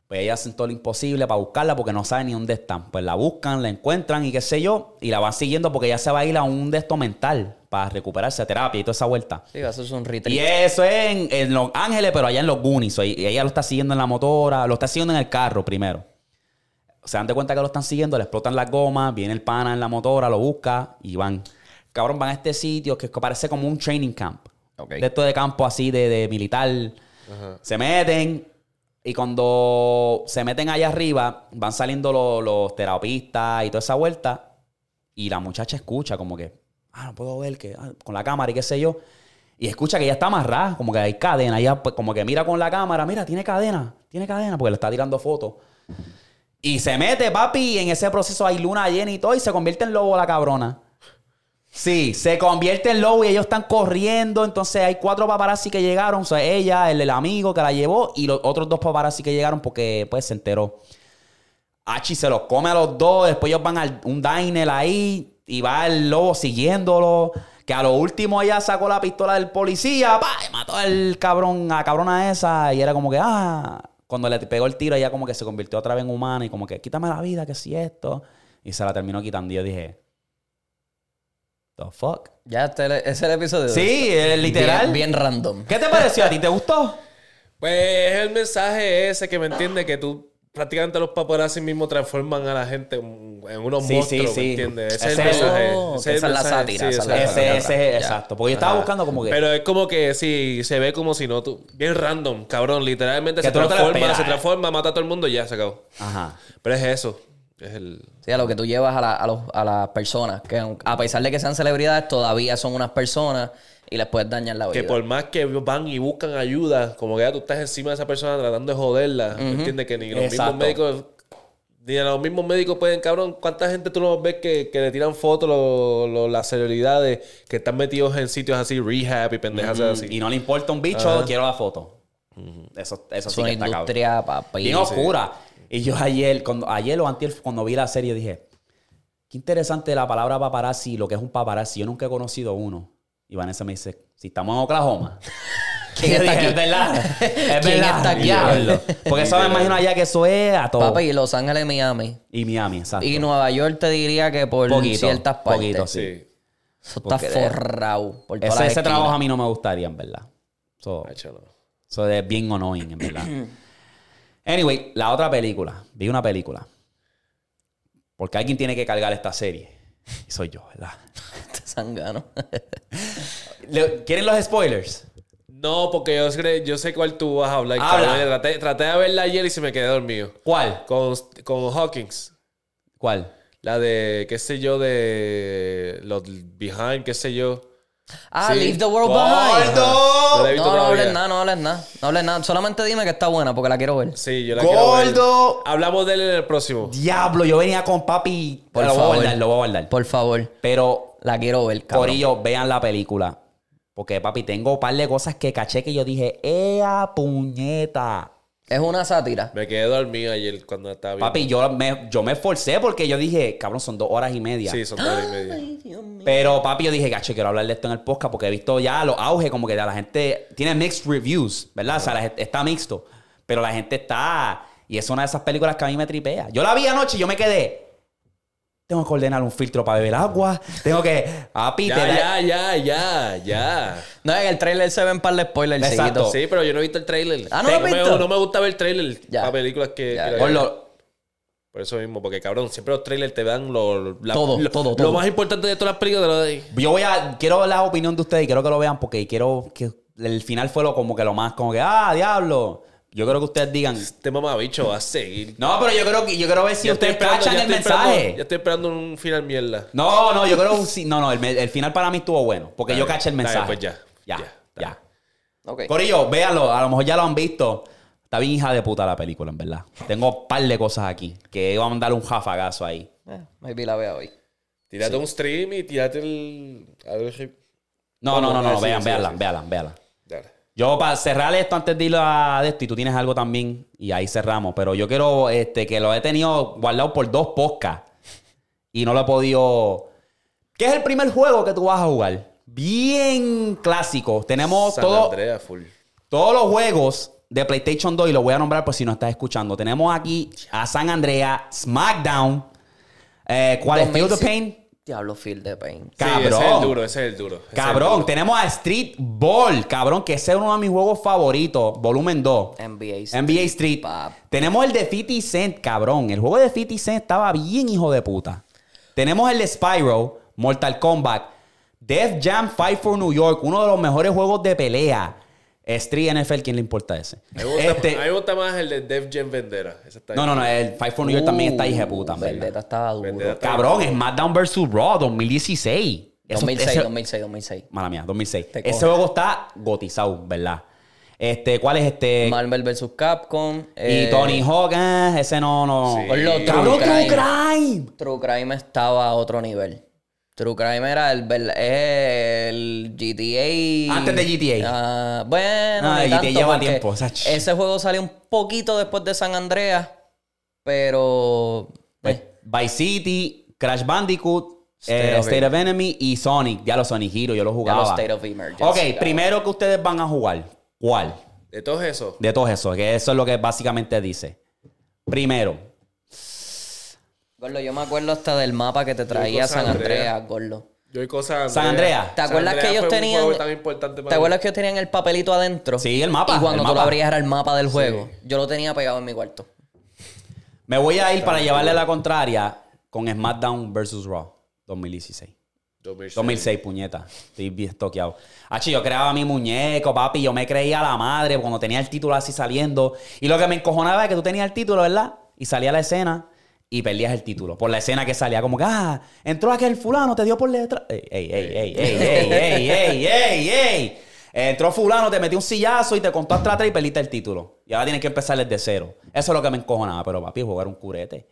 [SPEAKER 1] Pues ellas hacen todo lo imposible para buscarla porque no saben ni dónde están. Pues la buscan, la encuentran y qué sé yo, y la van siguiendo porque ella se va a ir a un de estos mental para recuperarse, a terapia y toda esa vuelta.
[SPEAKER 2] Sí, eso es un retreat.
[SPEAKER 1] Y eso es en, en Los Ángeles, pero allá en los Goonies. Y ella lo está siguiendo en la motora, lo está siguiendo en el carro primero. Se dan de cuenta que lo están siguiendo, le explotan las gomas, viene el pana en la motora, lo busca y van. Cabrón, van a este sitio que parece como un training camp.
[SPEAKER 2] Ok.
[SPEAKER 1] De esto de campo así, de, de militar. Se meten y cuando se meten allá arriba, van saliendo los, los terapistas y toda esa vuelta. Y la muchacha escucha como que, ah, no puedo ver, que ah, con la cámara y qué sé yo. Y escucha que ella está amarrada, como que hay cadena. Ella pues, como que mira con la cámara, mira, tiene cadena, tiene cadena, porque le está tirando fotos. Y se mete, papi, y en ese proceso hay luna llena y todo, y se convierte en lobo la cabrona. Sí, se convierte en lobo y ellos están corriendo. Entonces hay cuatro paparazzi que llegaron. O sea, ella, el, el amigo que la llevó y los otros dos paparazzi que llegaron porque pues se enteró. Hachi se los come a los dos. Después ellos van a un diner ahí y va el lobo siguiéndolo. Que a lo último ella sacó la pistola del policía. pa, y mató al cabrón, a la cabrona esa. Y era como que, ah. Cuando le pegó el tiro, ella como que se convirtió otra vez en humana y como que, quítame la vida, que si esto. Y se la terminó quitando. Y yo dije, the fuck.
[SPEAKER 2] Ya, este, ese es el episodio.
[SPEAKER 1] Sí, eh, literal.
[SPEAKER 2] Bien, bien random.
[SPEAKER 1] ¿Qué te pareció a ti? ¿Te gustó?
[SPEAKER 3] Pues es el mensaje ese que me entiende que tú prácticamente los paparazzi mismos transforman a la gente en en unos
[SPEAKER 1] Sí, sí,
[SPEAKER 3] monstruos,
[SPEAKER 1] sí.
[SPEAKER 3] ¿me entiendes? Ese es
[SPEAKER 1] Ese
[SPEAKER 3] el
[SPEAKER 1] es-
[SPEAKER 3] mensaje.
[SPEAKER 2] Oh, esa
[SPEAKER 3] Ese
[SPEAKER 2] es la
[SPEAKER 3] mensaje,
[SPEAKER 2] sátira, esa
[SPEAKER 3] sí,
[SPEAKER 2] es
[SPEAKER 3] ese
[SPEAKER 2] la
[SPEAKER 3] es el
[SPEAKER 1] Ese,
[SPEAKER 2] otra,
[SPEAKER 1] ese,
[SPEAKER 2] ya.
[SPEAKER 1] exacto. Porque yo estaba
[SPEAKER 3] Ajá.
[SPEAKER 1] buscando como que.
[SPEAKER 3] Pero es como que sí, se ve como si no tú. Bien random, cabrón. Literalmente
[SPEAKER 1] Que
[SPEAKER 3] se
[SPEAKER 1] tú no te lo
[SPEAKER 3] transforma,
[SPEAKER 1] esperas.
[SPEAKER 3] se transforma, mata a todo el mundo y ya se acabó.
[SPEAKER 1] Ajá.
[SPEAKER 3] Pero es eso. Es el.
[SPEAKER 2] Sí, a lo que tú llevas a, la- a los- a las personas, que aun- a pesar de que sean celebridades, todavía son unas personas y les puedes dañar la vida.
[SPEAKER 3] Que por más que van y buscan ayuda, como que ya tú estás encima de esa persona tratando de joderla, ¿me ¿entiendes? Que ni los
[SPEAKER 1] Exacto.
[SPEAKER 3] mismos médicos, ni a los mismos médicos pueden, cabrón, ¿cuánta gente tú no ves que, que le tiran fotos lo- lo- las celebridades que están metidos en sitios así, rehab y pendejas así?
[SPEAKER 1] Y no le importa un bicho, quiero la foto. Eso, eso
[SPEAKER 2] es
[SPEAKER 1] sí
[SPEAKER 2] una
[SPEAKER 1] que está cabrón.
[SPEAKER 2] industria, papi.
[SPEAKER 1] Bien oscura. Pues, Y yo ayer, cuando, ayer o antier, cuando vi la serie, dije, qué interesante la palabra paparazzi, lo que es un paparazzi. Yo nunca he conocido uno. Y Vanessa me dice, si estamos en Oklahoma.
[SPEAKER 2] ¿Quién
[SPEAKER 1] Y yo
[SPEAKER 2] está
[SPEAKER 1] dije,
[SPEAKER 2] aquí?
[SPEAKER 1] Es verdad. Es
[SPEAKER 2] ¿Quién
[SPEAKER 1] verdad.
[SPEAKER 2] está aquí?
[SPEAKER 1] Diablo. Porque eso me imagino allá que eso es a todo.
[SPEAKER 2] Papi, y Los Ángeles, Miami.
[SPEAKER 1] Y Miami, exacto.
[SPEAKER 2] Y Nueva York te diría que por
[SPEAKER 1] Poquito,
[SPEAKER 2] ciertas partes.
[SPEAKER 1] poquito, sí.
[SPEAKER 3] Sí.
[SPEAKER 2] Eso está
[SPEAKER 1] Porque-
[SPEAKER 2] forrado. Por todas
[SPEAKER 1] Ese,
[SPEAKER 2] las
[SPEAKER 1] ese
[SPEAKER 2] esquinas.
[SPEAKER 1] trabajo a mí no me gustaría, en verdad. So,
[SPEAKER 3] Macho, no.
[SPEAKER 1] so es bien annoying, en verdad. anyway, la otra película. Vi una película. Porque alguien tiene que cargar esta serie. Y soy yo, ¿verdad?
[SPEAKER 2] Este Sangano.
[SPEAKER 1] Le- ¿Quieren los spoilers?
[SPEAKER 3] No, porque yo sé, yo sé cuál tú vas a hablar.
[SPEAKER 1] Habla.
[SPEAKER 3] cabrón. Yo Traté, traté de verla ayer y se me quedé dormido.
[SPEAKER 1] ¿Cuál?
[SPEAKER 3] Con, con Hawkins.
[SPEAKER 1] ¿Cuál?
[SPEAKER 3] La de, qué sé yo, de los Behind, qué sé yo.
[SPEAKER 2] Ah,
[SPEAKER 3] Sí.
[SPEAKER 2] Leave the World Behind.
[SPEAKER 3] No la he
[SPEAKER 2] No,
[SPEAKER 3] visto
[SPEAKER 2] no
[SPEAKER 3] todavía.
[SPEAKER 2] hables nada, no hables nada. No hables nada. Solamente dime que está buena porque la quiero ver.
[SPEAKER 3] Sí, yo la quiero
[SPEAKER 1] ¡Gordo!
[SPEAKER 3] ver. Hablamos de él en el próximo.
[SPEAKER 1] Diablo, yo venía con papi.
[SPEAKER 2] Por
[SPEAKER 1] lo
[SPEAKER 2] favor.
[SPEAKER 1] voy a guardar, lo voy a guardar.
[SPEAKER 2] Por favor,
[SPEAKER 1] Pero
[SPEAKER 2] la quiero ver, cabrón.
[SPEAKER 1] Corillo, vean la película. Porque, papi, tengo un par de cosas que caché que yo dije, ¡Ea puñeta!
[SPEAKER 2] Es una sátira.
[SPEAKER 3] Me quedé dormido ayer cuando estaba viendo.
[SPEAKER 1] Papi, yo me, yo me esforcé porque yo dije, cabrón, son dos horas y media.
[SPEAKER 3] Sí, son dos y media.
[SPEAKER 1] Pero, papi, yo dije, gacho, quiero hablar de esto en el podcast porque he visto ya los auges, como que la gente tiene mixed reviews, ¿verdad? O sea, la gente está mixto. Pero la gente está. Y es una de esas películas que a mí me tripea. Yo la vi anoche y yo me quedé. Tengo que ordenar un filtro para beber agua. Tengo que. Papi, te da-
[SPEAKER 3] Ya, ya, ya, ya, ya.
[SPEAKER 2] No, en el trailer se ven par de spoilers.
[SPEAKER 1] Exacto.
[SPEAKER 2] seguidos.
[SPEAKER 3] Sí, pero yo no he visto el trailer.
[SPEAKER 2] Ah, ¿no lo has
[SPEAKER 3] me-
[SPEAKER 2] visto?
[SPEAKER 3] no me gusta ver trailer
[SPEAKER 2] Ya.
[SPEAKER 3] para películas que...
[SPEAKER 2] Ya,
[SPEAKER 3] que
[SPEAKER 2] ya.
[SPEAKER 3] la-
[SPEAKER 1] Gordo,
[SPEAKER 3] Por eso mismo, porque cabrón, siempre los trailers te dan lo, lo- la-
[SPEAKER 2] Todo,
[SPEAKER 3] lo-
[SPEAKER 2] todo,
[SPEAKER 3] lo
[SPEAKER 2] todo.
[SPEAKER 3] más importante de todas las películas te lo dan ahí.
[SPEAKER 1] Yo voy a. Quiero la opinión de ustedes y quiero que lo vean porque quiero que. El final fue lo como que lo más como que. ¡Ah, diablo! Yo creo que ustedes digan.
[SPEAKER 3] Este mamabicho va a seguir.
[SPEAKER 1] No, pero yo creo que yo quiero ver si
[SPEAKER 3] Ya estoy
[SPEAKER 1] ustedes
[SPEAKER 3] esperando-
[SPEAKER 1] cachan
[SPEAKER 3] ya
[SPEAKER 1] el
[SPEAKER 3] estoy esperando-
[SPEAKER 1] mensaje.
[SPEAKER 3] Ya estoy esperando un final mierda.
[SPEAKER 1] No, no, yo creo que sí- no, no, el, me- el final para mí estuvo bueno, porque
[SPEAKER 3] Dale,
[SPEAKER 1] yo caché el
[SPEAKER 3] dale,
[SPEAKER 1] mensaje.
[SPEAKER 3] pues ya,
[SPEAKER 1] Ya,
[SPEAKER 3] ya,
[SPEAKER 1] ya.
[SPEAKER 2] Ok.
[SPEAKER 1] Corillo, véanlo, a lo mejor ya lo han visto. Está bien hija de puta la película, en verdad. Tengo un par de cosas aquí que vamos a darle un jafagazo ahí.
[SPEAKER 2] Eh, maybe la vea hoy.
[SPEAKER 3] Tírate un stream y tírate el. a ver,
[SPEAKER 1] No, no, no, no,
[SPEAKER 3] Sí,
[SPEAKER 1] vean,
[SPEAKER 3] sí,
[SPEAKER 1] véanla,
[SPEAKER 3] sí.
[SPEAKER 1] véanla, véanla.
[SPEAKER 3] dale.
[SPEAKER 1] Yo para cerrar esto antes de ir a de esto, y tú tienes algo también, y ahí cerramos, pero yo quiero este, que lo he tenido guardado por dos podcasts y no lo he podido... ¿Qué es el primer juego que tú vas a jugar? Bien clásico. Tenemos
[SPEAKER 3] San
[SPEAKER 1] todo,
[SPEAKER 3] Andrea full.
[SPEAKER 1] todos los juegos de PlayStation 2 y los voy a nombrar por si no estás escuchando. Tenemos aquí a San Andrea, SmackDown, eh, ¿cuál es? Feel the
[SPEAKER 2] 2006.
[SPEAKER 1] Pain.
[SPEAKER 2] Diablo, Field de Pain.
[SPEAKER 3] Sí,
[SPEAKER 1] Cabrón.
[SPEAKER 3] ese es el duro, ese es el duro. ese es el
[SPEAKER 1] Cabrón,
[SPEAKER 3] duro.
[SPEAKER 1] tenemos a Street Ball, cabrón, que ese es uno de mis juegos favoritos, volumen 2.
[SPEAKER 2] NBA.
[SPEAKER 1] NBA Street.
[SPEAKER 2] pap.
[SPEAKER 1] Tenemos el de 50 Cent, cabrón. El juego de 50 Cent estaba bien hijo de puta. Tenemos el de Spyro, Mortal Kombat, Death Jam Fight for New York, uno de los mejores juegos de pelea. Street NFL, ¿quién le importa ese?
[SPEAKER 3] A mí me gusta-
[SPEAKER 1] Este-
[SPEAKER 3] a mí me gusta más el de Def Jam Vendera. Ese está
[SPEAKER 1] no, no, no, el Fight for New York también está hija de puta, en verdad.
[SPEAKER 2] Vendetta estaba duro.
[SPEAKER 3] Vendetta está-
[SPEAKER 1] Cabrón, es SmackDown vs. Raw 2016. Eso-
[SPEAKER 2] 2006,
[SPEAKER 1] ese-
[SPEAKER 2] 2006, 2006.
[SPEAKER 1] Mala mía, 2006.
[SPEAKER 2] Te
[SPEAKER 1] Ese
[SPEAKER 2] coge.
[SPEAKER 1] juego está gotizado, ¿verdad? Este, ¿cuál es este?
[SPEAKER 2] Marvel vs. Capcom.
[SPEAKER 1] y Tony Hawk, eh, ese no, no.
[SPEAKER 3] Sí.
[SPEAKER 2] Con los
[SPEAKER 1] ¡Cabrón,
[SPEAKER 2] Eh, True
[SPEAKER 1] True
[SPEAKER 2] Crime.
[SPEAKER 1] Crime!
[SPEAKER 2] True Crime estaba a otro nivel. True Crime era el, ver- es el GTA.
[SPEAKER 1] Antes de GTA.
[SPEAKER 2] Ah, bueno,
[SPEAKER 1] Ah, GTA
[SPEAKER 2] ni tanto,
[SPEAKER 1] lleva
[SPEAKER 2] porque
[SPEAKER 1] tiempo, o sea, ch-
[SPEAKER 2] Ese juego salió un poquito después de San Andreas, pero. eh,
[SPEAKER 1] Pues, Vice City, Crash Bandicoot,
[SPEAKER 2] State
[SPEAKER 1] eh,
[SPEAKER 2] of
[SPEAKER 1] State of Enemy y Sonic. Ya los Sonic Hero, yo los jugaba.
[SPEAKER 2] State of Emergency,
[SPEAKER 1] Ok,
[SPEAKER 2] cabrón.
[SPEAKER 1] primero que ustedes van a jugar. ¿Cuál?
[SPEAKER 3] De todos esos.
[SPEAKER 1] De todos esos, que eso es lo que básicamente dice. Primero,
[SPEAKER 2] Gordo, yo me acuerdo hasta del mapa que te traía
[SPEAKER 3] San
[SPEAKER 2] San
[SPEAKER 3] Andreas.
[SPEAKER 2] Andreas, Gordo.
[SPEAKER 3] Yo y cosas.
[SPEAKER 1] San Andrea.
[SPEAKER 2] ¿Te acuerdas que ellos tenían-
[SPEAKER 3] tan importante para
[SPEAKER 2] ¿Te acuerdas
[SPEAKER 3] mí.
[SPEAKER 2] que ellos tenían el papelito adentro?
[SPEAKER 1] Sí, el mapa,
[SPEAKER 2] Y
[SPEAKER 1] el
[SPEAKER 2] cuando tú
[SPEAKER 1] mapa.
[SPEAKER 2] lo abrías era el mapa del juego. Yo lo tenía pegado en mi cuarto.
[SPEAKER 1] me voy a ir para llevarle la contraria con SmackDown vs. Raw 2016.
[SPEAKER 3] 2006.
[SPEAKER 1] 2006, puñeta. Estoy bien toqueado. Achi, yo creaba mi muñeco, papi. Yo me creía la madre cuando tenía el título así saliendo. Y lo que me encojonaba es que tú tenías el título, ¿verdad? Y salía la escena y perdías el título. Por la escena que salía, como que, ah, entró aquel fulano, te dio por letra. Ey, ey, ey, ey, ey, ey, ey, ey, ey, ey. Entró fulano, te metió un sillazo y te contó hasta atrás y perdiste el título. Y ahora tienes que empezar desde cero. Eso es lo que me encojonaba. Pero, papi, jugar un curete.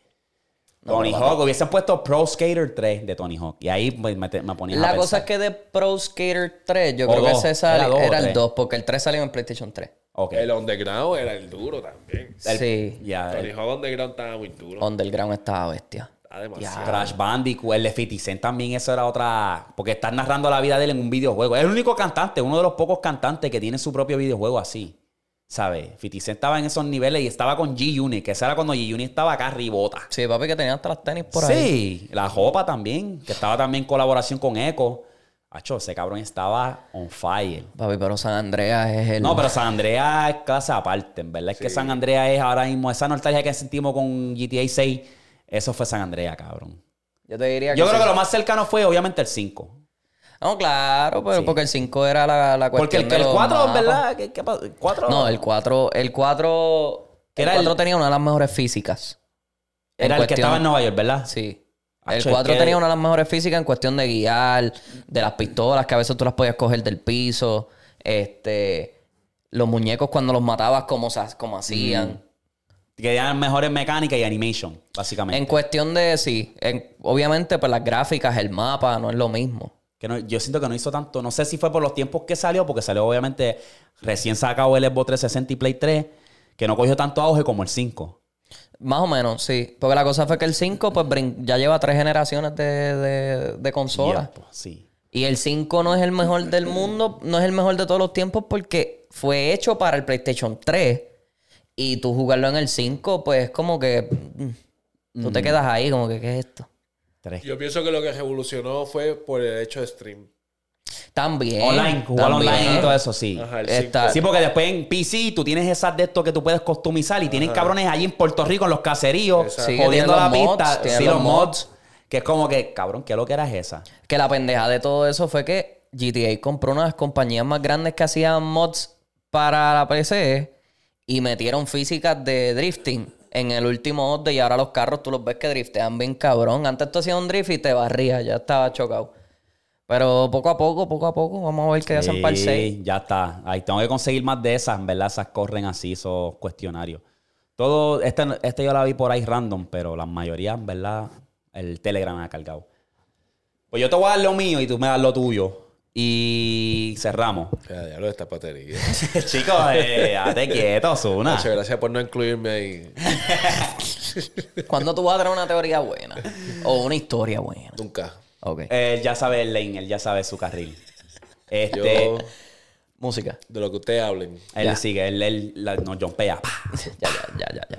[SPEAKER 1] Tony Hawk, hubiesen puesto Pro Skater 3 de Tony Hawk. Y ahí pues, me, te- me ponía
[SPEAKER 2] La cosa es que de Pro Skater 3, yo
[SPEAKER 1] O
[SPEAKER 2] creo
[SPEAKER 1] dos.
[SPEAKER 2] que ese
[SPEAKER 1] Era
[SPEAKER 2] salió,
[SPEAKER 1] dos o
[SPEAKER 2] era,
[SPEAKER 1] tres.
[SPEAKER 2] el 2, porque el 3 salió en PlayStation 3.
[SPEAKER 3] El Underground era el duro también.
[SPEAKER 1] El-
[SPEAKER 2] sí.
[SPEAKER 1] Ya,
[SPEAKER 3] Tony
[SPEAKER 1] el
[SPEAKER 3] Hawk Underground estaba muy
[SPEAKER 1] Oh,
[SPEAKER 3] duro.
[SPEAKER 2] Underground estaba bestia.
[SPEAKER 3] Está demasiado.
[SPEAKER 1] Crash Bandicoot, el de 50 Cent también, eso era otra... Porque estás narrando la vida de él en un videojuego. Es el único cantante, uno de los pocos cantantes que tiene su propio videojuego así. ¿Sabes? 50 Cent estaba en esos niveles y estaba con G-Unit, que esa era cuando G-Unit estaba acá ribota.
[SPEAKER 2] Sí, papi, que tenía hasta las tenis por
[SPEAKER 1] sí,
[SPEAKER 2] ahí.
[SPEAKER 1] la Jopa también, que estaba también en colaboración con Echo. Acho, ese cabrón estaba on fire.
[SPEAKER 2] Papi, pero San Andreas es el...
[SPEAKER 1] No, pero San Andrea es clase aparte. En verdad es que San Andrea es ahora mismo esa nostalgia que sentimos con GTA 6. Eso fue San Andrea, cabrón.
[SPEAKER 2] Yo te diría que...
[SPEAKER 1] Yo creo
[SPEAKER 2] sí.
[SPEAKER 1] que lo más cercano fue obviamente el 5.
[SPEAKER 2] No, claro, pero
[SPEAKER 1] Sí.
[SPEAKER 2] porque el 5 era la, la
[SPEAKER 1] Porque
[SPEAKER 2] cuestión
[SPEAKER 1] el,
[SPEAKER 2] de los
[SPEAKER 1] 4, en
[SPEAKER 2] mapas.
[SPEAKER 1] verdad, ¿qué, qué pa- el cuatro-
[SPEAKER 2] No, el 4... El 4...
[SPEAKER 1] Que
[SPEAKER 2] El
[SPEAKER 1] era el-
[SPEAKER 2] 4 tenía una de las mejores físicas. en
[SPEAKER 1] era el que
[SPEAKER 2] cuestión-
[SPEAKER 1] estaba en Nueva York, ¿verdad?
[SPEAKER 2] Sí.
[SPEAKER 1] Acho,
[SPEAKER 2] El
[SPEAKER 1] es
[SPEAKER 2] 4
[SPEAKER 1] que-
[SPEAKER 2] tenía una de las mejores físicas en cuestión de guiar, de las pistolas, que a veces tú las podías coger del piso. Este. Los muñecos cuando los matabas, como, sa- como hacían.
[SPEAKER 1] Mm, Que eran mejores mecánicas y animation, básicamente.
[SPEAKER 2] En cuestión de, sí. en- obviamente, pues las gráficas, el mapa, no es lo mismo.
[SPEAKER 1] Que no- yo siento que no hizo tanto. No sé si fue por los tiempos que salió, porque salió obviamente recién sacado el Xbox 360 y Play 3, que no cogió tanto auge como el 5.
[SPEAKER 2] Más o menos, sí. Porque la cosa fue que el 5, pues brin- ya lleva tres generaciones de, de, de consolas.
[SPEAKER 1] Ya, pues, sí.
[SPEAKER 2] Y el 5 no es el mejor del mundo, no es el mejor de todos los tiempos porque fue hecho para el PlayStation 3. Y tú jugarlo en el 5, pues es como que. mm, Tú te quedas ahí, como que, ¿qué es esto?
[SPEAKER 1] Tres.
[SPEAKER 3] Yo pienso que lo que revolucionó fue por el hecho de stream.
[SPEAKER 2] También.
[SPEAKER 1] Online, jugar
[SPEAKER 2] también.
[SPEAKER 1] online y todo eso, sí.
[SPEAKER 3] Ajá, el
[SPEAKER 2] Está-
[SPEAKER 1] Sí, porque después en PC tú tienes esas de esto que tú puedes customizar y tienen cabrones allí en Puerto Rico en los caseríos
[SPEAKER 3] Exacto.
[SPEAKER 2] Sí,
[SPEAKER 1] jodiendo
[SPEAKER 2] tienen
[SPEAKER 1] la
[SPEAKER 2] los mods,
[SPEAKER 1] pista,
[SPEAKER 2] tienen
[SPEAKER 1] sí,
[SPEAKER 2] los
[SPEAKER 1] los
[SPEAKER 2] mods.
[SPEAKER 1] mods, que es como que, cabrón, ¿qué lo que era esa?
[SPEAKER 2] Que la pendeja de todo eso fue que GTA compró unas compañías más grandes que hacían mods para la PC y metieron físicas de drifting en el último update y ahora los carros tú los ves que driftean bien cabrón. Antes tú hacías un drift y te barrías, ya estaba chocado. Pero poco a poco, poco a poco, vamos a ver qué hacen para el 6.
[SPEAKER 1] Sí, ya está. Ahí tengo que conseguir más de esas, en verdad. Esas corren así, esos cuestionarios. Todo, este, este yo la vi por ahí random, pero la mayoría, en verdad, el Telegram ha cargado. Pues yo te voy a dar lo mío y tú me das lo tuyo. Y cerramos.
[SPEAKER 3] Ya, diablo, esta patería.
[SPEAKER 1] Chicos, eh, date quieto, Osuna.
[SPEAKER 3] Nacho, gracias por no incluirme ahí.
[SPEAKER 2] ¿Cuándo tú vas a traer una teoría buena? O una historia buena.
[SPEAKER 3] Nunca.
[SPEAKER 2] Ok.
[SPEAKER 1] Él ya sabe el lane, él ya sabe su carril. Este,
[SPEAKER 3] Yo,
[SPEAKER 2] Música.
[SPEAKER 3] de lo que ustedes hablen.
[SPEAKER 1] él
[SPEAKER 2] ya.
[SPEAKER 1] sigue, él, él la- nos jumpea. pa.
[SPEAKER 2] Ya, ya, ya, ya, ya.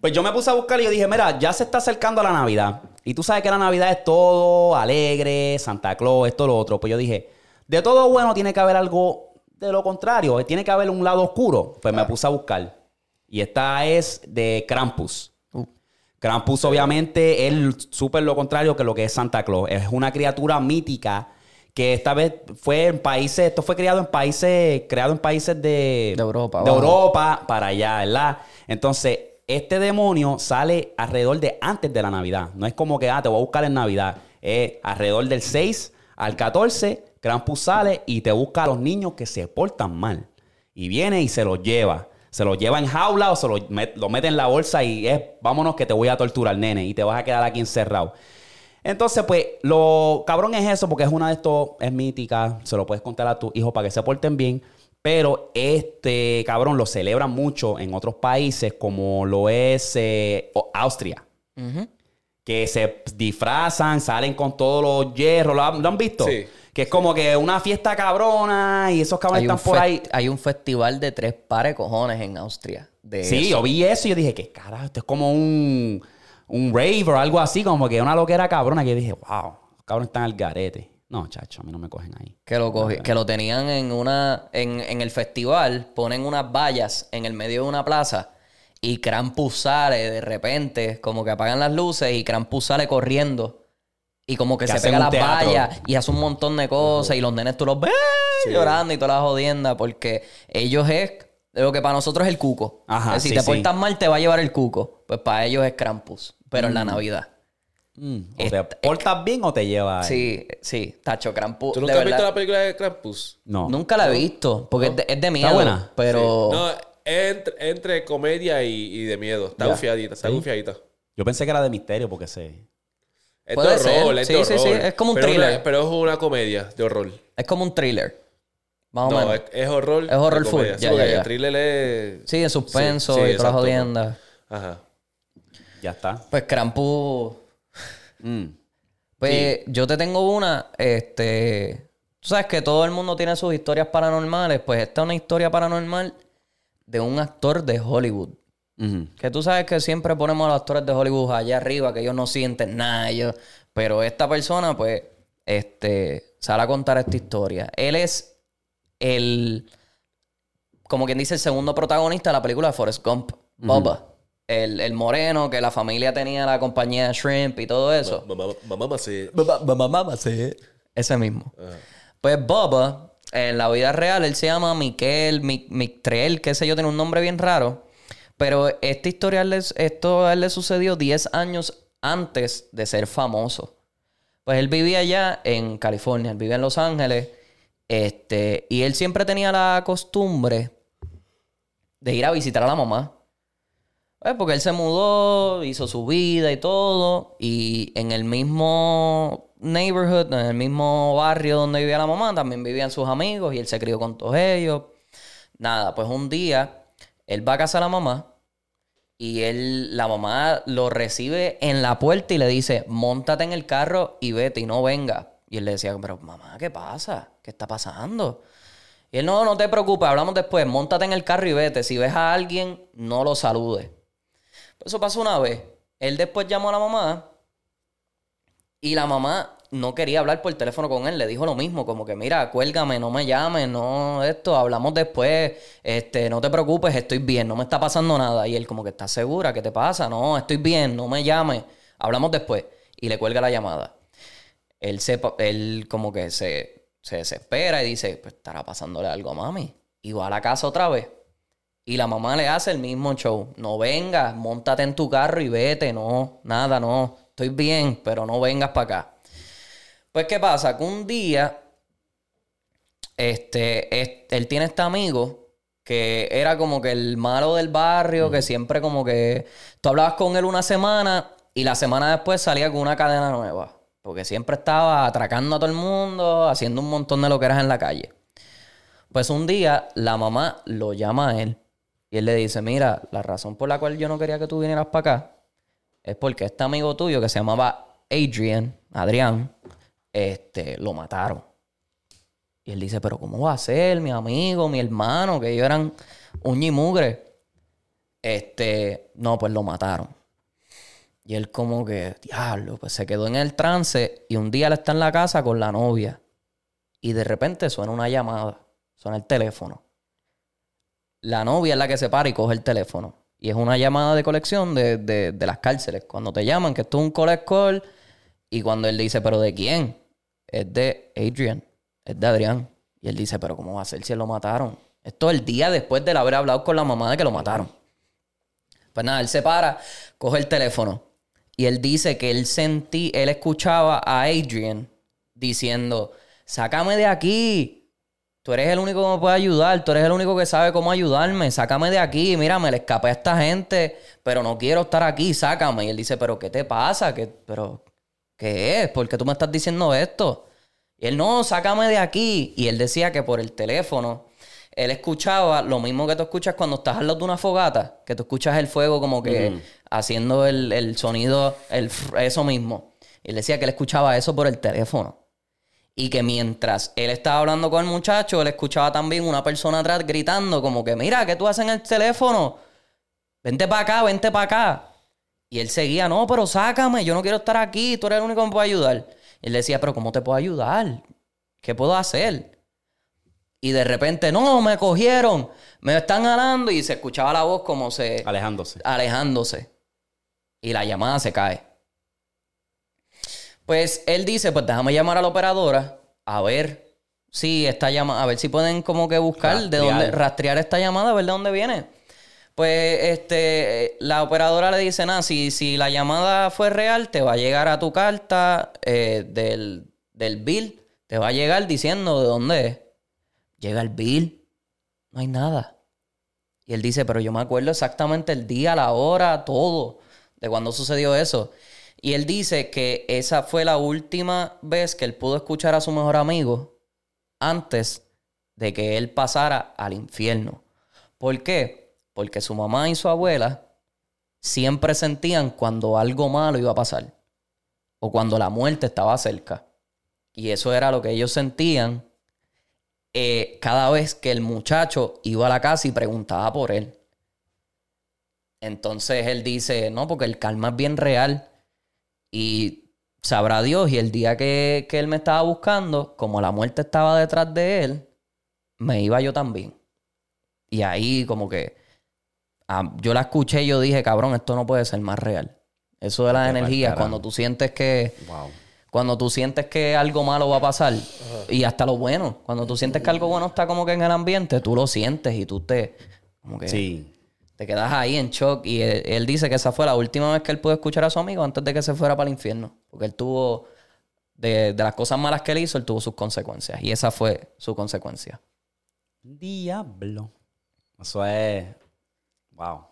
[SPEAKER 1] Pues yo me puse a buscar y yo dije, mira, ya se está acercando la Navidad. Y tú sabes que la Navidad es todo alegre, Santa Claus, esto, lo otro. Pues yo dije, de todo bueno tiene que haber algo de lo contrario. eh, Tiene que haber un lado oscuro. Pues me puse a buscar. Y esta es de Krampus. Krampus obviamente es súper lo contrario que lo que es Santa Claus. Es una criatura mítica que esta vez fue en países, esto fue creado en países, creado en países de,
[SPEAKER 2] De Europa,
[SPEAKER 1] de
[SPEAKER 2] abajo.
[SPEAKER 1] Europa para allá, ¿verdad? Entonces, este demonio sale alrededor de antes de la Navidad. No es como que, ah, te voy a buscar en Navidad. Es alrededor del 6 al 14, Krampus sale y te busca a los niños que se portan mal. Y viene y se los lleva. Se los lleva en jaula o se los met- los mete en la bolsa y es, vámonos que te voy a torturar, nene, y te vas a quedar aquí encerrado. Entonces, pues, lo cabrón es eso, porque es una de estos, es mítica, se lo puedes contar a tus hijos para que se porten bien. Pero este cabrón lo celebran mucho en otros países, como lo es eh, o- Austria,
[SPEAKER 2] Ujú.
[SPEAKER 1] que se disfrazan, salen con todos los hierros. ¿Lo han, lo han visto?
[SPEAKER 3] Sí.
[SPEAKER 1] Que es como que una fiesta cabrona y esos cabrones
[SPEAKER 2] Hay, un
[SPEAKER 1] están por
[SPEAKER 2] fest-
[SPEAKER 1] ahí.
[SPEAKER 2] hay un festival de tres pares de cojones en Austria. De
[SPEAKER 1] Sí,
[SPEAKER 2] eso.
[SPEAKER 1] yo vi eso y yo dije, ¿qué carajo? Esto es como un, un rave o algo así, como que una loquera cabrona. Que yo dije, wow, los cabrones están al garete. No, chacho, a mí no me cogen ahí.
[SPEAKER 2] Que lo, cogi- que lo tenían en una en, en el festival, ponen unas vallas en el medio de una plaza y Krampus sale de repente, como que apagan las luces y Krampus sale corriendo y como que,
[SPEAKER 1] Que
[SPEAKER 2] se
[SPEAKER 1] hacen
[SPEAKER 2] pega a
[SPEAKER 1] un
[SPEAKER 2] las
[SPEAKER 1] teatro.
[SPEAKER 2] vallas y hace un montón de cosas y los nenes tú los ves llorando y toda la jodienda porque ellos es lo que para nosotros es el cuco.
[SPEAKER 1] Ajá,
[SPEAKER 2] Que si
[SPEAKER 1] sí,
[SPEAKER 2] te
[SPEAKER 1] sí.
[SPEAKER 2] portas mal te va a llevar el cuco, pues para ellos es Krampus, pero en
[SPEAKER 1] Mm.
[SPEAKER 2] la Navidad.
[SPEAKER 1] O te portas bien o te llevas. ahí.
[SPEAKER 2] Mm, Sí, sí, Tacho Krampus. de
[SPEAKER 3] ¿Tú nunca has
[SPEAKER 2] verdad.
[SPEAKER 3] visto la película de Krampus?
[SPEAKER 1] No.
[SPEAKER 2] Nunca la he visto, porque es, de, es de miedo.
[SPEAKER 1] buena?
[SPEAKER 2] Pero
[SPEAKER 3] No, entre, entre comedia y, y de miedo. Está
[SPEAKER 1] Ya.
[SPEAKER 3] gufiadita, está
[SPEAKER 1] Sí.
[SPEAKER 3] gufiadita.
[SPEAKER 1] Yo pensé que era de misterio porque se.
[SPEAKER 3] Es
[SPEAKER 2] Puede
[SPEAKER 3] de horror,
[SPEAKER 2] ser.
[SPEAKER 3] es
[SPEAKER 2] Sí,
[SPEAKER 3] de
[SPEAKER 2] sí,
[SPEAKER 3] horror.
[SPEAKER 2] sí, es como un
[SPEAKER 3] Pero
[SPEAKER 2] thriller.
[SPEAKER 3] una- pero es una comedia de horror.
[SPEAKER 2] es como un thriller. Más o
[SPEAKER 3] No,
[SPEAKER 2] menos.
[SPEAKER 3] es, es horror.
[SPEAKER 2] Es horror
[SPEAKER 3] de
[SPEAKER 2] full,
[SPEAKER 3] comedia. Sí,
[SPEAKER 2] ya,
[SPEAKER 3] porque
[SPEAKER 2] ya, ya.
[SPEAKER 3] El thriller es...
[SPEAKER 2] Sí, en suspenso
[SPEAKER 3] Sí, sí,
[SPEAKER 2] y todas las
[SPEAKER 3] exacto.
[SPEAKER 2] jodiendas.
[SPEAKER 3] Ajá.
[SPEAKER 1] Ya está.
[SPEAKER 2] Pues Krampus.
[SPEAKER 1] Mm.
[SPEAKER 2] Pues yo te tengo una, este... Tú sabes que todo el mundo tiene sus historias paranormales. Pues esta es una historia paranormal de un actor de Hollywood.
[SPEAKER 1] Ujú.
[SPEAKER 2] Que tú sabes que siempre ponemos a los actores de Hollywood allá arriba, que ellos no sienten nada. ellos- Pero esta persona, pues, este, sale a contar esta historia. Él es el, como quien dice, el segundo protagonista de la película de Forrest Gump, Bubba. el, el moreno, que la familia tenía la compañía Shrimp y todo eso.
[SPEAKER 3] Mamá, mamá, mamá, sí.
[SPEAKER 2] Ese mismo. Pues Bubba, en la vida real, él se llama Miquel, Mi- Mictrel, qué sé yo, tiene un nombre bien raro. Pero esta historia, le- esto a él le sucedió 10 años antes de ser famoso. Pues él vivía allá en California, él vivía en Los Ángeles. Este, y él siempre tenía la costumbre de ir a visitar a la mamá. Pues, porque él se mudó, hizo su vida y todo. Y en el mismo neighborhood, en el mismo barrio donde vivía la mamá, también vivían sus amigos y él se crió con todos ellos. Nada, pues un día él va a casa de la mamá y él, la mamá lo recibe en la puerta y le dice, montate en el carro y vete y no venga. Y él le decía, pero mamá, ¿qué pasa? ¿Qué está pasando? Y él, no, no te preocupes, hablamos después, montate en el carro y vete. Si ves a alguien, no lo saludes. Eso pasó una vez. Él después llamó a la mamá y la mamá no quería hablar por teléfono con él. Le dijo lo mismo, como que mira, cuélgame, no me llames, no esto, hablamos después, este, no te preocupes, estoy bien, no me está pasando nada. Y él como que está segura, ¿qué te pasa? No, estoy bien, no me llames, hablamos después. Y le cuelga la llamada. Él, se, pa- él como que se, se desespera y dice, pues estará pasándole algo a mami. Y va a la casa otra vez Y la mamá le hace el mismo show. No vengas, montate en tu carro y vete. No, nada, no. Estoy bien, pero no vengas para acá. Pues, ¿qué pasa? Que un día, este, es- él tiene este amigo que era como que el malo del barrio, que siempre como que tú hablabas con él una semana y la semana después salía con una cadena nueva. Porque siempre estaba atracando a todo el mundo, haciendo un montón de lo que eras en la calle. Pues un día la mamá lo llama a él y él le dice, mira, la razón por la cual yo no quería que tú vinieras para acá es porque este amigo tuyo que se llamaba Adrian, Adrián, este, lo mataron. Y él dice, pero ¿cómo va a ser mi amigo, mi hermano, que ellos eran uña y mugre? Este, no, pues lo mataron. Y él como que, diablo, pues se quedó en el trance y un día él está en la casa con la novia. Y de repente suena una llamada, suena el teléfono. La novia es la que se para y coge el teléfono. Y es una llamada de colección de, de- de las cárceles. Cuando te llaman, que esto es un collect call. Y cuando él dice, ¿pero de quién? Es de Adrian, es de Adrián. Y él dice, ¿pero cómo va a ser si lo mataron? Esto es el día después de haber hablado con la mamá de que lo mataron. Pues nada, él se para, coge el teléfono. Y él dice que él sentí, él escuchaba a Adrian diciendo, sácame de aquí. Tú eres el único que me puede ayudar, tú eres el único que sabe cómo ayudarme, sácame de aquí, mira, me le escapé a esta gente, pero no quiero estar aquí, sácame. Y él dice, pero ¿qué te pasa? ¿Qué, pero, ¿qué es? ¿Por qué tú me estás diciendo esto? Y él, no, sácame de aquí. Y él decía que por el teléfono, él escuchaba lo mismo que tú escuchas cuando estás al lado de una fogata, que tú escuchas el fuego como que haciendo el, el sonido, el, fr- eso mismo. Y él decía que él escuchaba eso por el teléfono. Y que mientras él estaba hablando con el muchacho, él escuchaba también una persona atrás gritando como que, mira, ¿qué tú haces en el teléfono? Vente para acá, vente para acá. Y él seguía, no, pero sácame, yo no quiero estar aquí, tú eres el único que me puede ayudar. Y él decía, pero ¿cómo te puedo ayudar? ¿Qué puedo hacer? Y de repente, no, me cogieron, me están ganando. Y se escuchaba la voz como se
[SPEAKER 1] Alejándose.
[SPEAKER 2] alejándose. Y la llamada se cae. Pues él dice, pues déjame llamar a la operadora a ver si esta llamada, a ver si pueden como que buscar de
[SPEAKER 1] Rastrear.
[SPEAKER 2] dónde rastrear esta llamada, a ver de dónde viene. Pues este eh, la operadora le dice, nada, si, si la llamada fue real, te va a llegar a tu carta eh, del, del bill, te va a llegar diciendo de dónde es. Llega el bill, no hay nada. Y él dice, pero yo me acuerdo exactamente el día, la hora, todo, de cuando sucedió eso. Y él dice que esa fue la última vez que él pudo escuchar a su mejor amigo antes de que él pasara al infierno. ¿Por qué? Porque su mamá y su abuela siempre sentían cuando algo malo iba a pasar o cuando la muerte estaba cerca. Y eso era lo que ellos sentían eh, cada vez que el muchacho iba a la casa y preguntaba por él. Entonces él dice, no, porque el karma es bien real y sabrá Dios. Y el día que, que él me estaba buscando, como la muerte estaba detrás de él, me iba yo también. Y ahí como que ah, yo la escuché y yo dije, cabrón, esto no puede ser más real. Eso de las
[SPEAKER 1] Vete pa'l
[SPEAKER 2] energías,
[SPEAKER 1] carajo.
[SPEAKER 2] cuando tú sientes que
[SPEAKER 1] Wow.
[SPEAKER 2] cuando tú sientes que algo malo va a pasar y hasta lo bueno, cuando tú sientes que algo bueno está como que en el ambiente, tú lo sientes y tú te como que
[SPEAKER 1] Sí.
[SPEAKER 2] te quedas ahí en shock y él, él dice que esa fue la última vez que él pudo escuchar a su amigo antes de que se fuera para el infierno, porque él tuvo de, de las cosas malas que él hizo, él tuvo sus consecuencias y esa fue su consecuencia.
[SPEAKER 1] Diablo. Eso es. Wow.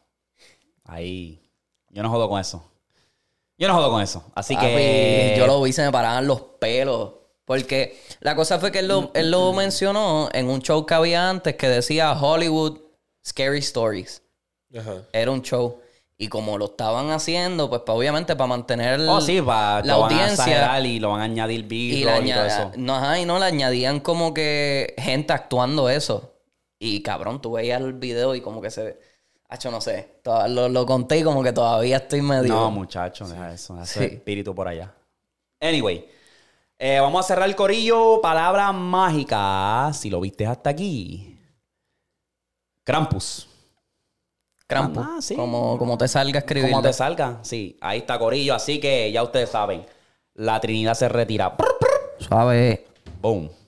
[SPEAKER 1] Ahí. Yo no jodo con eso. Yo no jodo con eso. Así que.
[SPEAKER 2] Papi, Ah, pues, yo lo vi, se me paraban los pelos. Porque la cosa fue que él lo, él lo mencionó en un show que había antes que decía Hollywood Scary Stories.
[SPEAKER 3] Ajá.
[SPEAKER 2] Era un show. Y como lo estaban haciendo, pues pa- obviamente para mantener
[SPEAKER 1] Oh, sí, va,
[SPEAKER 2] la
[SPEAKER 1] lo van a
[SPEAKER 2] audiencia.
[SPEAKER 1] exagerar y lo van a añadir
[SPEAKER 2] Y,
[SPEAKER 1] virus
[SPEAKER 2] la
[SPEAKER 1] y, todo
[SPEAKER 2] añada-
[SPEAKER 1] eso.
[SPEAKER 2] no, ajá, y no le añadían como que gente actuando eso. Y cabrón, tú veías el video y como que se... Hacho, no sé. to- Lo, lo conté y como que todavía estoy medio...
[SPEAKER 1] No, muchacho, deja eso. Ese
[SPEAKER 2] Sí.
[SPEAKER 1] espíritu por allá. Anyway, eh, vamos a cerrar el corillo. Palabra mágica. Si lo viste hasta aquí. Krampus.
[SPEAKER 2] Krampus.
[SPEAKER 1] Ah, sí.
[SPEAKER 2] como, como te salga escribir.
[SPEAKER 1] Como te salga. Sí, ahí está corillo. Así que ya ustedes saben. La Trinidad se retira. Prr, prr.
[SPEAKER 2] Suave.
[SPEAKER 1] Boom.